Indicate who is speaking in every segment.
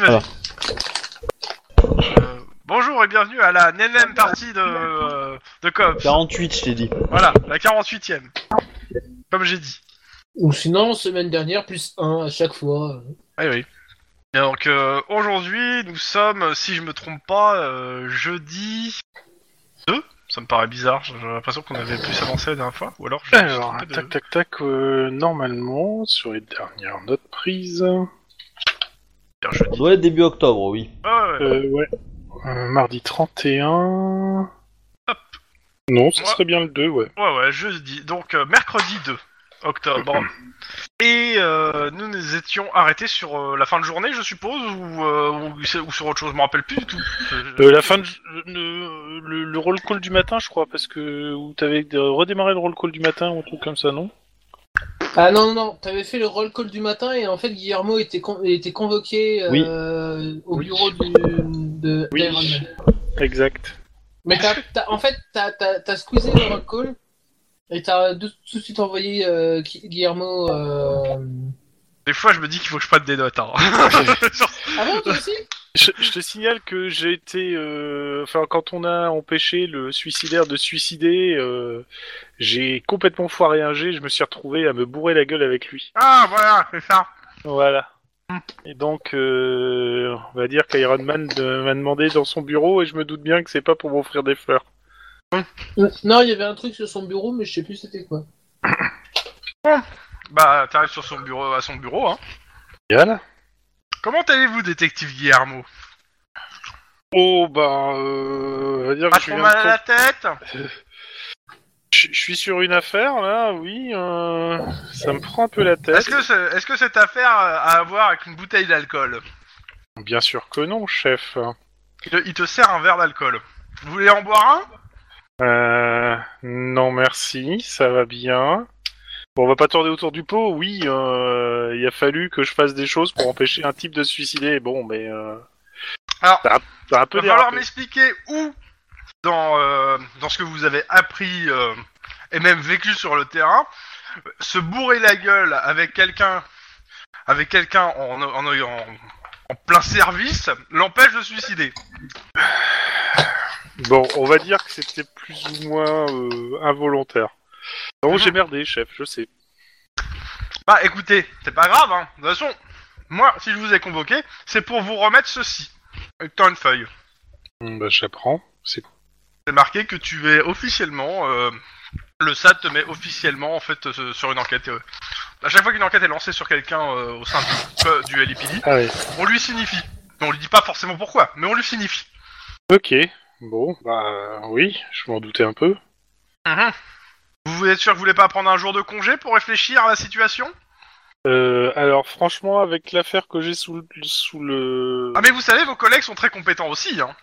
Speaker 1: Vas-y.
Speaker 2: Alors.
Speaker 1: Euh, bonjour et bienvenue à la 9 partie de, euh, de COPS.
Speaker 2: 48, je t'ai dit.
Speaker 1: Voilà, la 48 e Comme j'ai dit.
Speaker 3: Ou sinon, semaine dernière, plus un à chaque fois.
Speaker 1: Ah oui. Et donc euh, aujourd'hui, nous sommes, si je me trompe pas, euh, jeudi 2. Ça me paraît bizarre, j'ai l'impression qu'on avait plus avancé la dernière fois. Ou alors, je me suis
Speaker 4: Alors,
Speaker 1: trompé de-
Speaker 4: tac tac tac, euh, normalement, sur les dernières notes prises.
Speaker 1: dire jeudi.
Speaker 2: On doit être début octobre, oui.
Speaker 1: Ah ouais, ouais.
Speaker 4: Euh, ouais. Euh, mardi 31. Non, ce
Speaker 1: Ouais.
Speaker 4: serait bien le 2, ouais.
Speaker 1: Ouais, ouais, jeudi. Donc, euh, mercredi 2 octobre. Et euh, nous nous étions arrêtés sur euh, la fin de journée, je suppose, ou, euh, ou, c'est- ou sur autre chose, je me rappelle plus du tout.
Speaker 4: Euh, la fin de. euh, le, le roll call du matin, je crois, parce que. Ou t'avais euh, redémarré le roll call du matin ou un truc comme ça, non
Speaker 3: Ah non, non, non, t'avais fait le roll call du matin et en fait, Guillermo était, con- était convoqué euh, au
Speaker 4: Oui.
Speaker 3: bureau du, de
Speaker 4: Oui.
Speaker 3: d'Iron Man.
Speaker 4: Exact.
Speaker 3: Mais t'as- t'as- en fait, t'as t'as- t'as squeezé le roll call et t'as de- tout de suite envoyé euh, Gui- Guillermo. euh,
Speaker 1: Des fois, je me dis qu'il faut que je prenne des notes. Hein. Sur-
Speaker 3: Ah bon, toi aussi
Speaker 4: Je, je te signale que j'ai été. euh, Enfin, quand on a empêché le suicidaire de suicider, euh, j'ai complètement foiré un G, je me suis retrouvé à me bourrer la gueule avec lui.
Speaker 1: ah, voilà, c'est ça.
Speaker 4: Voilà. Et donc, euh, on va dire qu'Iron Man de- m'a demandé dans son bureau et je me doute bien que c'est pas pour m'offrir des fleurs.
Speaker 3: Non, il y avait un truc sur son bureau, mais je sais plus c'était quoi.
Speaker 1: Bah, t'arrives sur son bureau, à son bureau. Hein.
Speaker 4: Voilà.
Speaker 1: Comment allez-vous, détective Guillermo
Speaker 4: Oh, ben, euh, on va dire que
Speaker 1: Pas
Speaker 4: je suis,
Speaker 1: Ah, trop
Speaker 4: un
Speaker 1: mal à
Speaker 4: peu-
Speaker 1: la tête
Speaker 4: je- je suis sur une affaire, là, oui. euh, ça me prend un peu la tête.
Speaker 1: Est-ce que, ce- est-ce que cette affaire euh, a à voir avec une bouteille d'alcool
Speaker 4: Bien sûr que non, chef.
Speaker 1: il, te- il te sert un verre d'alcool. Vous voulez en boire un
Speaker 4: Euh, non, merci, ça va bien. Bon, on va pas tourner autour du pot, oui, euh, il a fallu que je fasse des choses pour empêcher un type de se suicider. Bon, mais... Euh,
Speaker 1: Alors,
Speaker 4: ça a- ça a un peu
Speaker 1: va falloir
Speaker 4: dérapé.
Speaker 1: m'expliquer où, dans, euh, dans ce que vous avez appris euh, et même vécu sur le terrain, euh, se bourrer la gueule avec quelqu'un avec quelqu'un en, en, en- en plein service l'empêche de se suicider.
Speaker 4: Bon, on va dire que c'était plus ou moins euh, involontaire. Non, j'ai merdé, chef, je sais.
Speaker 1: Bah écoutez, c'est pas grave, hein. De toute façon, moi, si je vous ai convoqué, c'est pour vous remettre ceci. Dans une feuille.
Speaker 4: Hum, Bah, j'apprends. C'est
Speaker 1: C'est marqué que tu es officiellement. euh, le SAT te met officiellement en fait euh, sur une enquête. euh. à chaque fois qu'une enquête est lancée sur quelqu'un euh, au sein du, euh, du LAPD,
Speaker 4: Ah ouais.
Speaker 1: on lui signifie. On lui dit pas forcément pourquoi, mais on lui signifie.
Speaker 4: Ok, bon, bah oui, je m'en doutais un peu.
Speaker 1: Vous vous êtes sûr que vous voulez pas prendre un jour de congé pour réfléchir à la situation
Speaker 4: Euh, alors, franchement, avec l'affaire que j'ai sous le... Sous le...
Speaker 1: Ah mais vous savez, vos collègues sont très compétents aussi. Hein.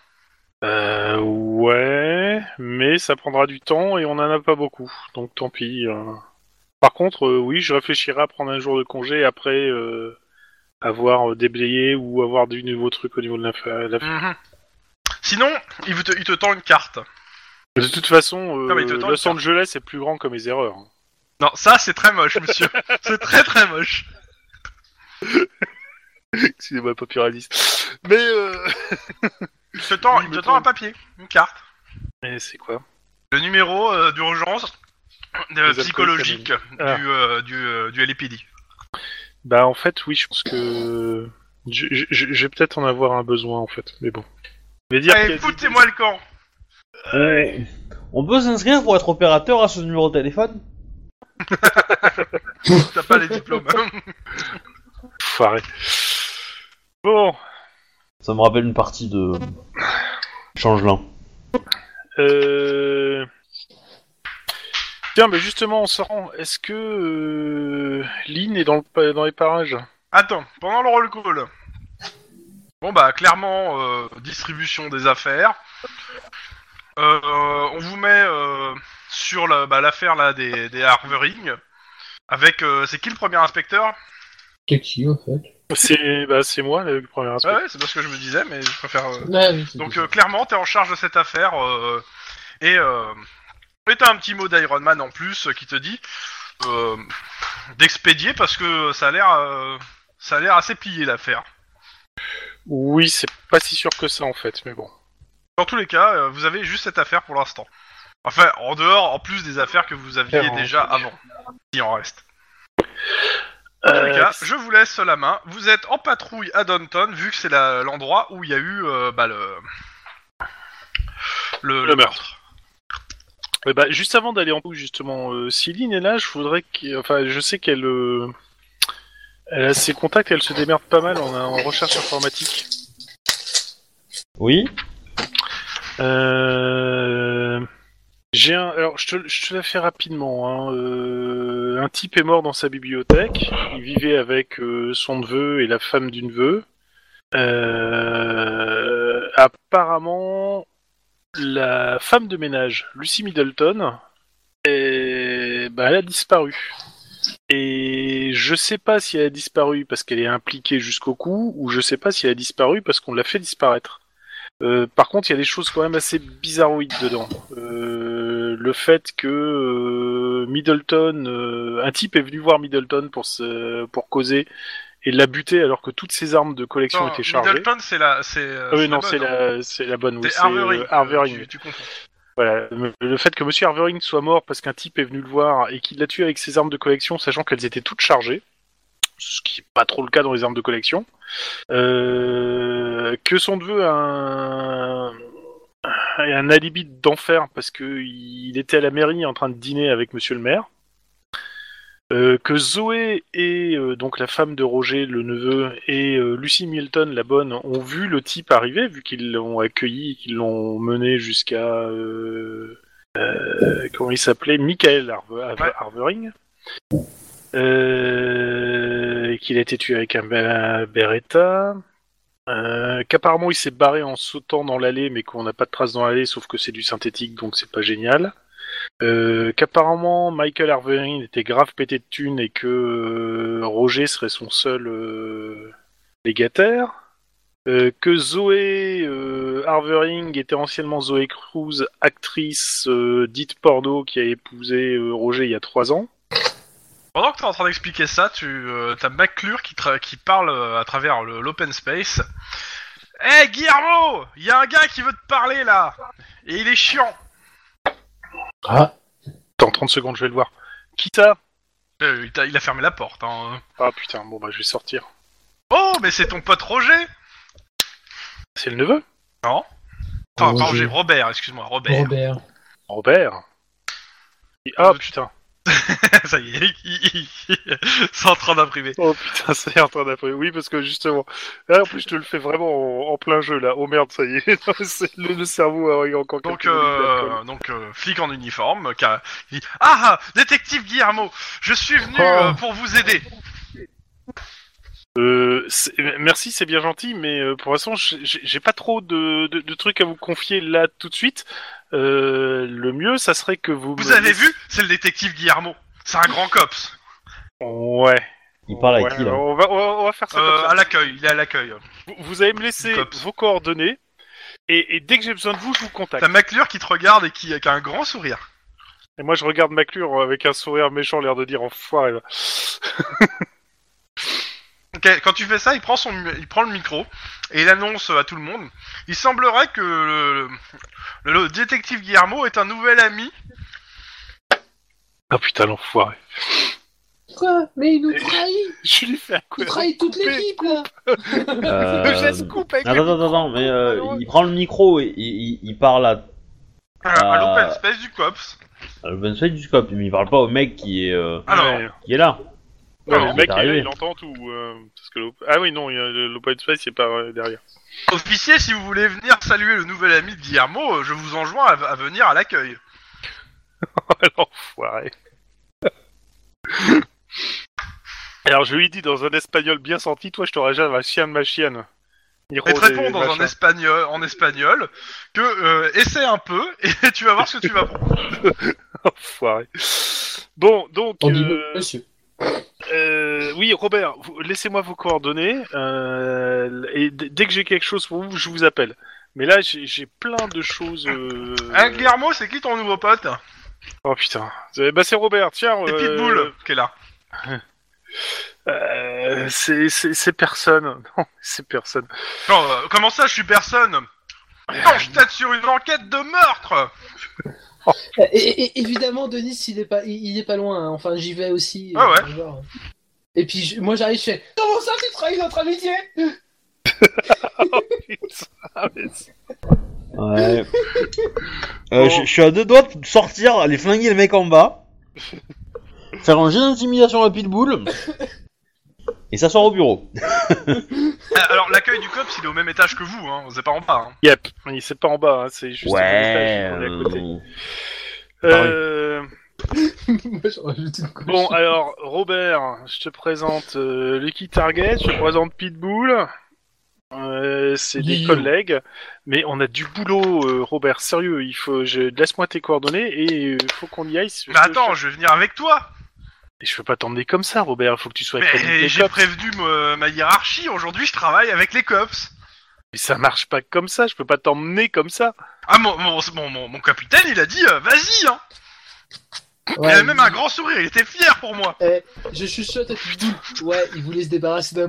Speaker 4: Euh, ouais, mais ça prendra du temps et on en a pas beaucoup, donc tant pis. euh. Par contre, euh, oui, je réfléchirai à prendre un jour de congé après euh, avoir euh, déblayé ou avoir du nouveau truc au niveau de l'affaire. l'affaire.
Speaker 1: Sinon, il, vous te, il te tend une carte.
Speaker 4: De toute façon, euh,
Speaker 1: Non, mais de temps,
Speaker 4: Los
Speaker 1: ça-
Speaker 4: Angeles est plus grand que mes erreurs. hein.
Speaker 1: Non, ça c'est très moche, monsieur. c'est très très moche.
Speaker 4: Excusez-moi, pas pluraliste. Mais, euh...
Speaker 1: Il te tend,
Speaker 4: Oui,
Speaker 1: il
Speaker 4: mais
Speaker 1: te
Speaker 4: toi-
Speaker 1: tend un papier, une carte.
Speaker 4: Mais c'est quoi
Speaker 1: Le numéro euh, d'urgence
Speaker 4: Les
Speaker 1: euh,
Speaker 4: alcools
Speaker 1: psychologique
Speaker 4: Ah.
Speaker 1: du, euh, du, euh, du LAPD.
Speaker 4: Bah, en fait, oui, je pense que... Je, je- je- je vais peut-être en avoir un besoin, en fait, mais bon. Je vais dire qu'il y
Speaker 1: Allez,
Speaker 4: a-
Speaker 1: Eh, foutez-moi le camp
Speaker 2: On peut s'inscrire pour être opérateur à ce numéro de téléphone
Speaker 1: T'as pas les diplômes.
Speaker 4: Foiré. Bon,
Speaker 2: Ça me rappelle une partie de... Changelin.
Speaker 4: Euh... Tiens, mais justement, en sortant, est-ce que euh, Lynn est dans, le, pa- dans les parages
Speaker 1: Attends, pendant le roll call. Bon bah clairement euh, distribution des affaires. Euh, euh, on vous met euh, sur la- bah, l'affaire là des, des Harvering. Avec euh, c'est qui le premier inspecteur
Speaker 3: C'est qui en fait
Speaker 4: C'est bah, c'est moi le premier
Speaker 1: Ouais,
Speaker 4: inspecteur.
Speaker 1: ouais c'est parce que je me disais mais je préfère. euh,
Speaker 3: Ah oui, c'est
Speaker 1: Donc
Speaker 3: ça.
Speaker 1: euh, clairement, t'es en charge de cette affaire euh, et euh, et t'as un petit mot d'Iron Man en plus euh, qui te dit euh, d'expédier parce que ça a l'air euh, ça a l'air assez plié l'affaire.
Speaker 4: Oui, c'est pas si sûr que ça en fait, mais bon.
Speaker 1: Dans tous les cas, euh, vous avez juste cette affaire pour l'instant. Enfin, en dehors, en plus des affaires que vous aviez
Speaker 4: Faire en-
Speaker 1: déjà avant. Il en reste. Dans
Speaker 4: Euh,
Speaker 1: tous les cas, je vous laisse la main. Vous êtes en patrouille à Downton, vu que c'est la- l'endroit où il y a eu euh, bah, le... Euh, Le,
Speaker 4: Le meurtre. Eh ben, juste avant d'aller en boucle, justement, euh, Céline est là, je voudrais qu'il- Enfin, je sais qu'elle... euh, Elle a ses contacts, elle se démerde pas mal en, en recherche informatique.
Speaker 2: Oui
Speaker 4: Euh... J'ai un... Alors, je te, je te la fais rapidement. hein. Euh, Un type est mort dans sa bibliothèque. Il vivait avec euh, son neveu et la femme du neveu. Euh, Apparemment, la femme de ménage, Lucy Middleton, est- bah, elle a disparu. Et je sais pas si elle a disparu parce qu'elle est impliquée jusqu'au cou, ou je sais pas si elle a disparu parce qu'on l'a fait disparaître. Euh, par contre, il y a des choses quand même assez bizarroïdes dedans. Euh, le fait que euh, Middleton, euh, un type est venu voir Middleton pour se, pour causer et l'a buté alors que toutes ses armes de collection
Speaker 1: Non,
Speaker 4: étaient chargées.
Speaker 1: Middleton, c'est la... c'est, euh,
Speaker 4: Ah oui,
Speaker 1: c'est
Speaker 4: non,
Speaker 1: bonne,
Speaker 4: c'est
Speaker 1: hein.
Speaker 4: la, c'est la bonne. oui,
Speaker 1: C'est
Speaker 4: c'est, euh,
Speaker 1: Harvering.
Speaker 4: Harvering.
Speaker 1: Tu, tu confonds.
Speaker 4: Voilà. Le- Le fait que Monsieur Harvering soit mort parce qu'un type est venu le voir et qu'il l'a tué avec ses armes de collection, sachant qu'elles étaient toutes chargées, ce qui n'est pas trop le cas dans les armes de collection. Euh, que son neveu a un, a un alibi d'enfer parce qu'il était à la mairie en train de dîner avec Monsieur le maire. Euh, que Zoé et euh, donc la femme de Roger, le neveu, et euh, Lucy Milton, la bonne, ont vu le type arriver, vu qu'ils l'ont accueilli, et qu'ils l'ont mené jusqu'à euh, euh, comment il s'appelait, Michael Harve- Harve-
Speaker 1: Ouais.
Speaker 4: Harvering, Euh, et qu'il a été tué avec un, Be- Beretta, euh, qu'apparemment il s'est barré en sautant dans l'allée, mais qu'on n'a pas de traces dans l'allée, sauf que c'est du synthétique, donc c'est pas génial. Euh, qu'apparemment Michael Harvey était grave pété de thunes et que euh, Roger serait son seul euh, légataire. Euh, que Zoé euh, Harvering était anciennement Zoé Cruz, actrice euh, dite porno qui a épousé euh, Roger il y a trois ans.
Speaker 1: Pendant que tu es en train d'expliquer ça, tu euh, as McClure qui, tra- qui parle euh, à travers le- l'open space. Hé Guillermo Il y a un gars qui veut te parler là Et il est chiant
Speaker 3: Ah,
Speaker 4: Attends, 30 secondes, je vais le voir. Qui ça
Speaker 1: Euh, il, t'a- il a fermé la porte. Hein.
Speaker 4: Ah putain, bon bah je vais sortir.
Speaker 1: Oh, mais c'est ton pote Roger
Speaker 4: C'est le neveu
Speaker 1: Enfin, pas
Speaker 3: Roger.
Speaker 1: Roger, Robert, excuse-moi, Robert.
Speaker 3: Robert.
Speaker 4: Robert Et- Ah
Speaker 1: Euh,
Speaker 4: putain
Speaker 1: ça y est, il- il- c'est en train d'imprimer.
Speaker 4: Oh putain, ça y est, en train d'appeler. Oui, parce que justement, là, en plus, je te le fais vraiment en, en plein jeu, là. Oh merde, ça y est. Non, c'est- le, le cerveau a eu encore
Speaker 1: Donc,
Speaker 4: quelques minutes d'alcool.
Speaker 1: euh, donc euh, flic en uniforme, euh, qui a- il dit, Ah, détective Guillermo, je suis venu euh,
Speaker 4: Oh.
Speaker 1: pour vous aider.
Speaker 4: Euh, c'est- merci, c'est bien gentil, mais euh, pour l'instant, j'ai- j'ai j'ai pas trop de, de- de trucs à vous confier là tout de suite. Euh, le mieux, ça serait que vous.
Speaker 1: Vous
Speaker 4: me-
Speaker 1: avez vu C'est le détective Guillermo. C'est un grand cops.
Speaker 4: Ouais.
Speaker 2: Il parle avec
Speaker 4: Ouais,
Speaker 2: qui là
Speaker 4: on va, on va- on va faire ça. comme
Speaker 1: Euh,
Speaker 4: ça.
Speaker 1: à l'accueil, il est à l'accueil.
Speaker 4: Vous, vous allez me laisser
Speaker 1: Cops.
Speaker 4: vos coordonnées, et, et dès que j'ai besoin de vous, je vous contacte.
Speaker 1: T'as McClure qui te regarde et qui, qui a un grand sourire.
Speaker 4: Et moi, je regarde Maclure avec un sourire méchant, l'air de dire enfoiré. Là.
Speaker 1: Ok, Quand tu fais ça, il prend, son, mi- il prend le micro et il annonce à tout le monde. Il semblerait que le, le- le détective Guillermo est un nouvel ami.
Speaker 4: Ah putain, l'enfoiré.
Speaker 3: Quoi Mais il nous trahit
Speaker 4: Je lui fais un coup.
Speaker 3: Il trahit toute
Speaker 4: Coupez,
Speaker 3: l'équipe là
Speaker 2: Euh,
Speaker 4: Le geste coupe avec
Speaker 2: Attends,
Speaker 4: le-
Speaker 2: attends, attends, mais euh,
Speaker 4: Ah, ouais.
Speaker 2: il prend le micro et il, il- il parle à,
Speaker 1: À, euh, à
Speaker 2: Ah.
Speaker 1: l'open space du cops.
Speaker 2: à l'open space du scope, mais il parle pas au mec qui est, euh,
Speaker 1: Alors,
Speaker 4: Ouais.
Speaker 2: qui est là.
Speaker 4: Non,
Speaker 2: Ouais,
Speaker 4: mais Ah le
Speaker 2: il
Speaker 4: mec,
Speaker 2: est
Speaker 4: il,
Speaker 2: arrivé.
Speaker 4: il entend tout. euh, parce que l'op- ah oui, non, il y a le- l'open space, il est pas euh, derrière.
Speaker 1: officier, si vous voulez venir saluer le nouvel ami de Guillermo, euh, je vous enjoins à, à venir à l'accueil.
Speaker 4: Oh, L'enfoiré. Alors, je lui dis dans un espagnol bien senti, toi, je t'aurais jamais un chien de ma chienne. Il
Speaker 1: Et te réponds dans un espagnol, en espagnol que euh, essaie un peu et tu vas voir ce que tu vas prendre.
Speaker 4: Enfoiré. Bon, donc.
Speaker 3: On dit
Speaker 4: euh,
Speaker 3: monsieur.
Speaker 4: Euh, oui, Robert, vous- laissez-moi vos coordonnées. euh, et d- dès que j'ai quelque chose pour vous, je vous appelle. Mais là, j'ai j'ai plein de choses. euh,
Speaker 1: Hein, Guillermo, c'est qui ton nouveau pote Euh,
Speaker 4: Oh putain. Eh ben, c'est Euh, bah, Robert, tiens.
Speaker 1: C'est
Speaker 4: euh,
Speaker 1: Pitbull qui est là.
Speaker 4: Euh, c'est c'est- c'est personne. Non, c'est personne.
Speaker 1: Quand, euh, comment ça, je suis personne Quand je tâte sur une enquête de meurtre
Speaker 3: Et, et- et- évidemment, Denis, il est pas, il, il est pas loin. hein. Enfin, j'y vais aussi. Euh,
Speaker 1: Ah ouais.
Speaker 3: genre. Et puis, je- moi, j'arrive, je fais Comment ça, tu trahis notre amitié
Speaker 4: Ah, mais c'est-
Speaker 2: Ouais. Euh, je je suis à deux doigts de sortir, aller flinguer le mec en bas, faire un jet d'intimidation à Pitbull, et s'asseoir au bureau.
Speaker 1: Euh, Alors, l'accueil du COPS, il est au même étage que vous, hein, vous êtes pas en bas. hein.
Speaker 4: Yep, il c'est pas en bas, hein, c'est juste à l'étage, on est à côté.
Speaker 2: euh,
Speaker 4: Euh,
Speaker 3: Moi, j'en rajoute une couche.
Speaker 4: bon, alors, Robert, je te présente euh, Lucky Target, je te présente Pitbull. Euh, c'est des
Speaker 3: Yo.
Speaker 4: collègues, mais on a du boulot, euh, Robert. Sérieux, il faut, je laisse-moi tes coordonnées et il faut qu'on y aille.
Speaker 1: Mais attends, je vais venir avec toi
Speaker 4: Et je peux pas t'emmener comme ça, Robert. Il faut que tu sois
Speaker 1: Mais
Speaker 4: accrédité
Speaker 1: J'ai
Speaker 4: COPS.
Speaker 1: prévenu me- ma hiérarchie, aujourd'hui je travaille avec les COPS
Speaker 4: Mais ça marche pas comme ça. Je peux pas t'emmener comme ça.
Speaker 1: Ah, mon, mon, mon, mon- mon capitaine, il a dit, euh, vas-y hein Il
Speaker 3: Ouais,
Speaker 1: avait même un grand sourire, il était fier pour moi
Speaker 3: Je chuchote à Pitbull. Ouais, il voulait se débarrasser d'un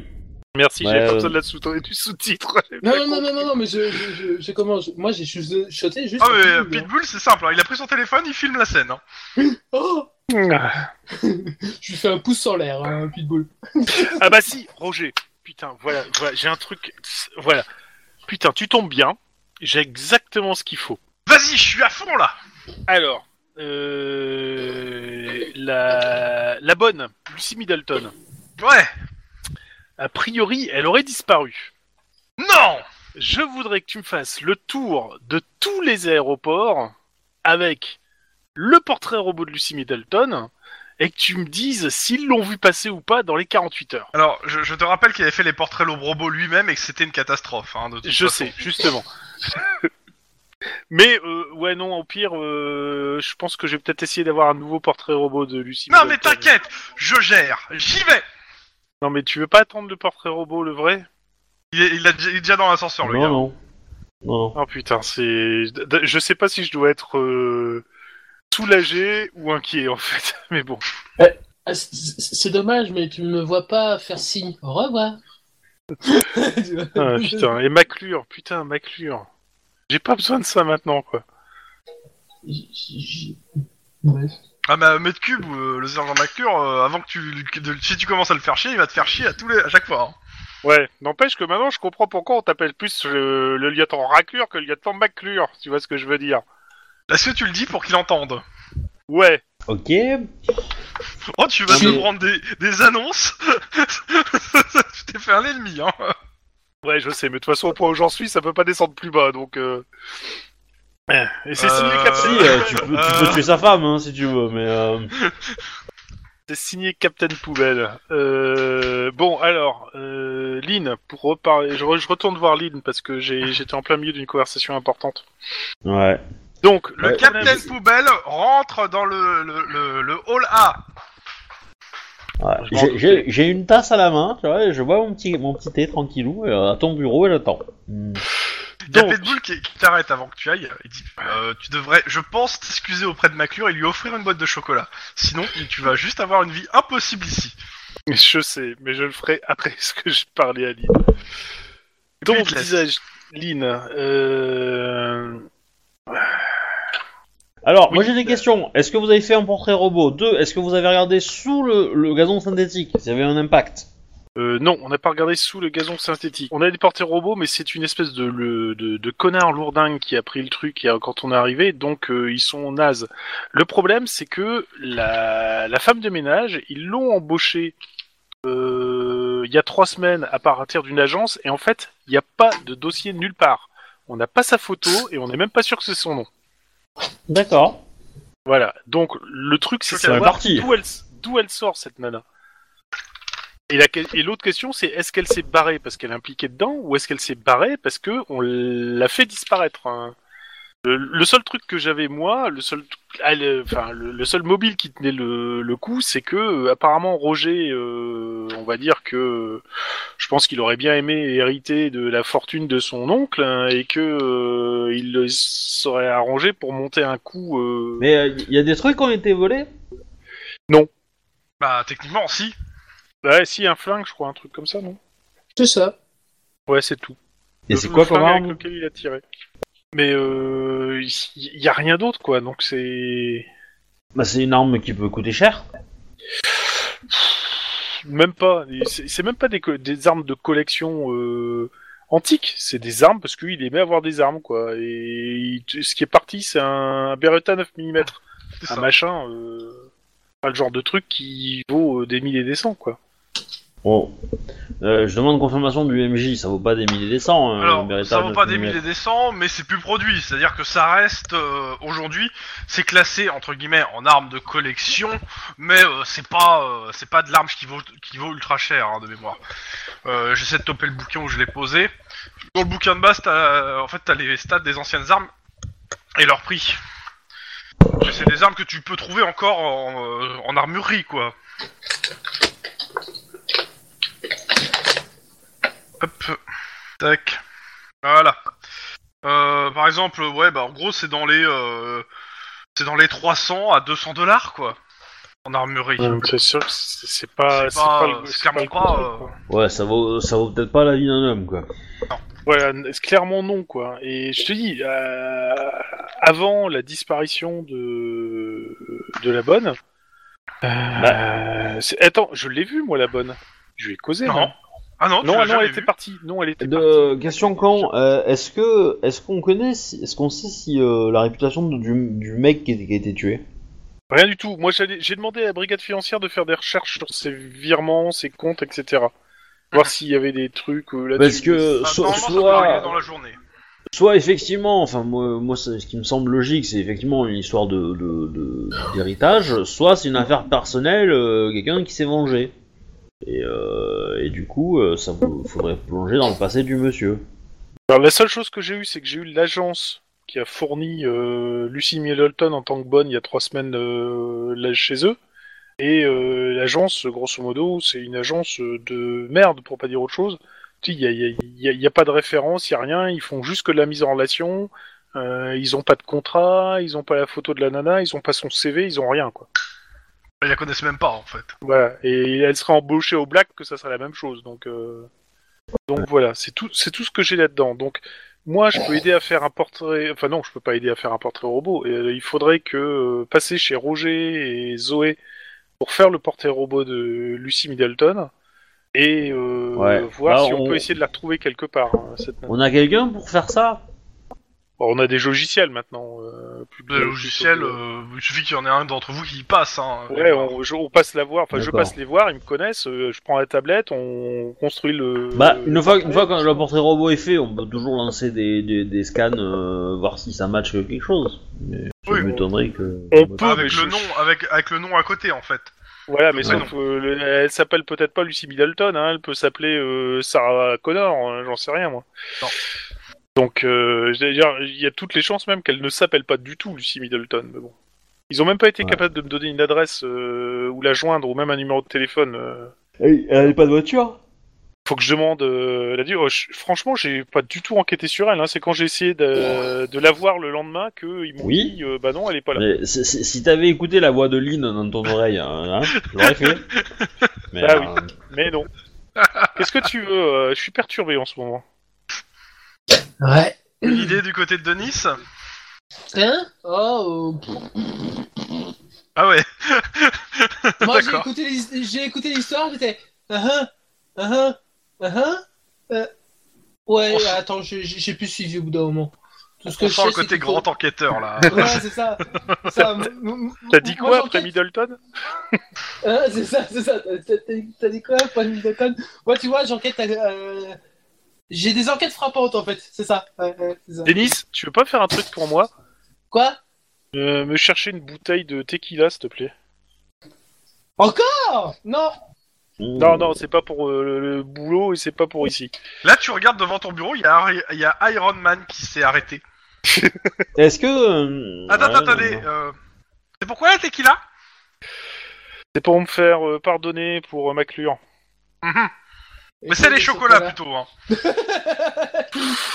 Speaker 2: euh,
Speaker 4: Merci.
Speaker 2: Ouais,
Speaker 4: j'ai pas
Speaker 2: euh.
Speaker 4: besoin de la sous du sous-titre.
Speaker 3: Non, non, non, non, non, non, mais je, je, je, je commence. Moi, j'ai chuchoté juste.
Speaker 1: Ah,
Speaker 3: à
Speaker 1: mais euh,
Speaker 3: Pitbull, hein.
Speaker 1: Pitbull, c'est simple, hein, il a pris son téléphone, il filme la scène. hein.
Speaker 3: Oh
Speaker 4: Ah
Speaker 3: Je lui fais un pouce en l'air, hein, Pitbull.
Speaker 4: bah si, Roger. Putain, voilà, voilà, j'ai un truc. Voilà. Putain, tu tombes bien. J'ai exactement ce qu'il faut.
Speaker 1: Vas-y, je suis à fond là
Speaker 4: Alors, euh, la, la bonne, Lucy Middleton.
Speaker 1: Ouais
Speaker 4: A priori, elle aurait disparu.
Speaker 1: Non
Speaker 4: Je voudrais que tu me fasses le tour de tous les aéroports avec le portrait robot de Lucy Middleton et que tu me dises s'ils l'ont vu passer ou pas dans les 48 heures.
Speaker 1: Alors, je, je te rappelle qu'il avait fait les portraits Lobrobo lui-même et que c'était une catastrophe. Hein, de toute
Speaker 4: Je
Speaker 1: façon.
Speaker 4: sais, justement. Mais euh, ouais non, au pire, euh, je pense que j'ai peut-être essayé d'avoir un nouveau portrait robot de Lucy.
Speaker 1: Non, mais
Speaker 4: Middleton.
Speaker 1: t'inquiète, je gère, j'y vais
Speaker 4: Non mais tu veux pas attendre le portrait robot, le vrai
Speaker 1: Il est, il a- il est déjà dans l'ascenseur, le
Speaker 2: non,
Speaker 1: gars.
Speaker 2: non. Non,
Speaker 4: Oh putain, c'est. d- d- Je sais pas si je dois être euh, soulagé ou inquiet en fait. Mais bon.
Speaker 3: Ah, c- c- C'est dommage, mais tu me vois pas faire signe. Au revoir.
Speaker 4: Ah, putain. Et Maclure, putain, Maclure. J'ai pas besoin de ça maintenant quoi.
Speaker 3: J- j- j- Bref.
Speaker 1: Ah bah mètre cube euh, le sergent McClure, euh, avant que tu lui- que de- si tu commences à le faire chier, il va te faire chier à tous les à chaque fois. hein.
Speaker 4: Ouais. N'empêche que maintenant je comprends pourquoi on t'appelle plus le, le lieutenant Raclure que le lieutenant Maclure. Tu vois ce que je veux dire
Speaker 1: Est-ce que tu le dis pour qu'il entende
Speaker 4: Ouais.
Speaker 2: ok.
Speaker 1: Oh tu vas
Speaker 2: Non,
Speaker 1: te
Speaker 2: mais-
Speaker 1: prendre des, des annonces Tu t'es fait un ennemi hein
Speaker 4: Ouais, je sais. Mais de toute façon, au point où j'en suis, ça peut pas descendre plus bas. Donc. euh, eh, Et c'est signé
Speaker 1: Euh,
Speaker 2: Si,
Speaker 4: Captain.
Speaker 2: euh, tu, peux, tu peux tuer sa femme, hein, si tu veux, mais... Euh...
Speaker 4: C'est signé Captain Poubelle. Euh, bon, alors, euh, Lynn, pour reparler, je, re- je retourne voir Lynn parce que j'ai- j'étais en plein milieu d'une conversation importante.
Speaker 2: Ouais.
Speaker 4: Donc, le
Speaker 1: Le
Speaker 2: Ouais.
Speaker 1: capitaine poubelle rentre dans le, le, le, le hall A.
Speaker 2: ouais.
Speaker 4: Je m'en
Speaker 2: J'ai-
Speaker 4: doutais.
Speaker 2: J'ai j'ai une tasse à la main, tu vois, et je bois mon petit, mon petit thé tranquillou euh, à ton bureau et j'attends. Hmm.
Speaker 1: Il y a
Speaker 4: Donc.
Speaker 1: Pitbull qui, qui t'arrête avant que tu ailles. Il dit euh, tu devrais, je pense, t'excuser auprès de McClure et lui offrir une boîte de chocolat. Sinon, tu vas juste avoir une vie impossible ici.
Speaker 4: je sais, mais je le ferai après ce que je parlais à
Speaker 1: Et
Speaker 4: Lynn.
Speaker 1: puis, il
Speaker 4: Donc,
Speaker 1: te laisse.
Speaker 4: disais-je, Lynn, euh,
Speaker 2: Alors,
Speaker 4: Oui.
Speaker 2: moi j'ai des questions. Est-ce que vous avez fait un portrait robot Deux, est-ce que vous avez regardé sous le, le gazon synthétique S'il y avait un impact
Speaker 4: euh, non, on n'a pas regardé sous le gazon synthétique. On a des portées robots, mais c'est une espèce de, le- de, de connard lourdingue qui a pris le truc et, euh, quand on est arrivé, donc euh, ils sont nazes. Le problème, c'est que la, la femme de ménage, ils l'ont embauchée euh, il y a trois semaines à partir d'une agence, et en fait, il n'y a pas de dossier nulle part. On n'a pas sa photo, et on n'est même pas sûr que c'est son nom.
Speaker 2: D'accord.
Speaker 4: Voilà. Donc, le truc, c'est
Speaker 1: Ok,
Speaker 2: C'est
Speaker 4: savoir
Speaker 2: parti.
Speaker 4: d'où elle, d'où elle sort, cette nana. Et, la, que- et l'autre question, c'est est-ce qu'elle s'est barrée parce qu'elle est impliquée dedans, ou est-ce qu'elle s'est barrée parce que on l'a fait disparaître hein. le, le seul truc que j'avais moi, le seul, ah, le- enfin le, le seul mobile qui tenait le, le coup, c'est que euh, apparemment Roger, euh, on va dire que euh, je pense qu'il aurait bien aimé hériter de la fortune de son oncle hein, et que euh, il le- s'aurait arrangé pour monter un coup. euh,
Speaker 2: Mais il y a des trucs qui ont été volés
Speaker 1: Bah techniquement, si.
Speaker 4: Ouais, si, un flingue, je crois, un truc comme ça, non
Speaker 3: C'est ça.
Speaker 4: Ouais, c'est tout.
Speaker 2: Et
Speaker 4: Le-
Speaker 2: c'est
Speaker 4: le
Speaker 2: quoi comme
Speaker 4: flingue avec
Speaker 2: arme
Speaker 4: lequel il a tiré. Mais euh, il y a rien d'autre, quoi. Donc c'est
Speaker 2: Bah, c'est une arme qui peut coûter cher.
Speaker 4: même pas. C'est c'est même pas des, co- des armes de collection euh, antique. C'est des armes parce qu'il aimait avoir des armes, quoi. Et il- ce qui est parti, c'est un Beretta 9 mm,
Speaker 1: C'est
Speaker 4: un
Speaker 1: ça.
Speaker 4: machin. euh, Pas le genre de truc qui vaut euh, des milliers des cents, quoi.
Speaker 2: Bon. Euh, je demande confirmation du MJ, ça vaut pas des milliers des cents. euh,
Speaker 1: Alors,
Speaker 2: Beretta
Speaker 1: ça vaut pas des
Speaker 2: 9mm.
Speaker 1: milliers des cents, mais c'est plus produit. C'est-à-dire que ça reste euh, aujourd'hui, c'est classé entre guillemets en arme de collection, mais euh, c'est pas euh, c'est pas de l'arme qui vaut qui vaut ultra cher hein, de mémoire. Euh, J'essaie de toper le bouquin où je l'ai posé. Dans le bouquin de base, t'as en fait t'as les stats des anciennes armes et leur prix. Parce que C'est des armes que tu peux trouver encore en, euh, en armurerie quoi. Hop, tac. Voilà. Euh, par exemple, ouais, bah en gros, c'est dans les, euh, c'est dans les 300 à 200 dollars quoi, en armurerie.
Speaker 4: Donc, c'est sûr, que c'est c'est pas,
Speaker 1: C'est pas,
Speaker 4: le-
Speaker 1: euh,
Speaker 4: c'est
Speaker 1: c'est clairement
Speaker 4: le contrôle,
Speaker 1: pas,
Speaker 4: quoi.
Speaker 2: Ouais, ça vaut, ça vaut peut-être pas la vie d'un homme, quoi.
Speaker 4: Voilà, n- clairement non, quoi. Et je te dis, euh, avant la disparition de, de la bonne. euh, c'est- Attends, je l'ai vue, moi, la bonne. Je lui ai causé,
Speaker 1: Bah. Non,
Speaker 4: non
Speaker 1: Ah non, tu
Speaker 4: Non,
Speaker 1: l'as
Speaker 4: non,
Speaker 1: jamais
Speaker 4: elle était
Speaker 1: vu
Speaker 4: partie. Non, elle était partie.
Speaker 2: De, question con, euh, est-ce que, est-ce qu'on connaît, si- est-ce qu'on sait si euh, la réputation de- du, du mec qui a, qui a été tué
Speaker 4: Rien du tout. Moi, j'allais- j'ai demandé à la brigade financière de faire des recherches sur ses virements, ses comptes, etc.
Speaker 1: Mhm.
Speaker 4: Voir s'il y avait des trucs euh, là-dessus.
Speaker 2: Parce que
Speaker 1: Ah,
Speaker 2: so-
Speaker 1: normalement, ça peut
Speaker 2: soit,
Speaker 1: arriver dans la journée.
Speaker 2: soit effectivement, enfin moi, moi c'est- ce qui me semble logique, c'est effectivement une histoire de, de- de- d'héritage, soit c'est une affaire personnelle, euh, quelqu'un qui s'est vengé. Et, euh, et du coup, euh, ça vous- faudrait plonger dans le passé du monsieur.
Speaker 4: Alors, la seule chose que j'ai eue, c'est que j'ai eu l'agence qui a fourni euh, Lucy Middleton en tant que bonne il y a trois semaines euh, là, chez eux. Et euh, l'agence, grosso modo, c'est une agence euh, de merde, pour pas dire autre chose. Tu sais, il y a, il y a- il y a- il y a pas de référence, il y a rien, ils font juste que de la mise en relation. euh, ils ont pas de contrat, ils ont pas la photo de la nana, ils ont pas son CV, ils ont rien, quoi.
Speaker 1: Bah, Ils la connaissent même pas en fait.
Speaker 4: Voilà. Et elle sera embauchée au black, que ça sera la même chose. Donc, euh, donc voilà, c'est tout, c'est tout ce que j'ai là-dedans. Donc, moi, je peux aider à faire un portrait. Enfin non, je peux pas aider à faire un portrait robot. Et, euh, il faudrait que euh, passer chez Roger et Zoé pour faire le portrait robot de Lucy Middleton et euh,
Speaker 2: Ouais.
Speaker 4: voir
Speaker 2: Bah,
Speaker 4: si on...
Speaker 2: on-
Speaker 4: peut essayer de la retrouver quelque part. hein, cette nana.
Speaker 2: On a quelqu'un pour faire ça
Speaker 4: Bon, on a des logiciels maintenant. euh, plus
Speaker 1: Le logiciel, euh, il suffit qu'il y en ait un d'entre vous qui y passe. Hein.
Speaker 4: Ouais, on, je- on passe la voir, enfin je
Speaker 2: D'accord.
Speaker 4: passe les voir, ils me connaissent, euh, je prends la tablette, on construit le.
Speaker 2: Bah,
Speaker 4: le
Speaker 2: une fois, une
Speaker 4: portrait.
Speaker 2: fois que le portrait robot est fait, on peut toujours lancer des, des, des scans, euh, voir si ça match quelque chose. Mais ça
Speaker 1: Oui,
Speaker 2: m'étonnerait que.
Speaker 4: on peut-
Speaker 1: Avec
Speaker 4: mais
Speaker 1: le
Speaker 4: je-
Speaker 1: nom, avec avec le nom à côté en fait.
Speaker 4: Voilà, mais
Speaker 2: Ouais.
Speaker 4: sauf, euh, le- elle s'appelle peut-être pas Lucy Middleton, hein, elle peut s'appeler euh, Sarah Connor, hein, j'en sais rien moi.
Speaker 1: Non.
Speaker 4: Donc, euh, j'allais dire, il y a toutes les chances même qu'elle ne s'appelle pas du tout Lucy Middleton, mais bon. Ils ont même pas été
Speaker 2: Ouais.
Speaker 4: capables de me donner une adresse euh, ou la joindre ou même un numéro de téléphone. euh.
Speaker 2: Elle avait pas de voiture
Speaker 4: Faut que je demande. euh, la dire, oh, je- franchement, j'ai pas du tout enquêté sur elle. Hein. C'est quand j'ai essayé de, de la voir le lendemain qu'ils m'ont
Speaker 2: Oui.
Speaker 4: dit, euh, bah non, elle est pas là.
Speaker 2: Mais c'est- c'est- si t'avais écouté la voix de Lynn dans ton oreille, hein, hein, tu l'aurais fait. Mais,
Speaker 1: Bah
Speaker 4: Ah oui.
Speaker 2: euh,
Speaker 4: Mais non. Qu'est-ce que tu veux euh, Je suis perturbé en ce moment.
Speaker 3: Ouais.
Speaker 1: Une idée du côté de Denis
Speaker 3: Hein Oh. euh,
Speaker 1: Ah ouais.
Speaker 3: Moi, j'ai
Speaker 1: D'accord.
Speaker 3: écouté l'his- j'ai écouté l'histoire, j'étais. Ah ah, ah ah, ah ah, euh, Ouais,
Speaker 1: On sent-
Speaker 3: attends, j'ai- j'ai j'ai plus suivi au bout d'un moment. Tout ce que
Speaker 1: On
Speaker 3: je
Speaker 1: sent
Speaker 3: sais,
Speaker 1: le
Speaker 3: c'est
Speaker 1: côté
Speaker 3: qu'il
Speaker 1: grand
Speaker 3: faut-
Speaker 1: enquêteur là.
Speaker 3: Ouais, c'est ça. ça m- m-
Speaker 4: T'as dit
Speaker 3: moi,
Speaker 4: quoi
Speaker 3: j'enquête-
Speaker 4: après Middleton
Speaker 3: Hein, c'est ça, c'est ça. T'as- t'as- t'as- T'as dit quoi, Paul Middleton Moi, tu vois, j'enquête. euh, J'ai des enquêtes frappantes, en fait. C'est ça. Ouais, ouais, c'est ça.
Speaker 4: Denis, tu veux pas faire un truc pour moi
Speaker 3: Quoi
Speaker 4: Euh, Me chercher une bouteille de tequila, s'il te plaît.
Speaker 3: Encore Non
Speaker 2: euh,
Speaker 4: Non, non, c'est pas pour euh, le, le boulot et c'est pas pour ici.
Speaker 1: Là, tu regardes devant ton bureau, il y, a Ari- il y a Iron Man qui s'est arrêté. Ah,
Speaker 2: Est-ce que. euh,
Speaker 1: Attends,
Speaker 2: ouais,
Speaker 1: attends, attendez.
Speaker 2: non.
Speaker 1: euh, C'est pourquoi la tequila
Speaker 4: C'est pour me faire euh, pardonner pour euh, m'acclure.
Speaker 1: Mhm. Mais
Speaker 3: Et
Speaker 1: c'est
Speaker 3: quoi,
Speaker 1: les chocolats plutôt. Hein.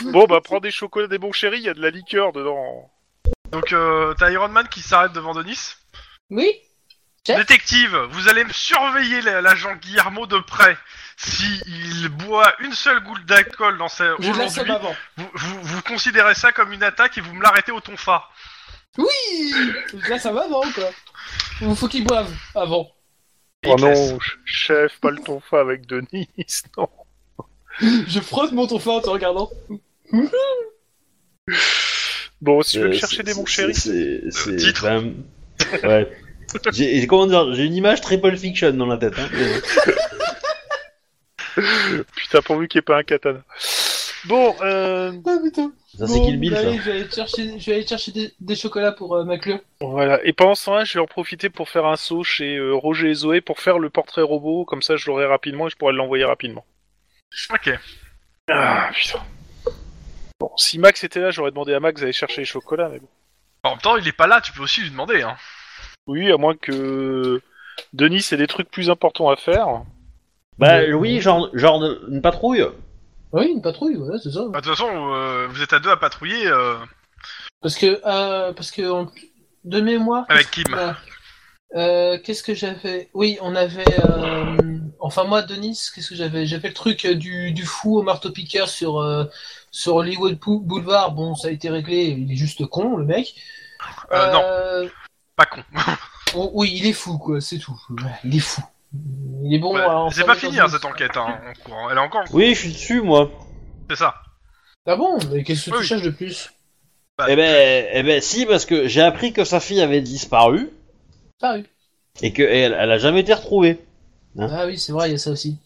Speaker 4: Bon, bah prends des chocolats, des bons chéris, il y a de la liqueur dedans.
Speaker 1: Donc, euh, t'as Iron Man qui s'arrête devant Denis.
Speaker 3: Oui Chef
Speaker 1: Détective, vous allez me surveiller la- l'agent Guillermo de près. Si il boit une seule goutte d'alcool dans sa
Speaker 3: Je l'assomme
Speaker 1: aujourd'hui,
Speaker 3: avant.
Speaker 1: vous, vous, vous considérez ça comme une attaque et vous me l'arrêtez au tonfa.
Speaker 3: Oui Là, ça va avant, quoi. Il faut qu'ils boivent avant.
Speaker 1: Et
Speaker 4: Oh
Speaker 1: il te laisse.
Speaker 4: non, ch- chef, pas le tonfa avec Denis, non.
Speaker 3: Je frotte mon tonfa en te regardant.
Speaker 4: Bon, si tu veux
Speaker 2: Euh,
Speaker 4: me
Speaker 2: c'est-
Speaker 4: chercher des
Speaker 2: c'est-
Speaker 4: bons chéris.
Speaker 2: C'est. c'est-
Speaker 1: titre.
Speaker 2: quand même- Ouais. J'ai j'ai- comment dire, j'ai une image triple fiction dans la tête. Hein.
Speaker 4: Putain, pourvu qu'il n'y ait pas un katana. Bon, euh,
Speaker 3: Ah putain.
Speaker 2: Ça c'est Kill Bill. Ça.
Speaker 3: bah, je vais aller chercher, je vais aller chercher des, des chocolats pour euh, Maclure.
Speaker 4: Voilà, et pendant ce temps-là, je vais en profiter pour faire un saut chez euh, Roger et Zoé pour faire le portrait robot, comme ça je l'aurai rapidement et je pourrai l'envoyer rapidement.
Speaker 1: Ok.
Speaker 4: Ah putain. Bon, si Max était là, j'aurais demandé à Max d'aller chercher les chocolats, mais bon.
Speaker 1: En même temps, il est pas là, tu peux aussi lui demander. Hein.
Speaker 4: Oui, à moins que Denis ait des trucs plus importants à faire.
Speaker 2: Bah oui, genre, genre de- une patrouille.
Speaker 3: Ah Oui, une patrouille, voilà, c'est ça.
Speaker 1: Bah, De toute façon, euh, vous êtes à deux à patrouiller euh,
Speaker 3: Parce que, euh, parce que en- de mémoire.
Speaker 1: avec Kim.
Speaker 3: Voilà. Euh, qu'est-ce que j'avais Oui, on avait. euh, Enfin, moi, Denis, qu'est-ce que j'avais J'avais le truc euh, du, du fou au marteau-piqueur sur, euh, sur Hollywood Bou- Boulevard. Bon, ça a été réglé, il est juste con, le mec.
Speaker 1: Euh, non, pas con.
Speaker 3: on- Oh, oui, il est fou, quoi, c'est tout. Il est fou. Il est bon.
Speaker 1: Ouais,
Speaker 3: à en
Speaker 1: c'est
Speaker 3: faire
Speaker 1: pas
Speaker 3: des
Speaker 1: fini
Speaker 3: choses.
Speaker 1: hein, cette enquête hein, en cours. Elle est encore en cours,
Speaker 2: Oui, je suis dessus moi.
Speaker 1: c'est ça.
Speaker 3: Ah bon Mais qu'est-ce que
Speaker 1: Oui.
Speaker 3: tu cherches de plus
Speaker 2: Eh ben, eh ben si, parce que j'ai appris que sa fille avait disparu
Speaker 3: Paru.
Speaker 2: et que elle, elle a jamais été retrouvée.
Speaker 3: Ah oui, c'est vrai, il y a ça aussi.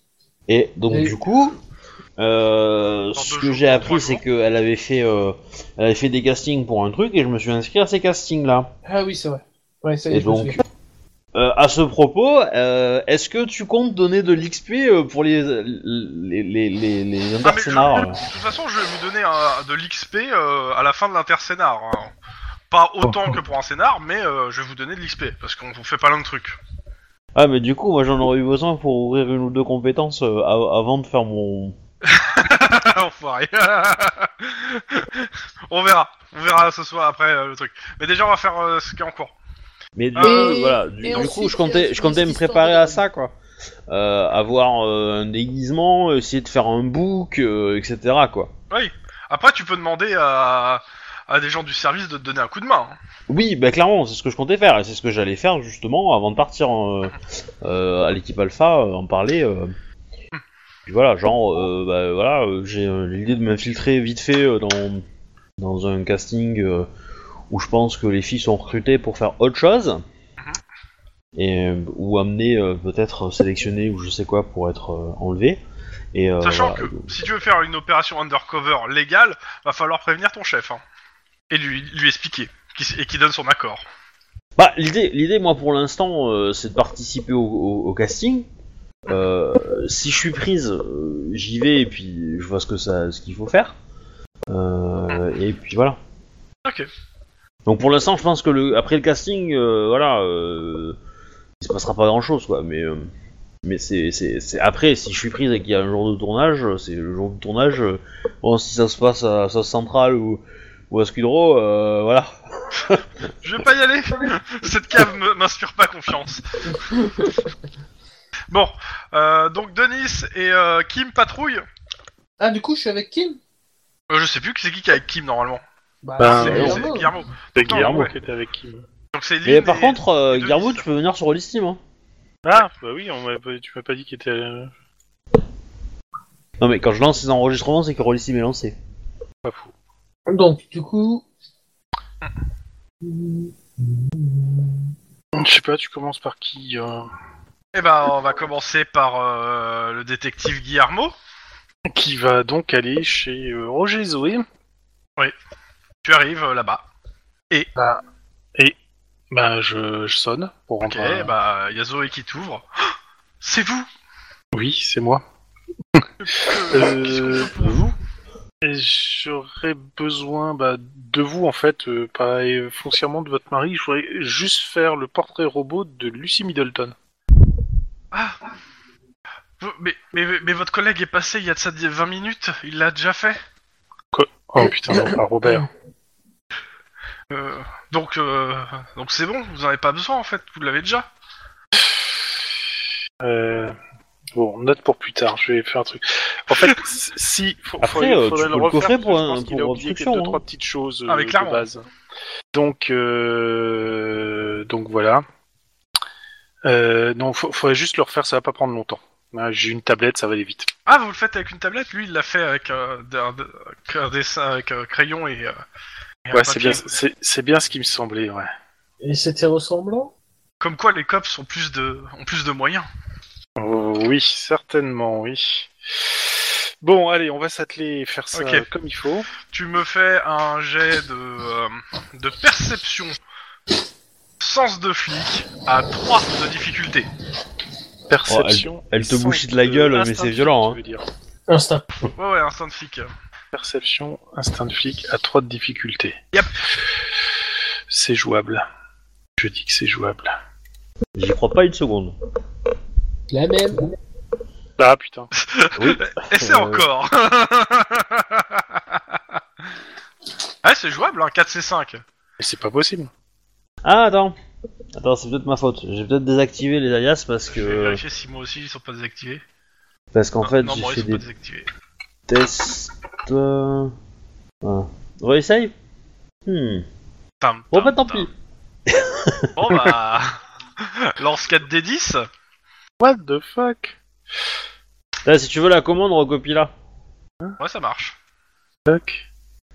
Speaker 2: Et donc
Speaker 3: Et-
Speaker 2: du coup, euh,
Speaker 1: Dans
Speaker 2: ce
Speaker 1: deux
Speaker 2: que
Speaker 1: jours,
Speaker 2: j'ai
Speaker 1: dans
Speaker 2: appris,
Speaker 1: trois
Speaker 2: c'est
Speaker 1: jours.
Speaker 2: qu'elle avait fait, euh, elle avait fait des castings pour un truc et je me suis inscrit à ces castings là.
Speaker 3: Ah oui, c'est vrai. Ouais, ça y est,
Speaker 2: Et
Speaker 3: je me
Speaker 2: donc,
Speaker 3: souviens.
Speaker 2: euh, à ce propos, euh, est-ce que tu comptes donner de l'XP euh, pour les les les
Speaker 1: Ah,
Speaker 2: les, les
Speaker 1: mais je-
Speaker 2: intercénars, euh
Speaker 1: de toute façon, je vais vous donner euh, de l'XP euh, à la fin de l'intercénar. hein. Pas autant que pour un scénar, mais euh, je vais vous donner de l'XP parce qu'on vous fait pas de trucs.
Speaker 2: Ah mais du coup, moi j'en aurais eu besoin pour ouvrir une ou deux compétences euh, av- avant de faire mon.
Speaker 1: Ah, Enfoiré. on verra. On verra ce soir après euh, le truc. Mais déjà, on va faire euh, ce qui est en cours.
Speaker 2: Mais du,
Speaker 1: Et-
Speaker 2: voilà, du,
Speaker 5: Ah, et
Speaker 2: du
Speaker 5: ensuite,
Speaker 2: coup, je comptais,
Speaker 5: euh,
Speaker 2: je comptais me
Speaker 5: cette histoire
Speaker 2: préparer
Speaker 5: de-
Speaker 2: à ça quoi. Euh, avoir euh, un déguisement, essayer de faire un book, euh, etc. quoi.
Speaker 1: Après, tu peux demander à, à des gens du service de te donner un coup de main. hein.
Speaker 2: Oui, bah clairement, c'est ce que je comptais faire, et c'est ce que j'allais faire justement avant de partir euh, euh, à l'équipe Alpha, euh, en parler. euh. Puis voilà, genre, euh, bah, voilà, euh, j'ai euh, l'idée de m'infiltrer vite fait euh, dans, dans un casting euh, où je pense que les filles sont recrutées pour faire autre chose, et, euh, ou amener peut-être sélectionner ou je sais quoi pour être euh, enlevé. Et, euh,
Speaker 1: Sachant que
Speaker 2: voilà.
Speaker 1: si tu veux faire une opération undercover légale, va falloir prévenir ton chef. hein. Et lui, lui expliquer. Qui s- Et qui donne son accord.
Speaker 2: Bah, l'idée, l'idée, moi, pour l'instant, euh, c'est de participer au, au- au casting. Euh, si je suis prise, euh, j'y vais et puis je vois ce que ça, ce qu'il faut faire. Euh, et puis voilà.
Speaker 1: Ok.
Speaker 2: Donc pour l'instant, je pense que le, après le casting, euh, voilà, euh, il se passera pas grand chose, quoi. Mais euh, mais c'est, c'est, c'est après, si je suis prise et qu'il y a un jour de tournage, euh, c'est le jour de tournage. euh, bon, si ça se passe à South Central ou ou à Skid Row, euh, voilà.
Speaker 1: Je vais pas y aller. Cette cave me- m'inspire pas confiance. Bon, euh, donc Denis et euh, Kim patrouillent.
Speaker 3: Ah, du coup, je suis avec Kim
Speaker 1: Euh, je sais plus qui c'est qui qui est avec Kim normalement.
Speaker 3: Bah,
Speaker 4: Ben, Ah,
Speaker 1: c'est
Speaker 4: ouais,
Speaker 1: c'est
Speaker 3: Guillermo.
Speaker 1: Guillermo.
Speaker 4: C'est
Speaker 1: Attends,
Speaker 4: Guillermo
Speaker 1: ouais.
Speaker 4: qui était avec qui.
Speaker 1: Donc c'est
Speaker 2: Mais
Speaker 1: Lynn
Speaker 2: par
Speaker 1: et-
Speaker 2: contre, euh,
Speaker 1: et Denis.
Speaker 2: Garbo, tu peux venir sur l'estime. Hein.
Speaker 4: Ah, bah oui, on m'a pas- tu m'as pas dit qu'il était. euh,
Speaker 2: Non mais quand je lance ces enregistrements, c'est que Rollistim est lancé.
Speaker 4: Pas fou.
Speaker 3: Donc, du coup.
Speaker 4: Je sais pas, tu commences par qui euh,
Speaker 1: Eh ben, on va commencer par euh, le détective Guillermo.
Speaker 4: Qui va donc aller chez euh, Roger et Zoé.
Speaker 1: Tu arrives euh, là-bas.
Speaker 4: Bah, je, je sonne pour
Speaker 1: Ok,
Speaker 4: rentrer.
Speaker 1: bah, il y a Zoé qui t'ouvre. C'est vous
Speaker 4: Oui, c'est moi.
Speaker 1: Euh, Qu'est-ce qu'on peut pour vous
Speaker 4: Et J'aurais besoin bah, de vous, en fait, euh, pas et foncièrement de votre mari. Je voudrais juste faire le portrait robot de Lucy Middleton.
Speaker 1: Ah. Vous- Mais, mais, mais votre collègue est passé il y a de ça 20 minutes, il l'a déjà fait
Speaker 4: Oh putain, non, pas Robert.
Speaker 1: Euh, donc, euh, donc c'est bon, vous en avez pas besoin en fait, vous l'avez déjà.
Speaker 4: Euh, Bon, note pour plus tard, je vais faire un truc. En fait, si, faut-
Speaker 2: Après,
Speaker 4: faut-
Speaker 2: euh,
Speaker 4: faudrait
Speaker 2: tu peux le
Speaker 4: refaire,
Speaker 2: coffrer
Speaker 4: parce
Speaker 2: pour
Speaker 4: que je
Speaker 2: un-
Speaker 4: pense qu'il
Speaker 2: pour
Speaker 4: a oublié
Speaker 2: obstruction,
Speaker 4: quelques- deux,
Speaker 2: hein.
Speaker 4: trois petites choses euh,
Speaker 1: Ah, mais
Speaker 4: de
Speaker 1: clairement.
Speaker 4: base. Donc, euh, donc voilà. Euh, non, faut- faudrait juste le refaire, ça va pas prendre longtemps. Hein, J'ai une tablette, ça va aller vite.
Speaker 1: Ah, vous le faites avec une tablette Lui, il l'a fait avec euh, d'un- d'un- avec un dessin, avec un crayon et. euh, et un
Speaker 4: Ouais, c'est
Speaker 1: papier.
Speaker 4: bien, c'est c'est bien ce qui me semblait, ouais.
Speaker 3: Et c'était ressemblant
Speaker 1: Comme quoi, les cops ont plus de, ont plus de moyens.
Speaker 4: Oh, oui, certainement, oui. Bon, allez, on va s'atteler et faire ça
Speaker 1: Ok.
Speaker 4: comme il faut.
Speaker 2: Oh,
Speaker 1: Tu me fais un jet de, euh, de perception, sens de flic, à 3 de difficulté.
Speaker 4: Perception.
Speaker 2: elle te
Speaker 4: sens
Speaker 2: bouchit de la gueule, mais
Speaker 4: instinct
Speaker 2: c'est
Speaker 4: de
Speaker 2: violent, hein.
Speaker 4: flic, tu veux dire.
Speaker 3: Instinct.
Speaker 1: Ouais, ouais, instant de flic.
Speaker 4: Perception, instinct de flic à 3 de difficulté.
Speaker 1: Yep.
Speaker 4: C'est jouable. Je dis que c'est jouable.
Speaker 2: J'y crois pas une seconde.
Speaker 3: La même.
Speaker 4: Ah putain.
Speaker 2: Oui.
Speaker 1: Et c'est
Speaker 2: Euh.
Speaker 1: encore Ah, c'est jouable, hein, 4C5.
Speaker 4: Mais c'est pas possible.
Speaker 2: Ah, attends. Attends, c'est peut-être ma faute. J'ai peut-être désactivé les alias parce
Speaker 1: Je vais
Speaker 2: que.
Speaker 1: vérifier si moi aussi ils sont pas désactivés.
Speaker 2: Parce qu'en
Speaker 1: Non,
Speaker 2: fait,
Speaker 1: non,
Speaker 2: j'ai
Speaker 1: bon, ils
Speaker 2: fait
Speaker 1: sont pas
Speaker 2: des
Speaker 1: désactivés.
Speaker 2: tests. euh, Voilà. On réessaye Hmm.
Speaker 1: Tam,
Speaker 2: Bon,
Speaker 1: tam,
Speaker 2: bah tant
Speaker 1: tam.
Speaker 2: pis.
Speaker 1: Bon bah. Lance 4D10.
Speaker 4: What the fuck
Speaker 2: Là, si tu veux la commande, recopie là.
Speaker 1: Ouais, ça marche.
Speaker 4: Fuck.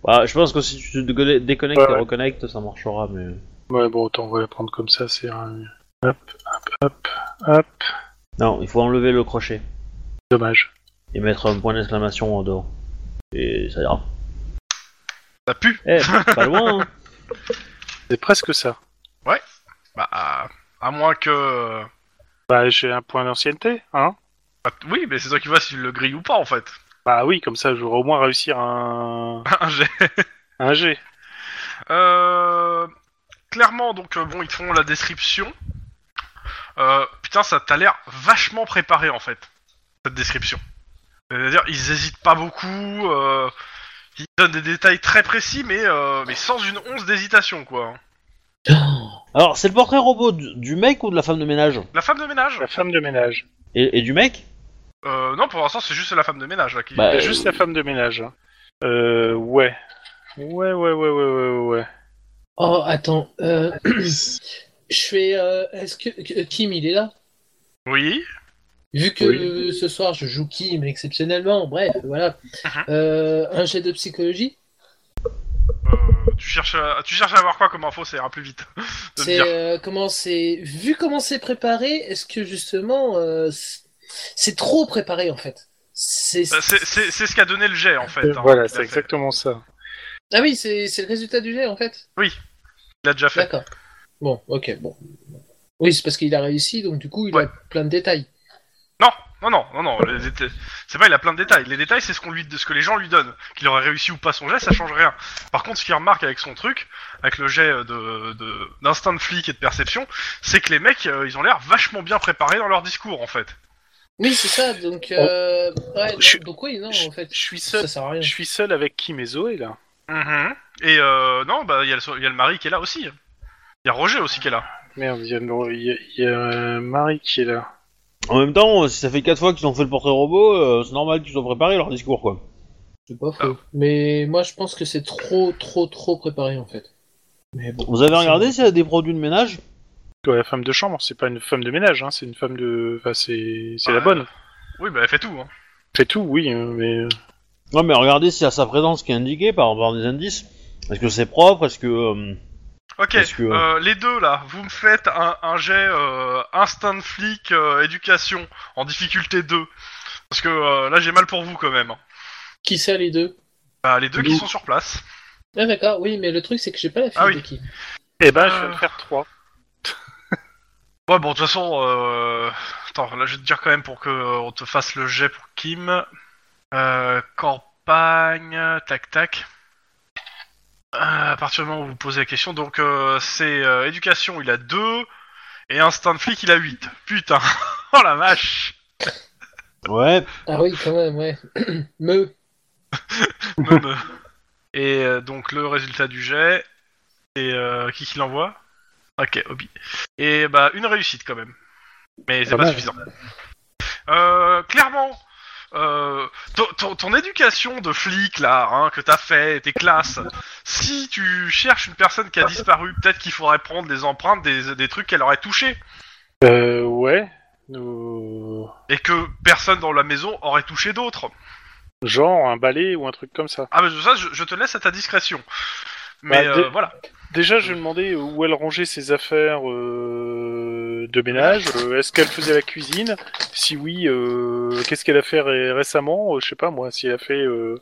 Speaker 2: Bah, je pense que si tu te déconne- déconnectes
Speaker 4: Ouais,
Speaker 2: et
Speaker 4: ouais.
Speaker 2: reconnectes, ça marchera, mais.
Speaker 4: Ouais, bon, autant on va la prendre comme ça, c'est un. Hop, hop, hop, hop.
Speaker 2: Non, il faut enlever le crochet
Speaker 4: Dommage.
Speaker 2: et mettre un point d'exclamation en dehors. Et ça ira.
Speaker 1: Ça pue
Speaker 2: Eh, pas loin, hein.
Speaker 4: C'est presque ça.
Speaker 1: Bah, à, à moins que. euh,
Speaker 4: Bah, j'ai un point d'ancienneté, hein
Speaker 1: bah, oui, mais c'est toi qui vois si tu le grilles ou pas en fait.
Speaker 4: Bah oui, comme ça, j'aurai au moins réussir un.
Speaker 1: Un jet.
Speaker 4: un G.
Speaker 1: Euh, clairement, donc euh, bon, ils te font la description. Euh, putain, ça t'a l'air vachement préparé en fait, cette description. C'est-à-dire, ils hésitent pas beaucoup, euh, ils donnent des détails très précis, mais, euh, mais sans une once d'hésitation quoi.
Speaker 2: Alors, c'est le portrait robot du, du mec ou de la femme de ménage
Speaker 1: La femme de ménage
Speaker 4: La femme de ménage.
Speaker 2: et, et du mec
Speaker 1: euh, Non, pour l'instant, c'est juste la femme de ménage là qui.
Speaker 2: Bah,
Speaker 4: Il y a
Speaker 2: Euh,
Speaker 4: Juste la femme de ménage. hein. Euh, ouais. Ouais, ouais, ouais, ouais, ouais, ouais, ouais.
Speaker 3: Oh, attends. euh, je fais. euh, Est-ce que que- Kim, il est là
Speaker 1: Oui.
Speaker 3: Vu que
Speaker 4: Oui.
Speaker 3: euh, ce soir je joue Kim exceptionnellement, bref, voilà.
Speaker 1: Mhm.
Speaker 3: Euh, un jet de psychologie
Speaker 1: Euh, tu cherches, à... tu cherches à avoir quoi comme info, ça ira plus vite. de me
Speaker 3: C'est
Speaker 1: dire.
Speaker 3: euh, comment c'est. Vu comment c'est préparé, est-ce que justement. euh, c'est- c'est trop préparé en fait C'est.
Speaker 1: Bah, c'est- c'est c'est ce qu'a donné le jet en fait. hein.
Speaker 4: Voilà,
Speaker 1: Il
Speaker 4: c'est
Speaker 1: a fait-
Speaker 4: exactement ça.
Speaker 3: Ah oui, c'est c'est le résultat du jet en fait
Speaker 1: Il l'a déjà fait.
Speaker 3: D'accord. Bon, ok, bon. Oui, c'est parce qu'il a réussi, donc du coup, il
Speaker 1: Ouais.
Speaker 3: a plein de détails.
Speaker 1: Non, non, non, non, non. les déta- C'est pas, il a plein de détails. Les détails, c'est ce qu'on lui, de ce que les gens lui donnent. Qu'il aurait réussi ou pas son jet, ça change rien. Par contre, ce qu'il remarque avec son truc, avec le jet de de- d'instinct de, flic et de perception, c'est que les mecs, euh, ils ont l'air vachement bien préparés dans leur discours, en fait.
Speaker 3: Oui, c'est ça, donc. euh, ouais, non,
Speaker 4: Je-
Speaker 3: donc oui, non, en fait.
Speaker 4: Je suis seul.
Speaker 3: Ça sert à rien.
Speaker 4: Je suis seul avec Kim et Zoé là.
Speaker 1: Mhm. Et euh, non, bah il y, a le so- il y a le mari qui est là aussi. Il y a Roger aussi qui est là.
Speaker 4: Merde, il y a, non, il y a- il y a, euh, Marie qui est là.
Speaker 2: En même temps, euh, si ça fait 4 fois qu'ils ont fait le portrait robot, euh, c'est normal qu'ils soient préparés leur discours, quoi.
Speaker 3: C'est pas
Speaker 1: Ah.
Speaker 3: faux. Mais moi, je pense que c'est trop, trop, trop préparé en fait. Mais bon.
Speaker 2: Vous avez regardé s'il y a des produits de ménage
Speaker 4: Ouais, la femme de chambre, c'est pas une femme de ménage, hein, c'est une femme de. Enfin, c'est c'est
Speaker 1: Ouais.
Speaker 4: la bonne.
Speaker 1: Oui, bah elle fait tout. Hein.
Speaker 4: C'est tout, oui, euh, mais. euh,
Speaker 2: Non, mais regardez s'il y a sa présence qui est indiquée par, par des indices. Est-ce que c'est propre Est-ce que. euh,
Speaker 1: Ok,
Speaker 2: Parce que-
Speaker 1: euh, les deux là, vous me faites un, un jet euh, instinct de flic euh, éducation en difficulté 2. Parce que euh, là j'ai mal pour vous quand même.
Speaker 3: Qui ça, les deux
Speaker 1: Bah, les deux qui
Speaker 4: Nous.
Speaker 1: sont sur place.
Speaker 3: Ah, d'accord, oui, mais le truc, c'est que j'ai pas la fiche
Speaker 1: Ah oui.
Speaker 3: de qui.
Speaker 4: Eh ben, je
Speaker 1: Euh.
Speaker 4: vais me faire 3.
Speaker 1: Ouais, bon, de toute façon, euh... attends, là je vais te dire quand même pour que euh, on te fasse le jet pour Kim. Euh, campagne, tac tac. Euh, à partir du moment où vous posez la question, donc euh, c'est euh, éducation, il a 2 et instinct de flic, il a 8. Putain, oh la vache!
Speaker 2: Ouais.
Speaker 3: Ah oui, quand même, ouais. Me.
Speaker 1: Non, non. Et euh, donc le résultat du jet, c'est euh, qui qui l'envoie Ok, Obi. Et bah une réussite quand même. Mais c'est
Speaker 4: Ah
Speaker 1: pas
Speaker 4: bon
Speaker 1: suffisant. Euh, clairement, euh, ton- ton, ton éducation de flic là, hein, que t'as fait, tes classes, si tu cherches une personne qui a disparu, peut-être qu'il faudrait prendre des empreintes des, des trucs qu'elle aurait touché
Speaker 4: Euh, ouais. Euh,
Speaker 1: et que personne dans la maison aurait touché d'autres.
Speaker 4: Genre un balai ou un truc comme ça.
Speaker 1: Ah, mais ça, je, je te laisse à ta discrétion. Mais
Speaker 4: Bah, de-
Speaker 1: euh, voilà.
Speaker 4: Déjà, je vais demander où elle rangeait ses affaires euh, de ménage. Euh, Est-ce qu'elle faisait la cuisine Si oui, euh, qu'est-ce qu'elle a fait ré- récemment Euh, Je sais pas moi, si elle a fait euh,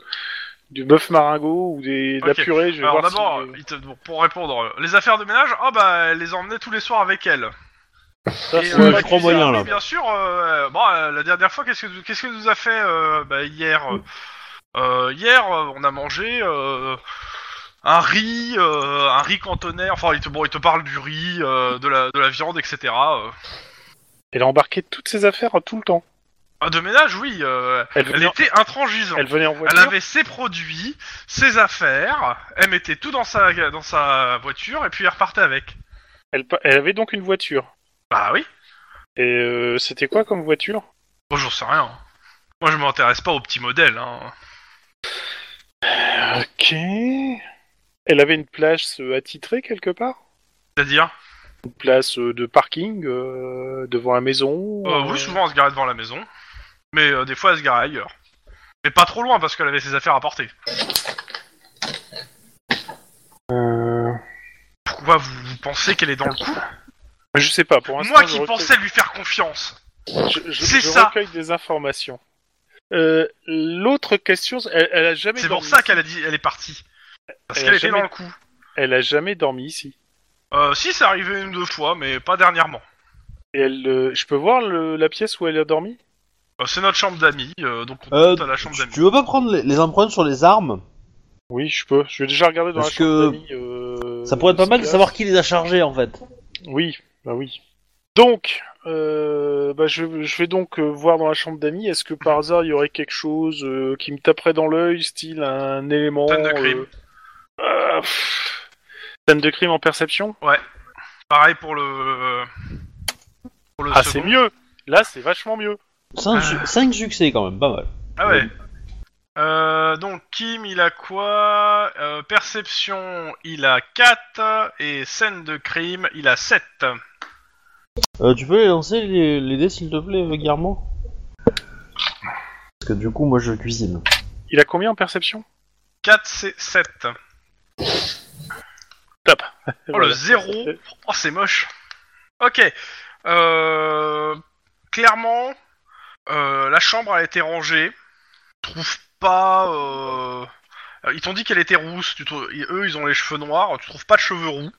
Speaker 4: du bœuf maringot ou des, de la
Speaker 1: Ok.
Speaker 4: purée, je vais
Speaker 1: Alors
Speaker 4: voir si-
Speaker 1: d'abord, il te- bon, pour répondre, euh, les affaires de ménage, oh bah, elle les emmenait tous les soirs avec elle.
Speaker 4: Ça,
Speaker 1: Et,
Speaker 4: c'est
Speaker 1: euh,
Speaker 2: ouais,
Speaker 1: la
Speaker 4: pas-
Speaker 2: je crois
Speaker 1: cuisine,
Speaker 2: moyen,
Speaker 1: oui,
Speaker 2: là.
Speaker 1: Bien sûr. euh, bon, euh, la dernière fois, qu'est-ce que qu'est-ce que nous a fait euh, bah, hier euh, euh, Hier, euh, on a mangé euh, un riz, euh, un riz cantonais. Enfin, il te bon, il te parle du riz, euh, de la de la viande, etc. euh.
Speaker 4: Elle a embarqué toutes ses affaires euh, tout le temps.
Speaker 1: Ah, de ménage, oui. euh,
Speaker 4: Elle
Speaker 1: elle
Speaker 4: venait,
Speaker 1: était intransigeante.
Speaker 4: elle venait en
Speaker 1: Elle
Speaker 4: voiture.
Speaker 1: avait ses produits, ses affaires. Elle mettait tout dans sa dans sa voiture et puis elle repartait avec.
Speaker 4: Elle, pa- elle avait donc une voiture.
Speaker 1: Bah oui.
Speaker 4: Et euh, c'était quoi comme voiture
Speaker 1: Bon, j'en sais rien. Moi, je m'intéresse pas aux petits modèles. Hein.
Speaker 4: Ok. Elle avait une place euh, attitrée quelque part
Speaker 1: C'est-à-dire.
Speaker 4: Une place euh, de parking euh, devant la maison
Speaker 1: Euh,
Speaker 4: euh,
Speaker 1: oui, souvent elle se garait devant la maison, mais euh, des fois elle se garait ailleurs. Mais pas trop loin parce qu'elle avait ses affaires à porter.
Speaker 4: euh,
Speaker 1: Pourquoi vous, vous pensez qu'elle est dans le coup
Speaker 4: Je sais pas, pour l'instant.
Speaker 1: Moi
Speaker 4: je Ah
Speaker 1: qui
Speaker 4: recueille-
Speaker 1: pensais lui faire confiance.
Speaker 4: je, je-
Speaker 1: c'est
Speaker 4: je
Speaker 1: ça.
Speaker 4: recueille des informations. Euh, L'autre question, elle, elle a jamais
Speaker 1: C'est
Speaker 4: dormi.
Speaker 1: pour ça
Speaker 4: ici.
Speaker 1: qu'elle a dit, elle est partie. Parce
Speaker 4: Elle
Speaker 1: qu'elle
Speaker 4: a
Speaker 1: était
Speaker 4: jamais-
Speaker 1: dans le coup.
Speaker 4: Elle a jamais dormi ici.
Speaker 1: Euh, si, c'est arrivé une ou deux fois, mais pas dernièrement.
Speaker 4: Et elle, euh, je peux voir le- la pièce où elle a dormi
Speaker 1: Euh, c'est notre chambre d'amis, euh, donc on
Speaker 2: Euh,
Speaker 1: compte à la chambre
Speaker 2: tu,
Speaker 1: d'amis.
Speaker 2: tu veux pas prendre les, les empreintes sur les armes
Speaker 4: Oui, je peux. Je vais déjà regarder dans
Speaker 2: Parce
Speaker 4: la chambre
Speaker 2: que
Speaker 4: d'amis, euh,
Speaker 2: Ça pourrait être pas mal de
Speaker 4: pièce.
Speaker 2: savoir qui les a chargées en fait.
Speaker 4: Oui, bah oui. Donc, euh, bah je, je vais donc euh, voir dans la chambre d'amis, est-ce que par hasard il y aurait quelque chose euh, qui me taperait dans l'œil, style un élément...
Speaker 1: Scène de crime.
Speaker 4: euh, ah, pff. Scène de crime en perception
Speaker 1: Pareil pour le. euh, Pour le
Speaker 4: Ah, c'est
Speaker 1: second.
Speaker 4: mieux Là, c'est vachement mieux
Speaker 2: 5, succès quand même, pas mal.
Speaker 1: Ah ouais. Euh, donc Kim, il a quoi Euh, Perception, il a 4. Et scène de crime, il a 7.
Speaker 2: Euh, tu peux les lancer les, les dés s'il te plaît, Guillermo Parce que du coup, moi je cuisine.
Speaker 4: Il a combien en perception
Speaker 1: 4, c'est 7.
Speaker 4: Top
Speaker 1: Oh,
Speaker 4: Voilà.
Speaker 1: le 0. Oh, c'est moche. Ok. Euh, clairement, euh, la chambre a été rangée. Trouve pas... euh, Ils t'ont dit qu'elle était rousse. Tu trou- ils- Eux, ils ont les cheveux noirs. Tu trouves pas de cheveux roux.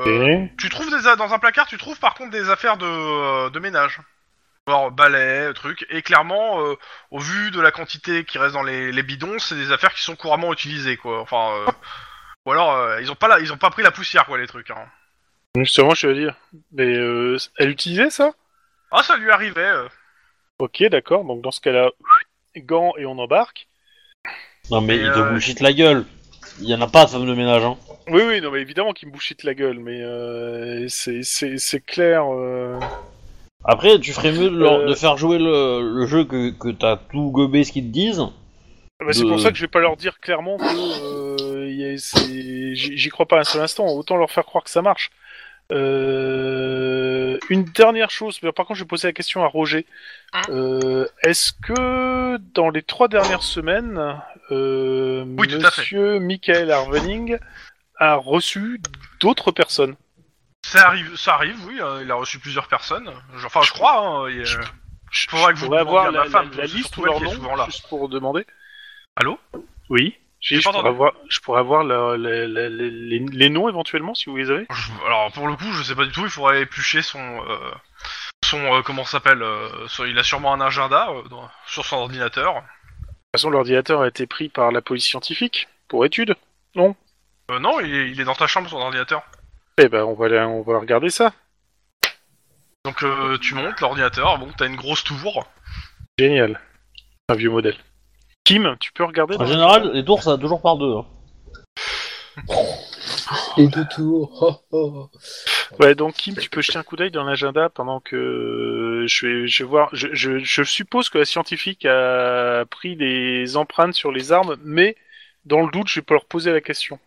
Speaker 1: Euh,
Speaker 4: Et-
Speaker 1: Tu trouves des a- dans un placard, tu trouves par contre des affaires de, euh, de ménage. Genre balai, truc. Et clairement, euh, au vu de la quantité qui reste dans les, les bidons, c'est des affaires qui sont couramment utilisées, quoi. Enfin, euh, ou alors euh, ils ont pas la- ils ont pas pris la poussière, quoi, les trucs. hein.
Speaker 4: Justement, je te veux dire, mais euh, elle utilisait ça
Speaker 1: Ah, ça lui arrivait. euh.
Speaker 4: Ok, d'accord, donc dans ce cas-là, gants et on embarque.
Speaker 2: Non mais
Speaker 1: Et,
Speaker 2: il te
Speaker 1: euh,
Speaker 2: bullshit la gueule. Il y en a pas de femme de ménage, hein.
Speaker 4: Oui, oui, non, mais évidemment qu'il me bouchite la gueule, mais euh, c'est- c'est c'est clair... euh,
Speaker 2: Après, tu ferais mieux de, leur-
Speaker 4: Euh.
Speaker 2: de faire jouer le, le jeu que, que t'as tout gobé ce qu'ils te disent.
Speaker 4: Ah bah, c'est
Speaker 2: de-
Speaker 4: pour ça que je vais pas leur dire clairement que euh, y a- c'est- j'y j'y crois pas un seul instant. Autant leur faire croire que ça marche. Euh, une dernière chose, mais par contre, je vais poser la question à Roger. Euh, Est-ce que dans les trois dernières semaines, euh,
Speaker 1: Oui, tout à fait.
Speaker 4: Monsieur Michael Arvening a reçu d'autres personnes
Speaker 1: Ça arrive, ça arrive, oui. euh, il a reçu plusieurs personnes. Enfin, je crois. Hein, il, euh,
Speaker 4: Je
Speaker 1: Faudra que vous
Speaker 4: pourrais
Speaker 1: demandiez
Speaker 4: avoir
Speaker 1: à ma
Speaker 4: la,
Speaker 1: femme, parce
Speaker 4: la- la
Speaker 1: que c'est
Speaker 4: liste
Speaker 1: surtout
Speaker 4: ou
Speaker 1: elle qui
Speaker 4: leur
Speaker 1: est souvent
Speaker 4: nom,
Speaker 1: là.
Speaker 4: juste pour demander.
Speaker 1: Allô
Speaker 4: Oui. J'ai-
Speaker 1: J'ai
Speaker 4: Je
Speaker 1: pas
Speaker 4: pourrais
Speaker 1: entendu.
Speaker 4: avoir, je pourrais avoir la- la- la- les, les- les noms éventuellement si vous les avez.
Speaker 1: je- alors pour le coup, je sais pas du tout. Il faudrait éplucher son euh, son euh, comment ça s'appelle euh, son- Il a sûrement un agenda euh, dans- sur son ordinateur.
Speaker 4: De toute façon, l'ordinateur a été pris par la police scientifique pour étude.
Speaker 1: Euh, non, il est, il est dans ta chambre, son ordinateur.
Speaker 4: Eh ben, on va, la- on va regarder ça.
Speaker 1: Donc euh, tu montes l'ordinateur, bon, t'as une grosse tour.
Speaker 4: Génial. Un vieux modèle. Kim, tu peux regarder
Speaker 2: En
Speaker 4: dans-
Speaker 2: général, les tours ça va toujours par deux. hein.
Speaker 3: Les deux tours. Oh, oh.
Speaker 4: Ouais, donc Kim, tu peux jeter un coup d'œil dans l'agenda pendant que euh, je vais, je vais voir. Je, je- je suppose que la scientifique a pris des empreintes sur les armes, mais dans le doute, je vais pas leur poser la question.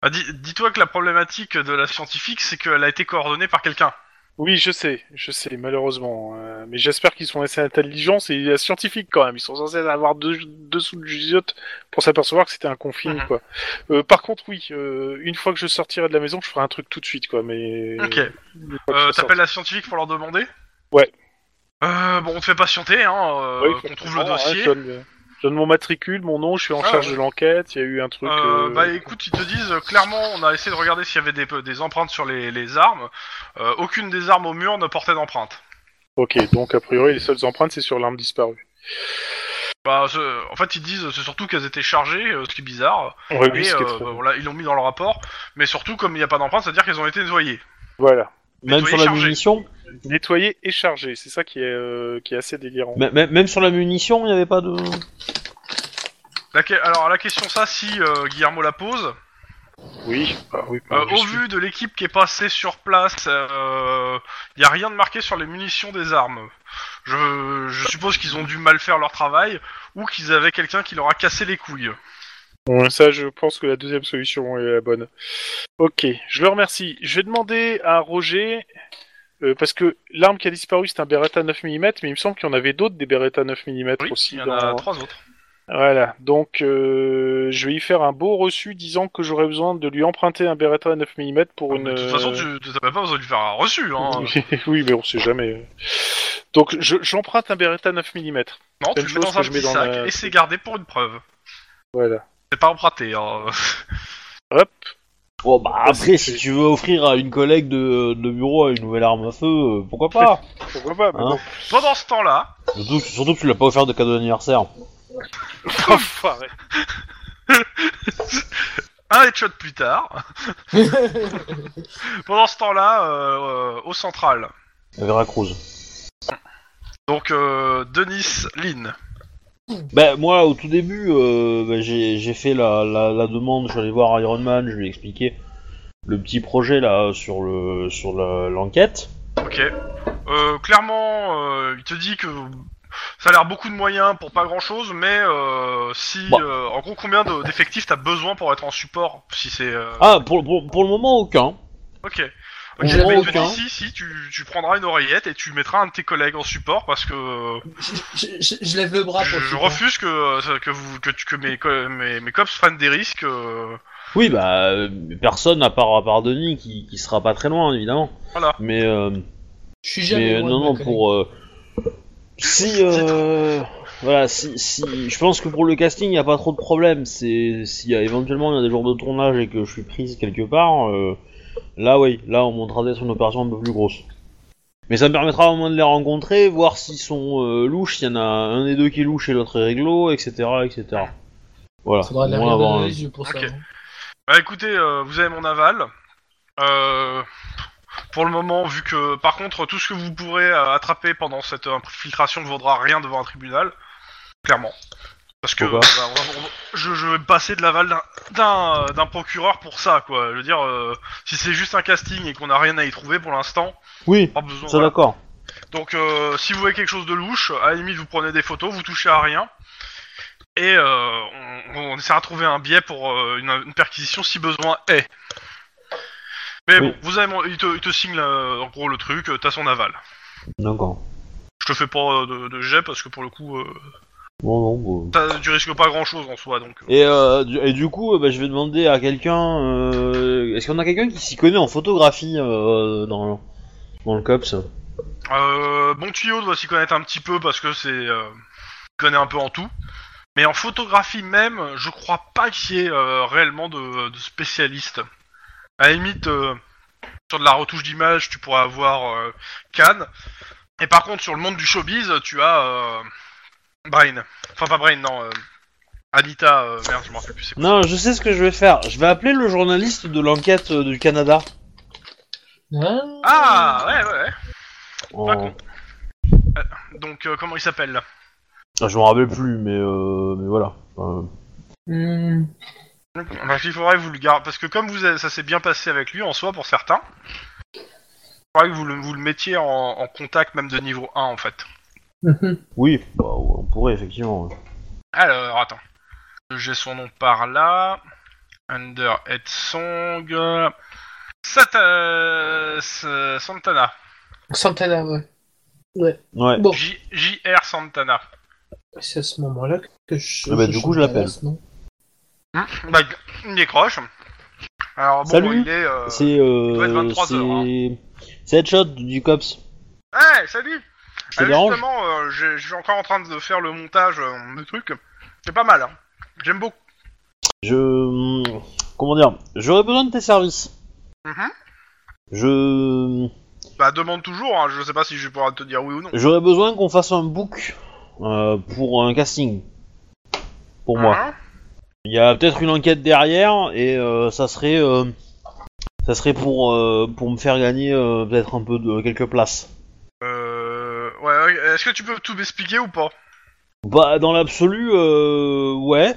Speaker 1: Bah, dis- Dis-toi que la problématique de la scientifique, c'est qu'elle a été coordonnée par quelqu'un.
Speaker 4: Oui, je sais, je sais, malheureusement. euh, mais j'espère qu'ils sont assez intelligents. C'est la scientifique quand même. Ils sont censés avoir deux, deux sous de jugeote pour s'apercevoir que c'était un confine,
Speaker 1: Mhm.
Speaker 4: quoi. Euh, par contre, oui, euh, une fois que je sortirai de la maison, je ferai un truc tout de suite, quoi. Mais.
Speaker 1: Ok.
Speaker 4: Une fois que
Speaker 1: Euh,
Speaker 4: je sorte-
Speaker 1: T'appelles la scientifique pour leur demander
Speaker 4: Ouais.
Speaker 1: Euh, bon, on te fait patienter, hein, euh,
Speaker 4: Oui,
Speaker 1: qu'on trouve le
Speaker 4: forcément, hein,
Speaker 1: dossier.
Speaker 4: je, donne, je donne mon matricule, mon nom, je suis en
Speaker 1: Ah,
Speaker 4: charge
Speaker 1: ouais.
Speaker 4: de l'enquête. Il y a eu un truc.
Speaker 1: Euh,
Speaker 4: euh,
Speaker 1: Bah écoute, ils te disent euh, clairement, on a essayé de regarder s'il y avait des, euh, des empreintes sur les, les armes. Euh, aucune des armes au mur ne portait d'empreinte.
Speaker 4: Ok, donc a priori, les seules empreintes, c'est sur l'arme disparue.
Speaker 1: Bah, ce- en fait, ils disent c'est surtout qu'elles étaient chargées, euh, ce qui est bizarre.
Speaker 4: Ouais, oui,
Speaker 1: Mais
Speaker 4: ce qui est
Speaker 1: euh,
Speaker 4: très-
Speaker 1: bah, voilà, ils l'ont mis dans le rapport. Mais surtout, comme il n'y a pas d'empreinte, c'est-à-dire qu'elles ont été nettoyées.
Speaker 4: Voilà.
Speaker 2: Même
Speaker 1: Nettoyer,
Speaker 2: sur la
Speaker 1: charger.
Speaker 2: munition,
Speaker 4: Nettoyer et charger, c'est ça qui est, euh, qui est assez délirant.
Speaker 2: m- m- même sur la munition, il n'y avait pas de.
Speaker 1: La que- Alors la question, ça, si euh, Guillermo la pose,
Speaker 4: Oui, bah oui.
Speaker 1: euh,
Speaker 4: bah, je
Speaker 1: au
Speaker 4: suis-
Speaker 1: vu de l'équipe qui est passée sur place, euh, il n'y a rien de marqué sur les munitions des armes. Je, je suppose qu'ils ont dû mal faire leur travail ou qu'ils avaient quelqu'un qui leur a cassé les couilles.
Speaker 4: Bon, ça, je pense que la deuxième solution est la bonne. Ok, je le remercie. Je vais demander à Roger, euh, parce que l'arme qui a disparu, c'est un Beretta 9 mm, mais il me semble qu'il y en avait d'autres des Beretta 9 mm
Speaker 1: Oui,
Speaker 4: aussi.
Speaker 1: il y en
Speaker 4: dans-
Speaker 1: a trois autres.
Speaker 4: Voilà, donc euh, je vais y faire un beau reçu disant que j'aurais besoin de lui emprunter un Beretta 9 mm pour une...
Speaker 1: Ah, Mais De toute façon, tu tu t'as pas besoin de lui faire un reçu. Hein.
Speaker 4: oui, mais on sait jamais. Donc je- j'emprunte un Beretta 9 mm.
Speaker 1: Non, tu
Speaker 4: Même
Speaker 1: le mets
Speaker 4: chose
Speaker 1: dans
Speaker 4: que
Speaker 1: un
Speaker 4: je
Speaker 1: petit
Speaker 4: mets dans
Speaker 1: sac
Speaker 4: la-
Speaker 1: et c'est gardé pour une preuve.
Speaker 4: Voilà.
Speaker 1: C'est pas emprunté. Hein.
Speaker 2: Bon, bah après, si tu veux offrir à une collègue de, de bureau une nouvelle arme à feu, euh, pourquoi pas
Speaker 4: Pourquoi pas mais
Speaker 2: hein
Speaker 4: bon.
Speaker 1: Pendant ce temps-là,
Speaker 2: surtout, surtout que tu l'as pas offert de cadeau d'anniversaire.
Speaker 4: Enfoiré.
Speaker 1: un headshot plus tard, pendant ce temps-là, euh, euh, au central.
Speaker 2: À Veracruz.
Speaker 1: Donc, euh, Denis Lynn.
Speaker 2: Bah, moi, au tout début, euh, bah, j'ai j'ai fait la, la, la demande, je suis allé voir Iron Man, je lui ai expliqué le petit projet là sur le sur la- l'enquête.
Speaker 1: Ok. Euh, clairement, euh, il te dit que ça a l'air beaucoup de moyens pour pas grand-chose, mais euh, si,
Speaker 2: Bon.
Speaker 1: euh, en gros, combien de- d'effectifs t'as besoin pour être en support Si c'est. euh,
Speaker 2: Ah, pour, pour, pour le moment, aucun.
Speaker 1: Ok.
Speaker 2: On
Speaker 1: Ok,
Speaker 2: verra
Speaker 1: mais il te
Speaker 2: aucun.
Speaker 1: dit, si, si, tu, tu prendras une oreillette et tu mettras un de tes collègues en support parce que euh,
Speaker 3: je, je- je- je lève le bras
Speaker 1: je,
Speaker 3: pour
Speaker 1: je
Speaker 3: le support.
Speaker 1: refuse que, euh, que, vous, que, tu- que mes, co- mes, mes cops prennent des risques. euh,
Speaker 2: Oui, bah, euh, personne à part, à part Denis qui, qui sera pas très loin, évidemment.
Speaker 1: Voilà.
Speaker 2: Mais, euh,
Speaker 3: Je suis
Speaker 2: mais
Speaker 3: jamais.
Speaker 2: euh,
Speaker 3: loin
Speaker 2: non,
Speaker 3: de
Speaker 2: non,
Speaker 3: ma collègue.
Speaker 2: pour. euh, si. euh, voilà, si, si. Je pense que pour le casting, il a pas trop de problème. C'est si euh, éventuellement il y a des jours de tournage et que je suis prise quelque part, euh, là, oui, là, on montera d'être une opération un peu plus grosse. Mais ça me permettra au moins de les rencontrer, voir s'ils sont euh, louches, s'il y en a un des deux qui est louche et l'autre est réglo, etc. etc. Voilà.
Speaker 3: Faudra de la
Speaker 2: au moins
Speaker 3: regarder
Speaker 2: avoir
Speaker 3: dans
Speaker 2: un-
Speaker 3: les yeux pour ça.
Speaker 1: Ok.
Speaker 3: hein.
Speaker 1: Bah écoutez, euh, vous avez mon aval. Euh, pour le moment, vu que par contre tout ce que vous pourrez euh, attraper pendant cette euh, infiltration ne vaudra rien devant un tribunal, clairement. Parce que
Speaker 2: Pourquoi
Speaker 1: bah, on va- on va- je, je vais passer de l'aval d'un- d'un euh, d'un procureur pour ça, quoi. Je veux dire, euh, si c'est juste un casting et qu'on n'a rien à y trouver pour l'instant,
Speaker 2: Oui,
Speaker 1: pas besoin.
Speaker 2: ça
Speaker 1: voilà.
Speaker 2: d'accord.
Speaker 1: Donc euh, si vous voyez quelque chose de louche, à la limite vous prenez des photos, vous touchez à rien. Et euh, on, on essaiera de trouver un biais pour euh, une, une perquisition si besoin est. Mais
Speaker 2: Oui.
Speaker 1: bon, vous avez mon- il, te, il te signe euh, en gros le truc, euh, t'as son aval.
Speaker 2: D'accord.
Speaker 1: Je te fais pas euh, de, de jet parce que pour le coup, euh,
Speaker 2: Bon, non, bon.
Speaker 1: t'as- tu risques pas grand chose en soi donc. euh.
Speaker 2: Et, euh, du, et du coup, euh, bah, je vais demander à quelqu'un. euh, Est-ce qu'on a quelqu'un qui s'y connaît en photographie euh, dans, dans le COPS
Speaker 1: Euh, bon tuyau doit s'y connaître un petit peu parce que c'est euh, il connaît un peu en tout. Mais en photographie même, je crois pas qu'il y ait euh, réellement de, de spécialistes. À la limite, euh, sur de la retouche d'image, tu pourras avoir euh, Cannes. Et par contre, sur le monde du showbiz, tu as euh, Brain. Enfin, pas Brain, non. euh, Anita, euh, merde, je m'en rappelle plus. c'est quoi.
Speaker 2: Non, je sais ce que je vais faire. Je vais appeler le journaliste de l'enquête euh, du Canada.
Speaker 3: Hein
Speaker 1: Ah, ouais, ouais, ouais.
Speaker 2: En-
Speaker 1: Pas con. Euh, donc, euh, comment il s'appelle là
Speaker 2: Ah, je m'en rappelle plus, mais, euh, mais voilà. Euh,
Speaker 3: Hmm.
Speaker 1: Bah, Donc, il faudrait que vous le garder. Parce que comme vous avez- ça s'est bien passé avec lui en soi pour certains, faudrait que vous le, vous le mettiez en, en contact même de niveau 1 en fait.
Speaker 2: Oui, bah, on pourrait effectivement.
Speaker 1: Alors, attends. J'ai son nom par là. Under Head Song. Sata- S- euh, Santana.
Speaker 3: Santana, ouais.
Speaker 2: Ouais.
Speaker 3: Bon,
Speaker 1: J- J.R. Santana.
Speaker 3: c'est à ce moment-là que je.
Speaker 2: Ah bah, du coup, je l'appelle.
Speaker 3: Santana, non
Speaker 1: Hmm, bah, il décroche. Alors bon,
Speaker 2: Salut,
Speaker 1: il est... euh,
Speaker 2: C'est
Speaker 1: doit être
Speaker 2: euh,
Speaker 1: 23
Speaker 2: c'est
Speaker 1: heures, hein.
Speaker 2: c'est Headshot du cops.
Speaker 1: Ouais, Eh, salut Ah,
Speaker 2: Ça dérange
Speaker 1: Justement, euh, j'ai- je suis encore en train de faire le montage euh, de trucs. C'est pas mal, hein. J'aime beaucoup.
Speaker 2: Je comment dire J'aurais besoin de tes services.
Speaker 1: Mhm.
Speaker 2: Je
Speaker 1: Bah, demande toujours, hein, je sais pas si je vais pouvoir te dire oui ou non.
Speaker 2: j'aurais besoin qu'on fasse un book euh, pour un casting. Pour moi.
Speaker 1: Hein
Speaker 2: Il y a peut-être une enquête derrière et euh, ça serait euh, ça serait pour euh, pour me faire gagner euh, peut-être un peu de quelques places.
Speaker 1: Euh, ouais, ouais, est-ce que tu peux tout m'expliquer ou pas
Speaker 2: Bah dans l'absolu euh, ouais,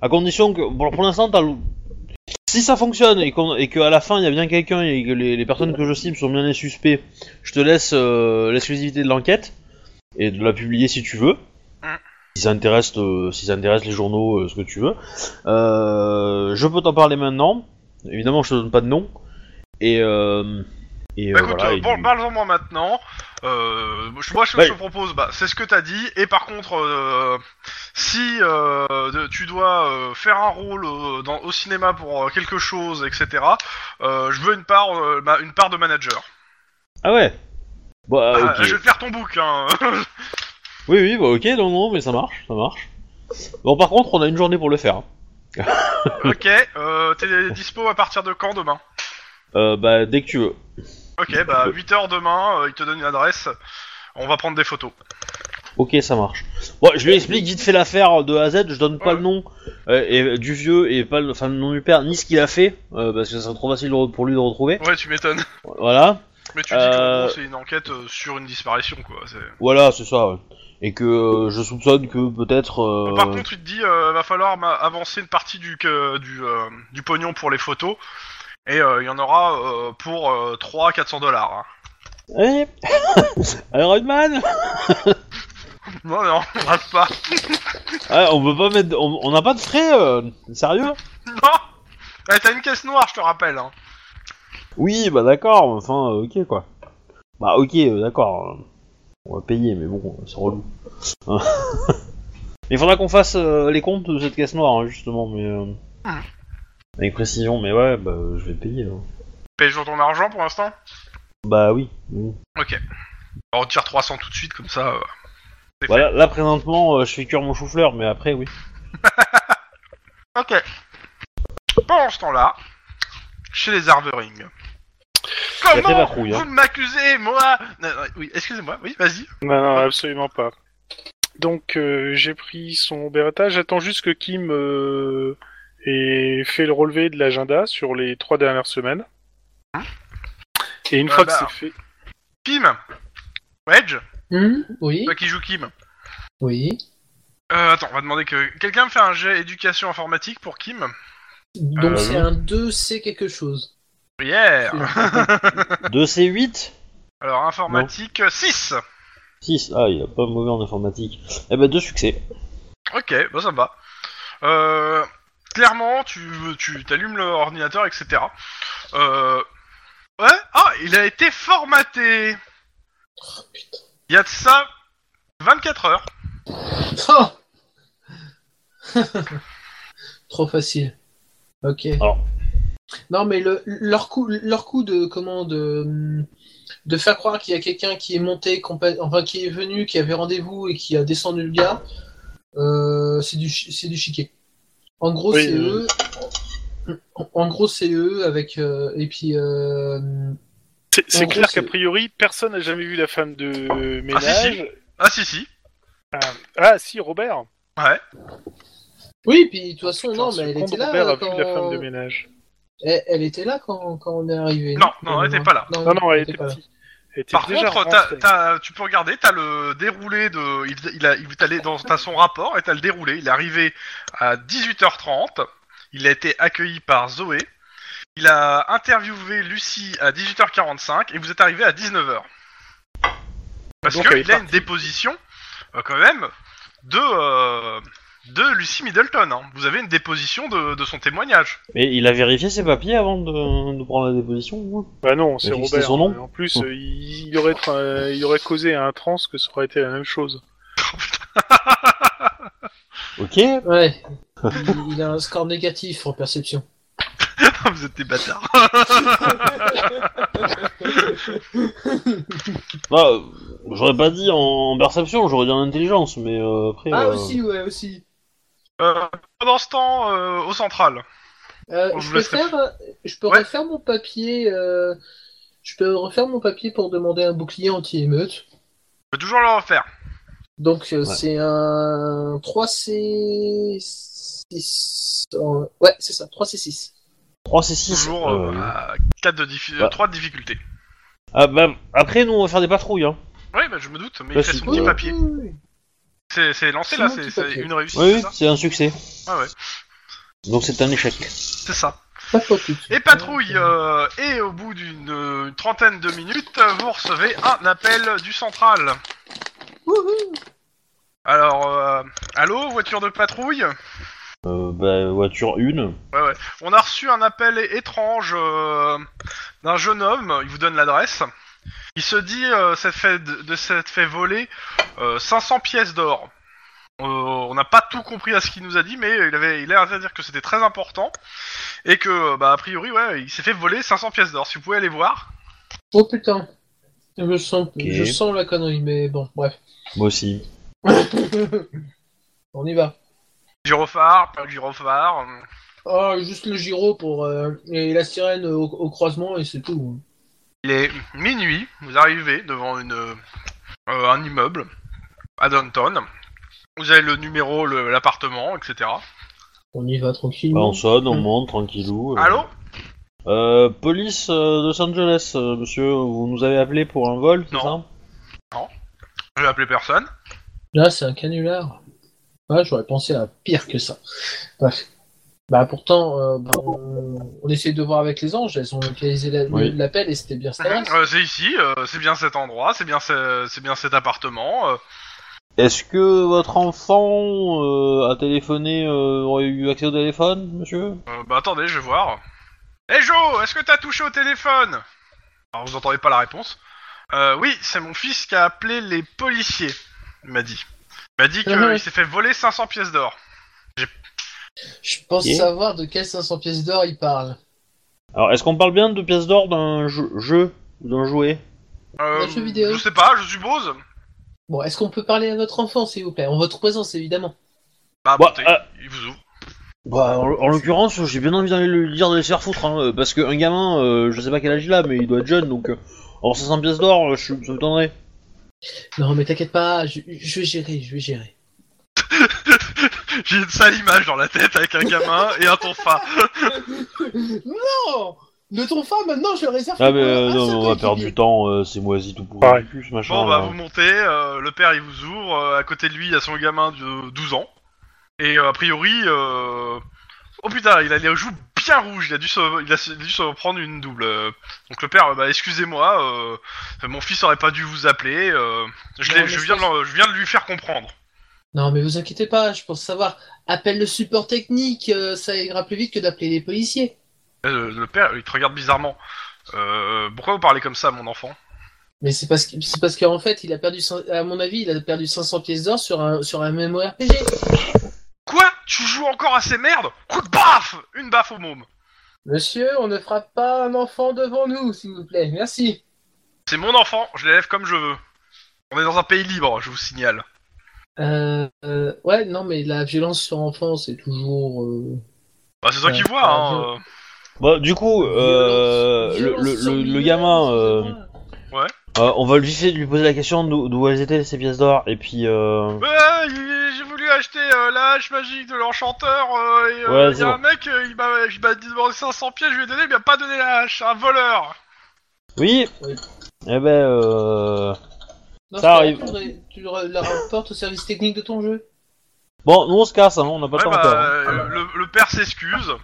Speaker 2: à condition que bon, pour l'instant t'as le- si ça fonctionne et, qu'on- et qu'à la fin il y a bien quelqu'un et que les, les personnes que je cible sont bien les suspects, je te laisse euh, l'exclusivité de l'enquête et de la publier si tu veux.
Speaker 1: Mhm.
Speaker 2: Si ça intéresse, euh, si ça intéresse les journaux, euh, ce que tu veux. Euh, je peux t'en parler maintenant. Évidemment, je te donne pas de nom. Et, euh, et
Speaker 1: Bah
Speaker 2: euh,
Speaker 1: écoute,
Speaker 2: voilà,
Speaker 1: euh,
Speaker 2: et
Speaker 1: par-
Speaker 2: du-
Speaker 1: parle-en moi maintenant. Euh, je- moi, ce que
Speaker 2: Ouais.
Speaker 1: je te propose, bah, c'est ce que t'as dit. Et par contre, euh, si euh, de- tu dois euh, faire un rôle euh, dans- au cinéma pour euh, quelque chose, etc., euh, je veux une part, euh, ma- une part de manager.
Speaker 2: Ah ouais. Bah,
Speaker 1: Ah,
Speaker 2: ok.
Speaker 1: Je vais te faire ton book. Hein.
Speaker 2: Oui, oui, bah ok, non, non, mais ça marche, ça marche. Bon, par contre, on a une journée pour le faire. hein.
Speaker 1: ok. Euh, T'es dispo à partir de quand demain
Speaker 2: Euh, bah, dès que tu veux.
Speaker 1: Ok, bah 8 h demain. euh, il te donne une adresse. On va prendre des photos.
Speaker 2: Ok, ça marche. Bon, je lui explique vite fait l'affaire de A à Z, je donne pas le nom euh, et, du vieux et pas le, enfin, le nom du père, ni ce qu'il a fait, euh, parce que ça serait trop facile de re- pour lui de retrouver.
Speaker 1: Ouais, tu m'étonnes.
Speaker 2: Voilà,
Speaker 1: Mais tu dis que
Speaker 2: Euh.
Speaker 1: bon, c'est une enquête euh, sur une disparition, quoi. c'est-
Speaker 2: voilà, c'est ça. ouais. Et que euh, je soupçonne que peut-être... euh,
Speaker 1: Par contre, il te dit, euh, va falloir ma- avancer une partie du, que- du, euh, du pognon pour les photos. Et euh, il y en aura euh, pour 300-400 dollars. hein.
Speaker 2: Eh Iron Man
Speaker 1: Non, non, on rate pas.
Speaker 2: Ah, On peut pas mettre... de- On on n'a pas de frais, euh, sérieux
Speaker 1: Non Eh, T'as une caisse noire, je te rappelle. Hein.
Speaker 2: Oui, bah d'accord, enfin, euh, ok quoi. Bah ok, euh, d'accord. euh, On va payer, mais bon, euh, c'est relou. Hein. Il faudra qu'on fasse euh, les comptes de cette caisse noire, hein, justement, mais... euh,
Speaker 1: Ah.
Speaker 2: Avec précision, mais ouais, bah euh, je vais payer. hein.
Speaker 1: Paye sur ton argent pour l'instant
Speaker 2: Bah oui. oui.
Speaker 1: Alors, Bah, On tire 300 tout de suite, comme ça. euh.
Speaker 2: Voilà, Bah, là présentement, euh, je fais cuire mon chou-fleur, mais après, oui.
Speaker 1: Ok. Pendant ce temps-là, chez les Arvering.
Speaker 2: fait
Speaker 1: Comment
Speaker 2: patrouille, hein.
Speaker 1: vous m'accusez, moi Non, non, Oui, excusez-moi, oui, vas-y.
Speaker 4: Non, non, absolument pas. Donc euh, j'ai pris son Beretta, j'attends juste que Kim euh, ait fait le relevé de l'agenda sur les trois dernières semaines. Et une
Speaker 1: Ah
Speaker 4: fois
Speaker 1: bah.
Speaker 4: que c'est fait,
Speaker 1: Kim Wedge
Speaker 3: Hmm Oui,
Speaker 1: Toi qui joues Kim
Speaker 3: oui.
Speaker 1: Euh, attends, on va demander que quelqu'un me fait un jet éducation informatique pour Kim.
Speaker 3: Donc
Speaker 2: Euh,
Speaker 3: c'est
Speaker 2: oui.
Speaker 3: un 2, c'est quelque chose.
Speaker 1: Yeah.
Speaker 2: De ces 8
Speaker 1: Alors informatique 6.
Speaker 2: 6. Ah, il a pas mauvais en informatique. Eh ben, deux succès.
Speaker 1: Ok, bah ça me va. Euh, clairement, tu tu t'allumes l'ordinateur, etc. Euh, ouais. Ah, il a été formaté.
Speaker 3: Oh, putain.
Speaker 1: Il y a de ça 24 heures.
Speaker 3: Oh Trop facile. Ok.
Speaker 2: Alors.
Speaker 3: Non, mais le, leur, coup, leur coup de comment de, de faire croire qu'il y a quelqu'un qui est monté, compa- enfin qui est venu, qui avait rendez-vous et qui a descendu le gars, euh, c'est du, chi- c'est du chiquet. En gros,
Speaker 4: Oui,
Speaker 3: c'est
Speaker 4: euh.
Speaker 3: eux. En, en gros, c'est eux avec euh, et puis euh,
Speaker 4: c'est c'est
Speaker 3: gros,
Speaker 4: clair
Speaker 3: c'est-
Speaker 4: qu'a priori personne n'a jamais vu la femme de euh,
Speaker 1: Ah, si, si.
Speaker 4: ménage.
Speaker 1: Ah si si.
Speaker 4: Ah, ah, si, Robert.
Speaker 1: Ouais.
Speaker 3: oui, puis de toute façon,
Speaker 4: Putain,
Speaker 3: non,
Speaker 4: ce
Speaker 3: mais elle
Speaker 4: con
Speaker 3: était
Speaker 4: de Robert
Speaker 3: là euh,
Speaker 4: a
Speaker 3: quand
Speaker 4: vu la femme de ménage.
Speaker 3: elle, elle était là quand, quand on est arrivé.
Speaker 1: Non, non, elle était pas là.
Speaker 4: Non, non, elle était
Speaker 3: pas là.
Speaker 4: petite. Elle était
Speaker 1: Par
Speaker 4: déjà
Speaker 1: contre, t'as-
Speaker 4: rentrée.
Speaker 1: t'as- tu peux regarder, t'as le déroulé de, il, il a, il, t'as les- dans, t'as son rapport et t'as le déroulé. Il est arrivé à 18h30. Il a été accueilli par Zoé. Il a interviewé Lucie à 18h45 et vous êtes arrivé à 19h. Parce
Speaker 4: Donc, elle est
Speaker 1: qu'il a une
Speaker 4: partie.
Speaker 1: déposition, euh, quand même, de, euh, de Lucie Middleton. hein. Vous avez une déposition de, de son témoignage.
Speaker 2: Mais il a vérifié ses papiers avant de, de prendre la déposition au moins.
Speaker 4: Bah non, c'est
Speaker 2: Mais
Speaker 4: Robert.
Speaker 2: c'était son nom. Oh.
Speaker 4: En plus, euh, il, il aurait, tra- euh, il aurait causé à un trans que ça aurait été la même chose.
Speaker 2: Ok,
Speaker 3: Ouais. il, il a un score négatif en perception.
Speaker 1: vous êtes des bâtards.
Speaker 2: bah, euh, j'aurais pas dit en perception, j'aurais dit en intelligence, mais euh, après.
Speaker 3: Ah,
Speaker 4: Oh.
Speaker 2: euh,
Speaker 3: aussi, ouais, aussi.
Speaker 1: Euh, pendant ce temps, euh, au central.
Speaker 3: Euh,
Speaker 1: Bon, je
Speaker 3: je,
Speaker 1: vous
Speaker 3: peux
Speaker 1: laisserai-
Speaker 3: faire, euh, je peux
Speaker 1: Ouais.
Speaker 3: refaire mon papier. euh, je peux refaire mon papier pour demander un bouclier anti-émeute.
Speaker 1: Je peux toujours le refaire.
Speaker 3: Donc euh,
Speaker 2: Ouais.
Speaker 3: c'est un 3C. six- en- Ouais, c'est ça, 3C6.
Speaker 2: 3 C6.
Speaker 1: Toujours euh, à 4 de diffi-
Speaker 2: Ah, Bah.
Speaker 1: 3 de difficulté.
Speaker 2: Ah, bah, après, nous, on va faire des patrouilles, hein.
Speaker 1: Oui, bah, je me doute, mais
Speaker 2: Bah,
Speaker 1: il fait
Speaker 2: c'est-
Speaker 1: son petit
Speaker 2: euh,
Speaker 1: papier.
Speaker 3: Oui, oui, oui.
Speaker 1: C'est c'est lancé
Speaker 3: c'est
Speaker 1: là,
Speaker 3: mon
Speaker 1: c'est
Speaker 3: petit
Speaker 1: c'est
Speaker 3: papier.
Speaker 1: une réussite,
Speaker 2: Oui,
Speaker 1: c'est
Speaker 2: oui,
Speaker 1: ça
Speaker 2: c'est un succès.
Speaker 1: Ah ouais,
Speaker 2: Donc c'est un échec.
Speaker 1: c'est ça.
Speaker 3: Pas de focus.
Speaker 1: Et patrouille, euh, et au bout d'une euh, trentaine de minutes, euh, vous recevez un appel du central.
Speaker 3: Wouhou.
Speaker 1: Alors, euh, allô, voiture de patrouille
Speaker 2: Euh, bah, voiture 1.
Speaker 1: On a reçu un appel é- étrange euh, d'un jeune homme, il vous donne l'adresse. Il se dit euh, s'être fait, de, de s'être fait voler euh, 500 pièces d'or. Euh, on n'a pas tout compris à ce qu'il nous a dit, mais il avait il a l'air de dire que c'était très important et que, euh, bah, a priori, ouais, il s'est fait voler 500 pièces d'or. Si vous pouvez aller voir.
Speaker 3: Oh putain. Je sens, je
Speaker 2: Ok.
Speaker 3: sens la connerie, mais bon, bref.
Speaker 2: Moi aussi.
Speaker 3: On y va.
Speaker 1: Gyrophare, pas gyrophare. euh,
Speaker 3: Oh, juste le gyro pour euh, et la sirène au, au croisement et c'est tout.
Speaker 1: Il est minuit, vous arrivez devant une, euh, un immeuble à Downtown. Vous avez le numéro, le- l'appartement, etc.
Speaker 3: On y va
Speaker 2: Bah,
Speaker 3: tranquillement.
Speaker 2: on sonne, on
Speaker 3: Mm.
Speaker 2: monte, tranquillou. euh.
Speaker 1: Allô
Speaker 2: euh, Police euh, de Los Angeles, euh, monsieur, vous nous avez appelé pour un vol, c'est
Speaker 1: Non.
Speaker 2: ça
Speaker 1: J'ai appelé personne.
Speaker 3: Là, c'est un canular. Ouais, j'aurais pensé à pire que ça. Bref. Bah, pourtant, euh, bah, on, on essaie de voir avec les anges, elles ont localisé la-
Speaker 2: Oui.
Speaker 3: l'appel et c'était bien ça.
Speaker 1: Euh, c'est ici, euh, c'est bien cet endroit, c'est bien, ce- c'est bien cet appartement. euh.
Speaker 2: Est-ce que votre enfant euh, a téléphoné, euh, aurait eu accès au téléphone, monsieur
Speaker 1: Euh, bah attendez, je vais voir. Hé Joe, est-ce que t'as touché au téléphone Alors vous entendez pas la réponse. Euh, oui, c'est mon fils qui a appelé les policiers, il m'a dit. Il m'a dit
Speaker 3: Mhm.
Speaker 1: qu'il s'est fait voler 500 pièces d'or.
Speaker 3: Je pense
Speaker 2: Ok.
Speaker 3: savoir de quelles 500 pièces d'or il parle.
Speaker 2: Alors, est-ce qu'on parle bien de pièces d'or d'un jeu, jeu ou d'un jouet
Speaker 1: Euh,
Speaker 3: Un jeu vidéo.
Speaker 1: je sais pas, je suppose.
Speaker 3: Bon, est-ce qu'on peut parler à notre enfant, s'il vous plaît En votre présence, évidemment.
Speaker 1: Bah,
Speaker 2: Bah,
Speaker 1: montez,
Speaker 2: euh,
Speaker 1: il vous ouvre.
Speaker 2: Bah, en, en l'occurrence, j'ai bien envie d'aller lui dire de les faire foutre, hein, euh, parce qu'un gamin, euh, je sais pas quel âge il a, mais il doit être jeune, donc... euh, Alors, 500 pièces d'or, euh, je ça m'étonnerait.
Speaker 3: Non, mais t'inquiète pas, je, je vais gérer, je vais gérer.
Speaker 1: J'ai une sale image dans la tête avec un gamin et un tonfa.
Speaker 3: non Le tonfa, maintenant, je le réserve.
Speaker 2: Ah mais euh, non, on va perdre du temps, euh, c'est moisi tout pour
Speaker 4: Pareil.
Speaker 2: plus machin.
Speaker 1: Bon, bah,
Speaker 2: là.
Speaker 1: vous montez, euh, le père il vous ouvre, euh, à côté de lui il y a son gamin de 12 ans. Et euh, a priori, euh... oh putain, il a les joues bien rouges, il a dû se, il a se- il a dû se prendre une double. euh. Donc le père, euh, bah, excusez-moi, euh, mon fils aurait pas dû vous appeler, euh, je,
Speaker 3: Non,
Speaker 1: l'ai-
Speaker 3: mais
Speaker 1: je
Speaker 3: je
Speaker 1: viens de, l'en- je viens de lui faire comprendre.
Speaker 3: Non, mais vous inquiétez pas, je pense savoir. Appelle le support technique, euh, ça ira plus vite que d'appeler les policiers.
Speaker 1: Euh, le père, il te regarde bizarrement. Euh, pourquoi vous parlez comme ça, mon enfant
Speaker 3: Mais c'est parce que c'est parce qu'en fait, il a perdu, cin- à mon avis, il a perdu 500 pièces d'or sur un sur un MMORPG.
Speaker 1: Quoi Tu joues encore à ces merdes Coup de baffe Une baffe au môme.
Speaker 3: Monsieur, on ne frappe pas un enfant devant nous, s'il vous plaît. Merci.
Speaker 1: C'est mon enfant, je l'élève comme je veux. On est dans un pays libre, je vous signale.
Speaker 3: Euh, euh, ouais, non, mais la violence sur enfant, c'est toujours. euh,
Speaker 1: Bah, c'est toi
Speaker 3: Ouais,
Speaker 4: Euh,
Speaker 1: qui vois,
Speaker 3: ouais,
Speaker 1: hein.
Speaker 2: Bah, du coup, euh,
Speaker 3: violence-
Speaker 2: le,
Speaker 3: violence
Speaker 2: le-
Speaker 3: sur
Speaker 2: le- le
Speaker 3: violence,
Speaker 2: gamin, euh,
Speaker 3: excusez-moi.
Speaker 2: euh, on va lui, essayer de lui poser la question d'où d'où elles étaient ces pièces d'or, et puis... Euh...
Speaker 1: Ouais, il- j'ai voulu acheter euh, la hache magique de l'enchanteur, euh, et euh,
Speaker 2: Ouais,
Speaker 1: il y
Speaker 2: c'est
Speaker 1: a un mec, euh, il m'a il m'a demandé 500 pièces, je lui ai donné, il m'a pas donné la hache, c'est un voleur
Speaker 2: Oui
Speaker 3: Oui.
Speaker 2: Eh ben... Euh... ça
Speaker 3: Non, c'est
Speaker 2: arrive.
Speaker 3: pas grave, Tu, le re- la rapportes au service technique de ton jeu.
Speaker 2: Bon, nous on se casse, hein, on n'a pas
Speaker 1: Ouais,
Speaker 2: le temps
Speaker 1: bah,
Speaker 2: encore. hein.
Speaker 1: euh, le, le père s'excuse,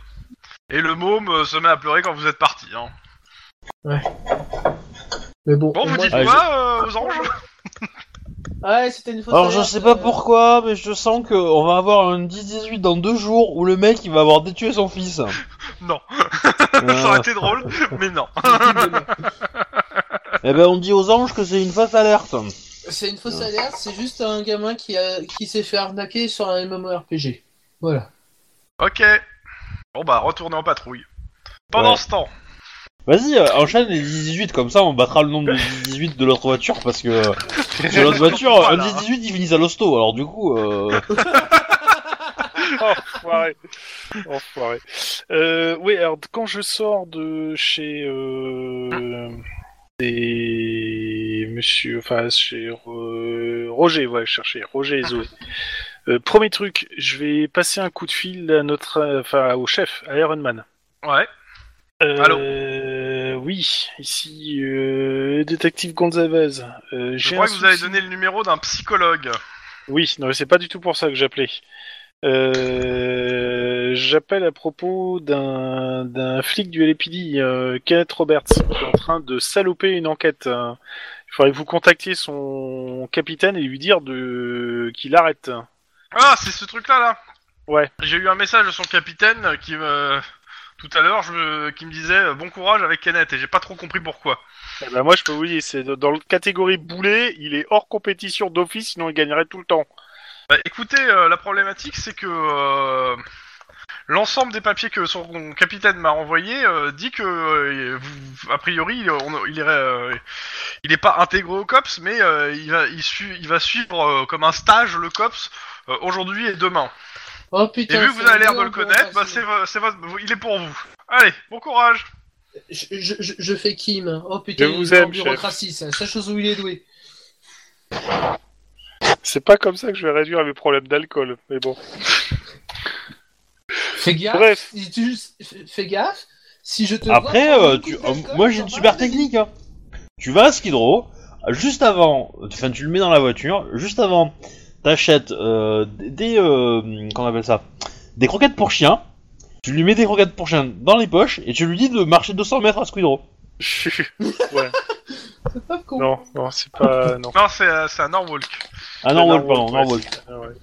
Speaker 1: Et le môme euh, se met à pleurer quand vous êtes parti. Hein.
Speaker 3: Mais bon,
Speaker 1: Bon,
Speaker 3: au
Speaker 1: vous
Speaker 3: moins-
Speaker 1: dites
Speaker 2: Ah,
Speaker 1: quoi euh, aux anges
Speaker 3: Ah, c'était une fausse
Speaker 2: Alors je
Speaker 3: alerte,
Speaker 2: sais pas
Speaker 3: euh,
Speaker 2: pourquoi, mais je sens qu'on va avoir un 10-18 dans deux jours où le mec il va avoir détué son fils.
Speaker 1: Non, ça aurait
Speaker 2: Euh,
Speaker 1: été drôle, mais non.
Speaker 2: eh ben on dit aux anges que c'est une fausse alerte.
Speaker 3: C'est une fausse alerte, c'est juste un gamin qui, a- qui s'est fait arnaquer sur un MMORPG. Voilà.
Speaker 1: Ok. Bon bah, retournez en patrouille. Pendant
Speaker 2: Ouais.
Speaker 1: ce temps,
Speaker 2: Vas-y, euh, enchaîne les 18 comme ça on battra le nombre de 18 de l'autre voiture parce que sur l'autre voiture, un
Speaker 1: Voilà.
Speaker 2: 10-18 ils finissent à l'hosto alors du coup... Euh...
Speaker 4: Enfoiré. Enfoiré. Euh, oui, alors quand je sors de chez euh, des monsieur, enfin chez euh, Roger, ouais, chercher Roger et Zoé.
Speaker 1: Ah.
Speaker 4: Euh, premier truc, je vais passer un coup de fil à notre, euh, enfin au chef, à Iron Man.
Speaker 1: ouais.
Speaker 4: Euh, Oui, ici euh, détective Gonzalez. Euh,
Speaker 1: Je
Speaker 4: j'ai
Speaker 1: crois
Speaker 4: un
Speaker 1: que vous avez
Speaker 4: souci.
Speaker 1: donné le numéro d'un psychologue.
Speaker 4: Oui, non, mais c'est pas du tout pour ça que j'appelais. Euh, j'appelle à propos d'un d'un flic du LPD, euh, Kenneth Roberts, qui est en train de saloper une enquête. hein. Il faudrait que vous contactiez son capitaine et lui dire de qu'il arrête.
Speaker 1: Ah, c'est ce truc-là, là
Speaker 4: Ouais.
Speaker 1: J'ai eu un message de son capitaine euh, qui me... Tout à l'heure, je me- qui me disait euh, bon courage avec Kenneth, et j'ai pas trop compris pourquoi.
Speaker 4: Eh ben, moi, je peux vous dire, c'est dans la catégorie boulet, il est hors compétition d'office, sinon il gagnerait tout le temps.
Speaker 1: Bah, écoutez, euh, la problématique, c'est que... euh, L'ensemble des papiers que son capitaine m'a envoyé euh, dit que, euh, vous- a priori, on- il est, euh, il est pas intégré au COPS, mais euh, il, va, il, su- il va suivre euh, comme un stage le COPS euh, aujourd'hui et demain.
Speaker 3: Oh
Speaker 1: Et
Speaker 3: putain.
Speaker 1: vu que vous
Speaker 3: c'est
Speaker 1: avez l'air
Speaker 3: un
Speaker 1: de le
Speaker 3: bon
Speaker 1: connaître, bah,
Speaker 3: garçon.
Speaker 1: c'est vo- c'est votre, il est pour vous. Allez, bon courage.
Speaker 3: Je, je, je- je fais Kim. Oh putain,
Speaker 4: Je vous
Speaker 3: il est en
Speaker 4: aime,
Speaker 3: bureaucratie, ça. Seule chose où il est doué.
Speaker 4: C'est pas comme ça que je vais réduire mes problèmes d'alcool, mais bon.
Speaker 3: Fais gaffe.
Speaker 4: Bref.
Speaker 3: il dit juste- fais- Fais gaffe. Si je te
Speaker 2: Après,
Speaker 3: vois prendre
Speaker 2: euh,
Speaker 3: un coup
Speaker 2: tu-
Speaker 3: de
Speaker 2: euh,
Speaker 3: pelle,
Speaker 2: moi
Speaker 3: comme
Speaker 2: j'ai une
Speaker 3: ça,
Speaker 2: super
Speaker 3: bah,
Speaker 2: technique. hein. Tu vas à Skidrow, juste avant, enfin tu le mets dans la voiture, juste avant, t'achètes euh, des, des, euh, qu'on appelle ça, des croquettes pour chien. Tu lui mets des croquettes pour chien dans les poches et tu lui dis de marcher 200 mètres à Squidrow.
Speaker 4: ouais,
Speaker 3: c'est pas con.
Speaker 4: non, non, c'est pas. Non.
Speaker 1: Non, c'est euh, c'est un Norwalk.
Speaker 2: Ah non,
Speaker 4: Ah,
Speaker 2: Walt,
Speaker 4: non,
Speaker 2: pardon,
Speaker 4: Walt,
Speaker 2: non,
Speaker 4: ouais,
Speaker 2: Walt.
Speaker 4: Ah ouais.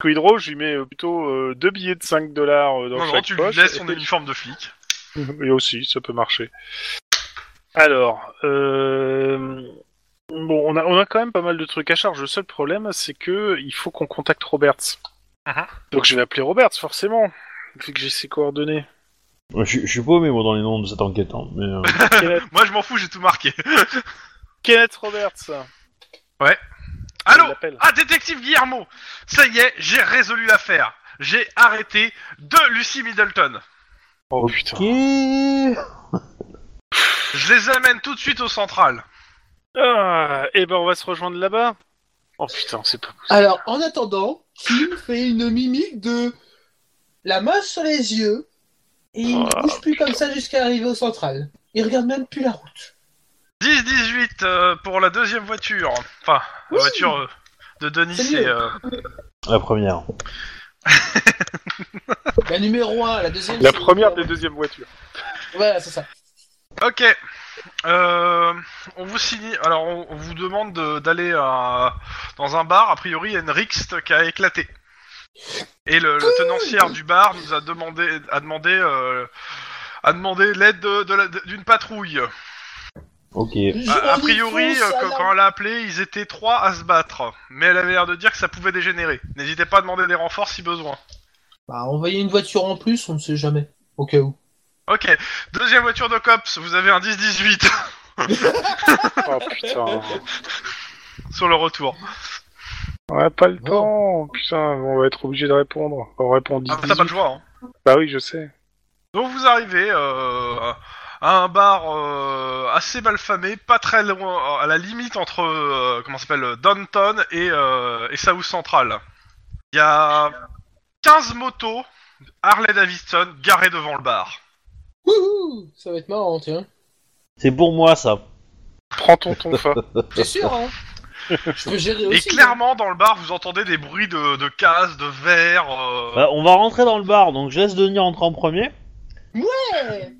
Speaker 4: Squidrow, je lui mets euh, plutôt euh, deux billets de 5 dollars euh, dans
Speaker 1: Non, non,
Speaker 4: chaque
Speaker 1: tu lui
Speaker 4: poche.
Speaker 1: laisses son uniforme de flic.
Speaker 4: Et aussi, ça peut marcher. Alors, euh, bon, on a, on a quand même pas mal de trucs à charge. Le seul problème, c'est que il faut qu'on contacte Roberts.
Speaker 1: Mhm.
Speaker 4: Donc je vais appeler Roberts, forcément, vu que j'ai ses coordonnées.
Speaker 2: Ouais, Je je suis paumé moi dans les noms de cette enquête. hein, mais, euh,
Speaker 4: Kenneth,
Speaker 1: Moi, je m'en fous, j'ai tout marqué.
Speaker 4: Kenneth Roberts. Je
Speaker 1: Allô
Speaker 4: l'appelle.
Speaker 1: Ah, détective Guillermo Ça y est, j'ai résolu l'affaire. J'ai arrêté de Lucy Middleton.
Speaker 4: Oh putain.
Speaker 2: ok.
Speaker 1: Je les amène tout de suite au central.
Speaker 4: Ah, et ben on va se rejoindre là-bas. Oh putain, c'est pas.
Speaker 3: Alors, en attendant, Kim fait une mimique de la main sur les yeux et il ne
Speaker 1: Ah.
Speaker 4: Oh.
Speaker 3: bouge plus comme ça jusqu'à arriver au central. Il regarde même plus la route.
Speaker 1: 10-18 euh, pour la deuxième voiture. Enfin,
Speaker 3: Oui.
Speaker 1: la voiture euh, de Denis
Speaker 3: C'est
Speaker 1: et...
Speaker 3: mieux.
Speaker 1: euh,
Speaker 2: La première.
Speaker 3: La numéro 1, la deuxième.
Speaker 4: La
Speaker 3: c'est-
Speaker 4: première des deuxièmes voitures.
Speaker 3: Voilà, c'est ça.
Speaker 1: Ok. Euh, on vous signe. Alors, on, on vous demande de- d'aller à- dans un bar. A priori, il y a une rixte qui a éclaté. Et le, le tenancière du bar nous a demandé a demandé euh, a demandé l'aide de- de la- d'une patrouille.
Speaker 2: Ok.
Speaker 3: Je-
Speaker 1: A, a
Speaker 3: on y
Speaker 1: priori,
Speaker 3: fonce,
Speaker 1: euh,
Speaker 3: à
Speaker 1: quand,
Speaker 3: la-
Speaker 1: quand elle a appelé, ils étaient trois à se battre. Mais elle avait l'air de dire que ça pouvait dégénérer. N'hésitez pas à demander des renforts si besoin.
Speaker 3: Bah, envoyer une voiture en plus, on ne sait jamais. Au cas où.
Speaker 1: Ok. Deuxième voiture de cops. Vous avez un 10-18
Speaker 4: Oh putain.
Speaker 1: sur le retour.
Speaker 4: On n'a pas le
Speaker 3: Bon.
Speaker 4: temps. Putain, on va être obligé de répondre. On répond
Speaker 1: Ah, t'as pas de
Speaker 4: 18.
Speaker 1: choix. Hein.
Speaker 4: Bah oui, je sais.
Speaker 1: Donc vous arrivez euh, à un bar euh, assez malfamé, pas très loin, à la limite entre euh, comment ça s'appelle euh, Downton et, euh, et South Central. Il y a 15 motos Harley Davidson garées devant le bar.
Speaker 3: Wouhou Ça va être marrant, tiens.
Speaker 2: C'est pour moi ça.
Speaker 4: Prends ton tonfa.
Speaker 3: C'est sûr, hein Je peux gérer
Speaker 1: Et
Speaker 3: aussi. hein.
Speaker 1: clairement dans le bar vous entendez des bruits de, de cases, de verres. euh,
Speaker 2: Bah, on va rentrer dans le bar donc je laisse Denis rentrer en premier.
Speaker 5: Ouais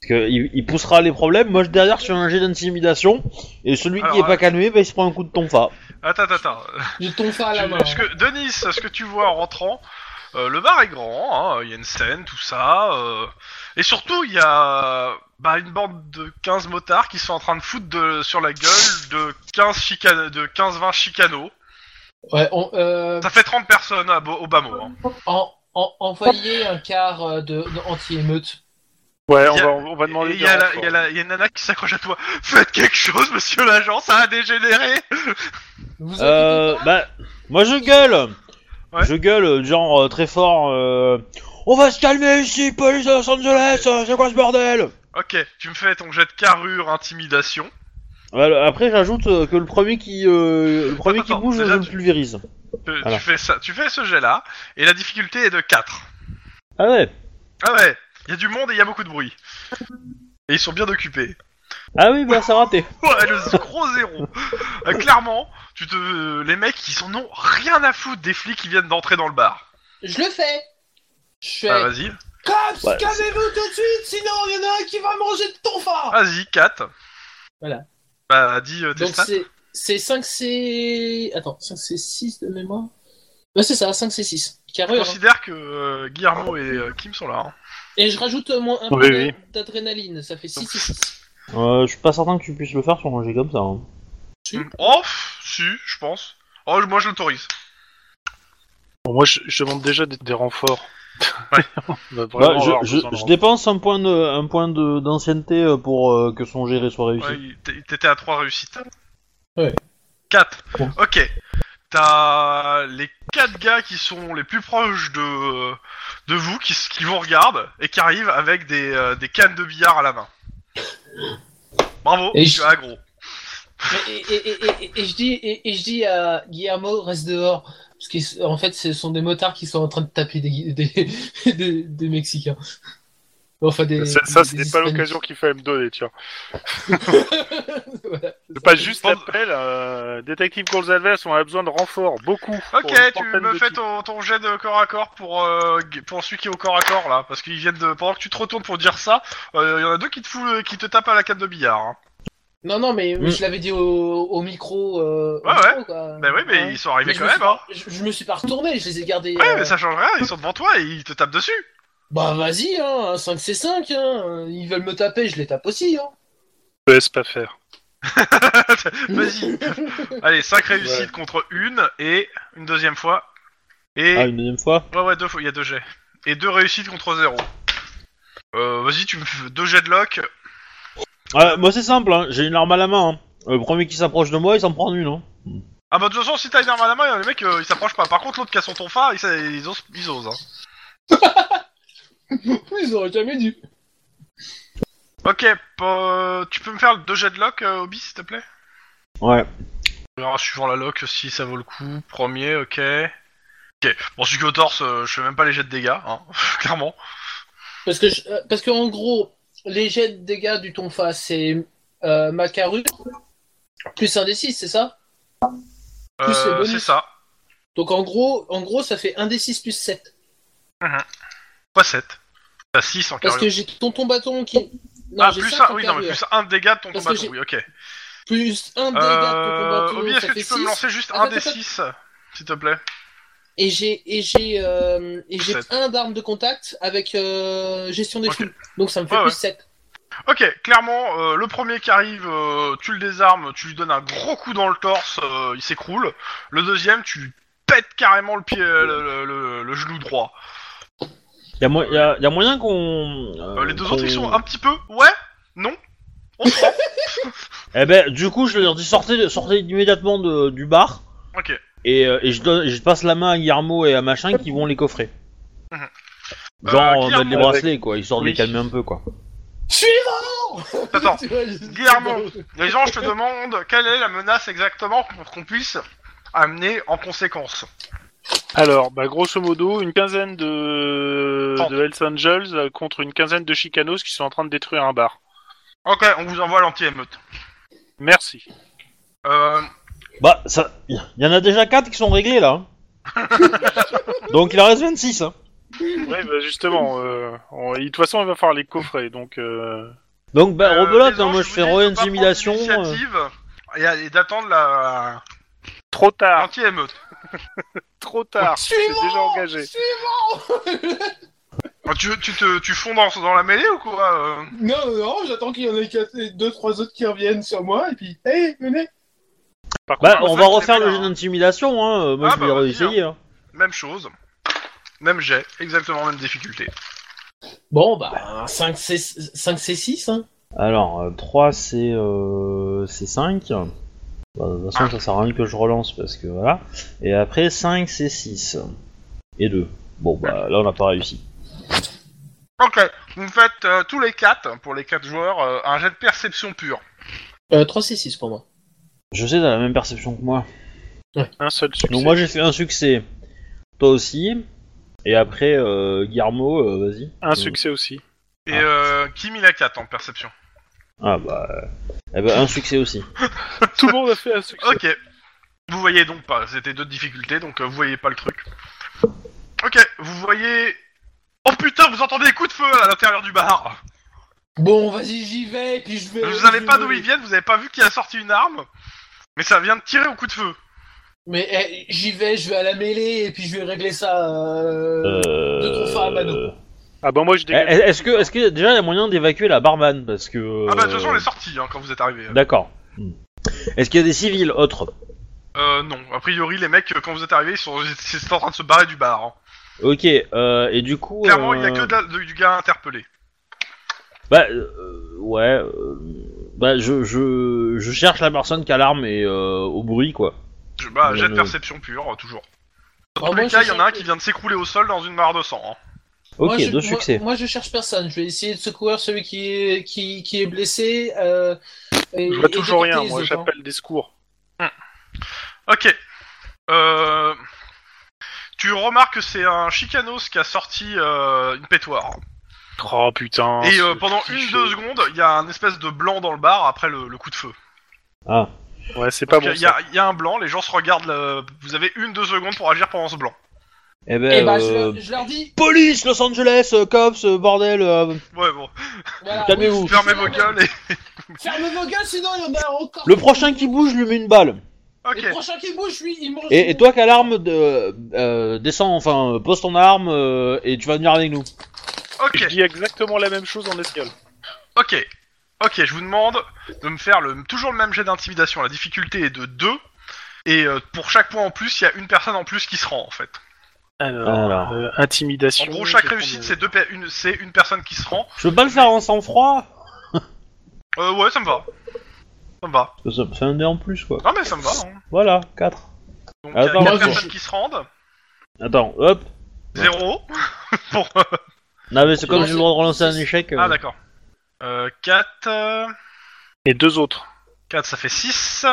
Speaker 2: Parce que il, il poussera les problèmes. Moi, je- derrière, je fais un jet d'intimidation. Et celui
Speaker 1: Alors,
Speaker 2: qui est
Speaker 1: euh,
Speaker 2: pas calmé, bah, il se prend un coup de tonfa.
Speaker 1: Ah, Attends, attends, attends.
Speaker 3: J'ai ton phare à Ah, la
Speaker 1: Tu-
Speaker 3: main. hein.
Speaker 1: ce que, Denis, ce que tu vois en rentrant, euh, le bar est grand, hein, il y a une scène, tout ça. euh, et surtout, il y a bah, une bande de 15 motards qui sont en train de foutre de- sur la gueule de 15 chica- de 15-20 chicanos.
Speaker 3: Ouais, on, euh,
Speaker 1: Ça fait 30 personnes à Bo- au bas mot. hein.
Speaker 3: en, en- envoyer un quart euh, de, de anti-émeute.
Speaker 4: Ouais,
Speaker 1: Il
Speaker 4: on
Speaker 1: y a-
Speaker 4: va, on va demander.
Speaker 1: Et Il
Speaker 4: des
Speaker 1: y, a la-
Speaker 4: renforts.
Speaker 1: il y a la- il y a une nana qui s'accroche à toi. Faites quelque chose, monsieur l'agent, ça a dégénéré
Speaker 3: Vous
Speaker 2: Euh, bah, moi je gueule.
Speaker 1: Ouais.
Speaker 2: Je gueule, euh, genre euh, très fort. euh, On va se calmer ici, police de Los Angeles. euh, C'est quoi ce bordel
Speaker 1: Ok, tu me fais ton jet de carrure, intimidation.
Speaker 2: Voilà, Après, j'ajoute euh, que le premier qui, euh, le premier qui
Speaker 1: Attends,
Speaker 2: bouge,
Speaker 1: déjà,
Speaker 2: je le
Speaker 1: tu-
Speaker 2: pulvérise.
Speaker 1: Tu, Euh, tu
Speaker 2: Voilà.
Speaker 1: fais ça, tu fais ce jet-là, et la difficulté est de 4.
Speaker 2: Ah ouais.
Speaker 1: Ah ouais, il y a du monde et il y a beaucoup de bruit. Et ils sont bien occupés.
Speaker 2: Ah oui, bah ça a raté.
Speaker 1: Ouais, le gros zéro. Euh, clairement, tu te, euh, les mecs, ils en ont rien à foutre des flics qui viennent d'entrer dans le bar.
Speaker 5: Je le fais
Speaker 3: Je fais.
Speaker 1: Ah, vas-y,
Speaker 3: Cops,
Speaker 2: Ouais.
Speaker 3: calmez-vous tout de suite, sinon il y en a un qui va manger de ton phare
Speaker 1: vas-y, 4.
Speaker 3: Voilà.
Speaker 1: Bah, dis euh, tes
Speaker 3: Donc
Speaker 1: stats.
Speaker 3: c'est- c'est 5 C. Attends, 5 C 6 de mémoire Ouais, c'est ça, 5 C 6.
Speaker 1: Je
Speaker 3: Carrure. hein.
Speaker 1: considère que euh, Guillermo et euh, Kim sont là. hein.
Speaker 3: Et je rajoute au moins un
Speaker 4: Oui,
Speaker 3: peu d'a-
Speaker 4: oui.
Speaker 3: d'adrénaline, ça fait 6 6 6.
Speaker 2: Euh, je suis pas certain que tu puisses le faire sur un jet comme ça. hein.
Speaker 3: Tu-
Speaker 1: Oh, pff, si, je pense. Oh, moi je l'autorise.
Speaker 4: Bon, moi, je, je demande déjà des, des renforts.
Speaker 1: Ouais.
Speaker 4: On va vraiment
Speaker 2: Bah, je,
Speaker 4: avoir
Speaker 2: je-
Speaker 4: besoin
Speaker 2: je
Speaker 4: de renforts.
Speaker 2: dépense un point de, un point de- d'ancienneté euh, pour euh, que son géré soit réussi.
Speaker 1: Ouais, il- t'é- T'étais à 3 réussites.
Speaker 3: Ouais.
Speaker 1: 4.
Speaker 3: Bon.
Speaker 1: Ok. T'as les 4 gars qui sont les plus proches de, de vous, qui, s- qui vous regardent et qui arrivent avec des, euh, des cannes de billard à la main. Bravo,
Speaker 3: Et
Speaker 1: tu
Speaker 3: je-
Speaker 1: as aggro.
Speaker 3: Et, et- et- et- et- et je dis, et, et je dis à Guillermo, reste dehors. Parce qu'en fait, ce sont des motards qui sont en train de taper des, des, des- des Mexicains. Enfin, des.
Speaker 4: Ça, ça
Speaker 3: des-
Speaker 4: c'était
Speaker 3: des
Speaker 4: pas
Speaker 3: Hispaniques.
Speaker 4: l'occasion qu'il fallait me donner, tiens.
Speaker 3: Voilà.
Speaker 4: C'est pas juste
Speaker 1: pense-
Speaker 4: l'appel. euh, Détective Gonzalez, on a besoin de renforts, beaucoup. pour
Speaker 1: Ok,
Speaker 4: une
Speaker 1: tu
Speaker 4: centaine
Speaker 1: me
Speaker 4: de
Speaker 1: fais
Speaker 4: types.
Speaker 1: ton, ton jet de corps à corps pour, euh, gu- pour celui qui est au corps à corps là. Parce qu'ils viennent de. Pendant que tu te retournes pour dire ça, euh, il y en a deux qui te, fout- qui te tapent à la canne de billard. hein.
Speaker 3: Non, non, mais
Speaker 2: Mm.
Speaker 3: je l'avais dit au, au micro. euh, au
Speaker 1: Ouais,
Speaker 3: micro, quoi.
Speaker 1: Bah oui, mais
Speaker 3: Ouais.
Speaker 1: ils sont arrivés
Speaker 3: je
Speaker 1: quand
Speaker 3: me suis
Speaker 1: même. Hein.
Speaker 3: pas- je, je me suis pas retourné, je les ai gardés.
Speaker 1: Ouais,
Speaker 3: euh,
Speaker 1: mais ça change rien, ils sont devant toi et ils te tapent dessus.
Speaker 3: Bah vas-y, hein, 5 c'est 5, hein. ils veulent me taper, je les tape aussi. Hein.
Speaker 4: Je te laisse pas faire.
Speaker 1: Vas-y. Allez, 5 réussites
Speaker 4: Ouais.
Speaker 1: contre une et une deuxième fois. Et
Speaker 2: Ah, une deuxième fois
Speaker 1: ouais ouais deux fois, il y a deux jets. Et deux réussites contre zéro. Euh, vas-y, tu me fais deux jets de lock.
Speaker 2: Ah, Moi, c'est simple, hein, j'ai une arme à la main. hein. Le premier qui s'approche de moi, il s'en prend une. Hein.
Speaker 1: Ah bah de toute façon, si t'as une arme à la main, les mecs euh, ils s'approchent pas. Par contre, l'autre qui a son tonfa, ils, s'a- ils osent. Ils osent hein.
Speaker 3: Ils auraient jamais dû.
Speaker 1: Ok, euh, tu peux me faire deux jets de lock, euh, Obi, s'il te plaît
Speaker 2: Ouais.
Speaker 1: On verra suivant la lock si ça vaut le coup. Premier, ok. Ok, bon, celui qui est au torse, euh, je fais même pas les jets de dégâts, hein, clairement.
Speaker 3: Parce que, je- euh, parce que en gros, les jets de dégâts du tonfa, c'est euh, ma carrure, plus un des 6, c'est ça Plus les
Speaker 1: Euh,
Speaker 3: bonus.
Speaker 1: c'est ça,
Speaker 3: Donc en gros, en gros, ça fait un des 6 plus 7.
Speaker 1: pas 7. T'as 6 en
Speaker 3: Parce
Speaker 1: carrure.
Speaker 3: que j'ai tonton bâton qui. Non,
Speaker 1: ah,
Speaker 3: j'ai
Speaker 1: plus
Speaker 3: cinq
Speaker 1: 1,
Speaker 3: en
Speaker 1: oui, non, mais
Speaker 3: carrure.
Speaker 1: plus 1 dégât de ton
Speaker 3: Parce
Speaker 1: combat,
Speaker 3: que j'ai-
Speaker 1: oui, ok.
Speaker 3: Plus un dégât de
Speaker 1: Euh,
Speaker 3: tonton bâton,
Speaker 1: Obi,
Speaker 3: ça
Speaker 1: est-ce que
Speaker 3: fait
Speaker 1: tu peux me
Speaker 3: 6.
Speaker 1: lancer juste
Speaker 3: Attends,
Speaker 1: un des
Speaker 3: attends.
Speaker 1: 6, s'il te plaît
Speaker 3: Et j'ai et j'ai euh, et j'ai
Speaker 1: Sept.
Speaker 3: un d'arme de contact avec euh, gestion des
Speaker 1: Ok.
Speaker 3: foules. Donc ça me fait
Speaker 1: Ouais,
Speaker 3: plus
Speaker 1: ouais.
Speaker 3: 7.
Speaker 1: Ok, clairement, euh, le premier qui arrive, euh, tu le désarmes, tu lui donnes un gros coup dans le torse, euh, il s'écroule. Le deuxième, tu lui pètes carrément le pied, le, le- le- le genou droit.
Speaker 2: Y a, mo- y a- y a moyen qu'on. euh,
Speaker 1: Euh, les deux autres,
Speaker 2: qu'on-
Speaker 1: ils sont un petit peu, ouais, non, on se prend.
Speaker 2: Eh ben, du coup, je leur dis sortez, sortez immédiatement de- du bar.
Speaker 1: ok.
Speaker 2: Et, euh, et je, donne- je passe la main à Guillermo et à machin qui vont les coffrer.
Speaker 1: Mhm. Euh,
Speaker 2: Genre,
Speaker 1: Guillermo
Speaker 2: euh, mettre les
Speaker 4: avec-
Speaker 2: bracelets, quoi, histoire de
Speaker 1: Oui.
Speaker 2: les calmer un peu, quoi.
Speaker 3: Suivant
Speaker 1: Attends,
Speaker 3: Tu vois, je-
Speaker 1: Guillermo. les gens, je te demande quelle est la menace exactement pour qu'on puisse amener en conséquence.
Speaker 4: Alors, bah, grosso modo, une quinzaine de...
Speaker 1: Trente.
Speaker 4: de Hells Angels euh, contre une quinzaine de Chicanos qui sont en train de détruire un bar.
Speaker 1: Ok, on vous envoie l'anti-émeute.
Speaker 4: Merci.
Speaker 1: Euh,
Speaker 2: Bah, ça. Y en a déjà 4 qui sont réglés, là. hein. Donc, il en reste 26, hein.
Speaker 4: Ouais, bah justement, euh, on- de toute façon, il va falloir les coffrer, donc... euh,
Speaker 2: Donc, bah,
Speaker 1: Euh,
Speaker 2: rebelote,
Speaker 1: les
Speaker 2: hein, moi
Speaker 1: anges,
Speaker 2: je
Speaker 1: vous dites de
Speaker 2: fais
Speaker 1: pas prendre
Speaker 2: re-intimidation. euh.
Speaker 1: l'initiative et, et d'attendre la
Speaker 4: Trop
Speaker 1: Ah,
Speaker 4: tard,
Speaker 1: anti-émeute.
Speaker 4: trop tard, c'est
Speaker 3: Suivant
Speaker 4: déjà engagé.
Speaker 3: Suivant
Speaker 1: Ah, Tu, tu, te, tu fonds dans, dans la mêlée ou quoi euh
Speaker 3: Non, non, j'attends qu'il y en ait quatre- deux, trois autres qui reviennent sur moi, et puis, hey, venez
Speaker 4: Par
Speaker 2: Bah,
Speaker 4: contre,
Speaker 2: on
Speaker 1: ça,
Speaker 2: va
Speaker 1: c'est
Speaker 2: refaire le
Speaker 1: bien,
Speaker 2: jeu
Speaker 1: hein.
Speaker 2: d'intimidation, hein. euh, Moi
Speaker 1: Ah,
Speaker 2: je vais
Speaker 1: bah, vas-y,
Speaker 2: réessayer. hein.
Speaker 1: Même chose. Même jet, exactement même difficulté.
Speaker 3: Bon, bah, 5 C6, hein
Speaker 2: Alors, euh, 3 c'est euh, c'est 5. Bah, de toute façon, ça sert à rien que je relance parce que voilà. Et après, 5 c'est 6. Et 2. Bon, bah là on n'a pas réussi.
Speaker 1: Ok, vous me faites euh, tous les quatre, pour les quatre joueurs, euh, un jet de perception pure.
Speaker 3: euh, 3 C6 pour moi.
Speaker 2: Je sais, t'as la même perception que moi.
Speaker 4: un seul succès.
Speaker 2: Donc, moi j'ai fait un succès. Toi aussi. Et après, euh, Guillermo, euh, vas-y.
Speaker 4: Un succès aussi.
Speaker 1: Et
Speaker 2: Ah.
Speaker 1: euh, Kim il a quatre en perception.
Speaker 2: Ah bah. euh, eh ben, un succès aussi.
Speaker 4: Tout le monde a fait un succès.
Speaker 1: Ok. Vous voyez donc pas, c'était deux difficultés, donc euh, vous voyez pas le truc. Ok, vous voyez... Oh putain, vous entendez des coups de feu à l'intérieur du bar
Speaker 3: Bon, vas-y, j'y vais, et puis je vais...
Speaker 1: Vous savez
Speaker 3: je
Speaker 1: pas
Speaker 3: vais-
Speaker 1: d'où ils viennent, vous avez pas vu qu'il a sorti une arme, mais ça vient de tirer au coup de feu.
Speaker 3: Mais eh, j'y vais, je vais à la mêlée, et puis je vais régler ça... euh,
Speaker 2: Euh...
Speaker 3: confort à Mano.
Speaker 4: Ah bah moi, je
Speaker 2: eh,
Speaker 4: dégage.
Speaker 2: Est-ce que, est que déjà il y a moyen d'évacuer la barman Parce que.
Speaker 1: Ah bah de toute
Speaker 2: euh,
Speaker 1: façon, elle est sortie hein, quand vous êtes arrivé.
Speaker 2: D'accord. Hmm. Est-ce qu'il y a des civils autres
Speaker 1: Euh, non, a priori, les mecs, euh, quand vous êtes arrivés, ils sont, ils étaient en train de se barrer du bar. hein.
Speaker 2: Ok, euh, et du
Speaker 3: Oh
Speaker 2: coup.
Speaker 1: Clairement, il y a
Speaker 2: euh,
Speaker 1: que de la- de- du gars interpellé.
Speaker 2: Bah, euh, ouais. euh, bah, je, je, je cherche la personne qui a l'arme et euh, au bruit, quoi.
Speaker 1: Je, bah,
Speaker 2: Mais
Speaker 1: jet de
Speaker 2: le-
Speaker 1: perception pure, euh, toujours. Dans
Speaker 3: Ah,
Speaker 1: tous les
Speaker 3: moi,
Speaker 1: cas,
Speaker 3: je
Speaker 1: il y en a un
Speaker 3: cherche-
Speaker 1: qui vient de s'écrouler au sol dans une mare de sang. hein.
Speaker 2: Ok,
Speaker 3: moi, je-
Speaker 2: deux
Speaker 3: moi-
Speaker 2: succès.
Speaker 3: Moi, je cherche personne, je vais essayer de secourir celui qui est, qui, qui est blessé, euh, et-
Speaker 4: Je vois
Speaker 3: et
Speaker 4: toujours
Speaker 3: d'écarter
Speaker 4: rien,
Speaker 3: les
Speaker 4: moi,
Speaker 3: autres, hein.
Speaker 4: j'appelle des secours.
Speaker 1: Ok. Euh... Tu remarques que c'est un chicanos qui a sorti euh, une pétoire.
Speaker 4: Oh putain.
Speaker 1: Et
Speaker 4: ce
Speaker 1: euh, pendant
Speaker 4: cliché.
Speaker 1: une, deux secondes, il y a un espèce de blanc dans le bar après le, le coup de feu.
Speaker 2: Ah,
Speaker 4: Ouais, c'est pas
Speaker 1: Parce
Speaker 4: bon
Speaker 1: qu'il y, a-
Speaker 4: ça.
Speaker 1: il y a un blanc, les gens se regardent. le- Vous avez une, deux secondes pour agir pendant ce blanc.
Speaker 2: eh ben.
Speaker 3: Eh bah, je,
Speaker 2: euh,
Speaker 3: leur- je leur dis...
Speaker 2: Police, Los Angeles, euh, cops, euh, bordel. euh,
Speaker 1: Ouais, bon.
Speaker 3: Voilà,
Speaker 2: Calmez-vous.
Speaker 3: oui,
Speaker 1: Fermez vos gueules et.
Speaker 3: Ferme vos gueules, sinon il y en a encore.
Speaker 2: Le prochain qui bouge, je lui mets une balle.
Speaker 1: Ok.
Speaker 3: Le prochain qui bouge, lui, il mange.
Speaker 2: Et, et toi qui as l'arme, de, euh, descends, enfin, euh, pose ton arme euh, et tu vas venir avec nous.
Speaker 1: Ok.
Speaker 4: Je dis exactement la même chose en escale.
Speaker 1: Ok. Ok, je vous demande de me faire le, toujours le même jet d'intimidation. La difficulté est de 2. Et euh, pour chaque point en plus, il y a une personne en plus qui se rend en fait. Ah,
Speaker 4: Alors,
Speaker 2: Alors.
Speaker 4: euh,
Speaker 1: En
Speaker 4: intimidation.
Speaker 1: gros, chaque
Speaker 4: je prends
Speaker 1: réussite,
Speaker 4: le-
Speaker 1: c'est deux pe- une, c'est une personne qui se rend.
Speaker 2: Je peux pas le faire en sang-froid
Speaker 1: Euh, ouais, ça me va. Ça me va.
Speaker 2: Parce que ça me fait un dé en plus, quoi.
Speaker 1: Non, mais ça me va. hein.
Speaker 2: Voilà, 4.
Speaker 1: Donc,
Speaker 2: Ah,
Speaker 1: il y a
Speaker 2: pardon,
Speaker 1: quatre
Speaker 3: je-
Speaker 1: personnes qui se rendent.
Speaker 2: Attends, hop. Ouais.
Speaker 1: 0. pour... euh,
Speaker 2: Non, mais c'est comme
Speaker 3: Non,
Speaker 2: j'ai le droit de relancer un échec. euh.
Speaker 1: Ah, d'accord. Euh, 4.
Speaker 4: Et deux autres.
Speaker 1: 4, ça fait 6.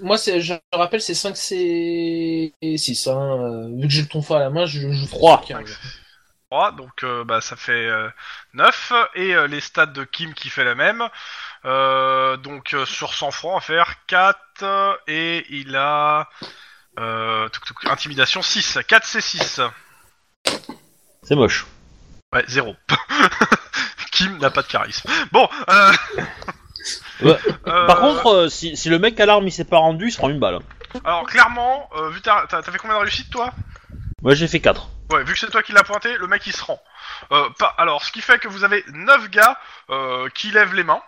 Speaker 3: Moi, c'est- je rappelle, c'est 5 C et 6. Hein. euh, Vu que j'ai le tonfa à la main, je joue
Speaker 2: Trois.
Speaker 3: 3.
Speaker 1: 3. Donc, euh, bah, ça fait 9. Et euh, les stats de Kim qui fait la même. Euh, donc, euh, sur 100 francs, à faire 4. Et il a. euh, touc, touc, intimidation 6. 4, c'est 6.
Speaker 2: C'est moche.
Speaker 1: Ouais, 0. Kim n'a pas de charisme. Bon, euh...
Speaker 2: Ouais.
Speaker 1: euh,
Speaker 2: Par contre, euh, si, si le mec à l'arme il s'est pas rendu, il se prend une balle.
Speaker 1: Alors, clairement, euh, vu ta- t'as t'as fait combien de réussites, toi
Speaker 2: Moi j'ai fait 4.
Speaker 1: Ouais, vu que c'est toi qui l'as pointé, le mec il se rend. Euh, pas, alors, ce qui fait que vous avez 9 gars euh, qui lèvent les mains,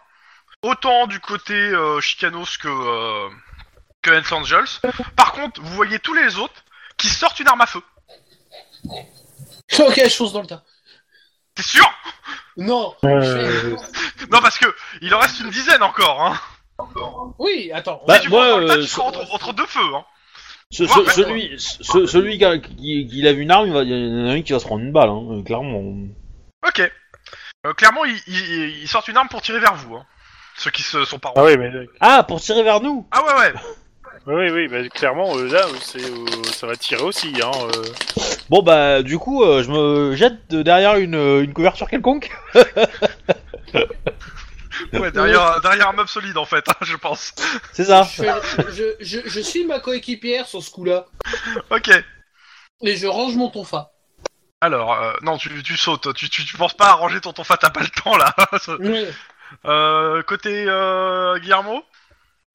Speaker 1: autant du côté euh, Chicanos que, euh, que Hells Angels. Par contre, vous voyez tous les autres qui sortent une arme à feu.
Speaker 3: Ok, je fonce dans le tas.
Speaker 1: T'es sûr
Speaker 3: Non je
Speaker 4: Euh,
Speaker 3: fais-
Speaker 1: Non, parce que il en reste une dizaine encore. Hein.
Speaker 3: Oui, attends.
Speaker 2: Bah,
Speaker 1: si tu
Speaker 2: moi,
Speaker 1: prends dans le tas,
Speaker 2: euh,
Speaker 1: tu seras entre, entre deux feux. Hein.
Speaker 2: Ce-
Speaker 1: Voir,
Speaker 2: ce- celui ce- celui qui, a, qui- qui lève une arme, il va- il y en a un qui va se prendre une balle, hein, clairement.
Speaker 1: Ok. Euh, clairement, ils ils- ils sortent une arme pour tirer vers vous. Hein. Ceux qui se sont pas rendus.
Speaker 4: Ah oui, mais euh,
Speaker 2: Ah, pour tirer vers nous
Speaker 1: Ah ouais, ouais.
Speaker 4: oui, oui, bah, clairement, euh, là, euh, c'est, euh, ça va tirer aussi. Hein, euh.
Speaker 2: Bon bah du coup, euh, je me jette de- derrière une, euh, une couverture quelconque.
Speaker 1: ouais derrière, derrière un meuble solide en fait, hein, je pense.
Speaker 2: C'est ça.
Speaker 3: Je, fais- je, je- je suis ma coéquipière sur ce coup-là.
Speaker 1: Ok.
Speaker 3: Et je range mon tonfa.
Speaker 1: Alors, euh, non, tu, tu sautes. Tu, tu, tu penses pas à ranger ton tonfa, t'as pas le temps là.
Speaker 3: Ouais.
Speaker 1: Euh, côté euh, Guillermo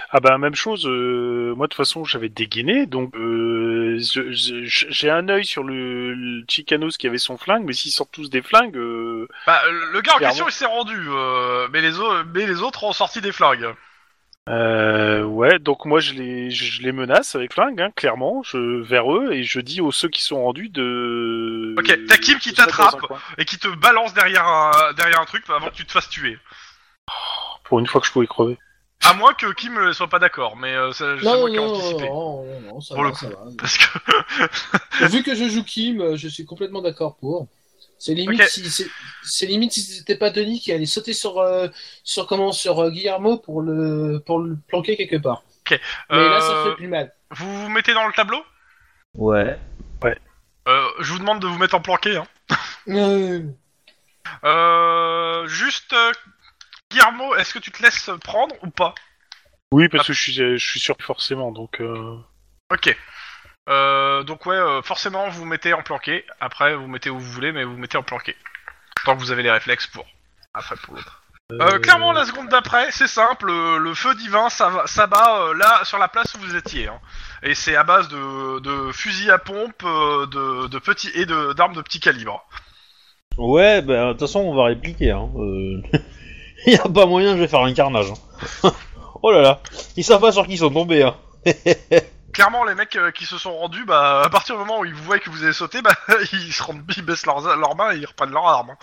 Speaker 4: Ah bah même chose, euh, moi de toute façon j'avais dégainé, donc euh, je- je- j'ai un œil sur le, le Chicanos qui avait son flingue, mais s'ils sortent tous des flingues, euh,
Speaker 1: Bah, le gars en
Speaker 4: Clairement.
Speaker 1: question il s'est rendu, euh, mais, les au- mais les autres ont sorti des flingues.
Speaker 4: euh, ouais, donc moi je les, je, je les menace avec flingue, hein, clairement, je, vers eux, et je dis aux ceux qui sont rendus de...
Speaker 1: Ok, t'as Kim qui
Speaker 4: de se mettre dans un
Speaker 1: t'attrape.
Speaker 4: coin.
Speaker 1: Et qui te balance derrière un, derrière un truc avant que tu te fasses tuer.
Speaker 4: Pour une fois que je pouvais crever.
Speaker 1: À moins que Kim ne soit pas d'accord, mais euh, ça- c'est
Speaker 3: Non,
Speaker 1: moi
Speaker 3: non,
Speaker 1: qui ai
Speaker 3: non,
Speaker 1: anticipé.
Speaker 3: non, non, non, ça
Speaker 1: Pour
Speaker 3: va,
Speaker 1: le
Speaker 3: ça va.
Speaker 1: Parce que
Speaker 3: Vu que je joue Kim, euh, je suis complètement d'accord pour. C'est limite,
Speaker 1: Ok.
Speaker 3: si, c'est- c'est limite si c'était pas Denis qui allait sauter sur, euh, sur comment, sur euh, Guillermo pour le, pour le planquer quelque part. Mais là, ça
Speaker 1: euh,
Speaker 3: fait plus mal.
Speaker 1: vous vous mettez dans le tableau
Speaker 2: Ouais.
Speaker 1: Euh, Je vous demande de vous mettre en planqué. Hein.
Speaker 3: Euh,
Speaker 1: Euh, juste, euh, Guillermo, est-ce que tu te laisses prendre ou pas
Speaker 4: Oui,
Speaker 1: Ah.
Speaker 4: parce que je suis, je suis sûr forcément, donc... Euh...
Speaker 1: Ok. Euh, donc ouais, euh, forcément, vous vous mettez en planqué. Après, vous mettez où vous voulez, mais vous vous mettez en planqué. Tant que vous avez les réflexes pour. Après, pour l'autre. Euh, clairement, la seconde d'après, c'est simple, euh, le feu divin ça va- s'abat euh, là, sur la place où vous étiez. hein. Et c'est à base de, de fusils à pompe euh, de, de petits, et de- d'armes de, petit calibre.
Speaker 2: Ouais, bah de toute façon on va répliquer. Hein. Euh... y a pas moyen, je vais faire un carnage. hein. oh là là, ils savent pas sur qui ils sont tombés. Hein.
Speaker 1: Clairement, les mecs euh, qui se sont rendus, bah, à partir du moment où ils vous voient que vous avez sauté, bah, ils, se rendent, ils baissent leurs, leurs mains et ils reprennent leurs armes. hein.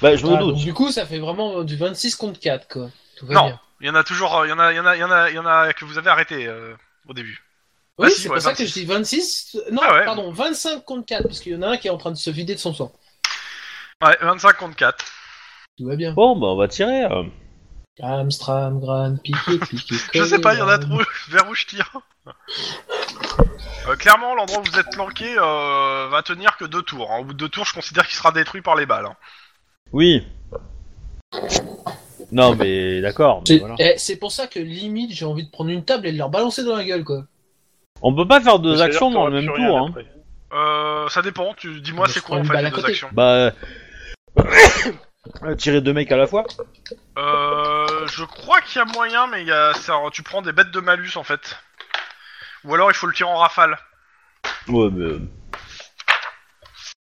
Speaker 2: Bah je me
Speaker 3: ah, donc,
Speaker 2: doute.
Speaker 3: du coup, ça fait vraiment euh, du 26 contre 4, quoi. Tout va
Speaker 1: Non.
Speaker 3: bien.
Speaker 1: Il y en a toujours, euh, il y en a, il y en a, il y en a, il y en a que vous avez arrêté euh, au début.
Speaker 3: Oui,
Speaker 1: Ah, si,
Speaker 3: c'est
Speaker 1: ouais,
Speaker 3: pour ça
Speaker 1: 26.
Speaker 3: que je dis 26. Non,
Speaker 1: Ah ouais.
Speaker 3: pardon, 25 contre 4, parce qu'il y en a un qui est en train de se vider de son sang.
Speaker 1: Ouais, 25 contre 4.
Speaker 3: Tout va bien.
Speaker 2: Bon bah on va tirer. euh.
Speaker 3: Gram, stram, gran, piqué, piqué.
Speaker 1: Je
Speaker 3: collé,
Speaker 1: sais pas, il y en a
Speaker 3: gram.
Speaker 1: trop vers où je tire. Euh, clairement, l'endroit où vous êtes planqué euh, va tenir que deux tours. hein. Au bout de deux tours, je considère qu'il sera détruit par les balles. hein.
Speaker 2: Oui. Non mais d'accord. mais
Speaker 3: C'est
Speaker 2: voilà.
Speaker 3: eh, c'est pour ça que limite j'ai envie de prendre une table et de leur balancer dans la gueule quoi.
Speaker 2: On peut pas faire deux
Speaker 4: c'est-à-dire
Speaker 2: actions
Speaker 4: que
Speaker 2: dans
Speaker 4: t'auras
Speaker 2: le même
Speaker 4: plus rien
Speaker 2: tour. Hein.
Speaker 4: après.
Speaker 1: Euh, ça dépend, tu dis-moi
Speaker 3: Mais
Speaker 1: c'est
Speaker 3: Bah, je
Speaker 1: quoi
Speaker 3: prends
Speaker 1: en
Speaker 3: une
Speaker 1: fait
Speaker 3: balle
Speaker 1: les
Speaker 3: à
Speaker 1: deux
Speaker 3: côté.
Speaker 1: actions.
Speaker 2: Bah euh, tirer deux mecs à la fois.
Speaker 1: Euh, je crois qu'il y a moyen, mais il y a... ça- tu prends des bêtes de malus en fait. Ou alors il faut le tirer en rafale.
Speaker 2: Ouais mais euh,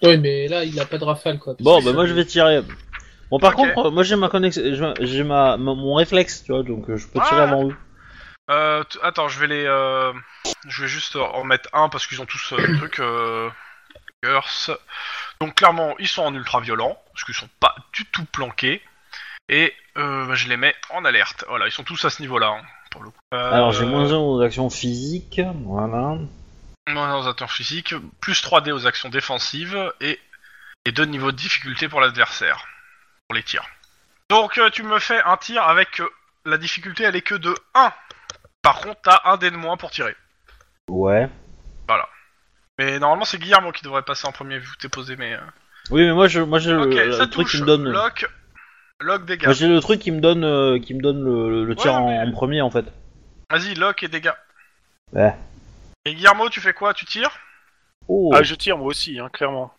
Speaker 3: Oui mais là il a pas de rafale quoi.
Speaker 2: Bon, bah moi je vais tirer. Bon, par
Speaker 1: Ok.
Speaker 2: contre, euh, moi j'ai ma connexion, j'ai ma, ma- mon réflexe, tu vois, donc euh, je peux tirer
Speaker 1: Ah.
Speaker 2: avant eux.
Speaker 1: Euh, t- attends, je vais les. euh, Je vais juste en mettre un parce qu'ils ont tous euh, le truc. euh, curse. Donc clairement, ils sont en ultra violent parce qu'ils sont pas du tout planqués. Et euh, bah, je les mets en alerte. Voilà, ils sont tous à ce niveau-là hein, pour le coup. Euh,
Speaker 2: Alors j'ai moins 1 aux actions physiques, voilà.
Speaker 1: moins un aux actions physiques, plus 3D aux actions défensives et, et 2 niveaux de difficulté pour l'adversaire. Pour les tirs. Donc euh, tu me fais un tir avec. euh, la difficulté elle est que de 1. Par contre, t'as un dé de moins pour tirer.
Speaker 2: Ouais.
Speaker 1: Mais normalement, c'est Guillermo qui devrait passer en premier vu que t'es posé, mais. euh,
Speaker 2: Oui, mais moi je, moi j'ai
Speaker 1: Ok,
Speaker 2: Euh, le,
Speaker 1: ça
Speaker 2: le truc
Speaker 1: touche.
Speaker 2: qui me donne, euh. moi
Speaker 1: Lock, lock dégâts.
Speaker 2: j'ai le truc qui me donne, euh, qui me donne le, le- le tir
Speaker 1: Ouais,
Speaker 2: en,
Speaker 1: mais-
Speaker 2: en premier en fait.
Speaker 1: Vas-y, lock et dégâts.
Speaker 2: Ouais.
Speaker 1: Et Guillermo, tu fais quoi Tu tires
Speaker 2: Oh.
Speaker 4: Ah, je tire moi aussi, hein, clairement.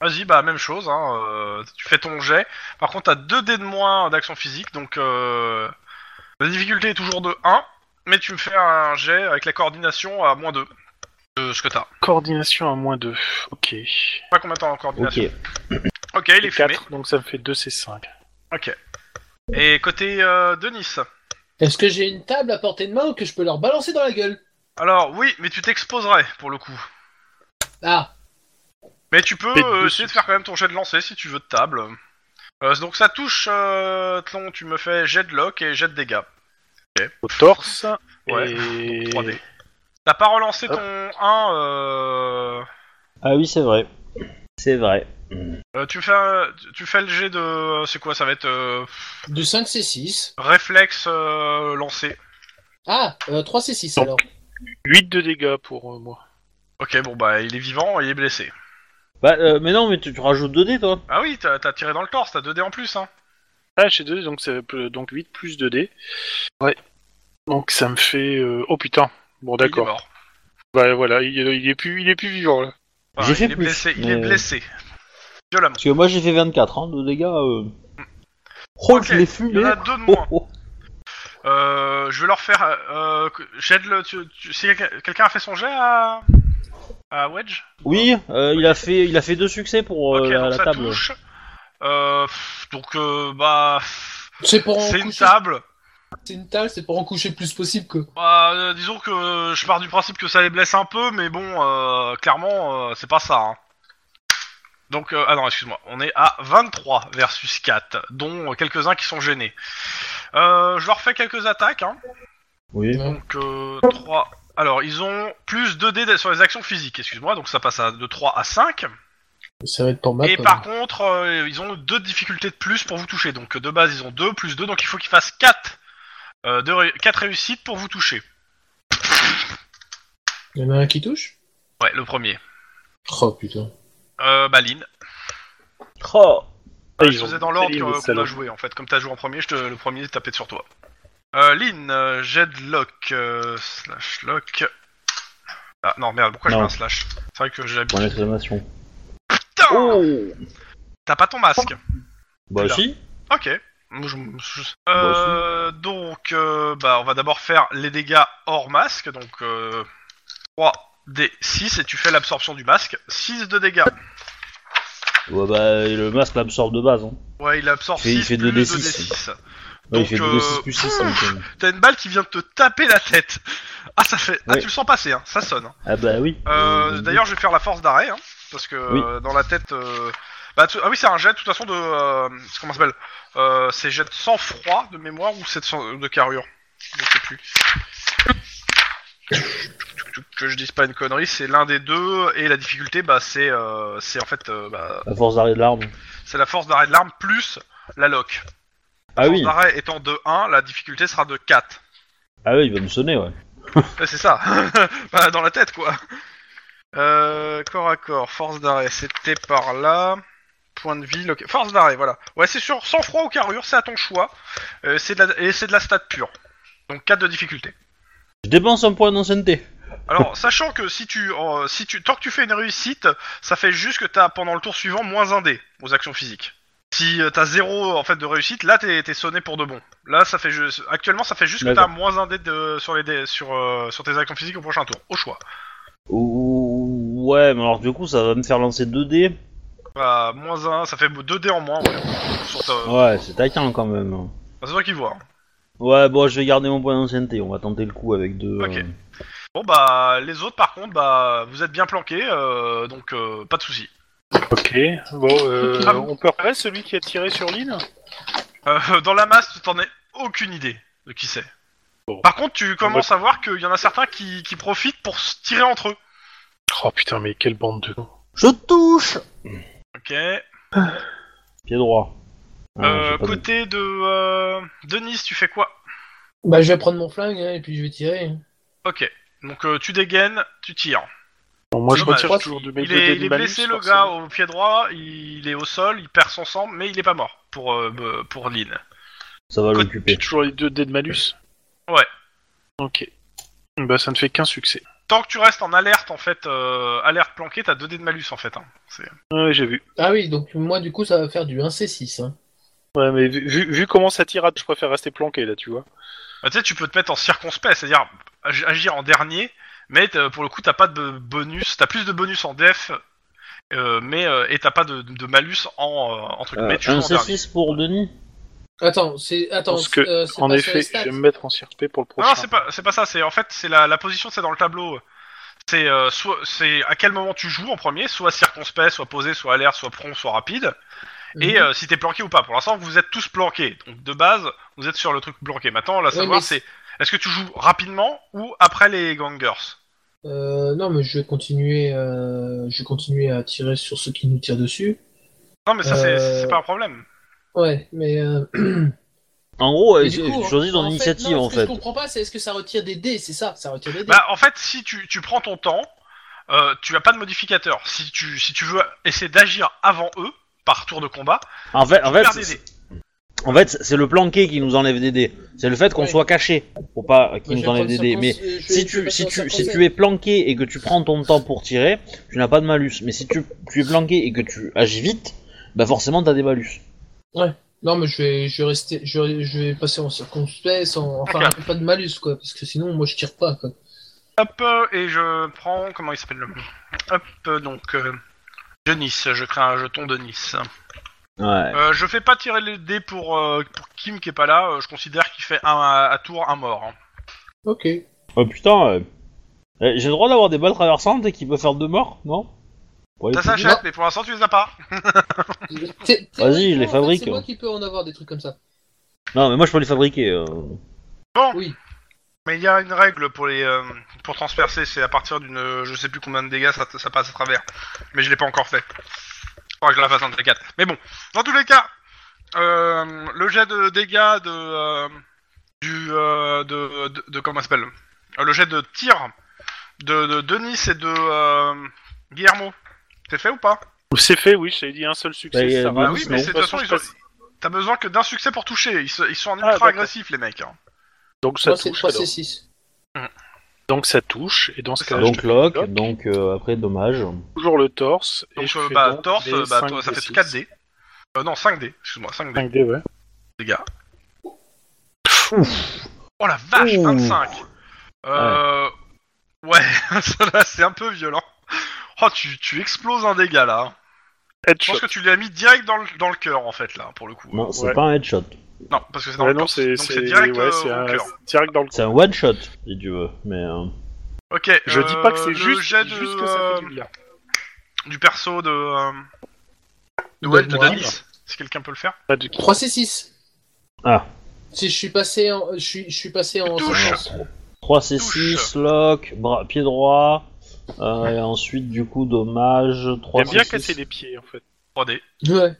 Speaker 1: Vas-y, bah même chose, hein, euh, tu fais ton jet. Par contre, t'as 2 dés de moins d'action physique, donc euh, la difficulté est toujours de 1, mais tu me fais un jet avec la coordination à moins 2 de ce que t'as.
Speaker 4: Coordination à moins 2. Ok.
Speaker 1: Je sais pas combien t'as en
Speaker 2: Ok.
Speaker 1: coordination. Ok, il est fumé.
Speaker 4: 4, donc ça me fait 2 C5.
Speaker 1: Ok. Et côté euh, Denis
Speaker 3: Est-ce que j'ai une table à portée de main ou que je peux leur balancer dans la gueule
Speaker 1: Alors, oui, mais tu t'exposerais pour le coup.
Speaker 3: Ah
Speaker 1: Mais tu peux
Speaker 4: Faites
Speaker 1: euh,
Speaker 4: deux
Speaker 1: essayer de
Speaker 4: succès.
Speaker 1: faire quand même ton jet de lancer si tu veux de table. Euh, donc ça touche, euh, Tlon, tu me fais jet de lock et jet de dégâts.
Speaker 4: Au torse.
Speaker 1: Ouais,
Speaker 4: et...
Speaker 1: 3D. T'as pas relancé
Speaker 4: Hop.
Speaker 1: ton 1, euh...
Speaker 2: Ah oui, c'est vrai. C'est vrai.
Speaker 1: euh, tu, fais, un- tu fais le jet de... C'est quoi Ça va être euh,
Speaker 3: du 5 C6.
Speaker 1: réflexe euh, lancé.
Speaker 3: Ah euh, 3 C6
Speaker 4: Non.
Speaker 3: alors.
Speaker 4: 8 de dégâts pour euh, moi.
Speaker 1: Ok, bon bah il est vivant et il est blessé.
Speaker 2: Bah, euh, mais non, mais tu, tu rajoutes 2 dés toi.
Speaker 1: Ah oui, t'as t'as tiré dans le torse, t'as 2 dés en plus. Hein.
Speaker 4: Ah, j'ai 2, donc, ça peut- donc 8 plus 2D. Ouais. Donc ça me fait. euh, Oh putain. Bon,
Speaker 1: Il est
Speaker 4: d'accord.
Speaker 1: mort.
Speaker 4: euh, Bah voilà, il, il est plus, il est plus vivant là.
Speaker 1: Enfin,
Speaker 2: J'ai fait
Speaker 1: il est
Speaker 2: plus,
Speaker 1: blessé. Il
Speaker 2: mais-
Speaker 1: est blessé. Violemment.
Speaker 2: Parce que moi j'ai fait 24 hein, de dégâts. Euh... Oh,
Speaker 1: Ok,
Speaker 2: je l'ai
Speaker 1: Il y
Speaker 2: fumé
Speaker 1: en a deux de
Speaker 2: Oh,
Speaker 1: moins.
Speaker 2: oh.
Speaker 1: Euh, je vais leur faire. Euh, que- j'aide le. Tu, tu- si quelqu'un quelqu'un a fait son jet à. à Wedge
Speaker 2: Oui, euh, il, a fait, il a fait deux succès pour euh,
Speaker 1: Ok,
Speaker 2: la,
Speaker 1: donc
Speaker 2: la
Speaker 1: ça
Speaker 2: table.
Speaker 1: touche. Euh, pff, donc, euh, bah. pff,
Speaker 3: C'est pour en
Speaker 1: C'est une
Speaker 3: coucher.
Speaker 1: table.
Speaker 3: C'est une table, c'est pour en coucher le plus possible que.
Speaker 1: Bah, euh, disons que je pars du principe que ça les blesse un peu, mais bon, euh, clairement, euh, c'est pas ça. hein. Donc, euh, ah non, excuse-moi, on est à 23 versus 4, dont quelques-uns qui sont gênés. Euh, je leur fais quelques attaques. Hein.
Speaker 2: Oui.
Speaker 1: Donc, 3. Alors, ils ont plus 2 dés sur les actions physiques, excuse-moi, donc ça passe à, de 3 à 5.
Speaker 3: Ça va être
Speaker 4: Ah,
Speaker 3: pour ma
Speaker 1: Et
Speaker 3: pomme.
Speaker 1: par contre, euh, ils ont deux difficultés de plus pour vous toucher. Donc, de base, ils ont 2 plus 2, donc il faut qu'ils fassent 4. Euh, deux ré- quatre réussites pour vous toucher.
Speaker 3: Il y en a un qui touche
Speaker 1: Ouais, le premier.
Speaker 3: Oh putain.
Speaker 1: Euh, bah, Lynn. euh,
Speaker 2: Oh.
Speaker 4: Ah,
Speaker 1: je
Speaker 4: ils ont
Speaker 1: faisais dans l'ordre
Speaker 4: Lynn,
Speaker 1: que-
Speaker 4: les
Speaker 1: qu'on
Speaker 4: salauds.
Speaker 1: a joué en fait. Comme t'as joué en premier, je te, le premier tapé sur toi. Euh, Lynn, euh, Jedlock, euh, slash lock. Ah non, merde, pourquoi je
Speaker 2: Non.
Speaker 1: mets un slash C'est vrai que j'ai
Speaker 2: Point
Speaker 1: l'habitude.
Speaker 2: d'exclamation.
Speaker 1: Putain
Speaker 2: Oh
Speaker 1: T'as pas ton masque
Speaker 2: Bah
Speaker 1: Putain.
Speaker 2: si
Speaker 1: Ok. Moi, je- je- Euh, donc, euh, bah, on va d'abord faire les dégâts hors masque. Donc, euh, 3 d 6 et tu fais l'absorption du masque. 6 de dégâts.
Speaker 2: Ouais, bah, le masque l'absorbe de base. Hein.
Speaker 1: Ouais, il absorbe
Speaker 2: Il fait- il
Speaker 1: 6
Speaker 2: fait
Speaker 1: plus
Speaker 2: 2D6.
Speaker 1: 2d6.
Speaker 2: Ouais,
Speaker 1: Donc,
Speaker 2: il fait
Speaker 1: euh,
Speaker 2: 2d6 plus 6 ça me fait.
Speaker 1: T'as une balle qui vient de te taper la tête. Ah, ça fait. Ah,
Speaker 2: Ouais.
Speaker 1: tu le sens passer, hein. ça sonne. hein.
Speaker 2: Ah bah oui.
Speaker 1: Euh,
Speaker 2: Euh,
Speaker 1: D'ailleurs, je vais faire la force d'arrêt, hein, parce que
Speaker 2: Oui.
Speaker 1: euh, dans la tête. euh, Bah, tu- Ah oui, c'est un jet, de toute façon, de. euh, c'est- Comment ça s'appelle euh, C'est jet de sang-froid de mémoire ou c'est de, sang- de carrure Je sais plus. Que je dise pas une connerie, c'est l'un des deux, et la difficulté, bah, c'est euh, c'est en fait. euh, bah,
Speaker 2: à force d'arrêt de l'arme.
Speaker 1: c'est la force d'arrêt de l'arme plus la lock.
Speaker 2: Ah
Speaker 1: force
Speaker 2: oui,
Speaker 1: d'arrêt étant de 1, la difficulté sera de 4.
Speaker 2: ah oui, il va me sonner, ouais.
Speaker 1: Ouais, Euh, c'est ça. Bah, dans la tête, quoi. Euh, corps à corps, force d'arrêt, c'était par là. Point de vie, loca- force d'arrêt, voilà. Ouais, c'est sur sang-froid ou carrure, c'est à ton choix. Euh, c'est de la... Et c'est de la stat pure. Donc 4 de difficulté.
Speaker 2: Je dépense un point d'ancienneté.
Speaker 1: Alors, sachant que si tu, en- si tu, tant que tu fais une réussite, ça fait juste que t'as pendant le tour suivant moins un dé aux actions physiques. Si euh, t'as zéro en fait de réussite, là t'es t'es sonné pour de bon. Là, ça fait juste- actuellement, ça fait juste que t'as
Speaker 2: D'accord.
Speaker 1: moins un dé de... sur les dés- sur, euh, sur tes actions physiques au prochain tour, au choix.
Speaker 2: Ouh, Ouais, mais alors du coup, ça va me faire lancer 2 dés.
Speaker 1: Bah, moins 1, ça fait 2 dés en moins, ouais. Sur ta...
Speaker 2: Ouais, c'est taquin quand même.
Speaker 1: Bah, c'est toi qui vois. hein.
Speaker 2: Ouais, bon, je vais garder mon point d'ancienneté. On va tenter le coup avec deux.
Speaker 1: Ok.
Speaker 2: euh,
Speaker 1: Bon, bah, les autres, par contre, bah, vous êtes bien planqués, euh, donc euh, pas de soucis.
Speaker 4: Ok, bon, euh,
Speaker 1: Ah.
Speaker 4: on peut repérer celui qui a tiré sur l'île
Speaker 1: Euh, dans la masse, tu t'en as aucune idée de qui c'est.
Speaker 4: Bon.
Speaker 1: Par contre, tu commences à voir qu'il y en a certains qui, qui profitent pour se tirer entre eux.
Speaker 4: Oh putain, mais quelle bande de...
Speaker 2: Je touche
Speaker 1: Ok.
Speaker 2: Pied droit. Ah,
Speaker 1: Euh,
Speaker 2: j'ai pas de-
Speaker 1: côté de euh, Denis, tu fais quoi
Speaker 3: Bah je vais prendre mon flingue hein, et puis je vais tirer. hein.
Speaker 1: Ok. Donc euh, tu dégaines, tu tires.
Speaker 4: Bon, moi je
Speaker 1: Dommage.
Speaker 4: retire toujours de mes
Speaker 1: Il
Speaker 4: deux dés
Speaker 1: est,
Speaker 4: de
Speaker 1: il est
Speaker 4: malus,
Speaker 1: blessé le gars
Speaker 4: forcément.
Speaker 1: au pied droit, il est au sol, il perd son sang, mais il est pas mort pour, euh, be- pour Lynn.
Speaker 2: Ça va
Speaker 1: côté-
Speaker 2: l'occuper.
Speaker 4: Toujours les deux dés de malus
Speaker 1: Ouais.
Speaker 4: Ok. Bah ça ne fait qu'un succès.
Speaker 1: Tant que tu restes en alerte, en fait, euh, alerte planquée, t'as 2 dés de malus, en fait. Hein. C'est-
Speaker 4: Ouais, j'ai vu.
Speaker 3: Ah oui, donc moi du coup ça va faire du 1C6. Hein.
Speaker 4: Ouais, mais vu, vu, vu comment ça tirade, je préfère rester planqué là, tu vois.
Speaker 1: Bah, tu sais, tu peux te mettre en circonspect, c'est-à-dire ag- agir en dernier, mais t'as- pour le coup, t'as pas de bonus, t'as plus de bonus en def, euh, mais, euh, et t'as pas de, de malus en, euh, en truc.
Speaker 2: Euh,
Speaker 1: mais tu joues
Speaker 2: un
Speaker 1: en dernier.
Speaker 2: C6 pour Denis
Speaker 3: Attends, c'est attends.
Speaker 4: Parce que,
Speaker 3: euh, c'est
Speaker 4: en
Speaker 3: pas sur
Speaker 4: effet,
Speaker 3: les
Speaker 4: je
Speaker 3: stats.
Speaker 4: vais me mettre en circuit pour le
Speaker 1: Non,
Speaker 4: prochain.
Speaker 1: non, c'est pas, c'est pas ça, c'est en fait, c'est la, la position, c'est dans le tableau. C'est euh, soit c'est à quel moment tu joues en premier, soit circonspect, soit posé, soit alerte, soit prompt, soit rapide. Et
Speaker 3: Mhm.
Speaker 1: euh, si t'es planqué ou pas. Pour l'instant, vous êtes tous planqués. Donc de base, vous êtes sur le truc planqué. Maintenant, là,
Speaker 3: Ouais,
Speaker 1: savoir,
Speaker 3: mais
Speaker 1: c'est est-ce que tu joues rapidement ou après les gangers
Speaker 3: Euh, non mais je vais continuer, euh, je vais continuer à tirer sur ceux qui nous tirent dessus.
Speaker 1: Non, mais ça, c'est-
Speaker 3: Euh,
Speaker 1: c'est pas un problème.
Speaker 3: Ouais, mais. euh,
Speaker 2: En gros,
Speaker 3: mais
Speaker 2: euh,
Speaker 3: du
Speaker 2: c'est-
Speaker 3: coup,
Speaker 2: tu choisis ton
Speaker 3: en fait,
Speaker 2: initiative
Speaker 3: non,
Speaker 2: en
Speaker 3: ce que
Speaker 2: fait.
Speaker 3: je comprends pas, c'est est-ce que ça retire des dés, c'est ça, ça retire des dés.
Speaker 1: Bah, en fait, si tu, tu prends ton temps, euh, tu as pas de modificateur. Si tu, si tu veux essayer d'agir avant eux, par tour de combat,
Speaker 2: En fait, en
Speaker 1: tu
Speaker 2: fait,
Speaker 1: perds des
Speaker 2: c'est-
Speaker 1: dés.
Speaker 2: En fait, c'est le planqué qui nous enlève des dés. C'est le fait qu'on
Speaker 3: Oui.
Speaker 2: soit caché pour pas
Speaker 3: Moi,
Speaker 2: qu'il
Speaker 3: je
Speaker 2: nous
Speaker 3: vais
Speaker 2: enlève des
Speaker 3: prendre
Speaker 2: dés. Mais
Speaker 3: 50, euh, je vais-
Speaker 2: si
Speaker 3: je vais
Speaker 2: tu, si,
Speaker 3: passer à
Speaker 2: tu, si
Speaker 3: 50.
Speaker 2: tu es planqué et que tu prends ton temps pour tirer, tu n'as pas de malus. Mais si tu, tu es planqué et que tu agis vite, bah forcément t'as des malus.
Speaker 3: Non, mais je vais, je vais rester, je vais, je vais passer en circonspect, sans, enfin, pas de malus, quoi, parce que sinon, moi, je tire pas, quoi.
Speaker 1: Hop, euh, et je prends. Comment il s'appelle le. Hop, euh, donc. Euh, Denis, je crée un jeton Denis.
Speaker 2: Ouais.
Speaker 1: Euh, je fais pas tirer les dés pour, euh, pour Kim qui est pas là, euh, je considère qu'il fait un à, à tour, un mort. hein.
Speaker 3: Ok.
Speaker 2: Oh putain, euh, euh, j'ai le droit d'avoir des balles traversantes et qui peuvent faire deux morts, non Pour les
Speaker 1: Ça
Speaker 2: coups.
Speaker 1: s'achète, mais pour l'instant tu les as pas.
Speaker 3: Thé-
Speaker 2: Vas-y, je les
Speaker 3: théoriquement, en fait,
Speaker 2: fabrique. hein.
Speaker 3: C'est moi qui peux en avoir des trucs comme ça.
Speaker 2: Non, mais moi je peux les fabriquer. euh.
Speaker 1: Mais il y a une règle pour les euh, pour transpercer, c'est à partir d'une euh, je sais plus combien de dégâts ça, ça passe à travers. Mais je l'ai pas encore fait. Faudra que je la fasse un de ces quatre. Mais bon, dans tous les cas, euh, le jet de dégâts de euh, du euh, de, de, de- comment ça s'appelle Euh, Le jet de tir de, de Denis et de euh, Guillermo. C'est fait ou pas
Speaker 4: C'est fait, oui, j'avais dit un seul succès.
Speaker 2: Bah, il y a
Speaker 4: ça
Speaker 2: des
Speaker 4: va.
Speaker 1: Ah oui,
Speaker 2: oui,
Speaker 1: mais
Speaker 2: non.
Speaker 1: c'est- de toute façon,
Speaker 4: je
Speaker 1: ils
Speaker 4: passe-
Speaker 1: sont- t'as besoin que d'un succès pour toucher. Ils, se- ils sont
Speaker 4: Ah,
Speaker 1: ultra
Speaker 4: d'accord.
Speaker 1: agressifs les mecs. hein.
Speaker 4: Donc ça
Speaker 3: Moi, c'est
Speaker 4: touche.
Speaker 3: 3
Speaker 4: alors.
Speaker 3: C6.
Speaker 4: Donc ça touche, et dans ce
Speaker 1: C'est ça.
Speaker 4: cas je
Speaker 2: donc
Speaker 4: touche
Speaker 2: lock,
Speaker 4: lock.
Speaker 2: donc euh, après dommage.
Speaker 4: toujours le torse. et
Speaker 1: Donc,
Speaker 4: je
Speaker 1: euh,
Speaker 4: fais
Speaker 1: bah,
Speaker 4: donc
Speaker 1: torse,
Speaker 4: des
Speaker 1: euh, bah,
Speaker 4: cinq
Speaker 1: toi, ça
Speaker 4: des
Speaker 1: fait
Speaker 4: six.
Speaker 1: 4D. Euh, non, 5D, excuse-moi, 5D,
Speaker 4: 5D, ouais.
Speaker 1: les gars. Oh la vache,
Speaker 2: Ouh.
Speaker 1: 25 Euh... Ouais, ça, là, c'est un peu violent. Oh, tu, tu exploses un dégât, là. hein. Je
Speaker 4: Headshot.
Speaker 1: pense que tu l'as mis direct dans le, dans le cœur, en fait, là, pour le coup. Non,
Speaker 2: Non, c'est
Speaker 4: Ouais.
Speaker 2: pas un headshot.
Speaker 1: parce que c'est dans
Speaker 4: Ouais,
Speaker 1: le
Speaker 4: non,
Speaker 1: torse,
Speaker 4: c'est
Speaker 1: donc
Speaker 4: c'est-
Speaker 1: c'est direct
Speaker 4: ouais,
Speaker 1: euh,
Speaker 4: c'est
Speaker 1: au
Speaker 4: un-
Speaker 1: cœur.
Speaker 4: c'est direct dans le.
Speaker 2: C'est un one shot, si tu veux. Mais euh,
Speaker 1: Ok,
Speaker 4: Je
Speaker 1: euh,
Speaker 4: dis pas que c'est
Speaker 1: le
Speaker 4: juste,
Speaker 1: jet
Speaker 4: je dis
Speaker 1: de,
Speaker 4: juste que ça
Speaker 1: euh,
Speaker 4: fait du bien.
Speaker 1: du perso de... euh, de
Speaker 3: De
Speaker 1: Well, de
Speaker 3: moi.
Speaker 1: Denis, si quelqu'un peut le faire.
Speaker 4: Pas de-
Speaker 3: 3 C6.
Speaker 2: Ah.
Speaker 3: Si je suis passé en, je suis, je suis passé en
Speaker 1: Touche.
Speaker 3: séquence.
Speaker 2: 3 C6, lock, bras, pied droit. euh, et ensuite, du coup, dommage. 3
Speaker 4: J'aime bien
Speaker 2: C6.
Speaker 4: casser les pieds en fait.
Speaker 1: 3D.
Speaker 3: Ouais.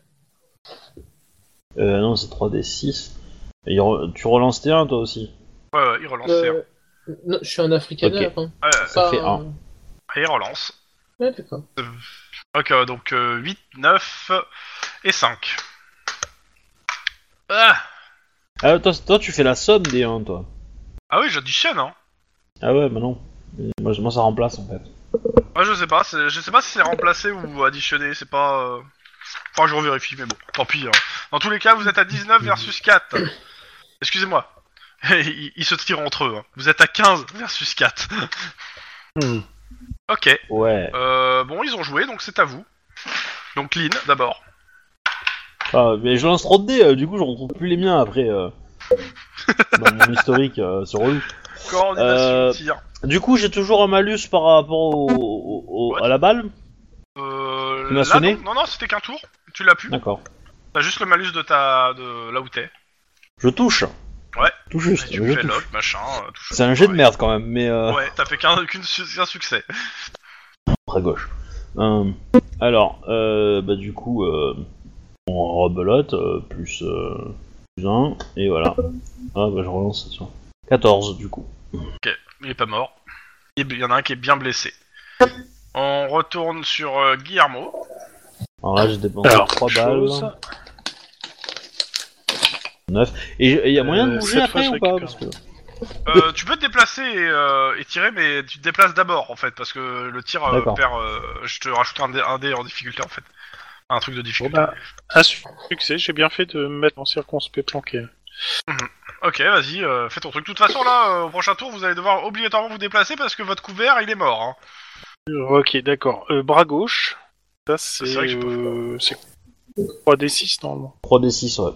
Speaker 2: Euh, non, c'est 3D6. Et il re- Tu relances T1 toi aussi
Speaker 1: Ouais, ouais, il relance,
Speaker 3: Euh, non, je suis un africaner.
Speaker 2: Ok.
Speaker 3: Hein.
Speaker 1: c'est- ouais,
Speaker 2: Ça
Speaker 3: Pas
Speaker 2: fait
Speaker 3: un-
Speaker 1: ouais, il Euh, relance.
Speaker 3: Ouais, d'accord.
Speaker 1: Ok, euh, donc euh, 8, 9 euh, et 5. Ah,
Speaker 2: Ah, toi, toi, tu fais la somme des 1, toi.
Speaker 1: ah oui, j'additionne, hein.
Speaker 2: Ah ouais, bah non. Mais Moi, je- moi, ça remplace, en fait.
Speaker 1: Ah, je sais pas, c'est- je sais pas si c'est remplacé ou additionné, c'est pas... euh, Enfin, je revérifie, mais bon, tant pis. hein. Dans tous les cas, vous êtes à 19 versus 4. Excusez-moi. Ils ils se tirent entre eux. hein. Vous êtes à 15 versus 4. Ok.
Speaker 2: Ouais.
Speaker 1: euh, bon, ils ont joué, donc c'est à vous. Donc Lynn, d'abord.
Speaker 2: Ah, mais je lance trop de dés, euh, du coup, je retrouve plus les miens après. euh, Dans mon historique, euh, c'est relou.
Speaker 1: Coordination,
Speaker 2: Euh,
Speaker 1: tir.
Speaker 2: Du coup, j'ai toujours un malus par rapport au, au- au- à la balle
Speaker 1: Euh,
Speaker 2: tu m'as
Speaker 1: là,
Speaker 2: sonné
Speaker 1: non, non, non, c'était qu'un tour. Tu l'as pu.
Speaker 2: D'accord.
Speaker 1: T'as juste le malus de ta de là où t'es.
Speaker 2: Je touche.
Speaker 1: Ouais.
Speaker 2: Tout
Speaker 1: Et
Speaker 2: juste.
Speaker 1: tu
Speaker 2: je
Speaker 1: fais
Speaker 2: touche.
Speaker 1: l'autre, machin. euh, tout ça.
Speaker 2: C'est un jet de
Speaker 1: Ouais.
Speaker 2: merde quand même, mais euh,
Speaker 1: Ouais, t'as fait qu'un qu'une su- qu'un succès.
Speaker 2: à gauche. Euh, alors, euh, bah du coup, euh, on rebelote euh, plus euh, plus un et voilà. Ah bah je relance. tiens. 14 du coup.
Speaker 1: Il est pas mort. Il y en a un qui est bien blessé. On retourne sur euh, Guillermo.
Speaker 2: Alors là j'ai dépensé 3 balles.
Speaker 4: chose.
Speaker 2: 9. Et il y a moyen de
Speaker 4: Euh,
Speaker 2: bouger
Speaker 4: cette
Speaker 2: après
Speaker 4: fois,
Speaker 2: ou
Speaker 4: je
Speaker 2: pas
Speaker 4: récupère.
Speaker 2: parce que...
Speaker 1: Euh, tu peux te déplacer et, euh, et tirer, mais tu te déplaces d'abord en fait, parce que le tir euh,
Speaker 2: D'accord.
Speaker 1: perd. euh, je te rajoute un dé, un dé en difficulté en fait. Un truc de
Speaker 4: Bon
Speaker 1: difficulté.
Speaker 4: bah, un succès, j'ai bien fait de me mettre en circonspect planqué.
Speaker 1: Ok, vas-y, euh, fais ton truc. De toute façon, là, euh, au prochain tour, vous allez devoir obligatoirement vous déplacer parce que votre couvert, il est mort. hein.
Speaker 4: Euh, Ok, d'accord. Euh, bras gauche, ça c'est
Speaker 1: C'est vrai que j'ai pas
Speaker 4: euh, c'est 3D6 normalement.
Speaker 2: 3d6 ouais.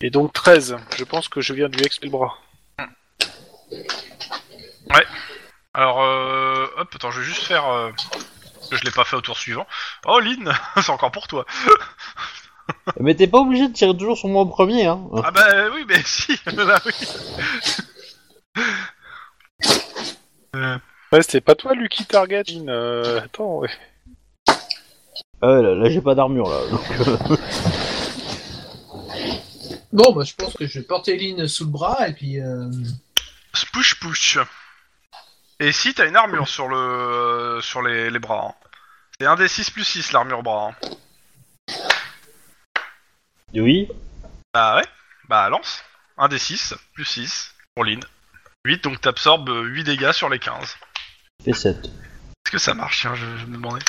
Speaker 4: Et donc 13, je pense que je viens du ex le bras.
Speaker 1: Alors, euh, hop, attends, je vais juste faire. euh, parce que je l'ai pas fait au tour suivant. Oh, Lynn, c'est encore pour toi.
Speaker 2: Mais t'es pas obligé de tirer toujours sur moi en premier hein.
Speaker 1: Ah bah euh, oui, mais si, bah oui.
Speaker 4: Ouais, c'était pas toi Lucky Target. Euh, attends, ouais.
Speaker 2: Ah ouais, là, là, j'ai pas d'armure là.
Speaker 3: Bon, bah, je pense que je vais porter Lynn sous le bras et puis. Euh...
Speaker 1: Spush, push. Et si, t'as une armure sur le, euh, sur les, les bras. hein. C'est un des 6 plus 6, l'armure bras. hein.
Speaker 2: oui.
Speaker 1: Bah ouais, bah lance. 1 des 6, plus 6, pour Lynn. 8, donc t'absorbes 8 dégâts sur les 15. Est-ce
Speaker 2: Fais 7.
Speaker 1: que ça marche tiens, je, je me demandais.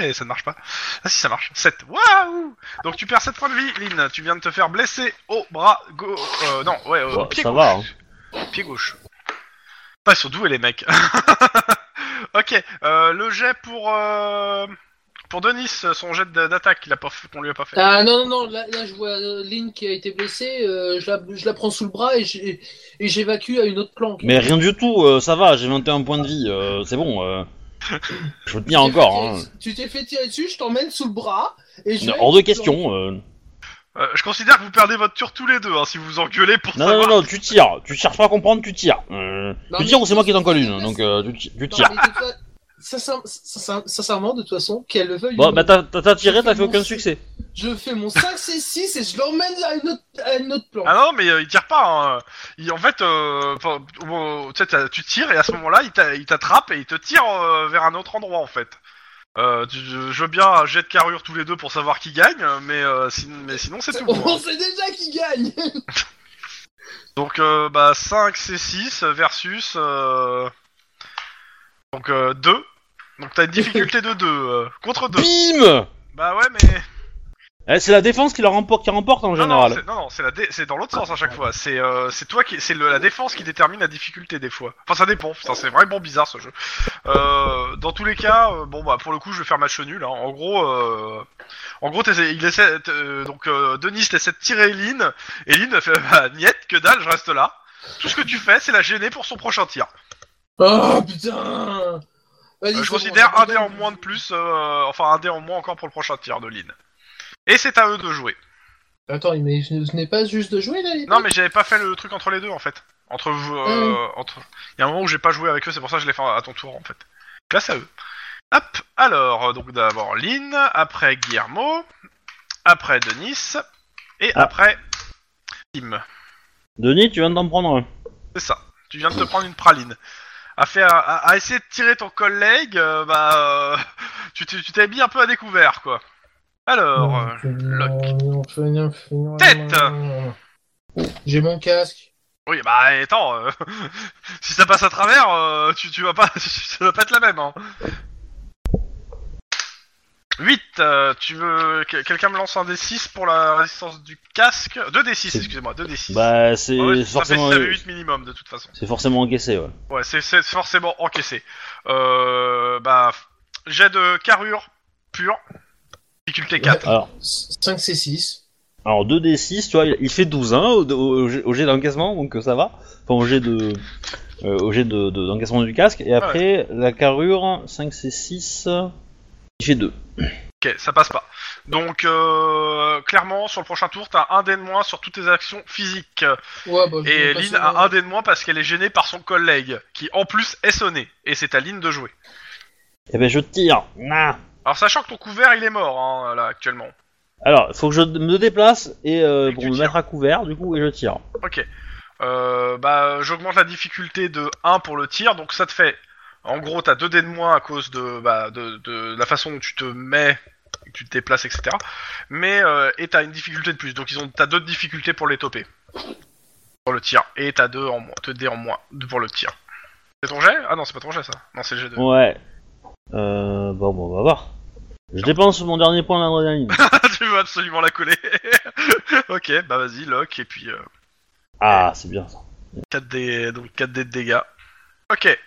Speaker 1: Eh, ça ne marche pas. Ah si, ça marche. 7. Waouh Donc tu perds 7 points de vie, Lynn. Tu viens de te faire blesser au bras gauche. non, ouais, au pied
Speaker 2: ça
Speaker 1: gauche.
Speaker 2: va. hein.
Speaker 1: Pied gauche. Pas sur doués les mecs. ok, euh, le jet pour euh, pour Denis, son jet d- d'attaque qu'il a pas fait- qu'on lui a pas fait.
Speaker 3: Ah non, non, non, là, là, je vois euh, Lynn qui a été blessée, euh, je, la, je la prends sous le bras et j'ai- et j'évacue à une autre planque.
Speaker 2: Mais rien du tout, euh, ça va, j'ai 21 points de vie, euh, c'est bon. euh. Je peux tenir
Speaker 3: Tu t'es fait
Speaker 2: encore.
Speaker 3: tirer- Tu t'es fait tirer dessus, je t'emmène sous le bras et je.
Speaker 2: hein.
Speaker 3: vais-
Speaker 2: Hors de question. euh.
Speaker 1: Euh, je considère que vous perdez votre tour tous les deux hein, si vous vous engueulez pour
Speaker 2: Non, non,
Speaker 1: savoir.
Speaker 2: non, non, tu tires. Tu cherches pas à comprendre, tu tires. Euh,
Speaker 3: Non,
Speaker 2: tu
Speaker 3: mais-
Speaker 2: tires ou c'est moi qui t'en colle une, donc euh, tu, ti- tu
Speaker 3: Non,
Speaker 2: tires.
Speaker 3: mais de toi- sincère- sincère- Sincèrement, de toute façon, qu'elle le veuille. ou
Speaker 2: Bon,
Speaker 3: non,
Speaker 2: bah t'as- t'as t'as tiré, t'as fait
Speaker 3: Mon-
Speaker 2: aucun succès.
Speaker 3: Je fais mon 5 c 6 et je l'emmène à une autre, à une autre planque.
Speaker 1: Ah non, mais euh, il tire pas. hein. Il, en fait, euh, enfin, bon, tu sais, t'as- tu tires et à ce moment-là, il t'a- il t'attrape et il te tire euh, vers un autre endroit en fait. Euh, tu- je je veux bien un jet de carrure tous les deux pour savoir qui gagne, mais, euh, sin- mais sinon c'est tout. hein.
Speaker 3: On sait déjà qui gagne.
Speaker 1: Donc euh, bah 5 C6 versus euh, donc euh, 2. Donc t'as une difficulté de 2 euh, contre 2.
Speaker 2: Bim
Speaker 1: Bah ouais mais
Speaker 2: Eh, C'est la défense qui, la remporte, qui remporte en
Speaker 1: non non,
Speaker 2: général.
Speaker 1: c'est- non non, c'est la dé- c'est dans l'autre sens à chaque fois. C'est euh, c'est toi qui c'est le- la défense qui détermine la difficulté des fois. Enfin ça dépend. Putain, c'est vraiment bizarre ce jeu. Euh, dans tous les cas euh, bon bah pour le coup je vais faire match nul. hein. En gros euh, en gros t'essaies- il essaie euh, donc euh, Denis essaie de tirer Lynn et Lynn fait bah niette que dalle je reste là. Tout ce que tu fais c'est la gêner pour son prochain tir.
Speaker 3: Oh putain. Vas-y,
Speaker 1: Euh,
Speaker 3: c'est
Speaker 1: je
Speaker 3: bon,
Speaker 1: considère un dé en
Speaker 3: j'abandonne.
Speaker 1: moins de plus, euh, enfin un dé en moins encore pour le prochain tir de Lynn. Et c'est à eux de jouer.
Speaker 3: Attends, mais ce n'est pas juste de jouer là. les
Speaker 1: Non
Speaker 3: mecs
Speaker 1: mais j'avais pas fait le truc entre les deux en fait. Entre vous, euh, entre. Il y a un moment où j'ai pas joué avec eux, c'est pour ça que je l'ai fait à ton tour en fait. Donc là c'est à eux. Hop. Alors euh, donc d'abord Lynn, après Guillermo, après Denis et
Speaker 2: Ah.
Speaker 1: après Tim.
Speaker 2: Denis, tu viens de t'en prendre un.
Speaker 1: C'est ça. Tu viens de te prendre une praline. À faire, à, à essayer de tirer ton collègue, euh, bah, euh, tu t'es tu t'es mis un peu à découvert quoi. Alors,
Speaker 3: Mm.
Speaker 1: euh, Tête
Speaker 3: J'ai mon casque.
Speaker 1: Oui, bah attends, euh, si ça passe à travers, euh, tu, tu vas pas, ça va pas être la même. Hein. 8, euh, tu veux. que- Quelqu'un me lance un D6 pour la résistance du casque 2 D6, excusez-moi, 2 D6.
Speaker 2: Bah, c'est
Speaker 1: Ah ouais, ça fait
Speaker 2: forcément.
Speaker 1: 8 minimum de toute façon.
Speaker 2: C'est forcément encaissé, ouais.
Speaker 1: Ouais, c'est c'est forcément encaissé. Euh, bah, jet de carrure pure, difficulté 4.
Speaker 2: Alors,
Speaker 3: 5 c 6.
Speaker 2: alors 2d6, tu vois, il il fait 12 hein, au, au- au jet- au jet d'encaissement, donc euh, ça va. Enfin, au jet de. euh, au jet de- de- d'encaissement du casque. Et après, la carrure, 5 c'est 6. Il fait 2.
Speaker 1: Ok, ça passe pas. Donc, euh, clairement, sur le prochain tour, t'as un dé de moins sur toutes tes actions physiques.
Speaker 3: Ouais, bah, je
Speaker 1: Et
Speaker 3: vais passer
Speaker 1: Lynn a
Speaker 3: mon-
Speaker 1: un dé de moins parce qu'elle est gênée par son collègue, qui en plus est sonné, et c'est à Lynn de jouer.
Speaker 2: Et ben, je tire. Nah.
Speaker 1: Alors sachant que ton couvert il est mort hein, là actuellement.
Speaker 2: Alors, faut que je me déplace et euh,
Speaker 1: Et que
Speaker 2: pour
Speaker 1: tu
Speaker 2: me
Speaker 1: tires.
Speaker 2: mettre à couvert, du coup, et je tire.
Speaker 1: Ok. Euh, bah j'augmente la difficulté de 1 pour le tir, donc ça te fait. En gros t'as 2 dés de moins à cause de, bah, de, de la façon dont tu te mets, tu te déplaces, etc. Mais euh, et t'as une difficulté de plus, donc ils ont t'as deux difficultés pour les toper. Pour le tir. Et t'as deux en moins, deux dés en moins deux pour le tir. C'est ton jet Ah non c'est pas ton jet ça. Non c'est le jet de.
Speaker 2: Ouais. Euh, bon, bon, on va voir. Je dépense mon dernier point d'adrénaline.
Speaker 1: tu veux absolument la coller. ok, bah vas-y, lock, et puis euh,
Speaker 2: ah, c'est bien ça.
Speaker 1: 4D, donc 4D de dégâts. Ok.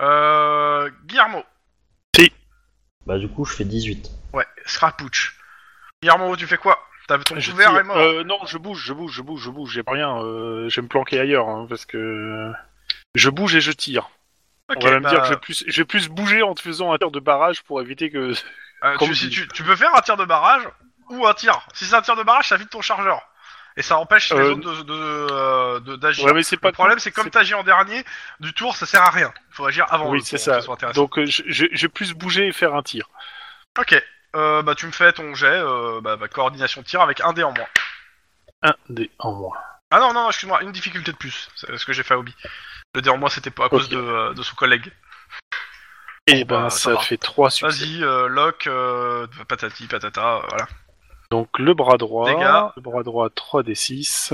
Speaker 1: Euh, Guillermo.
Speaker 2: Bah, du coup, je fais 18.
Speaker 1: Ouais, Scrapouch. Guillermo, tu fais quoi T'as ton
Speaker 4: Je
Speaker 1: couvert
Speaker 4: tire.
Speaker 1: est mort.
Speaker 4: Euh, non, je bouge, je bouge, je bouge, je bouge, j'ai pas rien. euh, je vais me planquer ailleurs hein, parce que je bouge et je tire.
Speaker 1: Ok,
Speaker 4: On va même
Speaker 1: bah,
Speaker 4: dire que je vais, plus, je vais plus bouger en te faisant un tir de barrage pour éviter que.
Speaker 1: euh, tu,
Speaker 4: comme
Speaker 1: si
Speaker 4: dit.
Speaker 1: tu, tu peux faire un tir de barrage ou un tir. Si c'est un tir de barrage, ça vide ton chargeur. Et ça empêche les
Speaker 4: Euh,
Speaker 1: autres d'agir. De, euh, de- d'agir.
Speaker 4: Ouais, mais c'est pas
Speaker 1: Le problème, c'est que comme t'agis en dernier, du tour, ça sert à rien. Faut agir avant le
Speaker 4: Oui,
Speaker 1: tour,
Speaker 4: c'est
Speaker 1: que
Speaker 4: ça.
Speaker 1: ce soit intéressant.
Speaker 4: Donc euh, je, je, je vais plus bouger et faire un tir.
Speaker 1: Ok. Euh, bah, tu me fais ton jet, euh, bah, bah, coordination tir avec un dé en moins.
Speaker 4: Un dé en moins.
Speaker 1: Ah non, non, non, excuse-moi, une difficulté de plus. C'est ce que j'ai fait à Obi. Le dé en moi, c'était pas à cause
Speaker 4: Ok.
Speaker 1: de, euh, de son collègue.
Speaker 4: Et
Speaker 1: Bon,
Speaker 4: ben
Speaker 1: bah, ça
Speaker 4: ça,
Speaker 1: va.
Speaker 4: fait trois succès.
Speaker 1: Vas-y, euh, Locke, euh, patati, patata, euh, voilà.
Speaker 4: Donc le bras droit,
Speaker 1: Dégâts.
Speaker 4: le bras droit 3d6.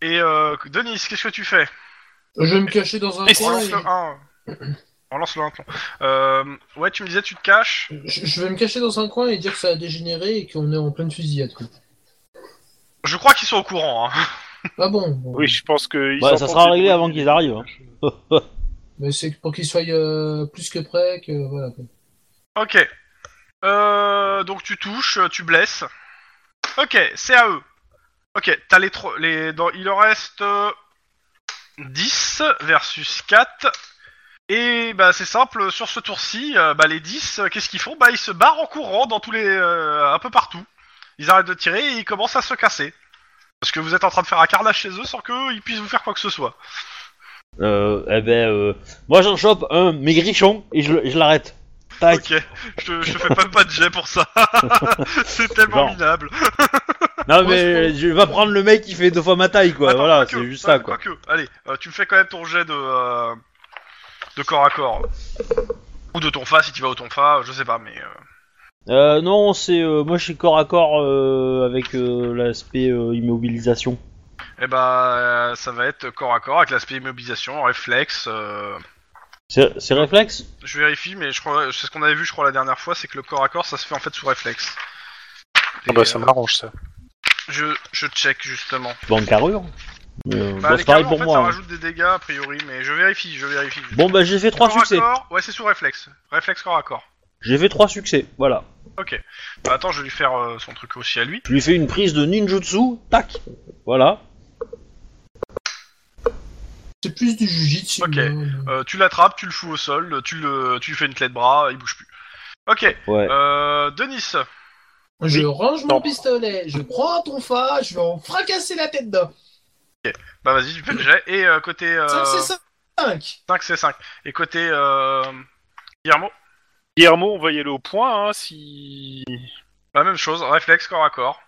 Speaker 1: Et euh, Denis, qu'est-ce que tu fais
Speaker 3: Je vais me cacher dans un
Speaker 4: Et
Speaker 1: On
Speaker 3: coin.
Speaker 1: lance
Speaker 3: et-
Speaker 1: le 1. On lance le 1. Euh, ouais, tu me disais, tu te caches.
Speaker 3: Je je vais me cacher dans un coin et dire que ça a dégénéré et qu'on est en pleine fusillade. quoi.
Speaker 1: Je crois qu'ils sont au courant. Hein.
Speaker 3: Ah bon, bon.
Speaker 4: Oui, je pense que ils
Speaker 2: Bah, ça
Speaker 4: entendent
Speaker 2: sera
Speaker 4: des
Speaker 2: réglé
Speaker 4: bruits.
Speaker 2: avant qu'ils arrivent. hein.
Speaker 3: Mais c'est pour qu'ils soient euh, plus que prêts que voilà. quoi.
Speaker 1: Ok. Euh, donc tu touches, tu blesses. Ok, c'est à eux. Ok, t'as les trois. Les, dans- il en reste euh, 10 versus 4. Et bah c'est simple, sur ce tour-ci, euh, bah, les 10, euh, qu'est-ce qu'ils font Bah ils se barrent en courant dans tous les. euh, un peu partout. Ils arrêtent de tirer et ils commencent à se casser. Parce que vous êtes en train de faire un carnage chez eux sans qu'ils puissent vous faire quoi que ce soit.
Speaker 2: Euh, eh ben, euh, moi j'en chope un maigrichon et je, le- je l'arrête. Tac.
Speaker 1: Ok, je te, je te fais même pas de jet pour ça. c'est tellement
Speaker 2: Genre.
Speaker 1: minable.
Speaker 2: Non
Speaker 3: Moi,
Speaker 2: mais je vais pas prendre le mec qui fait deux fois ma taille quoi.
Speaker 1: Attends,
Speaker 2: Bah, voilà,
Speaker 1: quoique,
Speaker 2: c'est juste
Speaker 1: non,
Speaker 2: ça
Speaker 1: mais
Speaker 2: quoi.
Speaker 1: quoique. Allez, euh, tu me fais quand même ton jet de, euh, de corps à corps. Ou de tonfa si tu vas au tonfa, je sais pas, mais. euh,
Speaker 2: Euh, non, c'est euh, moi je suis corps à corps euh, avec euh, l'aspect euh, immobilisation.
Speaker 1: eh ben, euh, ça va être corps à corps avec l'aspect immobilisation, réflexe. euh,
Speaker 2: C'est c'est réflexe
Speaker 1: Je vérifie, mais je crois, c'est ce qu'on avait vu, je crois, la dernière fois, c'est que le corps à corps, ça se fait en fait sous réflexe.
Speaker 4: Ah bah
Speaker 1: Et,
Speaker 4: ça
Speaker 1: euh,
Speaker 4: m'arrange ça.
Speaker 1: je, je check justement.
Speaker 2: Bon, carrure. Euh,
Speaker 1: Bah,
Speaker 2: bon,
Speaker 1: les
Speaker 2: c'est pareil
Speaker 1: carrures,
Speaker 2: pour
Speaker 1: en fait,
Speaker 2: moi.
Speaker 1: ça
Speaker 2: hein.
Speaker 1: rajoute des dégâts a priori, mais je vérifie, je vérifie.
Speaker 2: Bon bah j'ai fait trois
Speaker 1: corps
Speaker 2: succès.
Speaker 1: à corps, ouais, c'est sous réflexe. Réflexe corps à corps.
Speaker 2: J'ai fait trois succès, voilà.
Speaker 1: Bah, attends, je vais lui faire euh, son truc aussi à lui.
Speaker 2: Je lui fais une prise de ninjutsu, tac. Voilà.
Speaker 3: C'est plus du jujitsu.
Speaker 1: Ok.
Speaker 3: hein.
Speaker 1: Euh, tu l'attrapes, tu le fous au sol, tu, le, tu lui fais une clé de bras, il bouge plus. Ok,
Speaker 2: Ouais.
Speaker 1: euh, Denis,
Speaker 3: Je
Speaker 4: oui.
Speaker 3: range mon
Speaker 4: Non.
Speaker 3: pistolet, je prends ton fa, je vais en fracasser la tête d'un.
Speaker 1: bah vas-y, tu fais le jet. Et euh, côté. Euh,
Speaker 3: 5 c'est 5.
Speaker 1: 5, c'est 5. Et côté. Euh, Guillermo,
Speaker 4: Guillermo, on va y aller au point hein, si.
Speaker 1: la Bah, même chose, réflexe corps à corps.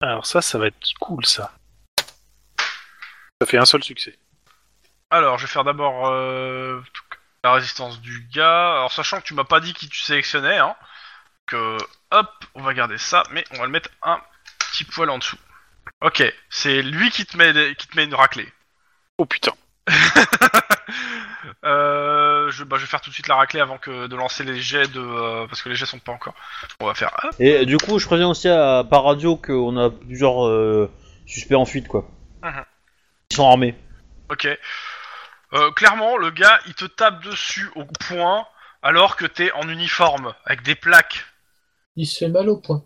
Speaker 4: Alors ça, ça va être cool ça. Ça fait un seul succès.
Speaker 1: Alors, je vais faire d'abord euh, la résistance du gars. Alors, sachant que tu m'as pas dit qui tu sélectionnais, hein. Que hop, on va garder ça, mais on va le mettre un petit poil en dessous. Ok, c'est lui qui te met, des- qui te met une raclée.
Speaker 4: Oh putain.
Speaker 1: Euh, je, bah, je vais faire tout de suite la raclée avant que de lancer les jets de euh, parce que les jets sont pas encore. On va faire. hop.
Speaker 2: Et du coup, je préviens aussi à, par radio qu'on a plusieurs euh, suspects en fuite, quoi.
Speaker 1: Mhm.
Speaker 2: Ils sont armés.
Speaker 1: Ok. Euh, clairement, le gars, il te tape dessus au point alors que t'es en uniforme avec des plaques.
Speaker 3: Il se fait mal au poing.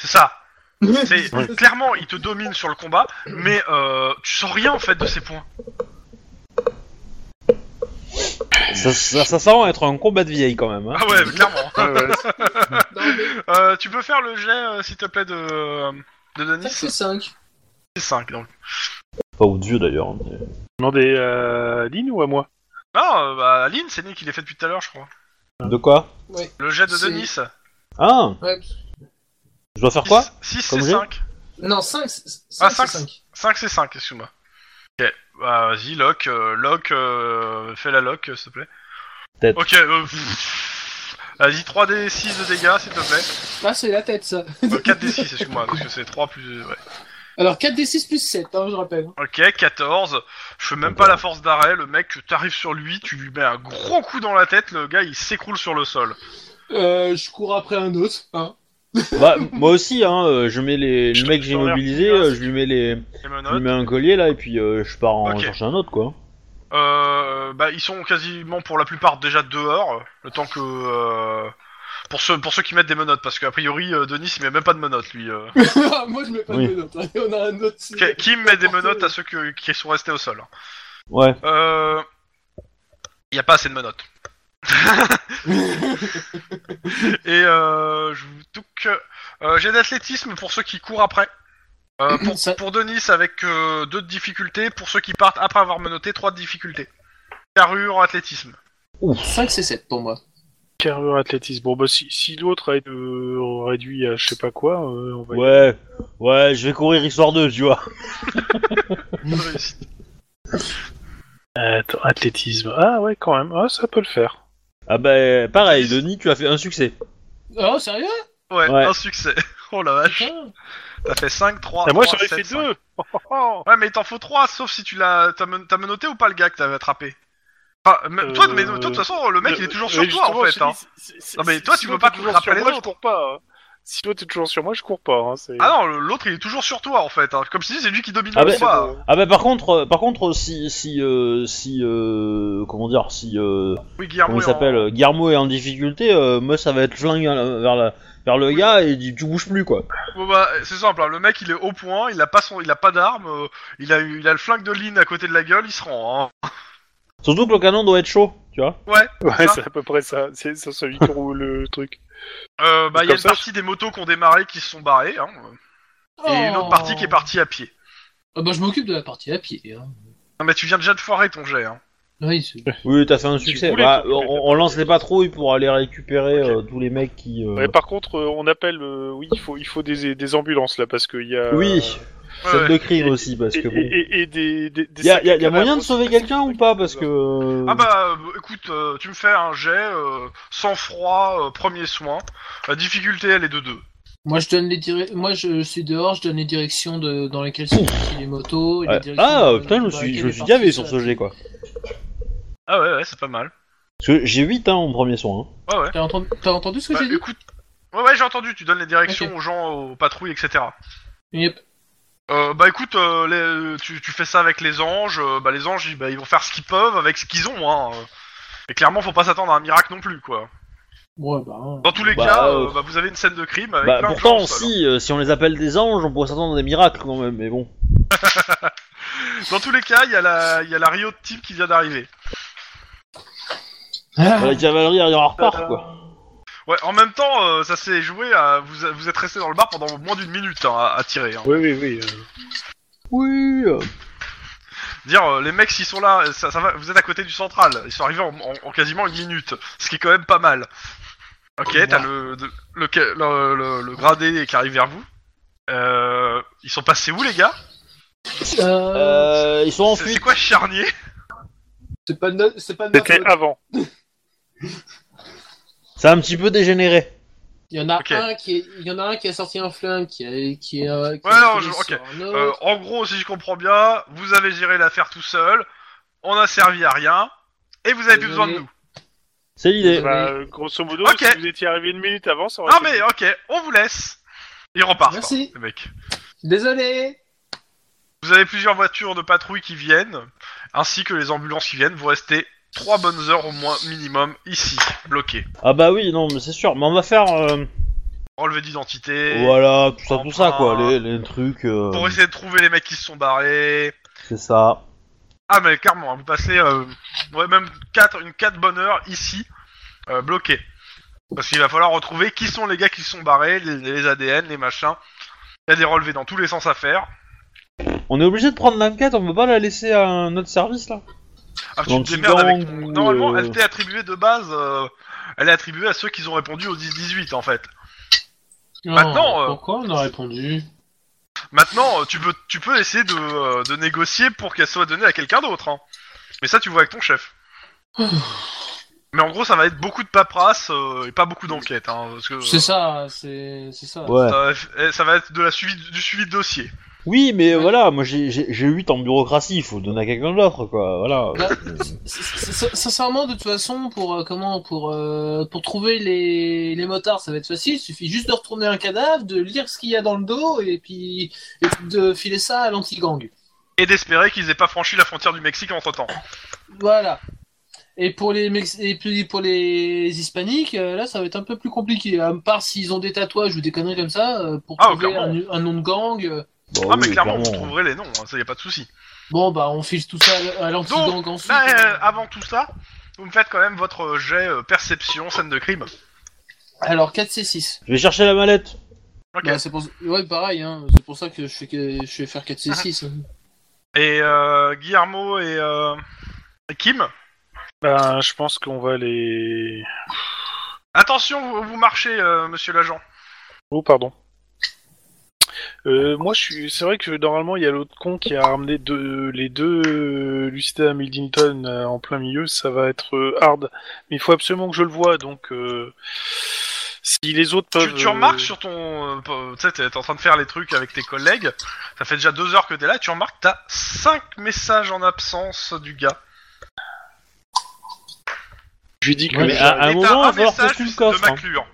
Speaker 1: C'est ça. C'est-
Speaker 2: Oui.
Speaker 1: Clairement, il te domine sur le combat, mais euh, tu sens rien en fait de ses points.
Speaker 2: Ça, ça, ça sent être un combat de vieille quand même. Hein.
Speaker 1: Ah ouais, clairement.
Speaker 3: Non, mais
Speaker 1: Euh, tu peux faire le jet, euh, s'il te plaît, de, euh, de Denis
Speaker 3: 5 c'est 5.
Speaker 1: C'est 5, donc.
Speaker 2: Pas au dieu d'ailleurs. hein.
Speaker 4: Demandez à Lynn ou à moi
Speaker 1: Non, euh, bah, Aline, c'est lui qui l'a fait depuis tout à l'heure, je crois.
Speaker 2: Hein, De quoi
Speaker 1: Le jet de
Speaker 3: C'est-
Speaker 1: Denis.
Speaker 2: Ah
Speaker 3: Ouais.
Speaker 2: Je dois faire quoi
Speaker 1: 6, c'est
Speaker 2: Comme jet
Speaker 1: 5.
Speaker 3: Non, 5 c'est
Speaker 1: Ah,
Speaker 3: 5.
Speaker 1: cinq, c'est- 5 c'est 5, excuse-moi. Ok, bah vas-y, lock, euh, lock, euh, fais la lock, euh, s'il te plaît.
Speaker 2: Tête.
Speaker 1: Ok, euh, pff, vas-y, 3d6 de dégâts, s'il te plaît.
Speaker 3: Ah, c'est la tête ça.
Speaker 1: Euh, 4d6, excuse-moi, parce que c'est 3 plus... Ouais.
Speaker 3: Alors 4 des 6 plus 7, hein, je rappelle.
Speaker 1: Ok, 14, je fais même pas la force d'arrêt, le mec, t'arrives sur lui, tu lui mets un gros coup dans la tête, le gars, il s'écroule sur le sol.
Speaker 3: Euh, je cours après un autre. Hein.
Speaker 2: Bah, moi aussi, hein, euh, je mets les... le mec que j'ai
Speaker 4: Je t'en
Speaker 2: mobilisé,
Speaker 4: remercie.
Speaker 2: euh, je lui mets les,
Speaker 1: Les
Speaker 2: je lui
Speaker 1: menottes,
Speaker 2: mets un collier là et puis euh, je pars en
Speaker 1: Ok.
Speaker 2: chercher un autre quoi.
Speaker 1: euh, bah, ils sont quasiment pour la plupart déjà dehors, le temps que... euh, Pour ceux, pour ceux qui mettent des menottes, parce qu'a priori, euh, Denis, il met même pas de menottes, lui. euh.
Speaker 3: Ah, Moi je mets pas
Speaker 2: Oui.
Speaker 3: de menottes. hein. On a un autre.
Speaker 1: Qui- Qui met des menottes à ceux que- qui sont restés au sol hein.
Speaker 2: Ouais.
Speaker 1: Euh. Il n'y a pas assez de menottes. Et euh. Je... vous- Donc. euh, J'ai d'athlétisme pour ceux qui courent après. Euh, pour,
Speaker 3: Ça-
Speaker 1: pour Denis avec 2 de difficultés. Pour ceux qui partent après avoir menotté, 3 de difficultés. Carrure, athlétisme.
Speaker 3: 5 c'est 7 pour moi.
Speaker 4: Carrure athlétisme. Bon bah si, si l'autre est euh, réduit à je sais pas quoi, euh, on va y-
Speaker 2: Ouais. Ouais, je vais courir histoire d'eux, tu vois.
Speaker 1: Réussite.
Speaker 4: Attends, athlétisme. Ah ouais quand même, ah, ça peut le faire.
Speaker 2: ben, Ah bah, pareil, Denis, tu as fait un succès.
Speaker 3: Oh sérieux
Speaker 1: Ouais,
Speaker 2: Ouais.
Speaker 1: un succès. Oh la vache. T'as fait 5, 3,
Speaker 4: Et Ah, moi
Speaker 1: 3,
Speaker 4: j'en ai
Speaker 1: 7,
Speaker 4: fait
Speaker 1: cinq.
Speaker 4: deux Oh, oh, oh.
Speaker 1: Ouais, mais il t'en faut 3, sauf si tu l'as. T'as men- t'as menotté ou pas le gars que t'avais attrapé Enfin, mais- toi,
Speaker 4: Euh,
Speaker 1: mais toi, de toute façon, le mec il est toujours sur
Speaker 4: Mais
Speaker 1: toi en
Speaker 4: justement,
Speaker 1: fait.
Speaker 4: je te
Speaker 1: Hein.
Speaker 4: dis, c'est- c'est-
Speaker 1: Non, mais
Speaker 4: c'est-
Speaker 1: toi, tu
Speaker 4: si
Speaker 1: peux
Speaker 4: l'autre
Speaker 1: pas
Speaker 4: est toujours
Speaker 1: rattraper
Speaker 4: sur
Speaker 1: les
Speaker 4: moi, je
Speaker 1: autres.
Speaker 4: cours pas. hein. Si l'autre est toujours sur moi, je cours pas. hein, c'est-
Speaker 1: Ah non, le- l'autre il est toujours sur toi en fait. hein. Comme si c'est lui qui domine
Speaker 2: Ah
Speaker 1: le
Speaker 2: bah,
Speaker 1: combat.
Speaker 4: c'est-
Speaker 2: Ah bah par contre, euh, par contre, si si euh, si euh, comment dire, si euh,
Speaker 1: Oui, Guillermo.
Speaker 2: comment il
Speaker 1: est en-
Speaker 2: s'appelle, euh, Guillermo est en difficulté, euh, moi ça va être flingue à la- vers la vers le gars et il dit tu bouges plus quoi.
Speaker 1: Bon bah, c'est simple, hein, le mec il est au point, il a pas son, il a pas d'arme, euh, il a, eu- il a le flingue de Lynn à côté de la gueule, il se rend. Hein.
Speaker 2: Surtout que le canon doit être chaud, tu vois.
Speaker 4: Ouais,
Speaker 1: ça.
Speaker 4: c'est à peu près ça. C'est c'est celui qui roule le truc.
Speaker 1: Euh, bah, il y a
Speaker 4: Comme
Speaker 1: une
Speaker 4: ça,
Speaker 1: partie des motos qui ont démarré qui se sont barrées, hein, et une autre partie
Speaker 4: Oh.
Speaker 1: qui est partie à pied.
Speaker 3: Oh. Ah bah, je m'occupe de la partie à pied. Hein.
Speaker 1: Non mais tu viens déjà de foirer ton jet. Hein.
Speaker 3: Oui, c'est-
Speaker 2: Oui, t'as fait un succès.
Speaker 4: voulais
Speaker 2: Bah,
Speaker 4: pas-
Speaker 2: on, on lance les patrouilles pour aller récupérer euh, tous les mecs qui. euh,
Speaker 4: Ouais,
Speaker 1: bah,
Speaker 4: par contre, euh, on appelle. euh, oui, il faut, il faut des, des ambulances là parce qu'il y a.
Speaker 2: Oui,
Speaker 1: Ouais,
Speaker 2: c'est
Speaker 1: ouais.
Speaker 2: de crime aussi parce
Speaker 4: Et,
Speaker 2: que bon.
Speaker 4: et, et- et des. des, des
Speaker 2: Y a,
Speaker 4: sacs
Speaker 2: y a-
Speaker 4: à
Speaker 2: y a moyen
Speaker 4: cadavres
Speaker 2: de sauver
Speaker 4: aussi,
Speaker 2: quelqu'un ou pas parce que.
Speaker 1: Ah bah, euh, écoute, euh, tu me fais un jet euh, sans froid, euh, premier soin. La difficulté elle est de 2.
Speaker 3: Moi, je donne les dire- Moi, je suis dehors, je donne les directions de... dans lesquelles sont parties les motos. et les
Speaker 2: Ouais.
Speaker 3: directions
Speaker 2: Ah
Speaker 3: dans-
Speaker 2: putain, je
Speaker 3: dans
Speaker 2: me suis, je
Speaker 3: lesquelles
Speaker 2: me
Speaker 3: est
Speaker 2: suis
Speaker 3: partie
Speaker 2: gavé
Speaker 3: ça.
Speaker 2: sur ce jet quoi.
Speaker 1: Ah ouais, ouais, c'est pas mal.
Speaker 2: Parce que j'ai 8 hein, en premier soin. hein.
Speaker 1: Ouais ouais.
Speaker 3: T'as entendu... t'as entendu ce que
Speaker 1: Bah,
Speaker 3: j'ai dit
Speaker 1: écoute, ouais ouais, j'ai entendu, tu donnes les directions
Speaker 3: Ok.
Speaker 1: aux gens, aux patrouilles, etc.
Speaker 3: Yep.
Speaker 1: Euh, bah écoute, euh, les- tu, tu fais ça avec les anges, euh, bah les anges ils- bah, ils vont faire ce qu'ils peuvent avec ce qu'ils ont, hein. euh. Et clairement, faut pas s'attendre à un miracle non plus, quoi.
Speaker 3: Ouais, bah, hein.
Speaker 1: Dans tous les
Speaker 2: Bah,
Speaker 1: cas,
Speaker 2: euh,
Speaker 1: euh, bah, vous avez une scène de crime avec
Speaker 2: Bah,
Speaker 1: plein de gens
Speaker 2: pourtant,
Speaker 1: au sol.
Speaker 2: si, euh, si on les appelle des anges, on pourrait s'attendre à des miracles quand même, mais bon.
Speaker 1: Dans tous les cas, il y a la, il y a la Rio de type qui vient d'arriver.
Speaker 3: Ah.
Speaker 2: Bah, la cavalerie arrive en retard quoi.
Speaker 1: Ouais, en même temps, euh, ça s'est joué à, vous, vous êtes resté dans le bar pendant moins d'une minute hein, à, à tirer. hein.
Speaker 4: Oui, oui, oui. euh.
Speaker 2: Oui euh,
Speaker 1: Dire, euh, les mecs, s'ils sont là, ça, ça va, vous êtes à côté du central. Ils sont arrivés en, en- en quasiment une minute, ce qui est quand même pas mal. Ok, t'as le, de- le, ca- le, le- le gradé qui arrive vers vous. Euh, ils sont passés où, les gars
Speaker 3: Euh,
Speaker 2: euh, Ils sont en
Speaker 1: C'est c'est
Speaker 2: fuite.
Speaker 1: quoi charnier
Speaker 3: C'est pas de no- c'est pas de ma
Speaker 4: C'était
Speaker 3: faute.
Speaker 4: avant.
Speaker 2: C'est un petit peu dégénéré.
Speaker 3: Il y en a
Speaker 1: Ok.
Speaker 3: un qui est... il y en a un qui a sorti un flingue qui a qui a qui a
Speaker 1: Ouais, non,
Speaker 3: tiré
Speaker 1: je- ok.
Speaker 3: sur un autre.
Speaker 1: Euh, En gros, si je comprends bien, vous avez géré l'affaire tout seul, on a servi à rien, et vous avez plus besoin de nous.
Speaker 2: C'est l'idée.
Speaker 4: Bah, euh, grosso modo,
Speaker 1: Ok.
Speaker 4: si vous étiez arrivé une minute avant, ça aurait
Speaker 1: Non
Speaker 4: été
Speaker 1: mais ok, on vous laisse. Ils repartent,
Speaker 3: Merci.
Speaker 1: hein, les mecs.
Speaker 3: Désolé.
Speaker 1: Vous avez plusieurs voitures de patrouille qui viennent, ainsi que les ambulances qui viennent. Vous restez trois bonnes heures au moins minimum ici, bloqués.
Speaker 2: Ah bah oui, non, mais c'est sûr. Mais on va faire. euh,
Speaker 1: Relevé d'identité.
Speaker 2: Voilà, tout ça, tout ça quoi.
Speaker 1: Enfin,
Speaker 2: Les, les trucs. euh,
Speaker 1: Pour essayer de trouver les mecs qui se sont barrés.
Speaker 2: C'est ça.
Speaker 1: Ah mais clairement, hein, vous passez euh, ouais, même quatre, une quatre bonnes heures ici, euh, bloqués. Parce qu'il va falloir retrouver qui sont les gars qui se sont barrés, les, les ADN, les machins. Il y a des relevés dans tous les sens à faire.
Speaker 2: On est obligé de prendre l'enquête, on peut pas la laisser à un autre service là
Speaker 1: Ah, tu
Speaker 2: Donc,
Speaker 1: te démerdes
Speaker 2: gang
Speaker 1: avec ton-
Speaker 2: ou,
Speaker 1: Normalement,
Speaker 2: euh,
Speaker 1: elle t'est attribuée de base. euh, Elle est attribuée à ceux qui ont répondu au 10-18 en fait. Maintenant, euh,
Speaker 3: pourquoi on a répondu
Speaker 1: Maintenant, euh, tu peux, tu peux essayer de, euh, de négocier pour qu'elle soit donnée à quelqu'un d'autre. Hein. Mais ça, tu vois avec ton chef. Mais en gros, ça va être beaucoup de paperasse euh, et pas beaucoup d'enquête. Hein, parce que,
Speaker 3: C'est ça, c'est c'est ça.
Speaker 2: Ouais.
Speaker 1: Ça, va- ça va être de la suivi, du suivi de dossier.
Speaker 2: Oui, mais
Speaker 3: Ouais.
Speaker 2: voilà, moi j'ai- j'ai j'ai 8 en bureaucratie, il faut donner à quelqu'un d'autre quoi, voilà.
Speaker 1: Ah,
Speaker 3: Bah, S- s- Sincèrement, de toute façon, pour euh, comment pour euh, pour trouver les, les motards, ça va être facile. Il suffit juste de retourner un cadavre, de lire ce qu'il y a dans le dos et puis et puis de filer ça à l'anti-gang.
Speaker 1: Et d'espérer qu'ils aient pas franchi la frontière du Mexique entre temps.
Speaker 3: Voilà. Et pour les Mex- et puis pour les hispaniques, euh, là, ça va être un peu plus compliqué. À part s'ils ont des tatouages ou des conneries comme ça, euh, pour
Speaker 1: Ah,
Speaker 3: trouver
Speaker 1: clairement.
Speaker 3: un, un nom de gang. euh,
Speaker 2: Bah
Speaker 1: ah, mais
Speaker 2: oui,
Speaker 1: clairement, vous trouverez les noms, hein, ça y a pas de souci.
Speaker 3: bon, bah, on file tout ça à- à l'anti-gang ensuite.
Speaker 1: Là, euh,
Speaker 3: hein.
Speaker 1: avant tout ça, vous me faites quand même votre euh, jet euh, perception, scène de crime.
Speaker 3: Alors 4C6.
Speaker 2: Je vais chercher la mallette.
Speaker 1: Ok.
Speaker 3: Bah, c'est pour... Ouais, pareil, hein. c'est pour ça que je, fais que je vais faire
Speaker 4: Ah.
Speaker 3: 4C6. hein.
Speaker 1: Et euh, Guillermo et, euh, et Kim,
Speaker 4: Ben, je pense qu'on va les.
Speaker 1: attention, vous, vous marchez, euh, monsieur l'agent.
Speaker 4: Oh, pardon. Euh, moi, je suis. C'est vrai que normalement, il y a l'autre con qui a ramené deux... les deux euh, Lucida Hamilton euh, en plein milieu. Ça va être euh, hard. Mais il faut absolument que je le vois. Donc, euh, Si les autres peuvent.
Speaker 1: Tu, tu remarques
Speaker 4: euh,
Speaker 1: sur ton. euh, po- tu sais, t'es t'es en train de faire les trucs avec tes collègues. Ça fait déjà deux heures que t'es là. Tu remarques que t'as cinq messages en absence du gars.
Speaker 4: Je lui dis que.
Speaker 3: Ouais,
Speaker 2: mais à, à un
Speaker 1: Et t'as
Speaker 2: moment,
Speaker 1: un
Speaker 2: il va falloir
Speaker 1: message
Speaker 2: qu'on trouve le coffre.
Speaker 1: de
Speaker 2: hein.
Speaker 1: McClure.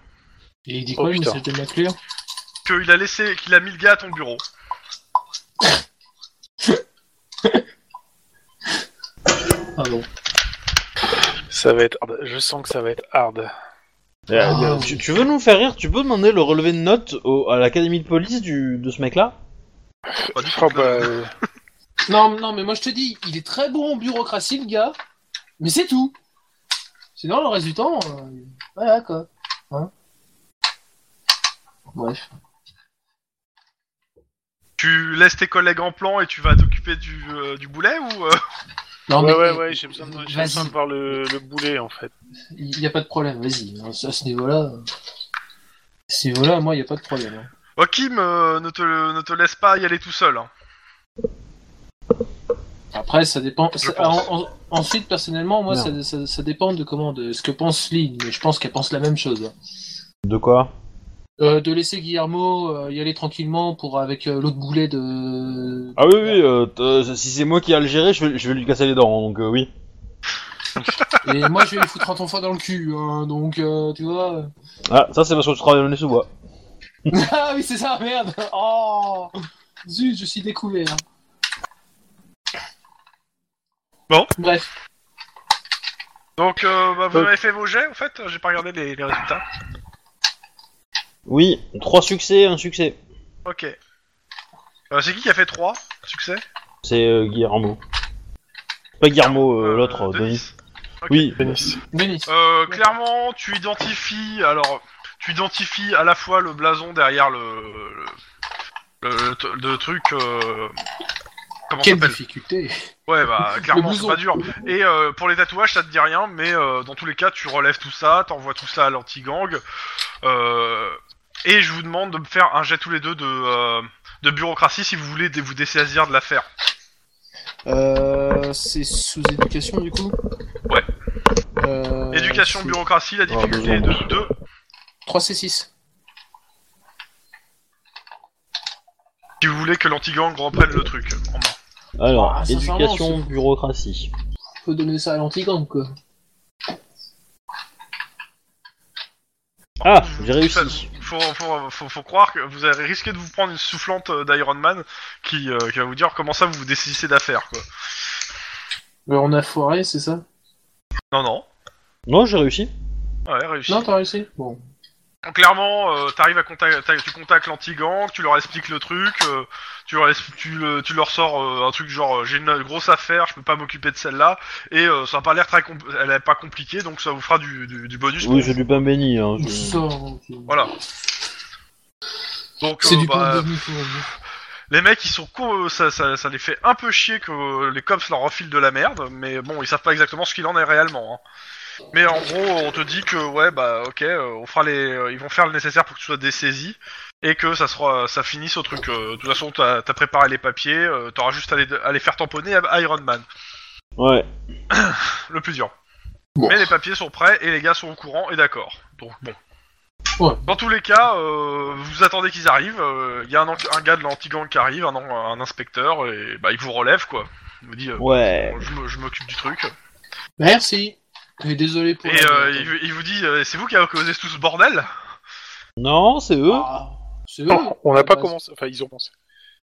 Speaker 3: Et il dit
Speaker 4: Oh,
Speaker 3: quoi, le
Speaker 4: putain.
Speaker 3: message de McClure
Speaker 1: Qu'il a laissé. Qu'il a mis le gars à ton bureau.
Speaker 3: Ah bon.
Speaker 4: euh, Ça va être hard. Je sens que ça va être hard.
Speaker 2: Euh, tu, tu veux nous faire rire Tu peux demander le relevé de notes au- à l'académie de police du, de ce mec-là
Speaker 1: Pas du
Speaker 4: Oh,
Speaker 1: tout.
Speaker 4: bah, euh,
Speaker 3: Non, non, mais moi je te dis, il est très bon en bureaucratie, le gars. Mais c'est tout. Sinon, le reste du temps, euh, voilà quoi. Hein Bref.
Speaker 1: Tu laisses tes collègues en plan et tu vas t'occuper du, euh, du boulet ou. euh,
Speaker 3: Non,
Speaker 4: ouais,
Speaker 3: mais-
Speaker 4: ouais, ouais, j'ai besoin de, j'ai besoin de
Speaker 3: Vas-y,
Speaker 4: voir le, le boulet en fait.
Speaker 3: il n'y a pas de problème, vas-y. hein, À ce niveau-là, euh, à ce niveau-là, moi, il n'y a pas de problème. hein.
Speaker 1: Oh, Kim, euh, ne, te, ne te laisse pas y aller tout seul. hein.
Speaker 3: Après, ça dépend. ça-
Speaker 1: pense.
Speaker 3: en- en- ensuite, personnellement, moi, ça, ça- ça dépend de comment, de ce que pense Lynn. Mais je pense qu'elle pense la même chose. hein.
Speaker 2: De quoi
Speaker 3: Euh, de laisser Guillermo euh, y aller tranquillement pour avec euh, l'autre boulet de.
Speaker 2: Ah oui, oui, euh, t- euh, si c'est moi qui a le gérer, je vais, je vais lui casser les dents, donc euh, oui.
Speaker 3: Et moi, je vais lui foutre 30 fois dans le cul. hein, donc, euh, tu vois. euh.
Speaker 2: Ah, ça c'est parce que tu travailles dans les sous-bois.
Speaker 3: ah oui, c'est ça, merde. Oh, zut, je suis découvert.
Speaker 1: Bon.
Speaker 3: Bref.
Speaker 1: Donc, euh, bah, vous
Speaker 4: Euh.
Speaker 1: avez fait vos jets en fait J'ai pas regardé les, les résultats.
Speaker 2: Oui, trois succès, un succès.
Speaker 1: Ok. Euh, c'est qui qui a fait 3 succès
Speaker 2: C'est euh, Guillermo. Pas Guillermo, euh,
Speaker 1: Euh,
Speaker 2: l'autre, euh, Denis.
Speaker 1: Denis. Ok.
Speaker 2: Oui,
Speaker 3: Denis.
Speaker 1: Euh, clairement, tu identifies alors tu identifies à la fois le blason derrière le le, le t- le truc euh, comment ça
Speaker 3: Quelle
Speaker 1: s'appelle
Speaker 3: difficulté.
Speaker 1: Ouais bah clairement c'est
Speaker 3: blouson.
Speaker 1: pas dur. Et euh, pour les tatouages ça te dit rien mais euh, dans tous les cas tu relèves tout ça, t'envoies tout ça à l'anti-gang euh, et je vous demande de me faire un jet tous les deux de euh, de bureaucratie si vous voulez dé- vous dessaisir de l'affaire.
Speaker 3: Euh, c'est sous éducation du coup
Speaker 1: Ouais.
Speaker 3: Euh,
Speaker 1: Éducation
Speaker 3: c'est
Speaker 1: bureaucratie la
Speaker 2: Ah,
Speaker 1: difficulté est
Speaker 2: deux ans,
Speaker 1: de 2.
Speaker 3: 3C6.
Speaker 1: Si vous voulez que l'anti-gang reprenne le truc en main.
Speaker 2: alors,
Speaker 3: Ah, sincèrement,
Speaker 2: éducation,
Speaker 3: c'est-
Speaker 2: bureaucratie.
Speaker 3: Faut donner ça à l'antigang quoi.
Speaker 2: Ah, j'ai
Speaker 1: Ça-
Speaker 2: réussi.
Speaker 1: Faut, faut, faut, faut croire que vous avez risqué de vous prendre une soufflante euh, d'Iron Man qui, euh, qui va vous dire comment ça vous vous décidez d'affaire quoi.
Speaker 3: Euh, on a foiré, c'est ça
Speaker 1: Non non,
Speaker 2: Non, j'ai réussi.
Speaker 1: ouais réussi.
Speaker 3: Non, t'as réussi Bon.
Speaker 1: Donc, clairement, euh, t'arrives à contacter, t'as- tu contactes l'anti-gang, tu leur expliques le truc, euh, tu leur expli- tu, le- tu leur sors euh, un truc genre euh, j'ai une grosse affaire, je peux pas m'occuper de celle-là et euh, ça a pas l'air très, compl- elle est pas compliquée donc ça vous fera du, du, du bonus.
Speaker 2: Oui, c'est du pain béni. Hein,
Speaker 3: On
Speaker 2: c'est-
Speaker 3: sort, ok.
Speaker 1: Voilà. Donc
Speaker 3: C'est
Speaker 1: euh,
Speaker 3: du
Speaker 1: bah,
Speaker 3: pain de mie, quoi.
Speaker 1: Les mecs, ils sont con- euh, ça, ça, ça les fait un peu chier que euh, les cops leur enfilent de la merde, mais bon, ils savent pas exactement ce qu'il en est réellement. hein. Mais en gros, on te dit que ouais, bah ok, euh, on fera les, euh, ils vont faire le nécessaire pour que tu sois dessaisi et que ça sera, ça finisse au truc. euh, de toute façon, t'as as préparé les papiers, euh, t'auras juste à les, à les faire tamponner à Iron Man,
Speaker 2: Ouais.
Speaker 1: le plus dur.
Speaker 3: Bon.
Speaker 1: Mais les papiers sont prêts et les gars sont au courant et d'accord. Donc bon.
Speaker 3: Ouais.
Speaker 1: Dans tous les cas, euh, vous attendez qu'ils arrivent. euh, Il y a un, en- un gars de l'anti-gang qui arrive, un, en- un inspecteur, et bah, il vous relève quoi. Il vous dit euh,
Speaker 2: Ouais.
Speaker 1: bon, je me- je m'occupe du truc.
Speaker 3: Merci. Et désolé pour.
Speaker 1: Et
Speaker 3: la-
Speaker 1: euh, il, vous- il vous dit euh, c'est vous qui avez causé tout ce bordel
Speaker 2: Non, c'est eux.
Speaker 3: Ah, c'est eux.
Speaker 4: On n'a pas
Speaker 3: Bah,
Speaker 4: commencé. Enfin, ils ont commencé.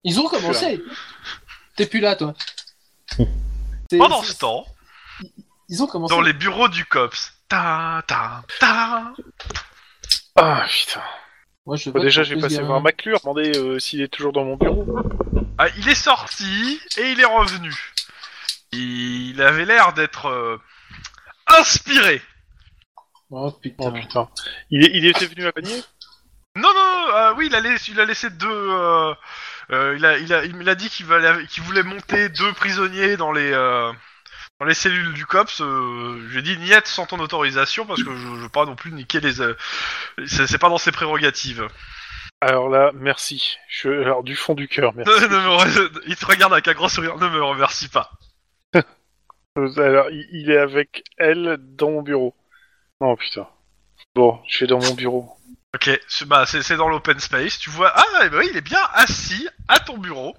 Speaker 3: Ils ont commencé. T'es plus là, toi. C'est-
Speaker 1: Pendant
Speaker 3: c'est-
Speaker 1: ce temps,
Speaker 3: Ils ont commencé.
Speaker 1: dans les bureaux du COPS. Ta ta ta
Speaker 4: Ah putain.
Speaker 3: Moi, je
Speaker 4: Bah,
Speaker 3: vote
Speaker 4: déjà,
Speaker 3: pour hein.
Speaker 4: j'ai
Speaker 3: que
Speaker 4: passé
Speaker 3: ce
Speaker 4: voir
Speaker 3: gamin-
Speaker 4: McClure, demander euh, s'il est toujours dans mon bureau.
Speaker 1: Ah, il est sorti et il est revenu. Il avait l'air d'être euh, inspiré.
Speaker 3: Oh
Speaker 4: Oh
Speaker 3: putain.
Speaker 4: putain. Il, est- il était venu à panier
Speaker 1: Non, non, non, euh, oui, il a, laissé, il a laissé deux. euh, euh, il, a, il, a, il a dit qu'il valait- qu'il voulait monter deux prisonniers dans les, euh, dans les cellules du COPS. euh, J'ai dit niette sans ton autorisation parce que je, je veux pas non plus niquer les. euh, c'est c'est pas dans ses prérogatives.
Speaker 4: Alors là, merci. Je, alors du fond du cœur, merci.
Speaker 1: Ne- ne me re- il te regarde avec un gros sourire, ne me remercie pas.
Speaker 4: Euh, Alors, il, il est avec elle dans mon bureau. Oh putain. Bon, je vais dans mon bureau.
Speaker 1: Ok, c'est bah, c'est- c'est dans l'open space. Tu vois, ah, eh ben oui, il est bien assis à ton bureau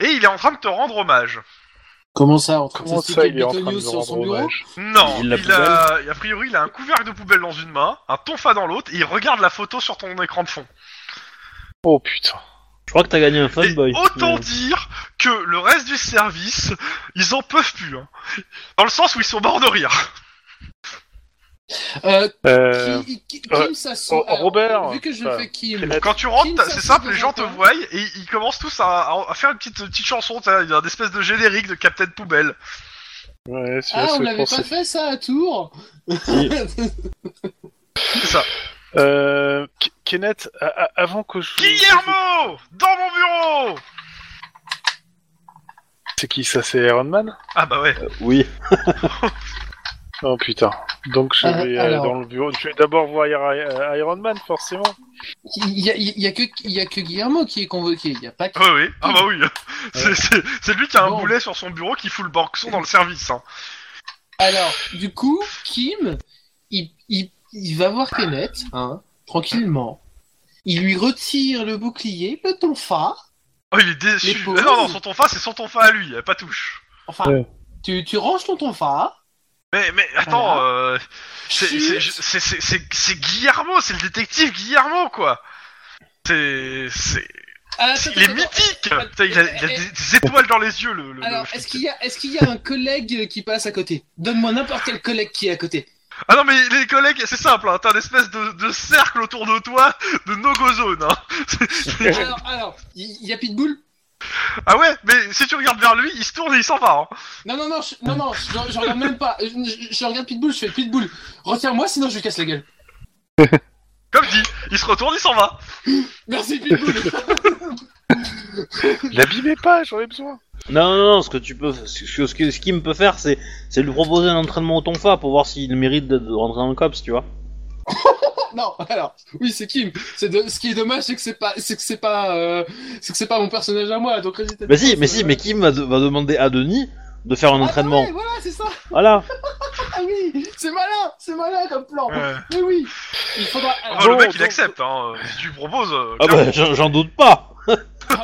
Speaker 1: et il est en train de te rendre hommage.
Speaker 3: Comment ça, entre
Speaker 4: Comment ça, il est en train de me
Speaker 3: sur
Speaker 4: rendre
Speaker 3: son bureau
Speaker 4: hommage
Speaker 1: Non,
Speaker 2: Il
Speaker 1: il,
Speaker 2: la
Speaker 1: a, a priori, il a un couvercle de poubelle dans une main, un tonfa dans l'autre, et il regarde la photo sur ton écran de fond.
Speaker 4: Oh putain.
Speaker 2: Je crois que t'as gagné un
Speaker 1: Et
Speaker 2: fanboy. Euh,
Speaker 1: autant
Speaker 2: Ouais.
Speaker 1: dire que le reste du service, ils en peuvent plus. hein. Dans le sens où ils sont morts de rire.
Speaker 3: Euh,
Speaker 4: Euh,
Speaker 3: Kim, Kim,
Speaker 4: euh,
Speaker 3: Kim, ça sent-
Speaker 4: oh,
Speaker 3: alors,
Speaker 4: Robert,
Speaker 3: Vu que je
Speaker 4: ça-
Speaker 3: fais Kim.
Speaker 4: Kenneth.
Speaker 1: Quand tu rentres,
Speaker 3: Kim,
Speaker 1: t'as-
Speaker 3: ça
Speaker 1: c'est
Speaker 3: se
Speaker 1: simple,
Speaker 3: fait
Speaker 1: les gens te
Speaker 3: encore.
Speaker 1: voient et ils commencent tous à, à- à faire une petite, petite chanson, t'as- il y a une espèce de générique de Captain Poubelle.
Speaker 4: ouais, si,
Speaker 3: Ah,
Speaker 4: c'est
Speaker 3: on l'avait
Speaker 4: pensé.
Speaker 3: pas fait ça à Tours
Speaker 1: C'est ça.
Speaker 4: Euh, K- Kenneth, a- a- avant que je.
Speaker 1: Guillermo Dans mon bureau
Speaker 4: C'est qui ça C'est Iron Man
Speaker 1: Ah bah ouais.
Speaker 2: Oui.
Speaker 4: Oh putain. Donc je
Speaker 3: Euh,
Speaker 4: vais euh,
Speaker 3: alors.
Speaker 4: dans le bureau. Je vais d'abord voir I- euh, Iron Man, forcément.
Speaker 3: Il y a, il y a que, il y a que Guillermo qui est convoqué, il y a pas
Speaker 1: Ouais, oui. Ah bah oui. C'est- C'est c'est lui qui a un
Speaker 3: Bon.
Speaker 1: boulet sur son bureau qui fout le banqueson dans le service. hein.
Speaker 3: Alors, du coup, Kim, il, il- il va voir Kenneth, hein, tranquillement. Il lui retire le bouclier, le tonfa.
Speaker 1: Oh, il est déçu.
Speaker 3: Les
Speaker 1: Ah non, non,
Speaker 3: pauvres.
Speaker 1: son tonfa, c'est son tonfa à lui, pas touche.
Speaker 3: Enfin,
Speaker 4: Ouais.
Speaker 3: tu, tu ranges ton tonfa.
Speaker 1: Mais, mais attends,
Speaker 3: Voilà.
Speaker 1: euh, c'est- c'est-
Speaker 3: chute,
Speaker 1: c'est c'est- c'est- c'est Guillermo, c'est le détective Guillermo, quoi. C'est. c'est-
Speaker 3: Ah,
Speaker 1: c'est-
Speaker 3: attends,
Speaker 1: Il est
Speaker 3: attends,
Speaker 1: mythique
Speaker 3: attends,
Speaker 1: Putain, il a, il a
Speaker 3: et-
Speaker 1: des, des étoiles dans les yeux, le. le-
Speaker 3: attends. Alors,
Speaker 1: le flic.
Speaker 3: est-ce qu'il y, a- est-ce qu'il y a un collègue qui passe à côté Donne-moi n'importe quel collègue qui est à côté.
Speaker 1: Ah non, mais les collègues, c'est simple, hein, t'as un espèce de, de cercle autour de toi de no-go zone. Hein.
Speaker 3: Alors, alors, il il y, a Pitbull
Speaker 1: Ah ouais, mais si tu regardes vers lui, il se tourne et il s'en va. hein.
Speaker 3: Non, non, non, je, non, non, je, je regarde même pas. Je, je- je regarde Pitbull, je fais Pitbull. Retiens-moi, sinon je lui casse la gueule.
Speaker 1: Comme dit, il se retourne, il s'en va.
Speaker 3: Merci Pitbull.
Speaker 4: L'abîmez pas, j'en ai besoin.
Speaker 2: Non, non, non, ce que tu peux, ce que, ce que- ce qu'il me peut faire, c'est, c'est lui proposer un entraînement au tonfa pour voir s'il mérite de, de rentrer dans le cops, tu vois.
Speaker 3: Non, alors, oui, c'est Kim. C'est de- Ce qui est dommage, c'est que c'est pas, c'est que c'est pas, euh, c'est que c'est pas mon personnage à moi. Donc, résultat
Speaker 2: Mais
Speaker 3: des
Speaker 2: si,
Speaker 3: courses,
Speaker 2: mais si,
Speaker 3: euh,
Speaker 2: mais Kim va, de- va demander à Denis de faire un
Speaker 3: ah,
Speaker 2: entraînement.
Speaker 3: ouais, voilà, c'est ça.
Speaker 2: Voilà.
Speaker 3: Ah oui, c'est malin, c'est malin comme plan.
Speaker 1: Ouais.
Speaker 3: Mais oui, il faudra.
Speaker 1: Ah,
Speaker 3: Alors,
Speaker 1: le
Speaker 4: Bon,
Speaker 1: mec il
Speaker 4: donc-
Speaker 1: accepte, hein. euh, si tu lui proposes. euh,
Speaker 2: Ah
Speaker 1: clairement.
Speaker 2: bah, j'en j'en doute pas.
Speaker 3: ah, bah,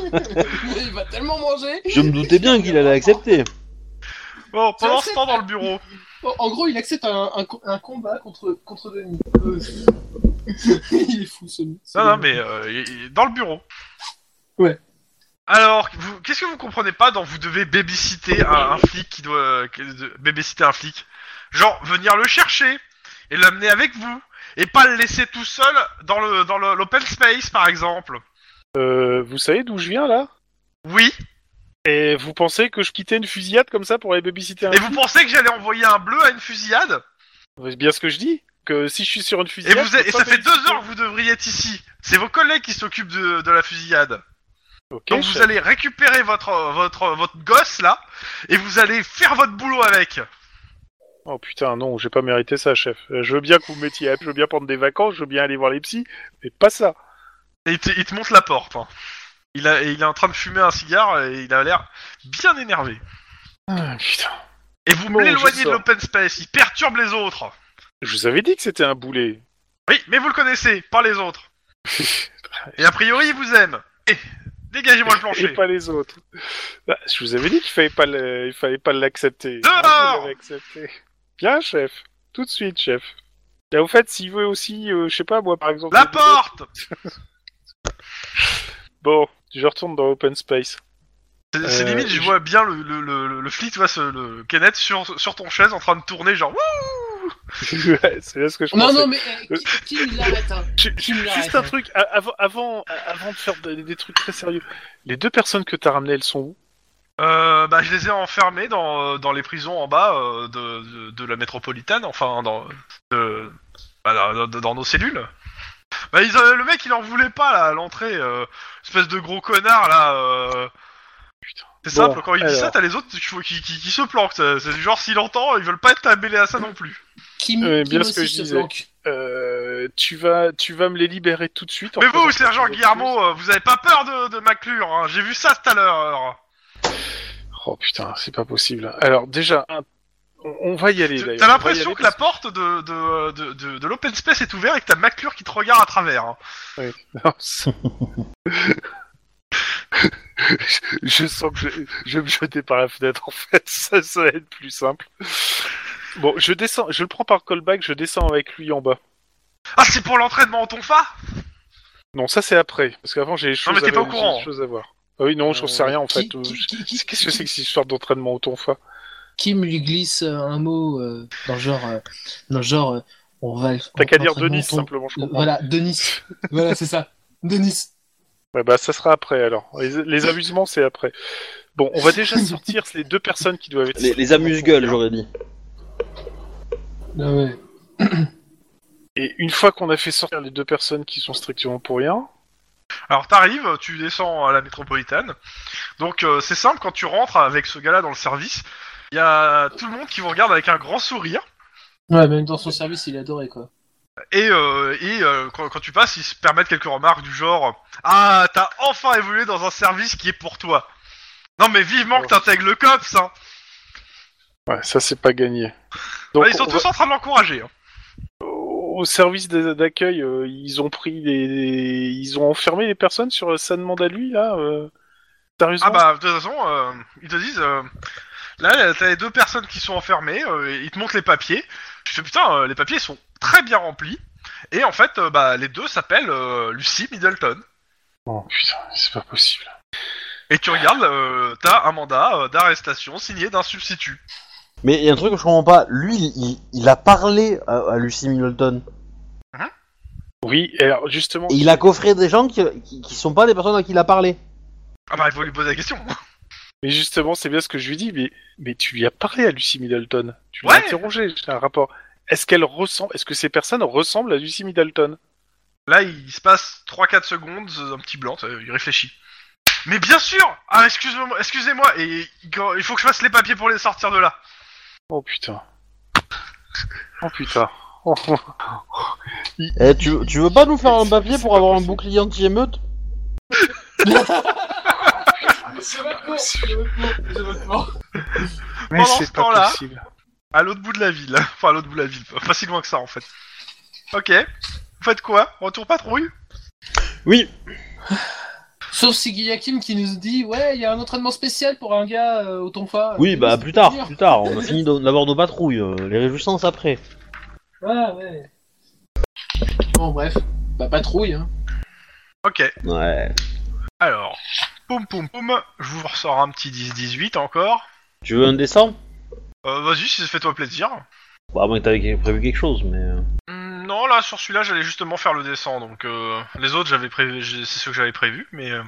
Speaker 3: ouais. il va tellement manger.
Speaker 2: Je me doutais bien qu'il allait accepter.
Speaker 1: Bon, pendant ce
Speaker 3: acceptes
Speaker 1: temps dans le bureau.
Speaker 3: En- En gros, il accepte un, un, co- un combat contre contre Denis. Euh, il est fou ce. ce-
Speaker 1: Non, non, mais euh, il- il- dans le bureau.
Speaker 3: Ouais.
Speaker 1: Alors, vous- qu'est-ce que vous comprenez pas dans vous devez babysitter un, un flic qui doit. euh, que- de- babysitter un flic Genre, venir le chercher et l'amener avec vous. Et pas le laisser tout seul dans le dans le- l'open space, par exemple.
Speaker 4: Euh, vous savez d'où je viens là
Speaker 1: Oui.
Speaker 4: Et vous pensez que je quittais une fusillade comme ça pour aller babysitter un
Speaker 1: Et vous pensez que j'allais envoyer un bleu à une fusillade
Speaker 4: C'est bien ce que je dis. Que si je suis sur une
Speaker 1: Et,
Speaker 4: fusillade.
Speaker 1: vous,
Speaker 4: je
Speaker 1: êtes-
Speaker 4: peux
Speaker 1: et
Speaker 4: pas
Speaker 1: ça fait deux
Speaker 4: babysitter.
Speaker 1: heures que vous devriez être ici. C'est vos collègues qui s'occupent de- de la fusillade.
Speaker 4: Ok.
Speaker 1: Donc
Speaker 4: je-
Speaker 1: vous allez récupérer votre euh, votre euh, votre gosse là et vous allez faire votre boulot avec.
Speaker 4: Oh putain, non, j'ai pas mérité ça, chef. Euh, Je veux bien que vous me mettiez, à- je veux bien prendre des vacances, je veux bien aller voir les psys, mais pas ça.
Speaker 1: Et il te, il te monte la porte. hein. Il a et il est en train de fumer un cigare et il a l'air bien énervé.
Speaker 4: Ah, putain.
Speaker 1: Et vous
Speaker 4: Bon, je
Speaker 1: l'éloignez de
Speaker 4: sors.
Speaker 1: l'open space. Il perturbe les autres.
Speaker 4: Je vous avais dit que c'était un boulet.
Speaker 1: Oui, mais vous le connaissez, pas les autres. Et a priori il vous aime. Eh, dégagez-moi le
Speaker 4: Et
Speaker 1: plancher.
Speaker 4: pas les autres. Bah, je vous avais dit qu'il fallait pas le- il fallait pas l'accepter.
Speaker 1: Dehors
Speaker 4: Ah, vous l'avez accepté. Bien, chef. Tout de suite, chef. Et au fait, s'il veut aussi, euh, je sais pas, moi, par exemple...
Speaker 1: La
Speaker 4: des-
Speaker 1: porte.
Speaker 4: Bon, je retourne dans Open Space.
Speaker 1: C'est c'est
Speaker 4: Euh,
Speaker 1: limite, je
Speaker 4: je-
Speaker 1: vois bien le le le, le flic, tu vois, ce, le Kenneth sur sur ton chaise en train de tourner genre. Wouh
Speaker 4: Ouais, C'est bien ce que je
Speaker 3: Non,
Speaker 4: pensais.
Speaker 3: non, mais euh, Kim- Kim, il l'arrête. Hein.
Speaker 4: Ju-
Speaker 3: Tu me
Speaker 4: ju-
Speaker 3: l'arrêtes,
Speaker 4: Juste un
Speaker 3: hein.
Speaker 4: truc, a- avant, avant, avant de faire des, des trucs très sérieux. Les deux personnes que t'as ramenées, elles sont où
Speaker 1: Euh, bah, je les ai enfermés dans, euh, dans les prisons en bas euh, de, de, de la métropolitaine, enfin dans, de- bah, dans, dans- dans nos cellules. Bah, ils, euh, le mec il en voulait pas là à l'entrée, euh, espèce de gros connard là. euh. C'est
Speaker 4: Bon,
Speaker 1: simple, quand il dit
Speaker 4: alors.
Speaker 1: ça, t'as les autres qui, qui, qui- qui se planquent. C'est c'est du genre s'il entend, ils veulent pas être tabellés à ça non plus.
Speaker 3: Kim,
Speaker 4: Ouais, Euh, bien
Speaker 3: Kim
Speaker 4: ce que
Speaker 3: aussi
Speaker 4: je
Speaker 3: se
Speaker 4: disais.
Speaker 3: planque.
Speaker 4: Euh, tu vas, tu vas me les libérer tout de suite. en
Speaker 1: Mais vous,
Speaker 4: faisant
Speaker 1: sergent
Speaker 4: quelque chose de
Speaker 1: Guillermo, euh, vous avez pas peur de, de McClure, hein, j'ai vu ça tout à l'heure.
Speaker 4: plus. Oh putain, c'est pas possible. Alors déjà, un- on, on va y aller
Speaker 1: Tu-
Speaker 4: d'ailleurs.
Speaker 1: T'as
Speaker 4: On va y
Speaker 1: l'impression
Speaker 4: aller
Speaker 1: que la
Speaker 4: parce-
Speaker 1: porte de, de, de, de- de l'open space est ouverte et que t'as McClure qui te regarde à travers. hein.
Speaker 4: Non, c'est- je, je sens que je, je vais me jeter par la fenêtre en fait, ça, ça va être plus simple. Bon, je descends, je le prends par callback, je descends avec lui en bas.
Speaker 1: Ah, c'est pour l'entraînement en tonfa
Speaker 4: Non, ça c'est après, parce qu'avant j'ai des choses,
Speaker 1: mais t'es
Speaker 4: à-
Speaker 1: pas au
Speaker 4: j'ai
Speaker 1: courant.
Speaker 4: des choses à voir. Ah oui, non, j'en sais rien en fait.
Speaker 3: Euh,
Speaker 4: euh,
Speaker 3: Qui- qui- qui- qui-
Speaker 4: Qu'est-ce que c'est que cette histoire d'entraînement au tonfa
Speaker 3: Kim lui glisse euh, un mot euh, dans le genre, euh, dans le genre, euh, on va.
Speaker 4: T'as qu'à dire Denis
Speaker 3: Nice
Speaker 4: simplement, je comprends.
Speaker 3: Euh, Voilà, Denis. voilà, c'est ça. Denis.
Speaker 4: Ouais, bah, ça sera après alors. Les, les amusements, c'est après. Bon, on va déjà sortir les deux personnes qui doivent être.
Speaker 2: Les, les amuse-gueules, j'aurais dit.
Speaker 3: Ah ouais.
Speaker 4: Et une fois qu'on a fait sortir les deux personnes qui sont strictement pour rien,
Speaker 1: Alors t'arrives, tu descends à la métropolitaine. Donc euh, c'est simple, quand tu rentres avec ce gars-là dans le service, il y a tout le monde qui vous regarde avec un grand sourire.
Speaker 3: Ouais, même dans son service, il adorait quoi.
Speaker 1: Et, euh, et, euh, quand, quand tu passes, ils se permettent quelques remarques du genre Ah, t'as enfin évolué dans un service qui est pour toi. Non mais vivement que t'intègres le COPS. Hein.
Speaker 4: ouais, ça c'est pas gagné. Donc,
Speaker 1: Ouais, ils sont
Speaker 4: on
Speaker 1: tous en train de l'encourager. hein.
Speaker 4: va- au service d'a- d'accueil, euh, ils ont pris des, des- ils ont enfermé les personnes sur euh, ça demande à lui là. euh,
Speaker 1: Ah
Speaker 4: Sérieusement
Speaker 1: bah de toute façon, euh, ils te disent euh, Là, t'as les deux personnes qui sont enfermées, euh, et ils te montrent les papiers. Je fais putain, euh, les papiers sont très bien remplis. Et en fait, euh, bah, les deux s'appellent euh, Lucy Middleton.
Speaker 4: Oh, putain, c'est pas possible.
Speaker 1: Et tu regardes, euh, t'as un mandat euh, d'arrestation signé d'un substitut.
Speaker 2: Mais il y a un truc que je comprends pas. Lui, il, il- il a parlé à, à Lucy Middleton.
Speaker 4: Oui, et alors justement,
Speaker 2: Et il a coffré des gens qui, qui, qui sont pas des personnes à qui il a parlé.
Speaker 1: Ah bah, il faut lui poser la question.
Speaker 4: mais justement, c'est bien ce que je lui dis, mais mais tu lui as parlé à Lucy Middleton, tu l'as
Speaker 1: Ouais.
Speaker 4: interrogé, j'ai un rapport. Est-ce qu'elle ressemble, est-ce que ces personnes ressemblent à Lucy Middleton
Speaker 1: Là, il se passe 3-4 secondes, euh, un petit blanc, euh, il réfléchit. Mais bien sûr Ah, excuse-moi, excusez-moi, et il quand- il faut que je fasse les papiers pour les sortir de là.
Speaker 4: Oh putain. Oh putain. Oh, oh.
Speaker 2: Eh, tu, tu veux pas nous faire un papier pour avoir un bouclier anti-émeute
Speaker 3: C'est votre c'est votre
Speaker 4: Mais
Speaker 1: Pendant
Speaker 4: c'est
Speaker 1: ce
Speaker 4: pas
Speaker 1: temps-là-
Speaker 4: possible.
Speaker 1: À l'autre bout de la ville. Enfin, à l'autre bout de la ville, pas si loin que ça, en fait. Ok. Vous faites quoi Retour patrouille
Speaker 2: Oui.
Speaker 3: Sauf si Guillakim qui nous dit Ouais, il y a un entraînement spécial pour un gars euh, au tonfa.
Speaker 2: Oui, bah plus tard,
Speaker 3: Ouais,
Speaker 2: plus tard. On a fini d'o- d'avoir nos patrouilles. euh, les réjouissances après.
Speaker 3: Ah, ouais. Bon, bref. Bah, patrouille, hein.
Speaker 1: Ok.
Speaker 2: Ouais.
Speaker 1: Alors, poum poum poum, je vous ressors un petit 10-18 encore.
Speaker 2: Tu veux un dessin
Speaker 1: Euh, Vas-y, si- fais-toi plaisir.
Speaker 2: Bah, à moins que t'avais prévu quelque chose, mais. euh,
Speaker 1: Hmm, Non, là, sur celui-là, j'allais justement faire le dessin, donc euh, les autres, j'avais prévu, j'ai- c'est ceux que j'avais prévu, mais euh,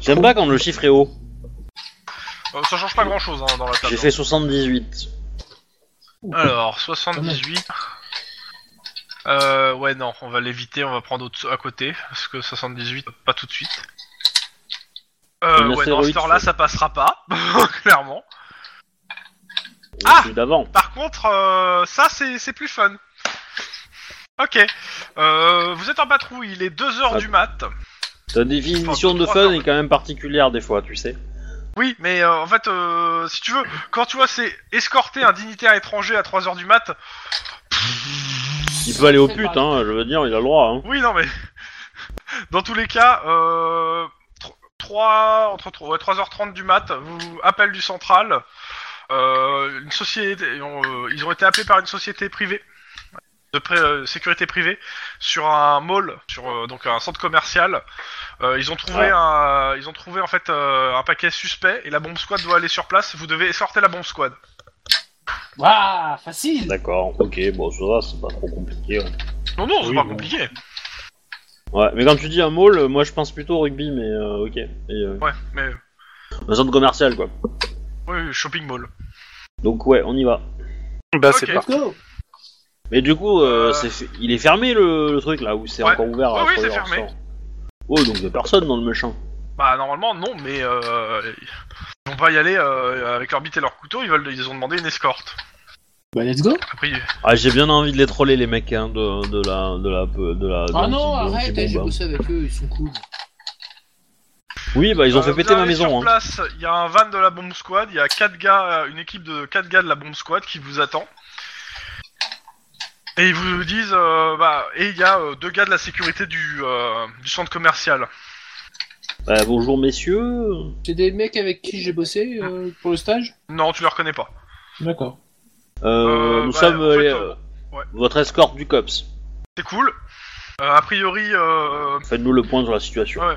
Speaker 2: J'aime pas quand le chiffre est haut.
Speaker 1: euh, ça change pas grand-chose hein, dans la table.
Speaker 2: J'ai fait 78.
Speaker 1: Alors, 78. Euh, ouais, non, on va l'éviter, on va prendre autre- à côté, parce que 78, pas tout de suite. Euh, ouais,
Speaker 2: Un
Speaker 1: dans ce
Speaker 2: astéroïde,
Speaker 1: temps-là,
Speaker 2: c'est-
Speaker 1: ça passera pas, clairement. Ah
Speaker 2: Ah d'avant.
Speaker 1: Par contre, euh, ça, c'est c'est plus fun. Ok. Euh, vous êtes en patrouille, il est 2h
Speaker 2: Ah.
Speaker 1: du mat.
Speaker 2: Ta définition de fun est quand même particulière des fois, tu sais.
Speaker 1: Oui, mais euh, en fait, euh, si tu veux, quand tu vois, c'est escorter un dignitaire étranger à 3h du mat.
Speaker 2: Il peut aller aux putes, hein, je veux dire, il a le droit. Hein.
Speaker 1: Oui, non, mais. Dans tous les cas, euh, 3, entre trois- ouais, 3h30 du mat, vous appel du central. euh, une société, euh, ils ont été appelés par une société privée de pré- euh, sécurité privée sur un mall, sur euh, donc un centre commercial. Euh, ils ont trouvé un, ils ont trouvé en fait euh, un paquet suspect et la bombe squad doit aller sur place. Vous devez escorter la bombe squad.
Speaker 3: Waouh, Ah, facile
Speaker 2: D'accord, ok, bon, ça va, c'est pas trop compliqué. hein.
Speaker 1: Non, non, c'est
Speaker 4: Oui,
Speaker 1: pas
Speaker 4: bon.
Speaker 1: compliqué.
Speaker 2: Ouais, mais quand tu dis un mall, euh, moi je pense plutôt au rugby, mais euh, ok. Et, euh,
Speaker 1: Ouais, mais
Speaker 2: un centre commercial, quoi.
Speaker 1: oui, shopping mall.
Speaker 2: Donc, ouais, on y va.
Speaker 4: Bah,
Speaker 1: Ok.
Speaker 4: c'est parti.
Speaker 3: Go
Speaker 2: Mais du coup, euh,
Speaker 1: Euh.
Speaker 2: c'est fait- il est fermé le, le truc là, ou c'est
Speaker 1: Ouais.
Speaker 2: encore ouvert
Speaker 1: Oui,
Speaker 2: à
Speaker 1: oui,
Speaker 2: 3
Speaker 1: c'est
Speaker 2: heures,
Speaker 1: fermé.
Speaker 2: ça. Oh, donc il y a personne dans le méchant.
Speaker 1: Bah normalement non, mais euh, ils vont pas y aller euh, avec leur bite et leur couteau. Ils veulent, ils ont demandé une escorte.
Speaker 3: Bah, let's go
Speaker 1: Après,
Speaker 2: Ah, j'ai bien envie de les troller, les mecs, hein, de, de la. de la. de la. de
Speaker 3: Ah
Speaker 2: l'anti-
Speaker 3: non,
Speaker 2: de bah,
Speaker 3: arrête, eh, j'ai
Speaker 2: l'anti-bombe, hein.
Speaker 3: bossé avec eux, ils sont cool.
Speaker 2: Oui, bah ils ont
Speaker 1: Euh,
Speaker 2: fait
Speaker 1: vous
Speaker 2: péter ma
Speaker 1: arrivez Sur
Speaker 2: maison. Hein.
Speaker 1: place, il y a un van de la bombe squad, il y a quatre gars, euh, une équipe de quatre gars de la bombe squad qui vous attend. Et ils vous disent, euh, bah, et il y a euh, deux gars de la sécurité du, euh, du centre commercial.
Speaker 2: Bah, bonjour messieurs.
Speaker 3: C'est des mecs avec qui j'ai bossé euh, pour le stage
Speaker 1: Non, tu les reconnais pas.
Speaker 3: D'accord.
Speaker 2: Euh,
Speaker 1: Euh,
Speaker 2: nous
Speaker 1: bah,
Speaker 2: sommes
Speaker 1: en fait,
Speaker 2: les-
Speaker 1: euh, ouais.
Speaker 2: votre escorte du cops.
Speaker 1: C'est cool. Euh, a priori, euh,
Speaker 2: Faites-nous le point sur la situation.
Speaker 1: Ouais.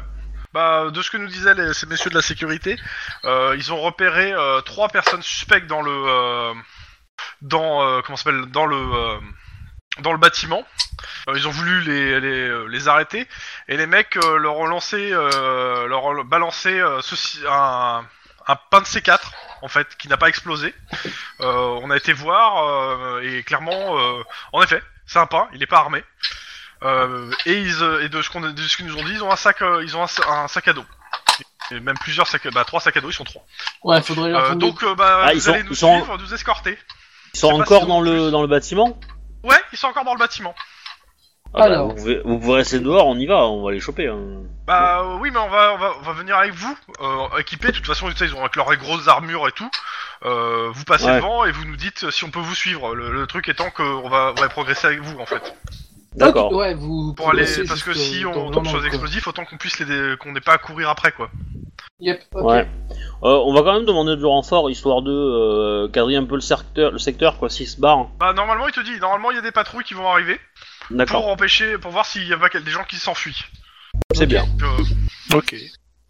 Speaker 1: Bah, de ce que nous disaient les- ces messieurs de la sécurité, euh, ils ont repéré euh, trois personnes suspectes dans le euh, dans euh, comment ça s'appelle dans le euh, dans le bâtiment. Euh, ils ont voulu les, les, euh, les arrêter et les mecs euh, leur ont lancé euh, leur ont balancé euh, ceci un un pain de C4 en fait qui n'a pas explosé. Euh, on a été voir euh, et clairement euh, en effet c'est un pain, il n'est pas armé. Euh, et, ils, euh, et de ce qu'on de ce qu'ils nous ont dit, ils ont un sac, euh, ils ont un, sa- un sac à dos. Et même plusieurs sacs, bah trois sacs à dos, ils sont trois.
Speaker 3: Ouais, faudrait leur
Speaker 1: Euh,
Speaker 3: fondre-
Speaker 1: donc euh, bah
Speaker 2: Ah,
Speaker 1: vous
Speaker 2: ils sont-
Speaker 1: allez nous
Speaker 2: ils sont-
Speaker 1: suivre, nous escorter.
Speaker 2: Ils
Speaker 1: je
Speaker 2: sont
Speaker 1: sais pas
Speaker 2: encore
Speaker 1: si on
Speaker 2: dans
Speaker 1: peut
Speaker 2: le
Speaker 1: plus.
Speaker 2: dans le bâtiment.
Speaker 1: Ouais, ils sont encore dans le bâtiment.
Speaker 2: Ah bah,
Speaker 3: Alors.
Speaker 2: vous, pouvez, vous pouvez rester dehors, on y va, on va les choper. hein.
Speaker 1: Bah euh, oui, mais on va, on va, on va venir avec vous, euh, équipés. De toute façon, tu sais, ils ont avec leurs grosses armures et tout. Euh, vous passez
Speaker 2: Ouais.
Speaker 1: devant et vous nous dites si on peut vous suivre. Le, le truc étant qu'on va, on va progresser avec vous en fait.
Speaker 2: D'accord.
Speaker 3: Ok, ouais, vous
Speaker 1: Pour aller,
Speaker 3: progressez
Speaker 1: parce que
Speaker 3: jusqu'au-
Speaker 1: si
Speaker 3: dans
Speaker 1: on tombe
Speaker 3: le moment,
Speaker 1: sur des
Speaker 3: quoi.
Speaker 1: explosifs, autant qu'on puisse les, dé- qu'on n'ait pas à courir après quoi.
Speaker 3: Yep, ok.
Speaker 2: Ouais. Euh, on va quand même demander du renfort histoire de euh, cadrer un peu le secteur, le secteur quoi, s'ils se barrent.
Speaker 1: Bah normalement, il te dit, normalement, il y a des patrouilles qui vont arriver.
Speaker 2: D'accord,
Speaker 1: pour empêcher, pour voir s'il y a pas quel- des gens qui s'enfuient.
Speaker 2: c'est bien.
Speaker 1: Donc, euh,
Speaker 4: Ok.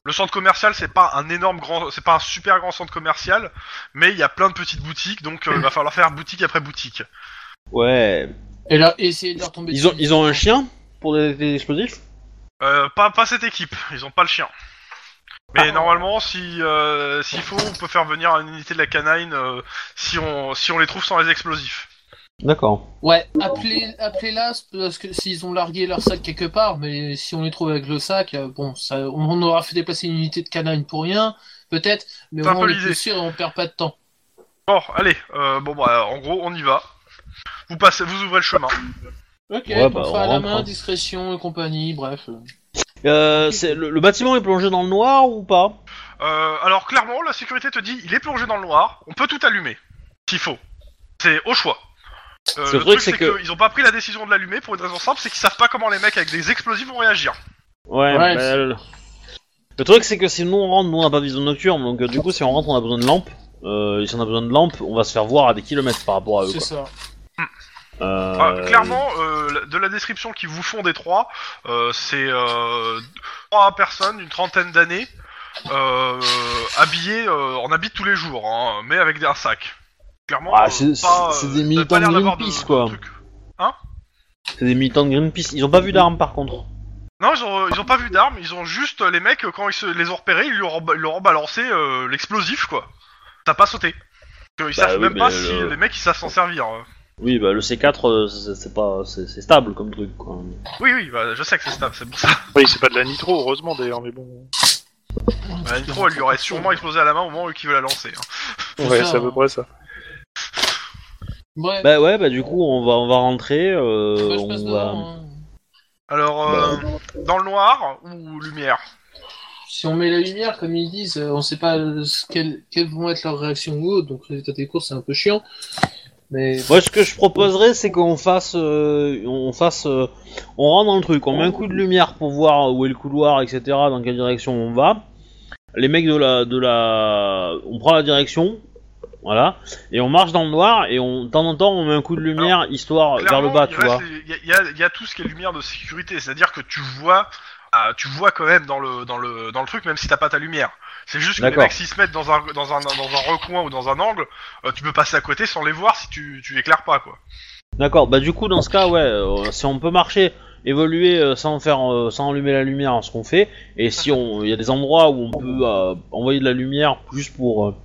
Speaker 1: le centre commercial, c'est pas un énorme grand, c'est pas un super grand centre commercial, mais il y a plein de petites boutiques, donc euh,
Speaker 2: Mm.
Speaker 1: il va falloir faire boutique après boutique.
Speaker 2: Ouais.
Speaker 3: Et là, essayez de leur tomber
Speaker 2: Ils ont,
Speaker 3: dessus.
Speaker 2: ils ont un chien pour des, des explosifs
Speaker 1: Euh, pas, pas cette équipe, ils ont pas le chien. Mais
Speaker 2: Ah.
Speaker 1: normalement, si euh, s'il faut, on peut faire venir une unité de la canine euh, si on si on les trouve sans les explosifs.
Speaker 2: D'accord.
Speaker 3: Ouais, appelez, appelez là parce que s'ils ont largué leur sac quelque part, mais si on les trouve avec le sac, euh, bon, ça, on on aura fait déplacer une unité de canine pour rien, peut-être, mais au
Speaker 1: C'est un
Speaker 3: moins
Speaker 1: peu
Speaker 3: on est
Speaker 1: l'idée.
Speaker 3: plus sûr et on perd pas de temps.
Speaker 1: Bon, allez, euh, bon bah en gros, on y va. Vous passez, vous ouvrez le chemin.
Speaker 3: Ok,
Speaker 2: Ouais, bah,
Speaker 3: on
Speaker 2: on
Speaker 3: fera à la
Speaker 2: rentre,
Speaker 3: main,
Speaker 2: hein.
Speaker 3: discrétion et compagnie, bref.
Speaker 2: Euh, c'est- le, le bâtiment est plongé dans le noir ou pas
Speaker 1: Euh, alors clairement, la sécurité te dit, il est plongé dans le noir, on peut tout allumer, s'il faut. C'est au choix. Euh,
Speaker 2: C'est
Speaker 1: le
Speaker 2: vrai
Speaker 1: truc,
Speaker 2: que c'est
Speaker 1: c'est
Speaker 2: que-
Speaker 1: qu'ils ont pas pris la décision de l'allumer pour une raison simple, c'est qu'ils savent pas comment les mecs avec des explosifs vont réagir.
Speaker 2: Ouais,
Speaker 3: Ouais,
Speaker 2: bah,
Speaker 3: c'est-
Speaker 2: le... le truc c'est que si nous on rentre, nous on n'a pas besoin de nocturne, donc euh, du coup si on rentre on a besoin de lampes. Euh, et si on a besoin de lampes, on va se faire voir à des kilomètres par rapport à eux. Ah,
Speaker 3: C'est
Speaker 2: quoi.
Speaker 3: ça.
Speaker 2: Euh,
Speaker 1: Euh, clairement, euh, la- de la description qu'ils vous font des trois, euh, c'est euh, trois personnes d'une trentaine d'années, euh, habillées euh, en habit de tous les jours, hein, mais avec des- un sac. Clairement,
Speaker 2: Ah,
Speaker 1: euh,
Speaker 2: c'est-
Speaker 1: pas,
Speaker 2: c'est- c'est
Speaker 1: euh,
Speaker 2: des
Speaker 1: t'as
Speaker 2: militants
Speaker 1: pas l'air
Speaker 2: de
Speaker 1: d'avoir
Speaker 2: Greenpeace, quoi.
Speaker 1: truc.
Speaker 2: C'est des militants de Greenpeace. Ils ont pas vu d'armes par contre.
Speaker 1: Non, ils ont, ils ont pas vu d'armes, ils ont juste, les mecs, quand ils se, les ont repérés, ils leur ont, ils leur ont balancé euh, l'explosif, quoi. Ça a pas sauté. Ils savent
Speaker 2: Bah oui,
Speaker 1: même
Speaker 2: mais
Speaker 1: pas
Speaker 2: le-
Speaker 1: si les mecs, ils savent s'en servir. hein.
Speaker 2: Oui, bah le C4 euh, c'est c'est pas c'est c'est stable comme truc quoi.
Speaker 1: Oui, oui, bah, je sais que c'est stable, c'est pour ça.
Speaker 4: Oui, c'est pas de la nitro, heureusement d'ailleurs, mais bon.
Speaker 1: La nitro, Bah, elle lui aurait sûrement explosé à la main au moment où il veut la lancer. hein.
Speaker 3: C'est
Speaker 4: Ouais,
Speaker 3: ça,
Speaker 4: c'est à peu
Speaker 3: hein.
Speaker 4: près ça.
Speaker 3: Bref,
Speaker 2: Bah ouais, bah du coup on va on va rentrer, euh,
Speaker 3: moi, je passe
Speaker 2: on va.
Speaker 3: devant, hein.
Speaker 1: Alors, euh,
Speaker 2: Bah.
Speaker 1: dans le noir ou lumière
Speaker 3: Si on met la lumière, comme ils disent, euh, on sait pas euh, ce- quelles, quelles vont être leurs réactions ou autres, donc résultat des courses, c'est un peu chiant. Mais
Speaker 2: Moi ce que je proposerais c'est qu'on fasse euh, on fasse euh, on rentre dans le truc, on met un coup de lumière pour voir où est le couloir etc dans quelle direction on va. Les mecs de la de la on prend la direction voilà et on marche dans le noir et on de temps en temps on met un coup de lumière histoire Oh, vers le
Speaker 1: Clairement,
Speaker 2: bas
Speaker 1: il
Speaker 2: tu
Speaker 1: reste
Speaker 2: vois.
Speaker 1: les- Il y, a- il y a- il y a tout ce qui est lumière de sécurité, c'est-à-dire que tu vois, ah, tu vois quand même dans le dans le dans le truc, même si t'as pas ta lumière. C'est juste que les
Speaker 2: D'accord.
Speaker 1: mecs s'ils se mettent dans un dans un dans un recoin ou dans un angle, euh, tu peux passer à côté sans les voir si tu tu éclaires pas quoi.
Speaker 2: D'accord, bah du coup dans ce cas ouais, euh, si on peut marcher, évoluer euh, sans faire, euh, sans allumer la lumière, ce qu'on fait, et si on, il y a des endroits où on peut euh, envoyer de la lumière juste pour euh,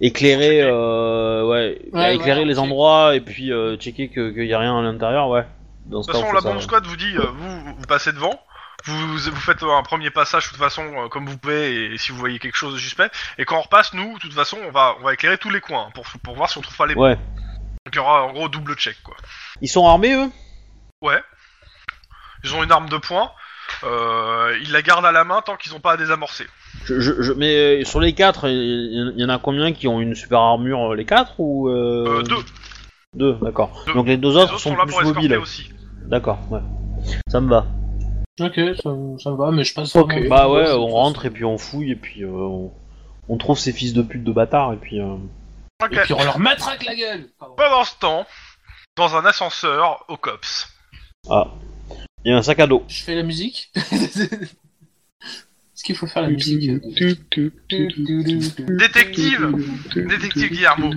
Speaker 2: éclairer, euh, ouais,
Speaker 3: Ouais,
Speaker 2: éclairer
Speaker 3: voilà,
Speaker 2: les
Speaker 3: ok.
Speaker 2: endroits et puis euh, checker que- qu'il y a rien à l'intérieur, ouais. Dans ce
Speaker 1: De
Speaker 2: cas,
Speaker 1: toute façon,
Speaker 2: on fait
Speaker 1: la
Speaker 2: ça,
Speaker 1: bombe
Speaker 2: ouais.
Speaker 1: squad vous dit, euh, vous vous passez devant. Vous, vous faites un premier passage de toute façon euh, comme vous pouvez et si vous voyez quelque chose de suspect et quand on repasse nous de toute façon on va on va éclairer tous les coins hein, pour, pour voir si on trouve pas les
Speaker 2: Ouais.
Speaker 1: donc il y aura en gros double check quoi
Speaker 2: Ils sont armés eux
Speaker 1: Ils ont une arme de poing. Euh, ils la gardent à la main tant qu'ils n'ont pas à désamorcer.
Speaker 2: Je, je- je- mais euh, sur les quatre, il y, y en a combien qui ont une super armure euh, Les quatre ou euh,
Speaker 1: Euh, deux.
Speaker 2: Deux, d'accord.
Speaker 1: Deux.
Speaker 2: Donc les deux
Speaker 1: Les
Speaker 2: autres
Speaker 1: autres
Speaker 2: sont,
Speaker 1: sont là
Speaker 2: plus
Speaker 1: pour escorter
Speaker 2: mobiles.
Speaker 1: aussi.
Speaker 2: D'accord, ouais. Ça me va.
Speaker 3: Ok, ça, ça va, mais je passe.
Speaker 2: Ok.
Speaker 3: vraiment-
Speaker 2: Bah ouais, on rentre et puis on fouille et puis euh, on, on trouve ces fils de pute de bâtards et puis. euh,
Speaker 1: Ok.
Speaker 3: Et puis on leur matraque la gueule. Pardon.
Speaker 1: Pendant ce temps, dans un ascenseur au COPS.
Speaker 2: Ah, il y a un sac à dos.
Speaker 3: Je fais la musique. Est-ce qu'il faut faire la musique
Speaker 1: Détective Détective Guillermo,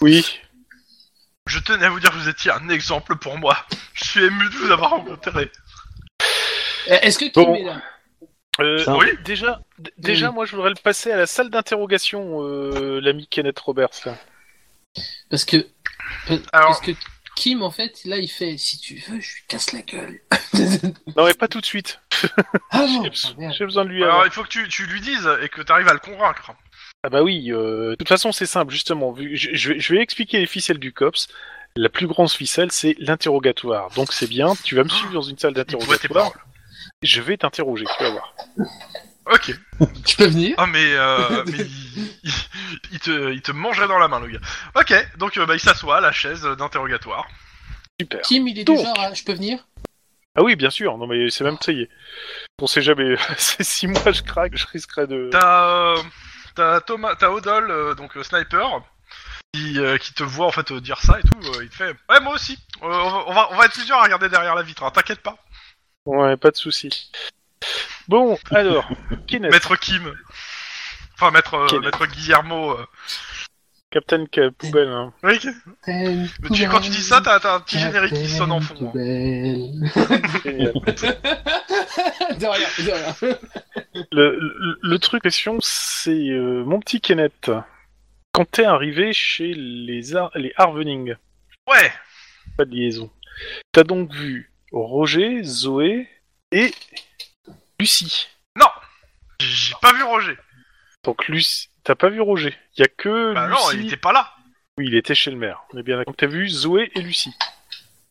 Speaker 4: Oui.
Speaker 1: je tenais à vous dire que vous étiez un exemple pour moi. Je suis ému de vous avoir rencontré.
Speaker 3: Eh, Est-ce que Kim
Speaker 4: Bon.
Speaker 3: est là
Speaker 4: Euh,
Speaker 2: Ça.
Speaker 4: oui, déjà, d- déjà,
Speaker 3: Oui.
Speaker 4: moi, je voudrais le passer à la salle d'interrogation, euh, l'ami Kenneth Roberts. Là.
Speaker 3: Parce que euh,
Speaker 1: Alors,
Speaker 3: parce que Kim en fait là il fait si tu veux je lui casse la gueule.
Speaker 4: Non, mais pas tout de suite.
Speaker 3: ah non.
Speaker 4: J'ai
Speaker 3: ah, merde.
Speaker 4: j'ai besoin de lui. avant.
Speaker 1: alors, il faut que tu, tu lui dises et que tu arrives à le convaincre.
Speaker 4: Ah bah oui, euh, de toute façon c'est simple justement. Vu, je, je vais, je vais expliquer les ficelles du cops. La plus grande ficelle c'est l'interrogatoire. Donc c'est bien, tu vas me suivre dans une salle
Speaker 1: Il doit tes
Speaker 4: d'interrogatoire.
Speaker 1: paroles.
Speaker 4: Je vais t'interroger, tu vas voir.
Speaker 1: Ok.
Speaker 3: Tu peux venir
Speaker 1: Ah mais, euh, mais il, il- il te, il te mangerait dans la main le gars. Ok, donc euh, bah, il s'assoit à la chaise d'interrogatoire.
Speaker 4: Super.
Speaker 3: Kim il est
Speaker 4: Donc.
Speaker 3: du genre à- je peux venir
Speaker 4: Ah oui, bien sûr. Non mais c'est même ça y est. On sait jamais. C'est- si moi je craque, je risquerais de.
Speaker 1: T'as euh, t'as Thomas, t'as Odol euh, donc euh, sniper qui, euh, qui te voit en fait euh, dire ça et tout. euh, il te fait ouais moi aussi. Euh, on, va- on va on va être plusieurs à regarder derrière la vitre. hein, T'inquiète pas.
Speaker 4: Ouais, pas de souci. Bon, alors, Kenneth,
Speaker 1: Maître Kim. Enfin maître euh,
Speaker 4: Quel-
Speaker 1: maître Guillermo. euh.
Speaker 4: Captain Ca- Poubelle. hein.
Speaker 1: Oui, mais tu- quand tu dis ça t'as t'as un
Speaker 3: Ah,
Speaker 1: petit générique qui sonne en fond. hein.
Speaker 3: Poubelle.
Speaker 4: Génial.
Speaker 3: de rien, de rien.
Speaker 4: Le, le, le truc en question, c'est euh, mon petit Kenneth. Quand t'es arrivé chez les, Ar- les Harvening,
Speaker 1: Ouais.
Speaker 4: pas de liaison, t'as donc vu Roger, Zoé et Lucie.
Speaker 1: Non. J'ai pas vu Roger.
Speaker 4: Donc Lucie, t'as pas vu Roger. Il y a que
Speaker 1: Bah
Speaker 4: Lucie.
Speaker 1: non il était pas là.
Speaker 4: Oui, il était chez le maire. On est bien d'accord. Donc, T'as vu Zoé et Lucie.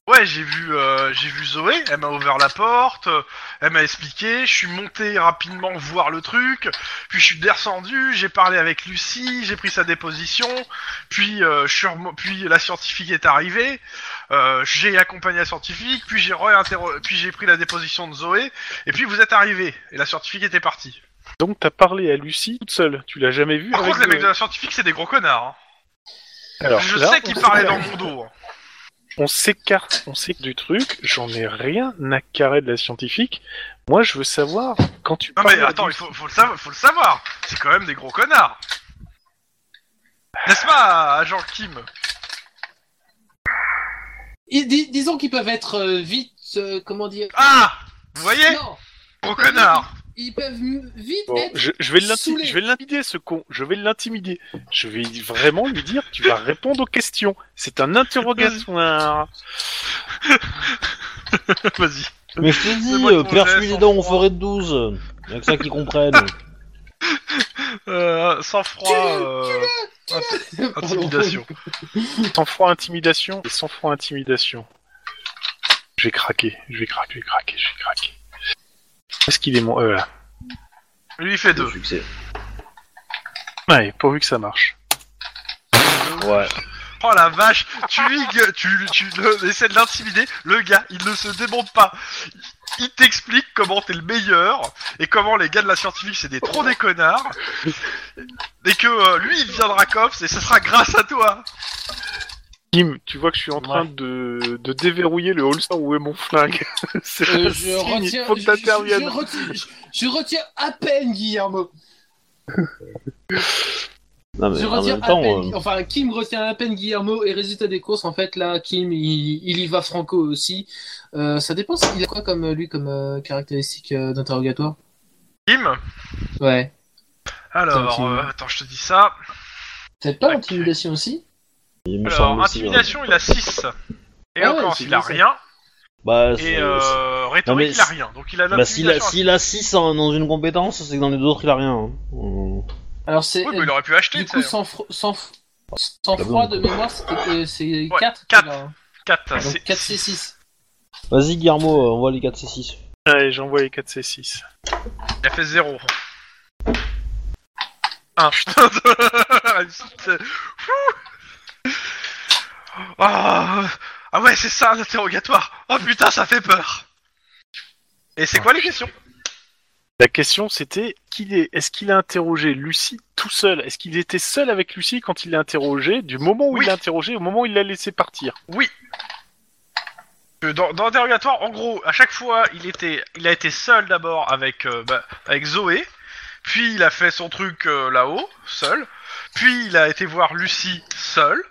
Speaker 1: Ouais, j'ai vu, euh, j'ai vu Zoé, elle m'a ouvert la porte, euh, elle m'a expliqué, je suis monté rapidement voir le truc, puis je suis descendu, j'ai parlé avec Lucie, j'ai pris sa déposition, puis, euh, je suis remo- puis la scientifique est arrivée, euh, j'ai accompagné la scientifique, puis j'ai réinterro- puis j'ai pris la déposition de Zoé, et puis vous êtes arrivé, et la scientifique était partie.
Speaker 4: Donc t'as parlé à Lucie toute seule. Tu l'as jamais vue
Speaker 1: Par
Speaker 4: avec
Speaker 1: contre, les
Speaker 4: Zoé.
Speaker 1: mecs de la scientifique, c'est des gros connards. hein.
Speaker 4: Alors,
Speaker 1: je
Speaker 4: là,
Speaker 1: sais
Speaker 4: on
Speaker 1: qu'ils
Speaker 4: sait
Speaker 1: parlaient
Speaker 4: pas.
Speaker 1: dans mon dos. hein.
Speaker 4: on s'écarte, on s'écarte du truc, j'en ai rien à carrer de la scientifique. Moi, je veux savoir, quand tu
Speaker 1: Non
Speaker 4: parles
Speaker 1: mais
Speaker 4: à
Speaker 1: attends,
Speaker 4: Lucie-
Speaker 1: il faut, faut le savoir, faut le savoir. C'est quand même des gros connards. N'est-ce pas, agent Kim
Speaker 3: Ils- dis- disons qu'ils peuvent être euh, vite, euh, comment dire
Speaker 1: Ah Vous voyez
Speaker 3: Non,
Speaker 1: Gros connards
Speaker 3: ils peuvent m- vite
Speaker 4: Bon,
Speaker 3: être.
Speaker 4: je, je vais l'intimider,
Speaker 3: saoulé.
Speaker 4: je vais l'intimider, ce con. Je vais l'intimider. Je vais vraiment lui dire, tu vas répondre aux questions. C'est un interrogatoire.
Speaker 1: Vas-y.
Speaker 2: Mais je te
Speaker 1: moi
Speaker 2: dis,
Speaker 1: qui
Speaker 2: euh,
Speaker 1: m'en
Speaker 2: perche
Speaker 1: laisse,
Speaker 2: les
Speaker 1: en
Speaker 2: dents, on
Speaker 1: froid.
Speaker 2: ferait de 12. Y'a que ça qu'ils comprennent.
Speaker 1: Euh, sans froid,
Speaker 3: Tue-le,
Speaker 1: euh,
Speaker 3: Pardon.
Speaker 1: intimidation.
Speaker 4: Sans froid intimidation et sans froid intimidation. Je vais craquer, je vais craquer, je vais craquer, je vais craquer. Est-ce qu'il est mon E là
Speaker 1: Lui il fait deux.
Speaker 2: succès.
Speaker 4: Ouais, pourvu que ça marche.
Speaker 2: Ouais.
Speaker 1: Oh la vache Tu, lui gue- tu, tu le- essaies de l'intimider, le gars il ne se démonte pas. Il t'explique comment t'es le meilleur et comment les gars de la scientifique c'est des trop des connards. Et que euh, lui il viendra cops et ce sera grâce à toi.
Speaker 4: Kim, tu vois que je suis en train de, de déverrouiller le holster où est mon flingue. C'est
Speaker 3: Euh, je
Speaker 4: un signe,
Speaker 3: retiens.
Speaker 4: Il faut que
Speaker 3: je- je-
Speaker 4: t'interviennes.
Speaker 3: je retiens- je- je retiens à peine Guillermo.
Speaker 2: Non, mais
Speaker 3: Je
Speaker 2: en
Speaker 3: retiens
Speaker 2: même
Speaker 3: à
Speaker 2: temps.
Speaker 3: peine.
Speaker 2: euh,
Speaker 3: Enfin, Kim retient à peine Guillermo et résultat des courses. En fait, là, Kim, il, il y va franco aussi. Euh, ça dépend. Il a quoi comme euh, lui comme euh, caractéristique euh, d'interrogatoire
Speaker 1: Kim
Speaker 3: Ouais.
Speaker 1: Alors,
Speaker 3: Tim.
Speaker 1: euh, attends, je te dis ça.
Speaker 3: Peut-être pas
Speaker 1: Ok.
Speaker 3: l'intimidation aussi
Speaker 2: il me
Speaker 1: Alors,
Speaker 2: semble aussi, hein. ouais.
Speaker 1: intimidation, il a 6. Et
Speaker 3: Ah ouais,
Speaker 1: encore,
Speaker 3: c'est
Speaker 1: il a
Speaker 3: bien ça.
Speaker 1: rien.
Speaker 2: Bah,
Speaker 1: Et
Speaker 2: c'est-
Speaker 1: euh,
Speaker 2: Non, mais
Speaker 1: rhétorique, il a rien. Donc il a
Speaker 2: Bah, s'il a,
Speaker 1: l'intimidation.
Speaker 2: s'il a 6 en- dans une compétence, c'est que dans les deux autres il a rien. hein. Euh,
Speaker 3: Alors c'est.
Speaker 1: Oui, mais il aurait pu acheter,
Speaker 3: Du
Speaker 1: tu
Speaker 3: coup,
Speaker 1: sais.
Speaker 3: sans, fro- sans, f- sans
Speaker 2: Ah
Speaker 3: froid
Speaker 2: bon.
Speaker 3: de mémoire, c'était- euh, c'est
Speaker 1: Ouais,
Speaker 3: 4
Speaker 1: quatre. 4.
Speaker 3: hein. Donc 4 C6.
Speaker 2: Vas-y, Guillermo, euh, envoie les 4 C6.
Speaker 4: Allez, j'envoie les 4C6.
Speaker 1: Il a fait 0. 1. Ah, Putain de... Réussite. Ouh. Ah. Ah ouais, c'est ça l'interrogatoire. Oh putain, ça fait peur. Et
Speaker 3: Ah.
Speaker 1: c'est quoi les questions
Speaker 4: La question c'était qu'il est. Est-ce qu'il a interrogé Lucie tout seul Est-ce qu'il était seul avec Lucie quand il l'a interrogé, du moment où
Speaker 1: Oui.
Speaker 4: il l'a interrogé au moment où il l'a laissé partir
Speaker 1: Oui. Que Dans, dans l'interrogatoire, en gros, à chaque fois, il était, il a été seul d'abord avec, euh, bah, avec Zoé, puis il a fait son truc euh, là-haut, seul, puis il a été voir Lucie seul,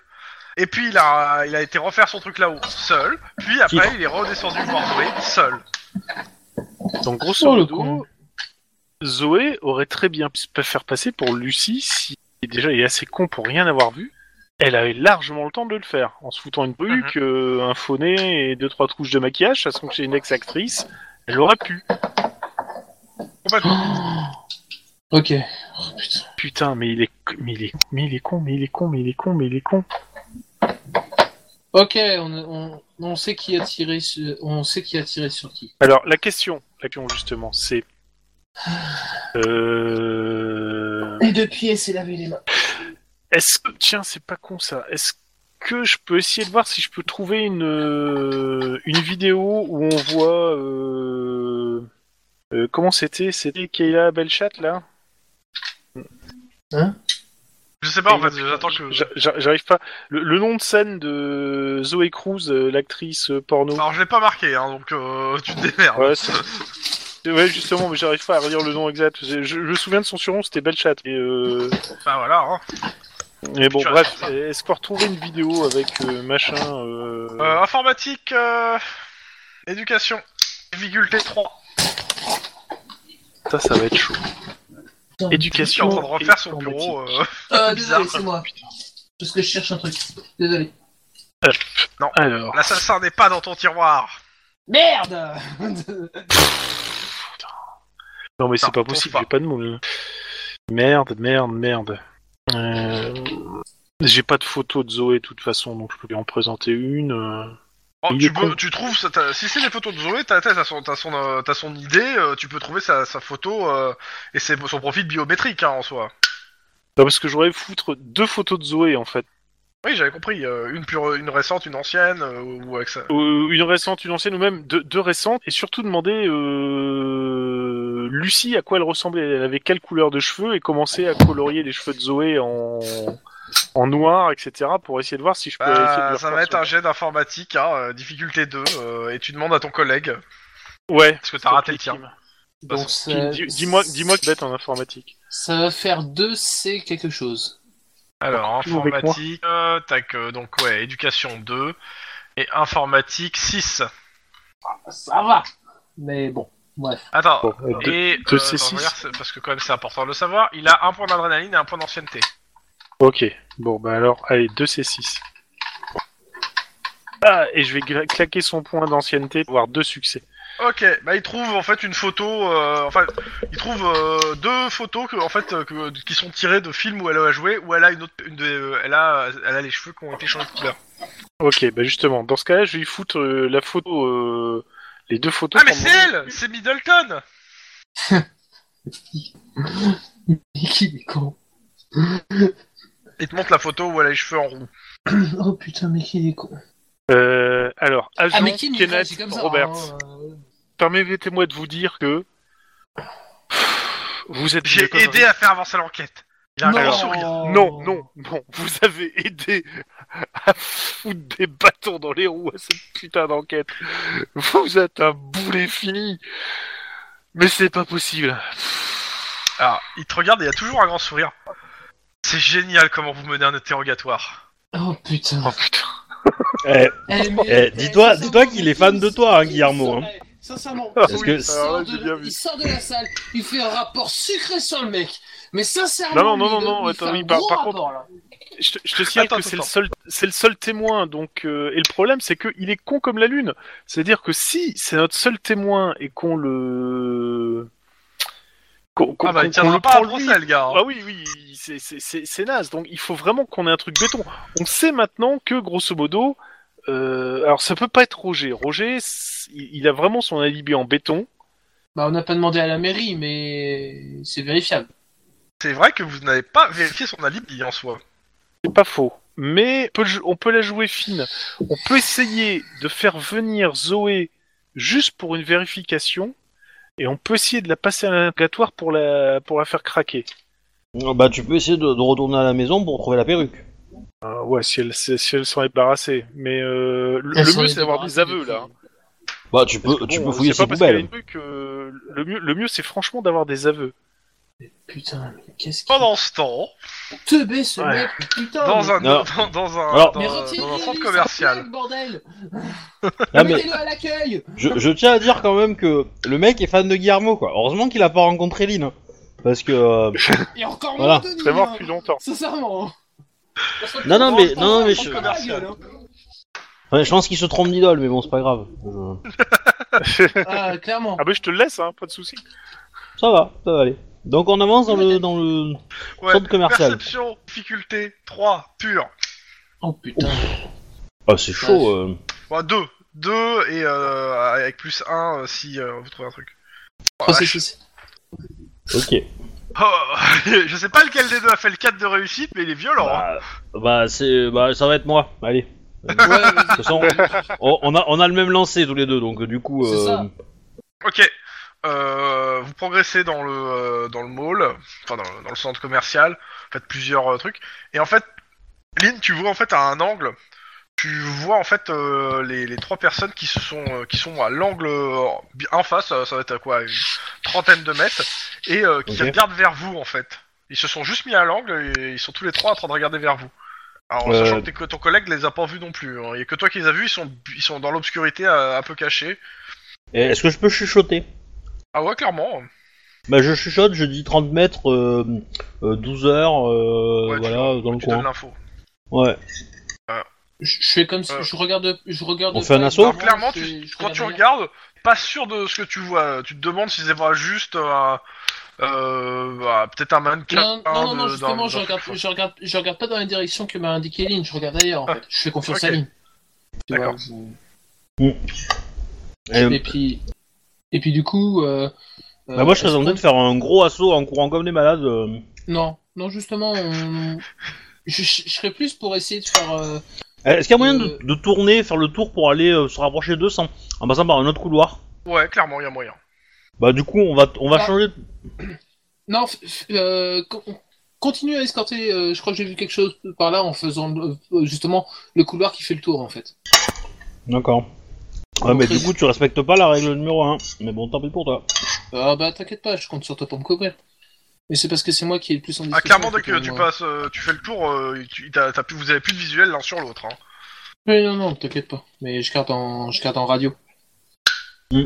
Speaker 1: et puis il a, il a été refaire son truc là-haut, seul, puis après il est redescendu voir Zoé, seul.
Speaker 4: Donc grosso
Speaker 3: Oh, le
Speaker 4: modo,
Speaker 3: con.
Speaker 4: Zoé aurait très bien pu se faire passer pour Lucie si déjà il est assez con pour rien avoir vu. Elle avait largement le temps de le faire, en se foutant une peluque, euh, un faux nez et deux trois couches de maquillage, ça que c'est une ex-actrice, elle aurait pu.
Speaker 1: Complètement.
Speaker 3: Ok. Oh, putain.
Speaker 4: Putain, mais il est, mais il est, mais il est con, mais il est con, mais il est con, mais il est con.
Speaker 3: Ok, on, on, on sait qui a tiré sur, on sait qui a tiré sur qui.
Speaker 4: Alors la question, la question justement, c'est, euh,
Speaker 3: Et depuis, elle s'est lavé les mains.
Speaker 4: Est-ce que... Tiens, c'est pas con ça. Est-ce que je peux essayer de voir si je peux trouver une, euh, une vidéo où on voit... euh, euh, comment c'était C'était Kayla Belchat, là
Speaker 1: Je sais pas en fait, j'attends que.
Speaker 4: J'a- j'a- J'arrive pas... Le, le nom de scène de Zoé Cruz, euh, l'actrice euh, porno...
Speaker 1: Alors je l'ai pas marqué, hein, donc euh, tu te démerdes.
Speaker 4: Ouais, c'est- c'est- ouais, justement, mais j'arrive pas à redire le nom exact. Je, je me souviens de son surnom, c'était Belchat. Et, euh,
Speaker 1: Enfin voilà. Hein.
Speaker 4: Mais bon,
Speaker 1: Tu as-
Speaker 4: bref, est-ce qu'on peut retrouver une vidéo avec euh, machin... euh,
Speaker 1: Euh, informatique, euh, éducation, difficulté 3.
Speaker 4: Ça, ça va être chaud.
Speaker 3: Putain,
Speaker 1: Qui est
Speaker 4: Éducation.
Speaker 1: en train de refaire son
Speaker 4: informatique.
Speaker 1: bureau. euh,
Speaker 3: Ah,
Speaker 1: Bizarre,
Speaker 3: désolé, c'est moi. Parce que je cherche un truc. Désolé.
Speaker 1: euh.
Speaker 4: Alors,
Speaker 1: L'assassin n'est pas dans ton tiroir.
Speaker 3: Merde
Speaker 4: non mais c'est
Speaker 1: Non,
Speaker 4: pas
Speaker 1: trouve
Speaker 4: possible,
Speaker 1: pas.
Speaker 4: j'ai pas de moule. Merde, merde, merde. Euh, J'ai pas de photo de Zoé de toute façon, donc je peux lui en présenter une. euh.
Speaker 1: Oh,
Speaker 4: Il est
Speaker 1: tu, peux-
Speaker 4: con.
Speaker 1: tu trouves, ça, t'as- si c'est des photos de Zoé, t'as t'as son, t'as son, euh, t'as son idée, euh, tu peux trouver sa, sa photo euh, et c'est son profil biométrique hein, en soi.
Speaker 4: Non, parce que j'aurais foutre deux photos de Zoé en fait.
Speaker 1: Oui, j'avais compris. euh, une pure, une récente, une ancienne euh, ou avec ça.
Speaker 4: Euh, une récente, une ancienne, ou même deux, deux récentes, et surtout demander euh, Lucie à quoi elle ressemblait, elle avait quelle couleur de cheveux, et commencer à colorier les cheveux de Zoé en, en noir, etc., pour essayer de voir si je peux...
Speaker 1: Bah,
Speaker 4: essayer de leur
Speaker 1: ça
Speaker 4: faire
Speaker 1: va être
Speaker 4: son-
Speaker 1: un jet d'informatique, hein, euh, difficulté 2, euh, et tu demandes à ton collègue
Speaker 4: Ouais.
Speaker 1: parce que t'as raté le tien.
Speaker 4: Team.
Speaker 3: Donc,
Speaker 4: Dis-
Speaker 3: ça-
Speaker 4: dis- Dis-moi dis-moi que bête en informatique.
Speaker 3: Ça va faire 2C quelque chose.
Speaker 1: Alors,
Speaker 4: Toujours avec moi.
Speaker 1: informatique, euh, tac, euh, donc ouais, éducation 2 et informatique 6.
Speaker 3: Ça va Mais bon, bref.
Speaker 1: Attends,
Speaker 4: Bon, euh, deux-
Speaker 1: et
Speaker 4: deux
Speaker 1: euh,
Speaker 4: C6.
Speaker 1: attends, je regarde, c'est- parce que quand même c'est important de le savoir, il a un point d'adrénaline et un point d'ancienneté.
Speaker 4: Ok, bon bah alors, allez, 2C6. Ah, et je vais gla- claquer son point d'ancienneté, voire deux succès.
Speaker 1: Ok, bah il trouve en fait une photo, euh, enfin il trouve euh, deux photos que, en fait euh, que- qui sont tirées de films où elle a joué, où elle a une autre, une des- euh, elle a, elle a les cheveux qui ont été changés de couleur.
Speaker 4: Ok, bah justement, dans ce cas-là, je vais lui foutre euh, la photo, euh, les deux photos.
Speaker 1: Ah mais
Speaker 4: qu'on
Speaker 1: c'est
Speaker 4: m'a-
Speaker 1: elle, c'est Middleton.
Speaker 3: Mais qui est con
Speaker 1: Il te montre la photo où elle a les cheveux en roux.
Speaker 3: Oh putain, mais qui est con
Speaker 4: Euh, alors, agent
Speaker 3: Ah, mais qui
Speaker 4: Kenneth
Speaker 3: c'est comme ça
Speaker 4: Roberts,
Speaker 3: hein, euh,
Speaker 4: permettez-moi de vous dire que... Vous êtes...
Speaker 1: J'ai
Speaker 4: une connerie.
Speaker 1: aidé à faire avancer l'enquête. Il a un
Speaker 3: Non.
Speaker 1: grand sourire.
Speaker 3: Oh,
Speaker 4: Non, non, non, vous avez aidé à foutre des bâtons dans les roues à cette putain d'enquête. Vous êtes un boulet fini. Mais c'est pas possible.
Speaker 1: Alors Ah, il te regarde et il a toujours un grand sourire. C'est génial comment vous menez un interrogatoire.
Speaker 3: Oh putain.
Speaker 4: Oh putain.
Speaker 2: Eh,
Speaker 3: Eh, mais-
Speaker 2: Eh, dis-toi-
Speaker 3: eh,
Speaker 2: dis-toi qu'il est fan de toi, hein, Guillermo, hein.
Speaker 3: Sincèrement,
Speaker 4: Parce
Speaker 3: il,
Speaker 2: que-
Speaker 4: Alors
Speaker 3: sort
Speaker 4: là,
Speaker 3: de
Speaker 4: Ah, j'ai
Speaker 3: la,
Speaker 4: bien vu.
Speaker 3: il sort de la salle, il fait un rapport sucré sur le mec. Mais sincèrement,
Speaker 4: Non, non, non,
Speaker 3: lui,
Speaker 4: non,
Speaker 3: il-
Speaker 4: non,
Speaker 3: il
Speaker 4: attends,
Speaker 3: fait un
Speaker 4: oui, par-
Speaker 3: gros
Speaker 4: par
Speaker 3: rapport, là.
Speaker 4: Je te, je te signale
Speaker 1: Attends,
Speaker 4: que c'est le
Speaker 1: attends.
Speaker 4: seul, c'est le seul témoin. Donc, euh, et le problème, c'est qu'il est con comme la lune. C'est-à-dire que si c'est notre seul témoin et qu'on le, qu'on qu'on-
Speaker 1: ah bah il
Speaker 4: qu'on- qu'on
Speaker 1: tiendra
Speaker 4: le
Speaker 1: pas à
Speaker 4: prend lui,
Speaker 1: procès le gars. hein.
Speaker 4: Ah oui, oui, c'est- c'est- c'est c'est naze. Donc il faut vraiment qu'on ait un truc béton. On sait maintenant que, grosso modo, euh, alors ça peut pas être Roger. Roger, c'est- il il a vraiment son alibi en béton.
Speaker 3: Bah, on n'a pas demandé à la mairie, mais c'est vérifiable.
Speaker 1: c'est vrai que vous n'avez pas vérifié son alibi en soi.
Speaker 4: C'est pas faux. Mais on peut le- on peut la jouer fine. On peut essayer de faire venir Zoé juste pour une vérification. Et on peut essayer de la passer à l'interrogatoire pour la, pour la faire craquer.
Speaker 2: Bah, tu peux essayer de, de retourner à la maison pour trouver la perruque.
Speaker 4: Euh, ouais, si elle, si si elle s'en est débarrassée. Mais euh, le,
Speaker 3: Elles
Speaker 4: le
Speaker 3: sont
Speaker 4: mieux, c'est d'avoir
Speaker 3: débarrassées
Speaker 4: des aveux,
Speaker 3: depuis-
Speaker 4: là.
Speaker 2: Bah, tu peux,
Speaker 4: Parce que
Speaker 2: tu
Speaker 4: bon,
Speaker 2: peux
Speaker 4: c'est
Speaker 2: fouiller
Speaker 4: pas
Speaker 2: ses
Speaker 4: parce qu'elle a
Speaker 2: poubelles.
Speaker 4: une truc, euh, le mieux, le mieux, c'est franchement d'avoir des aveux.
Speaker 3: Putain, mais qu'est-ce qu'il
Speaker 1: Pendant ce temps,
Speaker 3: est teubé ce
Speaker 4: Ouais.
Speaker 3: mec, putain.
Speaker 1: dans
Speaker 3: Oh, mais-
Speaker 1: un,
Speaker 2: Non.
Speaker 1: dans, dans un,
Speaker 2: Alors-
Speaker 1: dans,
Speaker 3: Mais
Speaker 1: dans
Speaker 3: retirez-lui
Speaker 1: un centre
Speaker 3: sa
Speaker 1: commercial.
Speaker 3: plaque, bordel.
Speaker 2: Ah, mais
Speaker 3: Mettez-le à l'accueil.
Speaker 2: je, je tiens à dire quand même que le mec est fan de Guillermo, quoi. Heureusement qu'il a pas rencontré Lynn. hein. Parce que. euh,
Speaker 3: Et encore
Speaker 2: Voilà.
Speaker 3: moins Denis.
Speaker 4: C'est mort
Speaker 3: hein.
Speaker 4: depuis longtemps.
Speaker 3: Sincèrement.
Speaker 2: Non, non, mais, non, mais je,
Speaker 3: Centre commercial, hein.
Speaker 2: ouais, je pense qu'il se trompe d'idole, mais bon, c'est pas grave. Euh, Je-
Speaker 4: ah
Speaker 3: Ah, clairement.
Speaker 4: bah je te le laisse, hein, pas de souci.
Speaker 2: Ça va, ça va aller. Donc, on avance dans le, dans le
Speaker 1: Ouais.
Speaker 2: centre commercial.
Speaker 1: Perception, difficulté 3, pure.
Speaker 3: Oh putain.
Speaker 2: Ah, c'est chaud. euh.
Speaker 1: Bon, 2. 2 et euh, avec plus 1 si euh, vous trouvez un truc. Oh, la
Speaker 3: Processus.
Speaker 2: euh, Ok.
Speaker 1: Oh, je sais pas lequel des deux a fait le 4 de réussite, mais il est violent. hein.
Speaker 2: Bah, bah, c'est, bah, ça va être moi. Allez.
Speaker 3: Ouais, vas-y.
Speaker 2: De toute façon, on on a, on a le même lancé tous les deux, donc euh, du coup.
Speaker 3: C'est
Speaker 2: euh,
Speaker 3: ça.
Speaker 1: Ok. Euh, vous progressez dans le euh, dans le mall, euh, enfin dans, dans le centre commercial, faites plusieurs euh, trucs. Et en fait, Lynn, tu vois en fait à un angle, tu vois en fait euh, les, les trois personnes qui se sont euh, qui sont à l'angle euh, bi- en face, ça, ça va être à quoi une trentaine de mètres, et euh, qui
Speaker 2: Ok.
Speaker 1: regardent vers vous en fait. Ils se sont juste mis à l'angle et ils sont tous les trois en train de regarder vers vous. Alors,
Speaker 2: Euh.
Speaker 1: sachant que t'es- que ton collègue les a pas vus non plus, hein. il y a que toi qui les as vus, ils sont ils sont dans l'obscurité euh, un peu cachés.
Speaker 2: et Est-ce que je peux chuchoter
Speaker 1: Ah ouais, clairement.
Speaker 2: Bah, je chuchote, je dis 30 mètres, euh, euh, 12 heures, euh,
Speaker 1: Ouais, tu
Speaker 2: voilà, dans le
Speaker 1: Tu donnes
Speaker 2: coin.
Speaker 1: l'info.
Speaker 2: Ouais.
Speaker 3: Je je fais comme si
Speaker 1: Euh.
Speaker 3: je regarde, je regarde.
Speaker 2: On fait un
Speaker 3: pas,
Speaker 2: assaut
Speaker 1: Alors
Speaker 3: je-
Speaker 1: clairement,
Speaker 3: je-
Speaker 1: tu-
Speaker 3: je
Speaker 1: quand tu
Speaker 3: regarde
Speaker 1: regardes, pas sûr de ce que tu vois. Tu te demandes si c'est pas juste un- euh, bah, peut-être un mannequin.
Speaker 3: Non, non, non,
Speaker 1: de-
Speaker 3: non,
Speaker 1: d'un-
Speaker 3: justement, je
Speaker 1: d'un-
Speaker 3: regarde, je regarde, je regarde pas dans la direction que m'a indiqué Lynn, je regarde ailleurs, en
Speaker 1: Ah.
Speaker 3: fait. Je fais confiance
Speaker 1: Ok.
Speaker 3: à Lynn. Tu vois,
Speaker 1: D'accord.
Speaker 3: je-
Speaker 2: Et, euh,
Speaker 3: Et puis, et puis du coup, euh,
Speaker 2: bah, moi, je
Speaker 3: euh,
Speaker 2: serais tenté de faire un gros assaut en courant comme des malades. euh.
Speaker 3: non, non, justement, on- je, je- je serais plus pour essayer de faire. euh,
Speaker 2: Est-ce qu'il y a moyen de,
Speaker 3: Euh.
Speaker 2: de tourner, faire le tour pour aller euh, se rapprocher d'eux sans, en passant par un autre couloir
Speaker 1: Ouais, clairement, il y a moyen.
Speaker 2: Bah, du coup, on va, on va
Speaker 3: Ah.
Speaker 2: changer. de-
Speaker 3: Non, f- f- euh, co- continue à escorter. euh, je crois que j'ai vu quelque chose par là en faisant euh, justement le couloir qui fait le tour, en fait.
Speaker 2: D'accord. Ouais,
Speaker 3: Donc,
Speaker 2: Ah, mais du
Speaker 3: reste-
Speaker 2: coup, tu respectes pas la règle numéro 1. Mais bon, tant pis pour toi.
Speaker 3: Ah bah t'inquiète pas, je compte sur toi pour me couvrir. Mais c'est parce que c'est moi qui ai le plus en
Speaker 1: Ah,
Speaker 3: discussion,
Speaker 1: clairement, dès
Speaker 3: donc,
Speaker 1: que
Speaker 3: euh,
Speaker 1: tu
Speaker 3: moi.
Speaker 1: passes, euh, tu fais le tour, euh, tu- t'as- t'as plus- vous avez plus de visuel l'un sur l'autre. hein.
Speaker 3: Mais non, non, t'inquiète pas. Mais je garde en, je garde en radio.
Speaker 2: Mm.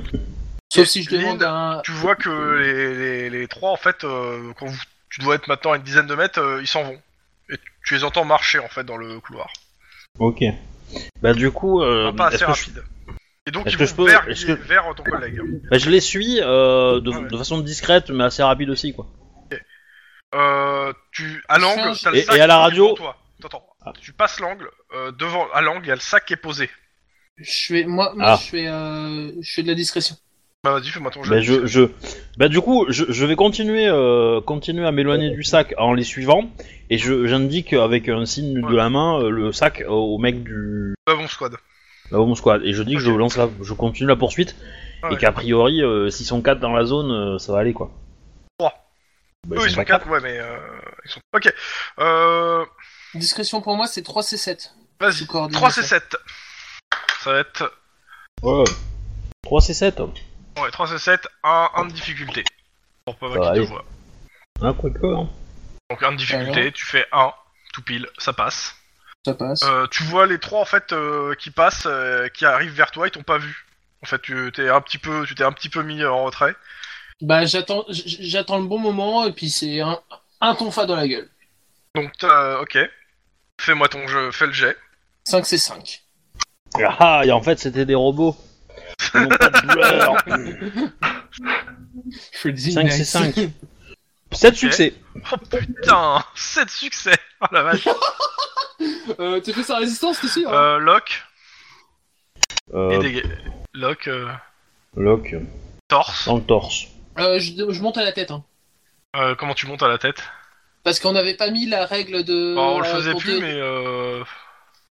Speaker 3: Sauf si je
Speaker 1: Lynn,
Speaker 3: demande à un...
Speaker 1: Tu vois que les, les- les trois, en fait, euh, quand vous- tu dois être maintenant à une dizaine de mètres, euh, ils s'en vont. Et tu- tu les entends marcher en fait dans le couloir.
Speaker 2: Ok. Bah, du coup. euh,
Speaker 1: Enfin, pas
Speaker 2: est-ce
Speaker 1: assez
Speaker 2: que je-
Speaker 1: rapide. Et donc
Speaker 2: est-ce
Speaker 1: ils
Speaker 2: que je
Speaker 1: vont
Speaker 2: peux-
Speaker 1: vers,
Speaker 2: est-ce que-
Speaker 1: vers ton collègue.
Speaker 2: Bah, je les suis euh, de,
Speaker 1: Ah ouais.
Speaker 2: de façon discrète, mais assez rapide aussi, quoi.
Speaker 1: Euh, tu à l'angle,
Speaker 3: Change.
Speaker 1: t'as le
Speaker 2: Et-
Speaker 1: sac
Speaker 2: et à la
Speaker 1: qui est devant
Speaker 2: radio-
Speaker 1: toi. Attends,
Speaker 2: Ah.
Speaker 1: tu passes l'angle euh, devant à l'angle, il y a le sac qui est posé.
Speaker 3: Je fais, moi, moi
Speaker 2: Ah.
Speaker 3: je, fais, euh, je fais de la discrétion.
Speaker 1: Bah vas-y, fais-moi ton jeu.
Speaker 2: Bah, je, je... bah du coup, je, je vais continuer, euh, continuer à m'éloigner du sac en les suivant, et je, j'indique avec un signe de
Speaker 1: Ouais.
Speaker 2: la main euh, le sac au- au mec du
Speaker 1: Bah, bon squad.
Speaker 2: là où mon squad, et je dis que je
Speaker 1: Ok.
Speaker 2: lance la, je continue la poursuite,
Speaker 1: Ah
Speaker 2: et
Speaker 1: ouais.
Speaker 2: qu'a priori, euh, s'ils sont 4 dans la zone, euh, ça va aller quoi.
Speaker 1: Trois.
Speaker 2: Bah,
Speaker 1: Eux, ils sont
Speaker 2: pas
Speaker 1: 4, ouais, mais euh, ils sont. Ok. Euh,
Speaker 3: Discrétion pour moi, c'est 3C7.
Speaker 1: vas-y.
Speaker 3: Sous coordination.
Speaker 1: 3 c 7. Ça va être.
Speaker 2: quatre. Ouais. 3 c'est hein. 7.
Speaker 1: Ouais, 3 c 7, 1, de difficulté. Pour pas voir
Speaker 2: Ah,
Speaker 1: qui te
Speaker 2: oui.
Speaker 1: voit.
Speaker 2: Ah, quoi que. Hein.
Speaker 1: Donc 1 de difficulté, tu fais 1, tout pile, ça passe.
Speaker 3: Ça passe.
Speaker 1: Euh, tu vois les trois en fait euh, qui passent, euh, qui arrivent vers toi, ils t'ont pas vu. En fait, tu t'es un petit peu, tu t'es un petit peu mis en retrait.
Speaker 3: Bah, j'attends, j- j- j'attends le bon moment, et puis c'est un, un tonfa dans la gueule.
Speaker 1: Donc, t'as- euh, ok. Fais-moi ton jeu, fais le jet.
Speaker 3: 5C5.
Speaker 2: Ah, et en fait, c'était des robots. Ils n'ont pas de douleur.
Speaker 3: Je fais le
Speaker 2: 5 c'est 5. 7 succès.
Speaker 1: Oh putain, 7 succès. Oh la vache.
Speaker 3: Euh, tu fais sa résistance, t'es sûr hein
Speaker 1: Euh, lock et
Speaker 2: Euh,
Speaker 1: dégâts. Lock, euh,
Speaker 2: Lock,
Speaker 1: torse.
Speaker 2: dans le torse.
Speaker 3: Euh, je, je monte à la tête. Hein.
Speaker 1: Euh, comment tu montes à la tête
Speaker 3: Parce qu'on n'avait pas mis la règle de.
Speaker 1: Bah, on le
Speaker 3: euh,
Speaker 1: faisait
Speaker 3: pour
Speaker 1: plus,
Speaker 3: deux-
Speaker 1: mais euh,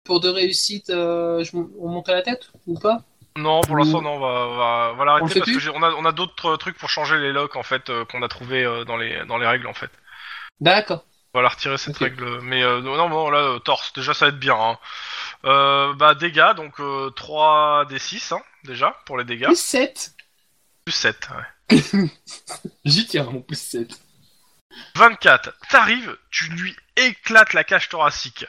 Speaker 3: Pour deux réussites, euh, je m- on monte à la tête ou pas
Speaker 1: non, pour
Speaker 3: Ou-
Speaker 1: l'instant, non, on va, on va, on va l'arrêter
Speaker 3: On le fait
Speaker 1: parce que
Speaker 3: plus
Speaker 1: j'ai- on a, on a d'autres trucs pour changer les locks en fait euh, qu'on a trouvé euh, dans les dans les règles en fait.
Speaker 3: D'accord.
Speaker 1: On va la retirer cette
Speaker 3: Ok.
Speaker 1: règle, mais euh, non, non, non, là, euh, torse, déjà ça va être bien. hein. Euh, bah, dégâts, donc 3 des 6 hein, déjà pour les dégâts,
Speaker 3: Plus 7
Speaker 1: plus 7. ouais.
Speaker 3: J'y tiens, mon plus 7.
Speaker 1: 24, t'arrives, tu lui éclates la cage thoracique.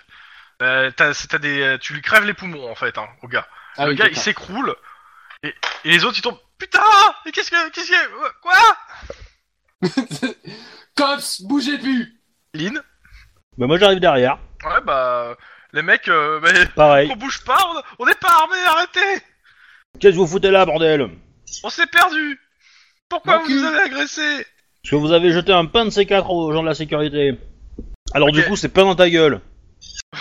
Speaker 1: Euh, t'as- t'as des, tu lui crèves les poumons en fait, hein, au gars.
Speaker 3: Ah
Speaker 1: le
Speaker 3: oui,
Speaker 1: gars il
Speaker 3: d'accord.
Speaker 1: s'écroule et, et les autres ils tombent. Putain, mais qu'est-ce que, qu'est-ce que, euh, quoi
Speaker 3: Cops, bougez plus
Speaker 1: Lynn
Speaker 2: Bah, moi j'arrive derrière,
Speaker 1: Ouais bah les mecs, euh, bah,
Speaker 2: pareil.
Speaker 1: on bouge pas, on, on est pas armés, arrêtez
Speaker 2: Qu'est-ce que vous foutez là, bordel
Speaker 1: On s'est perdu Pourquoi
Speaker 3: Mon
Speaker 1: vous
Speaker 3: cul.
Speaker 1: nous avez agressé
Speaker 2: Parce que vous avez jeté un pain de C4 aux gens de la sécurité. Alors du
Speaker 1: Ok.
Speaker 2: coup, c'est pas dans ta gueule.